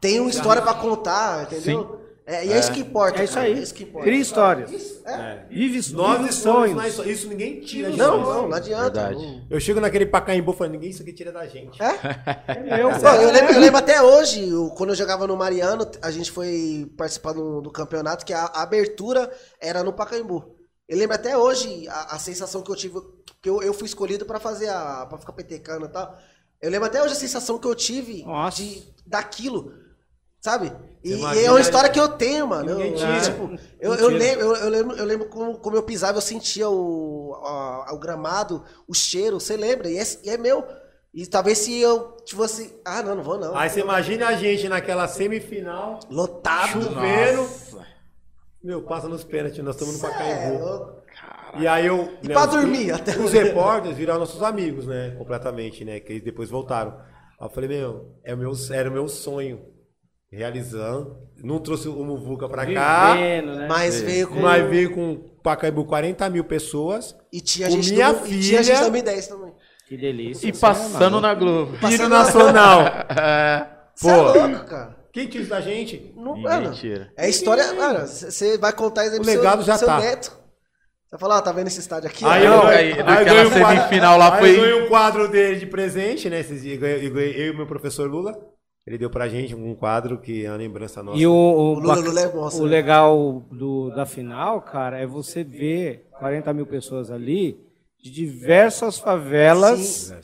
tem uma história pra contar, entendeu? É, e é, isso que importa.
É isso
cara,
aí.
isso que importa.
Cria histórias.
Isso, é.
Vive
Nós
vive
estamos,
sonhos.
nós, né? isso ninguém tira de
Não,
nós.
não, não adianta.
Verdade.
Eu chego naquele Pacaembu falando, ninguém isso aqui tira da gente.
É?
Eu,
Pô, eu, lembro, eu lembro até hoje, eu- quando eu jogava no Mariano, a gente foi participar do, do campeonato, que a, a abertura era no Pacaembu. Eu lembro até hoje a, a sensação que eu tive, que eu, eu fui escolhido pra fazer a. pra ficar petecando e tal. Eu lembro até hoje a sensação que eu tive
Nossa.
de, daquilo, sabe? E, e
Você
é
imagina-
uma história que eu tenho, mano. Eu,
Ninguém tira.
tipo, eu, eu
Mentira.
lembro, eu, eu lembro, eu lembro como, como eu pisava, eu sentia o, a- o gramado, o cheiro, você lembra? E é, e é meu. E talvez se eu fosse. Ah, não, não vou não.
Aí você imagina a gente naquela semifinal,
Lotado.
chuveiro. Meu, passa nos pênaltis, nós estamos no
É,
Pacaembu.
eu-
E aí eu.
E
né,
pra
os-
dormir até
Os repórteres viraram nossos amigos, né? Completamente, né? Que eles depois voltaram. Aí eu falei, meu, é o meu era o meu sonho. Realizando. Não trouxe o Muvuca pra cá,
Vivendo, né?
mas veio com.
mas veio com Pacaembu 40 mil pessoas.
E tinha
com
gente
minha
do- E tinha gente
filha.
também 10 também.
Que delícia. é
E passando na Globo.
Passando
Hino nacional.
É.
Você é
Pô.
louco, cara.
O Quem tira isso da gente?
Não,
Ninguém
mano,
tira.
é história. Mano, você vai contar isso aí
O
pro seu-
legado já
seu
tá.
neto. Você vai falar, ó, tá vendo esse estádio aqui?
Aí,
ó?
ó,
ganhei-
aí, naquela
ganhei um quadro-
semifinal lá
aí
foi-
ganhei um quadro dele de presente, né? esses dias, Eu ganhei- eu ganhei- eu e meu professor Lula. Ele deu pra gente um quadro que é uma lembrança nossa.
E o, o,
Lula,
bac-
Lula é bom, sabe?
o legal do, da final, cara, é você ver 40 mil pessoas ali de diversas favelas,
Sim.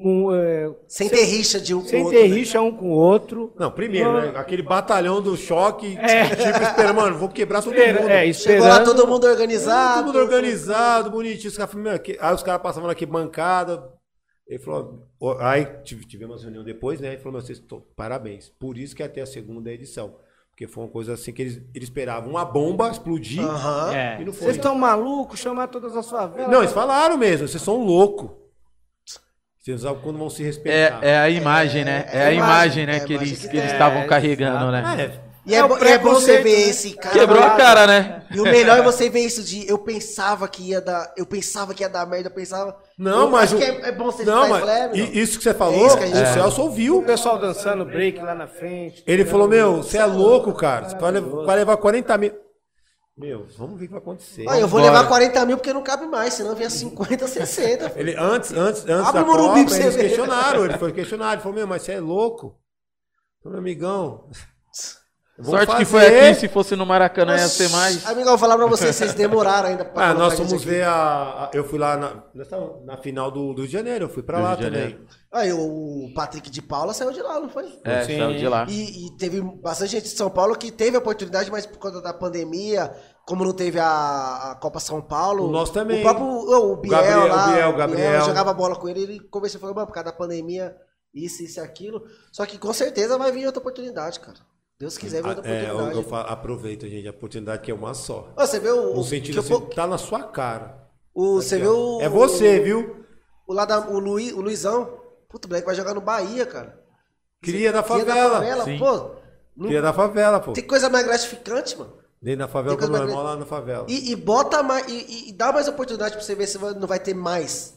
com, é,
Sem ter rixa de um com o
sem
outro,
ter
né?
rixa um com o outro.
Não, primeiro, né? Aquele batalhão do choque,
É.
tipo, esperando, mano, vou quebrar todo
Espera-
mundo.
é,
Chegou lá
esperando.
todo mundo
Ah,
organizado.
todo mundo organizado, bonitinho. Os caras falaram, "Meu, que-" aí os caras passavam aqui bancada. Ele falou, ó, aí tive- tivemos uma reunião depois, né? Ele falou, "Meu, vocês to- parabéns. Por isso que até a segunda edição. Porque foi uma coisa assim que eles, eles esperavam uma bomba explodir.
Aham.
É.
E não foi.
Vocês estão malucos? Chamar todas as favelas?
Não, eles falaram mesmo, vocês são loucos. Vocês sabem quando vão se respeitar.
É, é a imagem, né? É,
é
a
a
imagem,
imagem,
né?
é a
que
imagem
eles
que
que eles
tem.
estavam
É,
carregando,
exato.
Ah,
né?
E é,
É o
bo- e é bom você
preconceito,
ver
né?
esse cara.
Quebrou a cara, né?
E o melhor é você ver isso de eu pensava que ia dar. Eu pensava que ia dar merda, eu pensava.
Não,
eu
mas
Acho
o-
que é, é bom você
Não,
ficar
mas
leve.
i- isso que você falou,
É isso que a gente
o
fala.
Celso ouviu.
O pessoal dançando break lá na frente.
Ele falou, meu, você é louco, cara. Você vai levar, vai levar 40 mil. Meu, vamos ver o que vai acontecer.
Olha, eu vou
Vambora.
levar 40 mil porque não cabe mais, senão vinha 50, 60.
Ele, antes, antes, antes
Abre o
da
Morumbi
Copa,
pra você
eles
ver.
questionaram. Ele foi questionado. Ele falou, meu, mas você é louco? Então, Meu amigão. vamos
Sorte que
fazer.
foi aqui, se fosse no Maracanã ia ser mais.
Amigo, eu vou falar pra vocês, vocês demoraram ainda pra
Ah,
colocar
nós
isso
fomos
aqui.
ver a, a- Eu fui lá na, nós tava na final do, do Rio de Janeiro. Eu fui pra
Do
lá
Rio de
também.
Janeiro.
Aí o Patrick de Paula saiu de lá, não foi?
É,
Sim.
saiu de lá.
E, e teve bastante gente de São Paulo que teve a oportunidade, mas por conta da pandemia, como não teve a, a Copa São Paulo.
O nosso também.
O próprio o, o Biel
Gabriel,
lá.
o Biel,
o
Gabriel.
jogava bola com ele, ele começou a falar, mano, por causa da pandemia, isso, isso e aquilo. Só que com certeza vai vir outra oportunidade, cara. Deus quiser, vai
Ah,
outra
é, eu,
oportunidade.
eu falo, aproveita, gente, a oportunidade que é uma só.
Ô, Você vê o.
No
o-
sentido
que
assim,
eu po-
tá na sua cara.
o- você vê o.
É você, viu?
O, lá da, o, Luiz, o Luizão. Puto, o moleque vai jogar no Bahia, cara.
Cria
Dia da
da favela.
favela,
Sim.
pô. não-
Cria da favela, pô.
Tem coisa mais gratificante, mano.
Dentro da favela,
Tem
quando
coisa
nós
mais-
vamos lá na favela.
E, e bota mais. E, e- e dá mais oportunidade pra você ver se vai- não vai ter mais.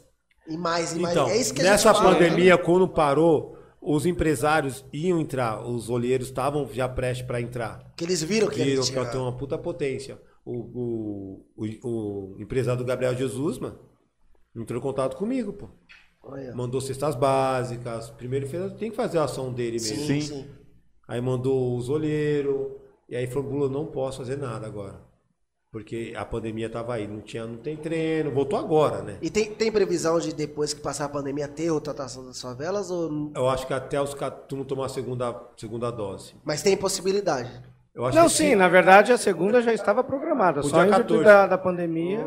E mais, e mais.
Então,
é isso que a
nessa
gente fala,
pandemia, quando parou, os empresários iam entrar, os olheiros estavam já prestes para entrar.
né? Que eles viram que ia
Viram que
chegar.
ela tem uma puta potência. O, o, o, o empresário do Gabriel Jesus, mano, entrou em contato comigo, pô.
Olha.
Mandou cestas básicas. Primeiro ele fez, tem que fazer a ação dele mesmo.
Sim.
Sim, sim.
Aí mandou os olheiros. E aí falou, Bula, eu não posso fazer nada agora. Porque a pandemia tava aí, não tinha, não tem treino, voltou agora, né?
E tem, tem previsão de depois que passar a pandemia ter rotação das favelas? Ou...
Eu acho que até os caras não tomar a segunda, segunda dose.
Mas tem possibilidade.
Eu acho
Não,
que
sim, né? na verdade a segunda já estava programada.
O
Só
dia Hum.
em
14.
virtude da, da pandemia,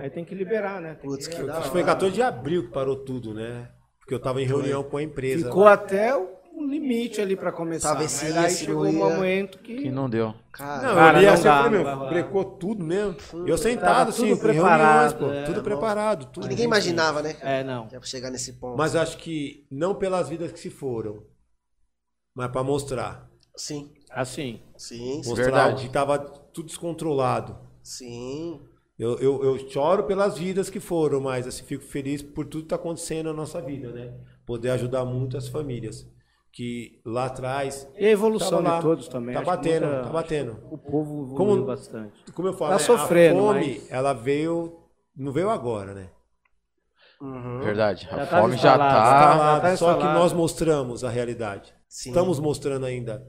aí tem que liberar, né? Tem
Putz,
que-
que da
É, Acho que
hora.
foi 14 de abril que parou tudo, né? Porque eu tava em reunião com a empresa.
Ficou até um limite ali para começar.
Talvez
mas
sim,
aí
esse
chegou
não
um
é.
ia-
momento que...
Que não deu.
Cara,
Não,
Cara,
eu li
não
assim,
dá,
eu falei, meu,
não vai lá.
brecou tudo mesmo. Eu sentado,
Tava
assim,
tudo
em reuniões,
preparado,
pô,
é,
tudo
nossa.
preparado, tudo.
que ninguém imaginava, né?
É, não.
Já pra chegar nesse ponto.
Mas acho que não pelas vidas que se foram, mas pra mostrar.
Sim,
Assim,
sim, sim.
Mostrar
Verdade.
que tava tudo descontrolado.
sim.
Eu, eu, eu choro pelas vidas que foram, mas assim, fico feliz por tudo que tá acontecendo na nossa vida, né? Poder ajudar muito as famílias. Que lá atrás.
E a evolução
tava lá,
de todos também.
Tá
acho que
batendo,
muita-
tá batendo.
O povo evoluiu
Como-
bastante.
Como eu falo,
Tá
né,
sofrendo,
a fome,
mas-
ela veio. Não veio agora, né?
Uhum.
Verdade. A
Já tá
fome já
instalado,
Tá
tá.
instalado.
lá,
tá
só que
instalado.
nós mostramos a realidade.
Sim.
Estamos mostrando ainda.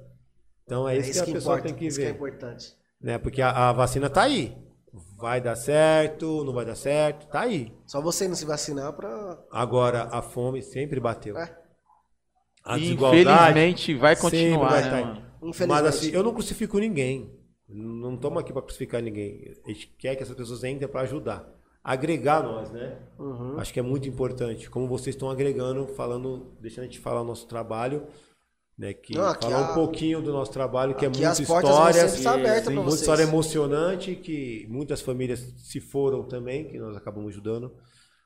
Então é
É
isso,
isso
que
que
a pessoa
importa.
tem que
isso que é
ver.
importante.
né? Porque a, a vacina tá aí. Vai dar certo, não vai dar certo, tá aí.
Só você não se vacinar pra.
Agora, a fome sempre bateu.
É.
A desigualdade.
Infelizmente vai continuar,
vai tá
né,
estar aí.
mano?
Infelizmente.
Mas assim, eu não crucifico ninguém. Não estamos aqui para crucificar ninguém. A gente quer que essas pessoas entrem para ajudar. Agregar nós, né?
Uhum.
Acho que é muito importante. Como vocês estão agregando, falando, deixando a gente falar o nosso trabalho, né? Que
Não, aqui
falar
a-
um pouquinho do nosso trabalho, que é
Aqui
muita
as portas vão
história. assim,
sempre estar abertas pra
muita
vocês.
história é emocionante, que muitas famílias se foram também, que nós acabamos ajudando.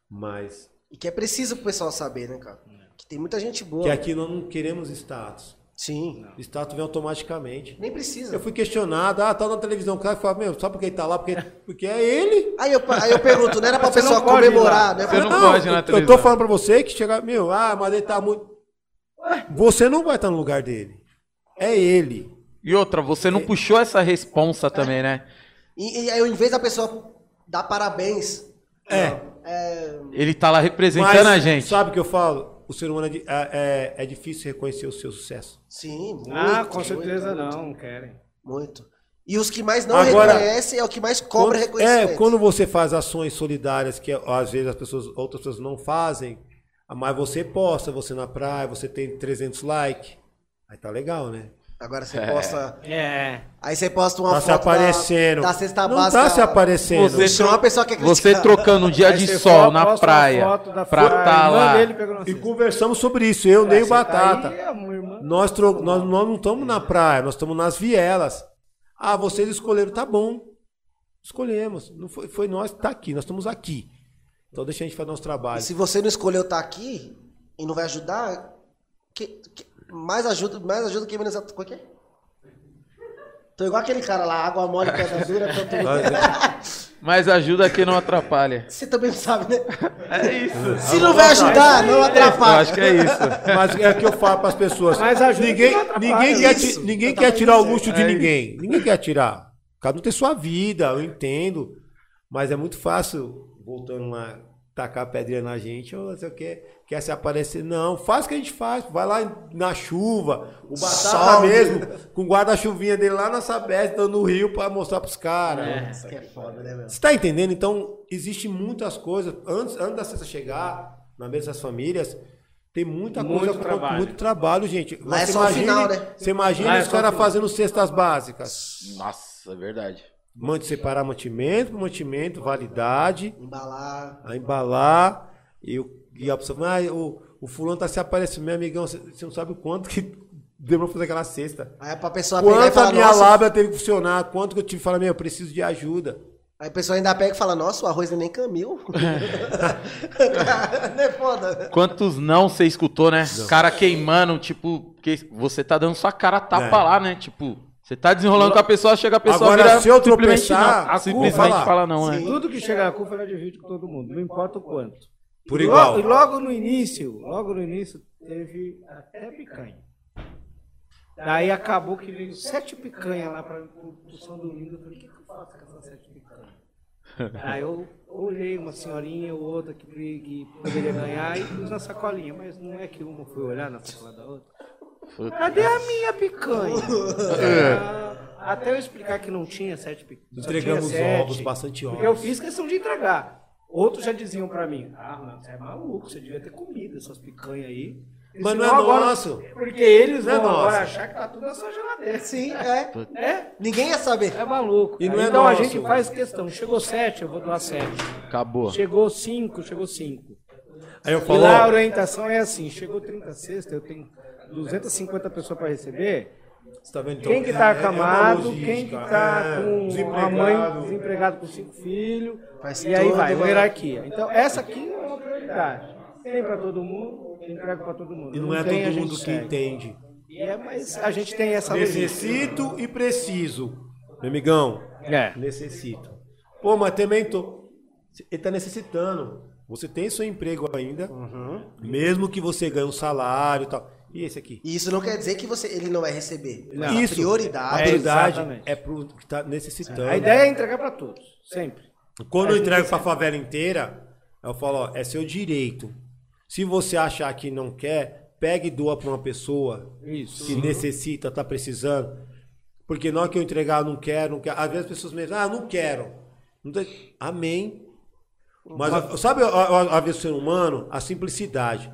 Mas
E que é preciso pro pessoal saber, né, cara? Que tem muita gente boa.
É. que é- aqui nós não queremos status.
Sim.
Status vem automaticamente.
Nem
Eu
precisa.
fui questionado, ah, tá na televisão, o cara fala, meu, só porque ele tá lá, porque, porque é ele.
Aí eu, aí eu pergunto, não era pra
Você
pessoa
não pode ir
comemorar,
lá.
né?
Você
Pra-
não pode ir na
eu- eu
televisão.
tô falando pra você que chegar, meu, ah, mas ele tá muito. Você não vai estar no lugar dele. é ele.
E outra, você não puxou essa responsa também, né?
E, e aí, em vez da pessoa dar parabéns,
É.
é,
Ele tá lá representando a
Mas,
gente.
Sabe o que eu falo? O ser humano é, di- é, é- é difícil reconhecer o seu sucesso.
sim, muito.
Ah, com
muito,
certeza
muito,
não, não querem.
Muito. E os que mais não
Agora-
reconhecem é o que mais cobra
Quando-
reconhecimento.
É, quando você faz ações solidárias que às vezes as pessoas, outras pessoas não fazem, mas você posta, você na praia, você tem 300 likes, aí tá legal, né?
Agora você posta.
É.
Aí você posta uma
Tá
foto
se aparecendo.
da, da cesta
não
básica.
tá se aparecendo.
Você-
Você uma pessoa que é
Você
criticada.
trocando um dia
Aí
de
você
sol
fala,
na
posta uma
praia
foto da
pra
foto, a
tá
irmã
lá.
dele pegando uma
E
cesta.
conversamos sobre isso, eu, nem o
Você tá
Batata.
aí, é uma irmã.
Nós, tro- nós, nós não estamos na praia, nós estamos nas vielas. Ah, vocês escolheram, tá bom. Escolhemos. Não foi, foi nós, tá aqui, nós estamos aqui. Então deixa a gente fazer nosso
E
trabalho.
se você não escolheu estar aqui e não vai ajudar, que- que- mais ajuda, mais ajuda que menos. Qual que é? Tô igual aquele cara lá, água mole, pedra dura, tanto.
Mas ajuda que não atrapalha.
Você também não sabe, né?
É isso.
Se não vai ajudar, não
Eu
atrapalha.
acho que é isso.
Mas é o que eu falo para as pessoas.
Mas ajuda
ninguém,
que não atrapalha.
ninguém quer, ti-
Isso,
ninguém
eu
quer
tava
tirar o
dizendo.
gosto
É
de ninguém. Ninguém quer tirar. Cada um tem sua vida, eu entendo. Mas é muito fácil, voltando lá, tacar a pedrinha na gente, ou você quer, quer se aparecer. Não, faz o que a gente faz. Vai lá na chuva, o batata
Sol, né?
mesmo, com o guarda-chuvinha dele lá na Sabesp, no Rio, para mostrar para os caras.
Isso que é foda, né, meu?
Você tá entendendo? Então, existe muitas coisas. Antes, antes da cesta chegar na mesa das famílias, tem muita
Muito
coisa, acon-
trabalho.
muito trabalho, gente.
Lá
Mas
é
você
só o
imagina,
final, né?
Você imagina
Lá é
os
só o
caras
final.
fazendo cestas básicas.
Nossa, é verdade.
Mande separar mantimento por mantimento, validade,
Embalar.
a embalar. E, o- e a pessoa fala, ah, o, o fulano tá se aparecendo, meu amigão, você você não sabe o quanto que demorou pra fazer aquela cesta.
Aí é pra pessoa pegar e
Quanto
falar,
a minha
nossa,
lábia teve que funcionar, quanto que eu tive que falar, meu, eu preciso de ajuda.
Aí a pessoa ainda pega e fala, nossa, o arroz nem camil. não é foda.
Quantos não você escutou, né? Cara queimando, tipo, que você tá dando sua cara tapa
É.
lá, né? Tipo, você tá desenrolando com a pessoa, chega a pessoa
Agora,
vira
se eu
simplesmente
tropeçar,
não, Ah,
a culpa
simplesmente
lá.
fala não, né?
Tudo que chegar a culpa ela divide com todo mundo, não importa o quanto.
Por
E
igual.
logo- E logo no início, logo no início, teve até picanha. Daí acabou que veio sete picanhas lá para o São Domingo. Eu falei, o que, que eu faço com essas sete picanhas? Aí eu olhei uma senhorinha ou outra que, que poderia ganhar e pus na sacolinha. Mas não é que uma foi olhar na sacola da outra. Cadê a minha picanha?
É.
Ah, Até eu explicar que não tinha sete picanhas.
Entregamos ovos, bastante ovos.
Porque eu fiz questão de entregar. Outros já diziam pra mim, ah, mano, você é maluco, você devia ter comido essas picanhas aí.
Mas
Senão
não é nosso.
Porque eles
Não é
vão agora
nosso.
achar que tá tudo na sua geladeira.
Sim, é.
É,
Ninguém ia saber.
é maluco.
E
cara.
não é
então
nosso.
a gente faz questão. Chegou sete, eu vou doar sete.
Acabou.
Chegou cinco, chegou cinco.
Aí eu
E
falo,
lá a
ó,
orientação é assim, chegou 30 sexta, eu tenho 250 pessoas pra receber,
Você tá vendo? Então,
Quem que
é-
está
é uma
acamado,
logística,
quem que está
é,
com uma mãe desempregada com cinco filhos,
Faz
e aí
tudo,
vai,
né?
uma hierarquia. Então, essa aqui é uma prioridade. Tem para todo mundo, tem entrega para todo mundo.
E não é
tem, a
todo
gente
mundo que
segue.
entende.
E é, mas a gente tem essa
Necessito e preciso. Meu amigão,
logística.
necessito. Pô, mas também tô. Ele tá necessitando. Você tem seu emprego ainda,
Uhum.
mesmo que você ganhe um salário e tal. E esse aqui?
E isso não quer dizer que você, ele não vai receber.
Não.
Mas a
Isso. A
prioridade.
É,
prioridade
exatamente.
é pro que tá necessitando.
É. A ideia é entregar para todos, sempre.
Quando eu entrego pra favela inteira, eu falo, ó, é seu direito. Se você achar que não quer, pega e doa pra uma pessoa
Isso.
que necessita, tá precisando. Porque na hora que eu entregar, eu não quero, não quero. Às vezes as pessoas me dizem, ah, não quero. Não tem- Amém. Mas eu- sabe a, a, a vez do ser humano? A simplicidade.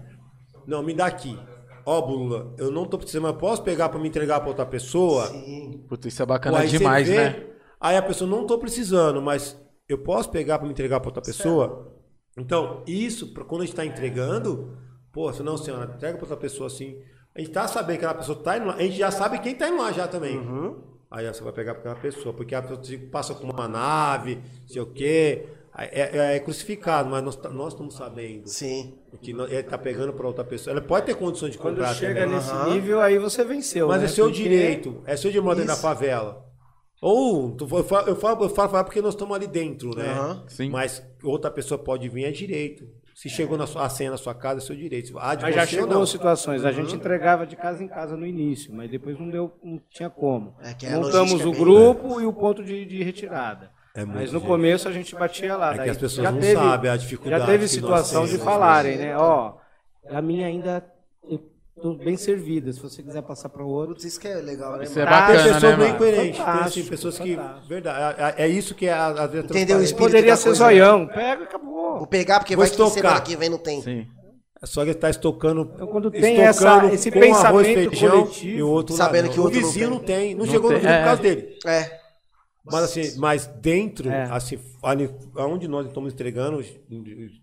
Não, me dá aqui. Ó, Bula, eu não tô precisando, mas posso pegar pra me entregar pra outra pessoa?
Sim.
Puta, isso é bacana
Aí você
demais,
vê,
né?
Aí a pessoa, não tô precisando, mas eu posso pegar para me entregar para outra pessoa? Então, isso, pra quando a gente tá entregando, pô, se não, senhora, entrega para outra pessoa assim. A gente tá sabendo que aquela pessoa tá indo lá, a gente já sabe quem tá indo lá já também. Aí você vai pegar pra aquela pessoa, porque a pessoa tipo, passa com uma nave, sei o quê. Aí É, é- é crucificado, mas nós, tá- nós estamos sabendo
Sim.
que nós- ele tá pegando para outra pessoa. Ela pode ter condições de
Quando
comprar
chega
também.
nesse nível, aí você venceu.
Mas
né?
é seu
Porque-
direito. É seu de morar dentro da
Isso.
favela. Ou, tu- eu
É.
falo, eu falo, eu falo, favela porque nós estamos ali dentro, né?
Aham.
Sim.
Mas outra pessoa pode vir, é direito. Se chegou na sua, a senha na sua casa, é seu direito. Ah, de
Mas já
você,
chegou
não. Uhum.
situações. A gente entregava de casa em casa no início, mas depois não deu, não tinha como.
É que a
Montamos
logística é
o
bem-
grupo e o ponto de, de retirada.
É muito
mas no
difícil.
começo a gente batia lá.
É que
daí
as pessoas
já
não
teve-
sabem a dificuldade
Já teve
que nós
situação de
temos,
falarem, né? Ó, a minha ainda eu tô bem servida. Se você tá quiser passar para o outro,
Putz, isso que é legal, né?
Isso é
mano?
Tem
bacana,
pessoas
né,
bem
mano?
coerentes. Tem assim,
Fantástico,
pessoas que.
fantástico.
Verdade. É, é isso que é, às vezes.
Entendeu o
transparência.
espírito
poderia
da
ser
coisa, né?
zoião. Pega, acabou.
Vou pegar, porque
Vou
vai que semana
estocar.
que vem não tem.
Sim.
É só que ele está estocando.
Então, quando tem
estocando
essa- esse
com arroz,
pensamento
feijão,
coletivo,
e o outro lá
sabendo
não.
que o outro
o
não
vizinho
tem.
não tem, não,
Não
chegou
tem,
no vizinho
é.
por causa dele.
É.
Mas assim, mas dentro,
É.
assim, ali, onde nós estamos entregando,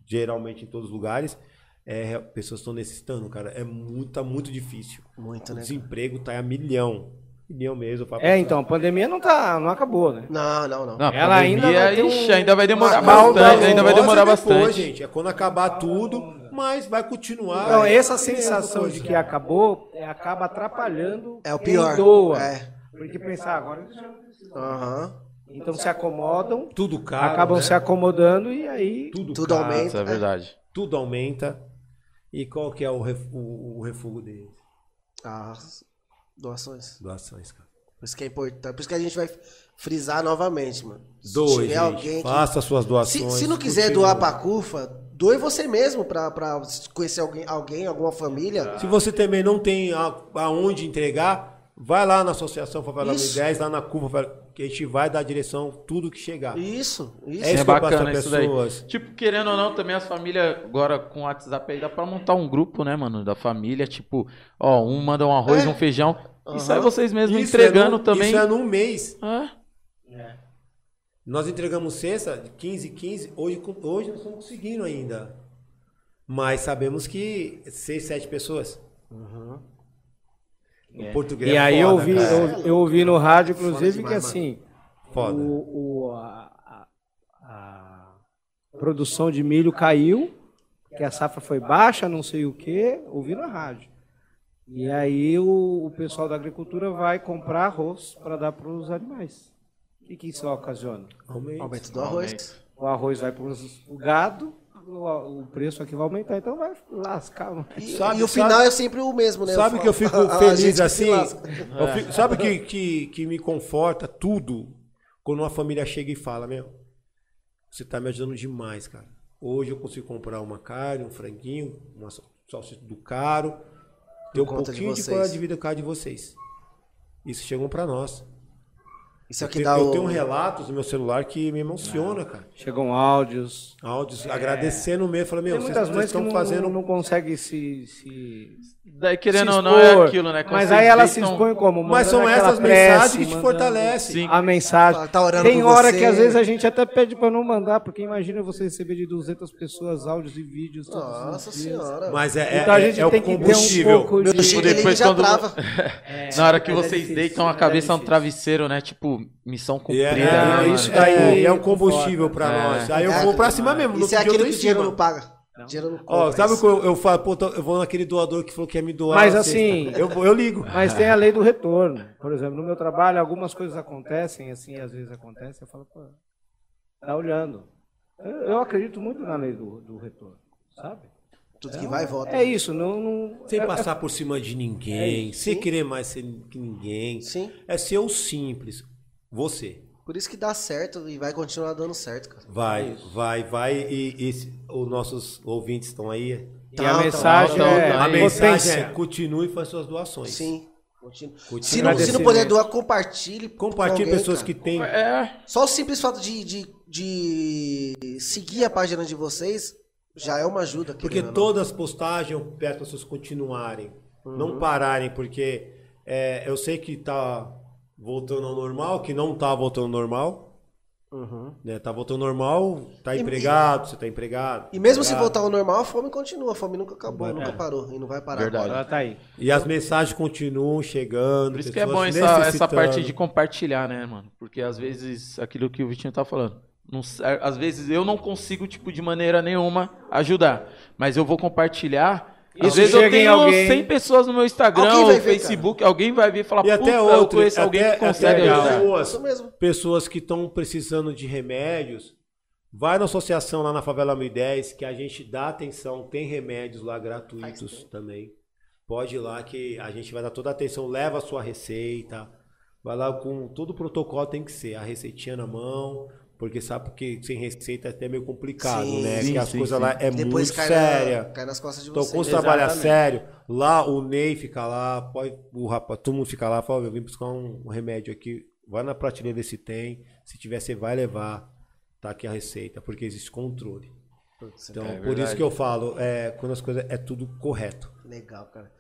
geralmente em todos os lugares, é, pessoas estão necessitando, cara. É muito, tá muito difícil.
Muito,
O
né?
desemprego tá a milhão. Milhão mesmo. eu falo pra
É,
você.
então, a pandemia não tá, não acabou, né?
Não, não, não.
Não, a
Ela
pandemia,
ainda vai ter um-
ixi, ainda vai demorar
uma alta
bastante. Ainda vai
Nós é
demorar
depois,
bastante.
gente. É quando acabar tudo, mas vai continuar.
Então,
É
essa
a mesma
sensação
coisa.
de que acabou é, acaba atrapalhando
É o
quem
pior.
doa.
É.
Porque pensar agora. eles já-
Aham.
Então se acomodam,
Tudo caro,
acabam
né?
se acomodando e aí.
Tudo,
Tudo
caro,
aumenta.
Isso é verdade.
Tudo aumenta. E qual que é o, ref, o, o refúgio deles?
As Ah, doações.
Doações, cara.
Por isso que é importante. Por isso que a gente vai frisar novamente, mano. Se
Doe,
tiver
gente.
alguém que
Faça suas
Se,
doações.
se não quiser
continua.
doar pra CUFA, doe você mesmo pra, pra conhecer alguém, alguém, alguma família.
Se você também não tem a- aonde entregar, vai lá na Associação Favela
Isso.
1010, lá na Curva, Favela, que a gente vai dar direção, tudo que chegar.
Isso, isso.
É
É,
isso que eu passo
bacana
pra
isso daí.
pessoas.
Tipo, querendo ou não, também as famílias agora com o WhatsApp aí dá pra montar um grupo, né, mano? Da família, tipo, ó, um manda um arroz,
É.
um feijão. Isso
Aham.
aí vocês mesmos
Isso
entregando
é num-
também.
Isso é num mês.
É.
Nós entregamos sexta, de 15, 15. Hoje, com- hoje nós estamos conseguindo ainda. Mas sabemos que 6, 7 pessoas. O português
E
é
aí
foda,
eu ouvi,
cara.
eu, eu ouvi no rádio, inclusive,
demais,
que
mano.
assim,
Foda.
o- o- a, a- a produção de milho caiu, que a safra foi baixa, não sei o quê, ouvi na rádio. E aí o, o pessoal da agricultura vai comprar arroz para dar para os animais. O que, que isso ocasiona?
Aumenta.
Aumento do arroz.
O arroz vai para o gado, o, o preço aqui vai aumentar, então vai lascar.
E,
Sabe-
e o
sabe-
final é sempre o mesmo, né?
Sabe
Eu
que eu
falo,
fico
a gente
feliz
que se
assim?
lasca.
É.
Eu fico- sabe que, que, que me conforta tudo? Quando uma família chega e fala, meu, você tá me ajudando demais, cara. Hoje eu consigo comprar uma carne, um franguinho, uma sal- salsicha do caro, ter um
conta de
pouquinho de
vocês.
qualidade de vida por causa de vocês. Isso chegou pra nós.
Isso é o
eu
que
te-
dá
eu
o...
tenho um relatos no meu celular que me
É.
emociona, cara.
Chegam áudios,
Áudios agradecendo mesmo. Falei, meu,
É. Tem
vocês
muitas
vocês
mães que
estão
não,
fazendo
não conseguem se, se,
Daí, querendo
se
ou não, é
expor.
aquilo, né? Quando
Mas
vocês
aí ela se
deitam-
expõe como?
Mas
Mandando
são
aquela
essas
prece,
mensagens que te
mandando
fortalecem.
Sim.
A mensagem.
Tá orando
Tem
por
hora
você.
que às vezes a gente até pede para não mandar, porque imagina você receber de 200 pessoas áudios e vídeos. todos os
Nossa
dias.
senhora.
Mas é, é,
Então a gente
é
tem
o
que ter um
combustível.
pouco
Meu
de...
Chico, ele
depois
já
quando-
trava.
Na hora que
É, mas é
vocês
difícil,
deitam a
mas é
cabeça no
difícil.
travesseiro, né? Tipo, missão cumprida.
É,
né,
é,
mano?
isso daí é,
É.
um combustível pra
É.
nós. Aí eu
É,
vou pra cima mesmo.
Isso é
outro dia eu
aquilo
tô
que
em
o dinheiro
cima.
não paga. O dinheiro não compra.
Ó, sabe o
isso.
que eu, eu falo? Pô, tô- eu vou naquele doador que falou que ia me doar.
Mas
na sexta.
assim-
Eu, vou- eu ligo.
Mas tem a lei do retorno. Por exemplo, no meu trabalho, algumas coisas acontecem, assim, às vezes acontecem, eu falo, pô, tá olhando. Eu, eu acredito muito na lei do, do retorno, sabe?
Tudo que vai e volta.
É isso, não... não
Sem
é-
passar por cima de ninguém, sem querer mais ser que ninguém.
Sim.
É ser o simples. Você.
Por isso que dá certo e vai continuar dando certo, cara.
Vai, vai, vai. E, e se- os nossos ouvintes estão aí.
E
Tá,
a
tá,
mensagem
tá, tá,
é
tá.
A mensagem é
potência.
continue fazendo suas doações.
Sim. Continua.
Continua.
Se não, se não puder doar, compartilhe. com
Compartilhe
alguém,
pessoas
cara.
que têm.
É,
Só o simples fato de, de, de seguir a página de vocês já é uma ajuda.
Porque
querendo ou não.
todas as postagens eu peço para as pessoas continuarem,
Uhum.
não pararem, porque é, eu sei que tá voltando ao normal, que não tá voltando ao normal,
Uhum.
né? Tá voltando ao normal, tá
E-
empregado, você tá empregado. tá
E mesmo se
empregado.
voltar ao normal, a fome continua. A fome nunca acabou,
Ah. Vai é.
nunca
parar.
parou e não vai parar
Verdade.
agora.
Ela tá aí.
E as mensagens continuam chegando.
por isso que é
pessoas
bom essa, essa
necessitando.
parte de compartilhar, né, mano? Porque às vezes, aquilo que o Vitinho tá falando, não s- a- às vezes eu não consigo, tipo, de maneira nenhuma ajudar. Mas eu vou compartilhar. Às
Isso
vezes eu
chega em
tenho
alguém.
100 pessoas no meu Instagram
Alguém vai
ou
ver, cara.
Facebook, alguém vai vir e falar,
E até
puta, eu
outro,
conheço alguém
até,
É
que consegue
até
ajudar.
pessoas,
Isso mesmo.
pessoas que estão precisando de remédios, Vai na associação lá na Favela 1010, que a gente dá atenção, tem remédios lá gratuitos também. Pode ir lá que a gente vai dar toda a atenção, leva a sua receita, vai lá com todo o protocolo tem que ser, a receitinha na mão, porque sabe que sem receita é até meio complicado,
Sim,
né?
sim,
que as
sim,
coisas
sim.
lá é
Depois
muito
cai,
séria.
Na, cai nas costas de
Então,
vocês.
quando você trabalhar
Exatamente.
sério, lá o Ney fica lá, pode, o rapaz, todo mundo fica lá, fala, "Ó, eu vim buscar um, um remédio aqui, vai na prateleira ver se tem, se tiver você vai levar, tá aqui a receita, porque existe controle. Então,
É
por isso
verdade.
que eu falo, é, quando as coisas, é tudo correto.
Legal, cara.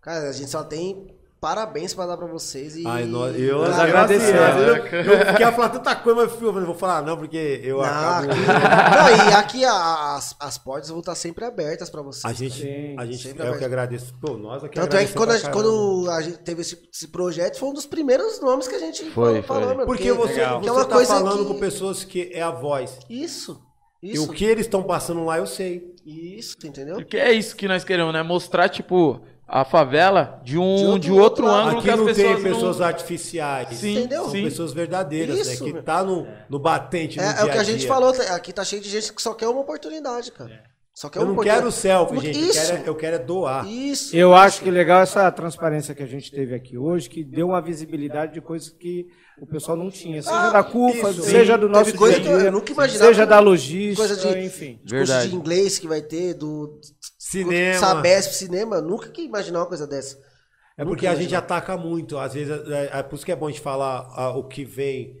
Cara, a gente só tem parabéns pra dar pra vocês e...
Ai, nós- eu
Cara,
nós
eu
agradecemos.
assim,
Eu,
né?
eu queria falar tanta coisa, mas eu falei, vou falar não, porque eu
Não,
acabo...
aqui- não, e aqui a- as, as portas vão estar sempre abertas pra vocês.
A gente,
Sim,
a gente
sempre
é o que
aberto.
agradece. Pô, nós aqui
Tanto é que quando a, gente,
agradecemos pra caramba.
quando a gente teve esse, esse projeto, foi um dos primeiros nomes que a gente
Foi,
falou,
foi.
meu,
Porque você,
que
você tá falando com pessoas que é a voz.
Isso,
E
isso,
o que eles estão passando lá, eu sei.
isso, entendeu?
Porque é isso que nós queremos, né? Mostrar, tipo, a favela de um de outro,
De outro lado.
ângulo
Aqui
que as
não
pessoas
tem
não-
pessoas artificiais.
Sim,
Entendeu?
São
sim.
pessoas verdadeiras,
Isso,
né? Que
meu.
tá no, no batente, no
É, é
dia
o que a gente
dia. É.
falou, tá- aqui tá cheio de gente que só quer uma oportunidade, cara. Só quer
Eu
uma
não quero
oportunidade.
selfie,
Porque
gente. Eu
é um Isso,
quero, é- eu quero é doar.
isso.
Eu acho que legal essa transparência que a gente teve aqui hoje, que deu uma visibilidade de coisas que o pessoal não tinha, seja
Ah,
da CUFA,
isso,
seja
sim.
do nosso
Teve coisa
dia a
que eu
dia,
nunca imaginava
seja
que-
da logística,
coisa de-
enfim.
De curso
Verdade.
de inglês que vai ter, do
Cinema.
Sabesp, cinema, nunca que imaginar uma coisa dessa.
É porque a gente ataca muito. Às vezes, é, é por isso que é bom a gente falar ah, o que vem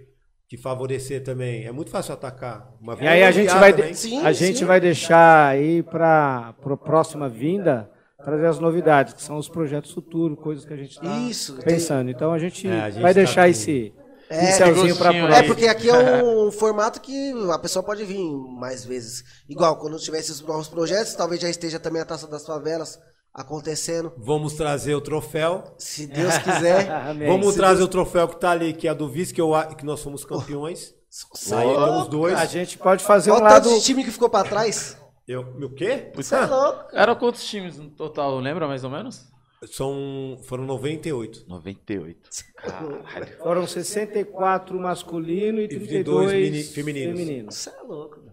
te favorecer também. É muito fácil atacar. Mas
E aí a gente vai, de-
Sim,
a gente
sim.
vai deixar aí para a próxima vinda trazer as novidades, que são os projetos futuros, coisas que a gente
Ah,
Isso,
está
tem-
pensando. Então a gente,
É, a gente
vai
tá
deixar
com-
esse
É,
pincelzinho para
gostinho,
É
Aí.
porque aqui é um formato que a pessoa pode vir mais vezes. Igual, quando tiver esses novos projetos, talvez já esteja também a Taça das Favelas acontecendo.
Vamos trazer o troféu.
Se Deus quiser.
Ah,
É,
Amém.
Vamos trazer o troféu que tá ali, que é a do vice, que, eu, a- que nós
Oh.
fomos campeões. Saímos os dois.
A gente pode fazer um
Olha o tanto
lado.
de time que ficou pra trás.
Eu, o quê?
Você é louco.
Era quantos times no total, lembra mais ou menos?
São, foram 98.
98. Caralho.
Foram 64 masculino e
32
32
mini- femininos.
femininos.
Você é louco. meu.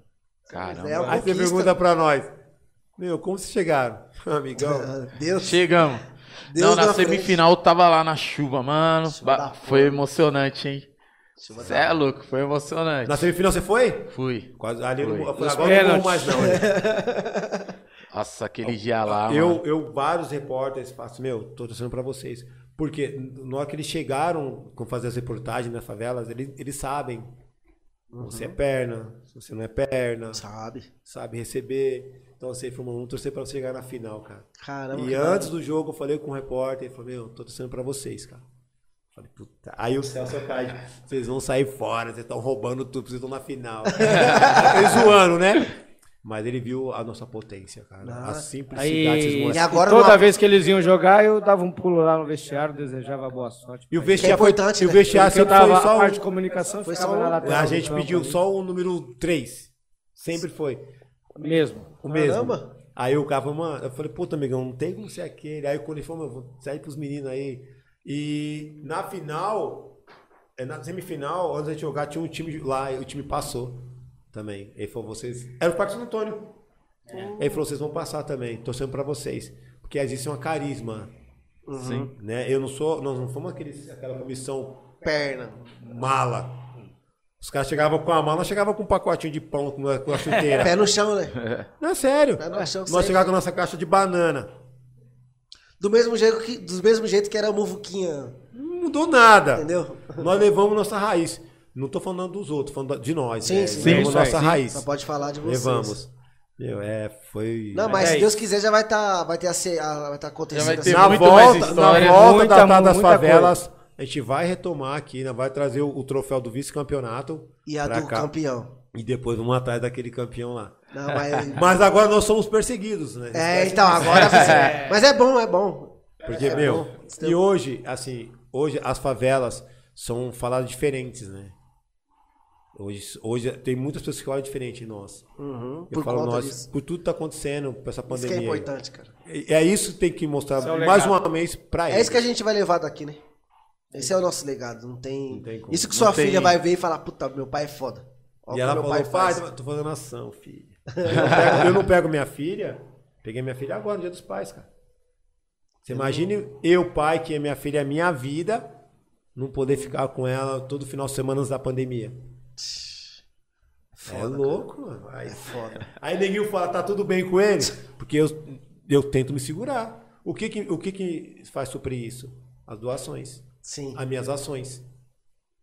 Caramba.
É uma
Aí você
conquista.
pergunta pra nós, meu, como vocês chegaram? Amigão,
Ah, Deus.
Chegamos.
Deus
não, na
na frente.
semifinal eu tava lá na chuva, mano.
Chuva
Ba-
da
foi emocionante, hein?
Chuva
Cê é louco, foi emocionante.
na semifinal você foi?
Fui.
Quase, ali
Foi.
não, eu falei,
Os
agora não vou mais
pênaltis.
não. né?
Nossa, aquele dia lá, mano.
eu, eu, vários repórteres, faço, meu, tô torcendo pra vocês. Porque na hora que eles chegaram com fazer as reportagens nas favelas, eles, eles sabem
Uhum.
se você é perna, se você não é perna,
Sabe?
sabe receber. Então você falou, vamos torcer pra você chegar na final, cara.
Caramba.
E
que
antes do jogo eu falei com o repórter, ele falou, meu, tô torcendo pra vocês, cara. Eu Falei, puta. Aí o Celso cai, vocês vão sair fora, vocês estão roubando tudo, vocês estão na final. Eles zoando, né? Mas ele viu a nossa potência, cara.
Ah.
A simplicidade desses
Aí,
moleques.
E agora
e toda
numa-
vez que eles iam jogar, eu dava um pulo lá no vestiário, desejava boa sorte.
E o
pra eles.
vestiário
É
foi.
importante,
E o
né?
vestiário
Porque eu
sempre
tava
ah, foi
a
só
parte de
um,
comunicação,
Foi
ficava
só
na
um-
lateral.
A
do
gente
campo
pediu
ali.
só o número 3. Sempre foi. um.
mesmo.
O mesmo.
Caramba.
Aí o cara falou, mano, eu falei, puta, amigão, não tem como ser aquele. Aí quando ele falou, meu, vou sair pros meninos aí. E na final, é, na semifinal, antes de jogar, tinha um time lá, e o time passou também. Ele falou, vocês. Era o Parque Santo Antônio. Ele falou, vocês vão passar também, torcendo pra vocês. Porque existe uma carisma.
Sim.
Né? Eu não sou. Nós não fomos aqueles, aquela comissão
Perna.
mala. Os caras chegavam com a mala, nós chegava com um pacotinho de pão com a, com a chuteira.
Pé no chão, né?
Não é sério.
Pé no chão
Nós
sempre.
chegávamos com a nossa caixa de banana.
Do mesmo jeito que, do mesmo jeito que era a Muvuquinha,
Não mudou
É.
nada.
entendeu?
Nós levamos nossa raiz. Não tô falando dos outros, falando da- de nós.
Sim,
né?
sim.
Levamos
Sim,
nossa
sim.
raiz.
Só pode falar de vocês.
Levamos. Meu, é, foi.
Não, mas
É
se
isso.
Deus quiser já vai estar vai ter a, ce- a- vai tá acontecendo.
vai
essa-
ter
na
muito
volta,
mais história,
na volta
muita-
da Tá das
muita
favelas, a gente vai retomar aqui, né? vai trazer o, o troféu do vice-campeonato
E a
pra
do
cá.
campeão.
E depois vamos atrás daquele campeão lá.
Não, mas...
Mas agora nós somos perseguidos, né?
É, então, É, agora. Mas é bom, é bom.
Porque, meu,
então.
e hoje, assim, hoje as favelas são faladas diferentes, né? Hoje, hoje tem muitas pessoas que falam diferente de nós.
Uhum,
Eu
por
falo
conta
nós,
disso.
por tudo que tá acontecendo, por essa
Isso que é
pandemia. aí.
importante, cara.
E- é isso que tem que mostrar
Isso é o
mais
legado.
uma vez pra eles.
um É isso que a gente vai levar daqui, né? Esse é o nosso legado. Não tem.
Não tem como.
isso que sua
Não tem-
filha vai ver e falar, puta, meu pai é foda. Olha
e
o
ela
que meu
falou, pai,
faz.
tô- tô fazendo ação, filho. Eu não pego, eu não pego minha filha. Peguei minha filha agora, no dia dos pais, cara. Você imagine eu, pai, que é minha filha é minha vida, não poder ficar com ela todo final de semana antes da pandemia. é louco, mano. Aí,
Foda.
aí neguinho fala, tá tudo bem com ele? Porque eu, eu tento me segurar. O que que, o que que faz suprir isso? As doações.
Sim.
As minhas ações.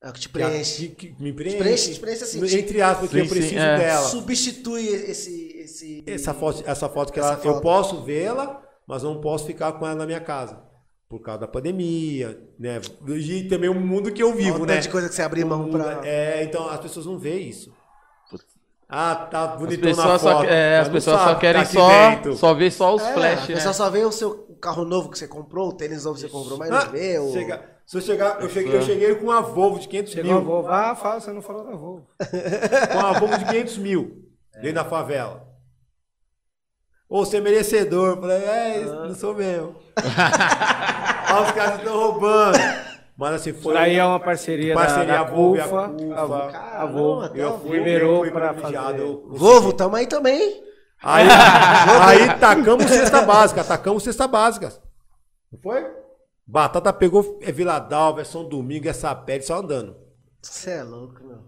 É o que te
Que a-
preenche.
Que, que me preenche.
Preenche, preenche assim, te-
Entre aspas, que
Sim,
eu
sim,
preciso
é.
dela.
Substitui esse. esse...
Essa foto, essa foto que
Essa
ela,
foto.
eu posso vê-la, mas não posso ficar com ela na minha casa. Por causa da pandemia, né? E também o mundo que eu
Olha
vivo,
o
né?
tanto de coisa que você abrir mão pra.
É, então as pessoas não veem isso.
Putz.
Ah, tá
As
bonitão na
pessoas,
foto.
só, é,
mas
as
não
pessoas
sabe
só
que
querem
tá aqui
só,
dentro. É,
só ver só os flash,
a
né?
pessoa só vê É, o seu o carro novo que você comprou, o tênis novo que você comprou, mas
Ah,
não vê. O...
chega- se eu chegar, eu cheguei, eu cheguei com uma Volvo de 500
Chegou
mil.
a Volvo. Ah, fala, você não falou da Volvo.
com uma bomba de 500 mil dentro da favela. Ou ser merecedor. Falei, é, isso não sou mesmo. Olha, os caras estão roubando. Mas assim,
Por
foi.
aí é uma parceria,
Parceria
da, da
Volvo e a
Cufa.
Cufa.
A Volvo- A
Caramba,
Volvo.
até
ah, eu fui,
liberou
eu fui
pra
privilegiado,
fazer.
eu-
Volvo, tamo aí também.
Aí, aí tacamos cesta básica, tacamos cesta básica. Não foi? Batata pegou é Vila Dalva, é São Domingo, é Sapé, só andando.
Você é louco, meu.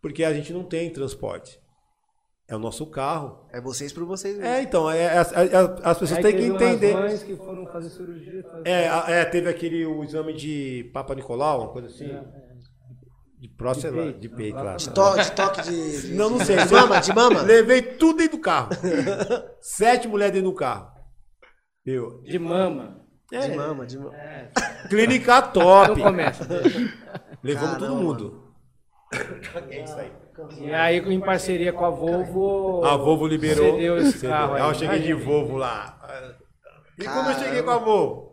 Porque a gente não tem transporte. É o nosso carro.
É vocês por vocês. mesmo.
É, então, é, é, as- é, as- as pessoas
Aí
têm que
teve umas
entender.
mães que foram fazer cirurgia. fazer-
É, a- é, teve aquele o exame de Papa Nicolau, uma coisa
É,
assim. De próstata, de peito,
né?
claro.
De, to de toque de, de-
Não, não sei.
De mama, de mama?
Levei tudo dentro do carro. Sete mulheres dentro do carro. Eu.
De mama.
É,
De mama, de mama.
clínica
Então
top.
começa.
Levamos todo
Caramba.
mundo. É isso aí.
E aí, em parceria com a Volvo.
A Volvo liberou.
Cedeu esse
Cedeu.
carro aí.
eu cheguei de Volvo lá. E quando eu cheguei com a Volvo?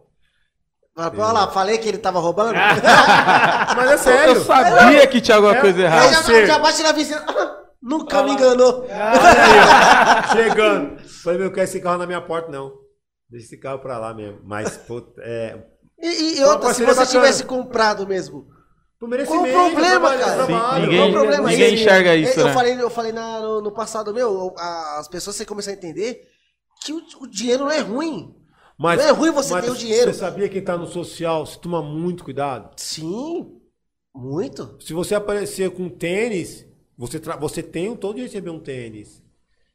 Fala, pô, olha lá, falei que ele tava roubando.
Mas é
Eu
sério.
sabia que tinha
É,
alguma coisa
Aí
errada.
já,
sei.
já bate na vizinha. Ah, nunca me enganou.
Chegando. Falei, meu, eu quero esse carro na minha porta, não. Deixa esse carro pra lá mesmo. Mas, puta, é.
E, e
Uma
outra, se
parceria
você
bacana.
tivesse comprado mesmo.
Por
Qual
merecimento.
o problema,
trabalho,
cara?
Sim,
trabalho.
ninguém-
Qual o problema?
ninguém
Esse-
enxerga isso,
Eu
né?
falei, eu falei na- no, no passado, meu, a- as pessoas têm que começar a entender que o, o dinheiro não é ruim.
Mas,
Não é ruim você ter o dinheiro.
Você sabia quem tá no social se toma muito cuidado?
Sim, muito.
Se você aparecer com tênis, você, tra- você tem o todo de receber um tênis.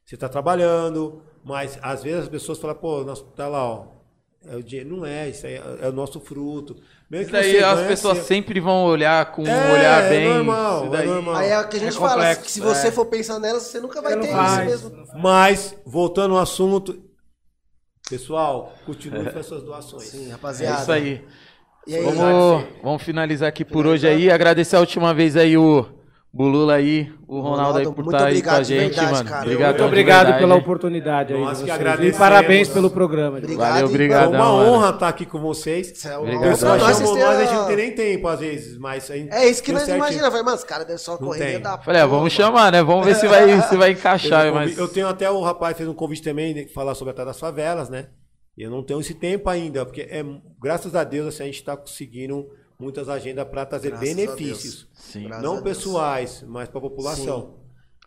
Você tá trabalhando, mas às vezes as pessoas falam, pô, nós, tá lá, ó. É o dinheiro. Não é, isso aí é, é o nosso fruto. Mesmo
Isso aí
você
as
ganhe,
pessoas
você-
sempre vão olhar com um
É,
olhar
é
bem.
normal,
isso
é
daí.
normal. Não,
Aí é o que a gente
é
fala,
complexo,
que se você for pensar nelas, você nunca vai
Você não
ter
vai.
isso mesmo.
Mas, voltando ao assunto, pessoal, continue com essas doações.
É. Sim,
É
rapaziada.
isso aí.
E aí, né?
Vamos, vamos finalizar aqui por hoje aí. Agradecer a última vez aí o Bulula aí, o Ronaldo, aí
Ronaldo,
por
muito
estar aí com
obrigado
a
de
gente,
verdade,
mano.
cara.
Obrigadão de
Muito obrigado
verdade.
pela oportunidade aí. de
é Nós que
vocês.
agradecemos.
E parabéns pelo programa. de
Obrigado.
Valeu,
hein?
É
obrigado.
uma honra estar aqui com vocês.
Isso é uma
Obrigado.
honra.
Eu só
Pra nós,
nós,
vocês terem
nós, a gente não
a-
tem nem tempo, às vezes, mas a gente
É isso que
deu
nós
certinho.
imaginamos, vai, mano, os caras devem só
Não
correr
tem.
da
Falei, ah, vamos chamar, né? Vamos ver se vai, se vai
Teve
encaixar,
um
mas.
convite- Eu tenho até o rapaz fez um convite também, né, falar sobre a Tata das Favelas, né? E eu não tenho esse tempo ainda, porque é, graças a Deus assim, a gente está conseguindo muitas agendas para trazer
Graças a
benefícios.
Sim.
Graças a
Não
Deus.
pessoais, mas para a população.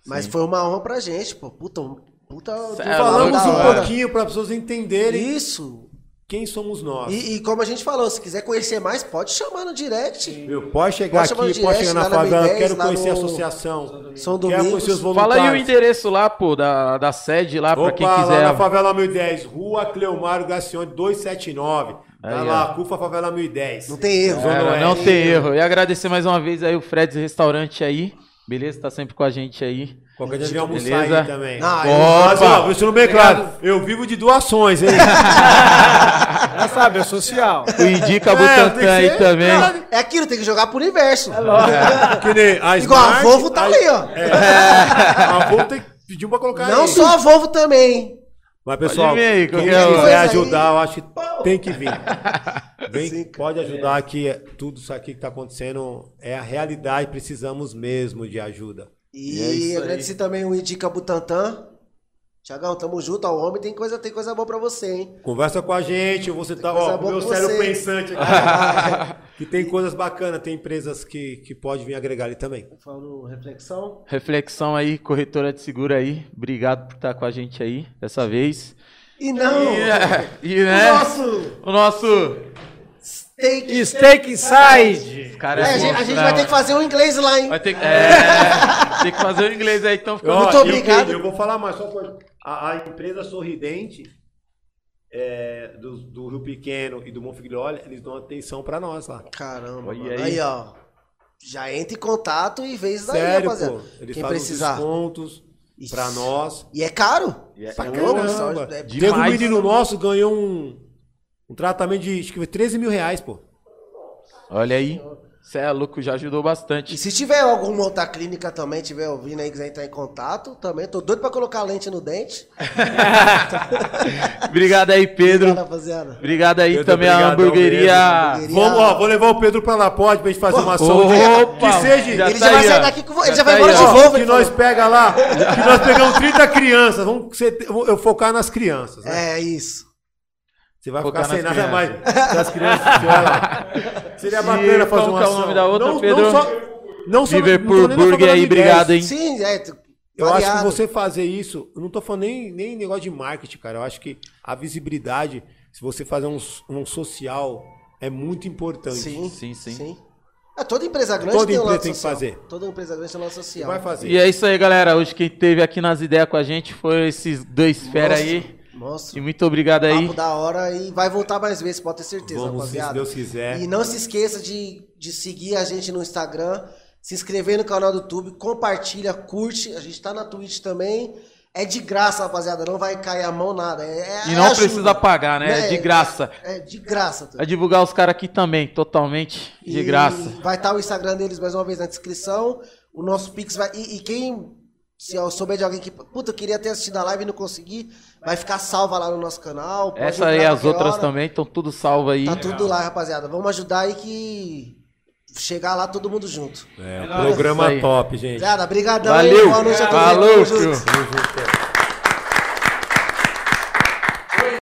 Mas foi uma honra pra gente, pô. Puta, um- puta.
É,
Falamos
da
um
hora.
pouquinho para as pessoas entenderem
Isso.
quem somos nós.
E, e como a gente falou, se quiser conhecer mais, pode chamar no direct.
Meu, pode chegar
Pode chamar no
aqui,
direct,
pode chegar na
lá na
favela,
B10,
quero
lá
conhecer a
no
associação.
São
Quero
Domingos.
conhecer os
Fala
voluntários.
aí o endereço lá, pô, da, da sede lá, pra
Opa,
quem
lá
quiser.
na Favela 1010, Rua Cleomário Gacione 279. Tá
Aí,
lá, Cufa Favela 1010.
Não tem erro.
Zona
Cara,
Oeste.
É, não tem erro. E agradecer mais uma vez aí o Fred's Restaurante aí. Beleza? Tá sempre com a gente aí.
Qualquer dia vem almoçar
Beleza.
aí também.
Não,
Mas, ó,
Opa!
vou sendo bem claro, eu vivo de doações, hein?
Já sabe, é social.
O Indica
É, tem que
Butantan aí
ser,
também.
cara.
É aquilo, tem que jogar pro universo. É.
É. que nem a
Igual a
Smart,
Volvo tá
a-
ali, ó.
É, a Volvo tem que pedir pra colocar
Não
aí.
só a Volvo também.
Mas, pessoal,
Pode vir aí,
quem
qualquer
hora.
quiser
Coisa
ajudar,
aí.
eu acho que tem que vir. Vem,
Sim, cara. É.
pode ajudar aqui. Tudo isso aqui que está acontecendo é a realidade. Precisamos mesmo de ajuda.
E,
E é isso aí.
agradecer também o Indica Butantan. Tiagão, tamo junto, ó, o homem tem coisa, tem coisa boa pra você, hein?
Conversa com a gente, você tá,
coisa
ó, com
boa
meu
com
cérebro
você.
pensante aqui. que tem coisas bacanas, tem empresas que, que pode vir agregar ali também.
Falando reflexão.
Reflexão aí, corretora de seguro aí. Obrigado por estar com a gente aí dessa vez.
E não,
E, e,
o
né?
nosso
O nosso.
steak.
Steak Inside!
Os caras
É, a
é
gente,
monstro,
a gente
né,
vai ter
mano?
que fazer um inglês lá, hein?
Vai ter que. É, tem que fazer o inglês aí, então ficou.
Ó, Muito
eu
obrigado.
que- Eu, vou falar mais, só por- a, a empresa Sorridente é, do, do Rio Pequeno e do Monfiglioli, eles dão atenção pra nós lá.
Caramba,
Olha
mano.
aí.
Aí. ó. Já entra em contato e vê isso daí,
Sério,
rapaziada.
pô. Eles
Quem
fazem os
precisar.
descontos
Isso.
pra nós.
E é caro.
E é
Pra
caro.
caramba,
Caramba.
só- é-
De-
Teve um
Demais.
menino nosso ganhou um, um tratamento de acho que foi 13 mil reais, pô.
Olha aí. Você é louco, já ajudou
E
bastante.
se tiver alguma outra clínica também, tiver ouvindo aí, quiser entrar em contato, também. Tô doido pra colocar lente no dente.
Obrigado aí, Pedro.
Obrigado, rapaziada.
Obrigado aí
Pedro,
também à
obrigadão
hamburgueria.
mesmo. Queria-
Vamos, ó, vou levar o Pedro pra lá, pode, pra gente fazer uma ação.
Opa!
que seja,
Já
ele
tá
já vai
aí,
sair
ó.
daqui com vo- ele
tá
já vai
aí,
embora
ó.
de
Ó,
novo,
que
ele
nós
falou.
pega lá, que nós pegamos 30 crianças, vamos ser- eu focar nas crianças, né?
É isso.
Você vai
Focar
ficar sem
nas
nada mais
crianças.
das crianças. você vai lá. Seria
E
bacana
qual
fazer uma
que é o
ação.
nome da outra,
não,
Pedro?
Não só, não só,
Liverpool
não tô nem na
Burger aí,
faculdade de
obrigado, hein?
Sim, é. t-
Eu acho que
variado.
você fazer isso, eu não tô falando nem, nem negócio de marketing, cara. Eu acho que a visibilidade, se você fazer um, s- um social, é muito importante.
Sim,
Sim, sim.
É, toda empresa grande
Toda
tem um
empresa
lado
tem que
social.
fazer.
Toda empresa grande tem um lado
Você
social.
vai fazer.
E é isso aí, galera. Hoje quem teve aqui nas ideias com a gente foi esses dois fera aí.
Nossa,
E muito obrigado aí.
papo da hora e vai voltar mais vezes, pode ter certeza,
Vamos, se
rapaziada.
Deus
É.
quiser.
E não se esqueça de, de seguir a gente no Instagram, se inscrever no canal do YouTube, compartilha, curte. A gente tá na Twitch também. É de graça, rapaziada. Não vai cair a mão nada. É- é
E não
ajuda.
precisa pagar, né? É de graça.
É, é de graça. Tudo.
Vai divulgar os caras aqui também, totalmente de
E
graça.
Vai estar o Instagram deles mais uma vez na descrição. O nosso Pix vai. E, e quem se eu souber de alguém que. Puta, eu queria ter assistido a live e não consegui, vai ficar salva lá no nosso canal. pode
Essa
entrar
aí,
a
as
qualquer
outras
hora.
também, estão tudo salvo aí.
Tá tudo lá, rapaziada. Vamos ajudar aí que. Chegar lá todo mundo junto.
É,
Isso
programa
aí.
top, gente.
Rapaziada, brigadão. hein?
Valeu,
Boa noite a todos. aí,
falou,
tamo junto.
tio.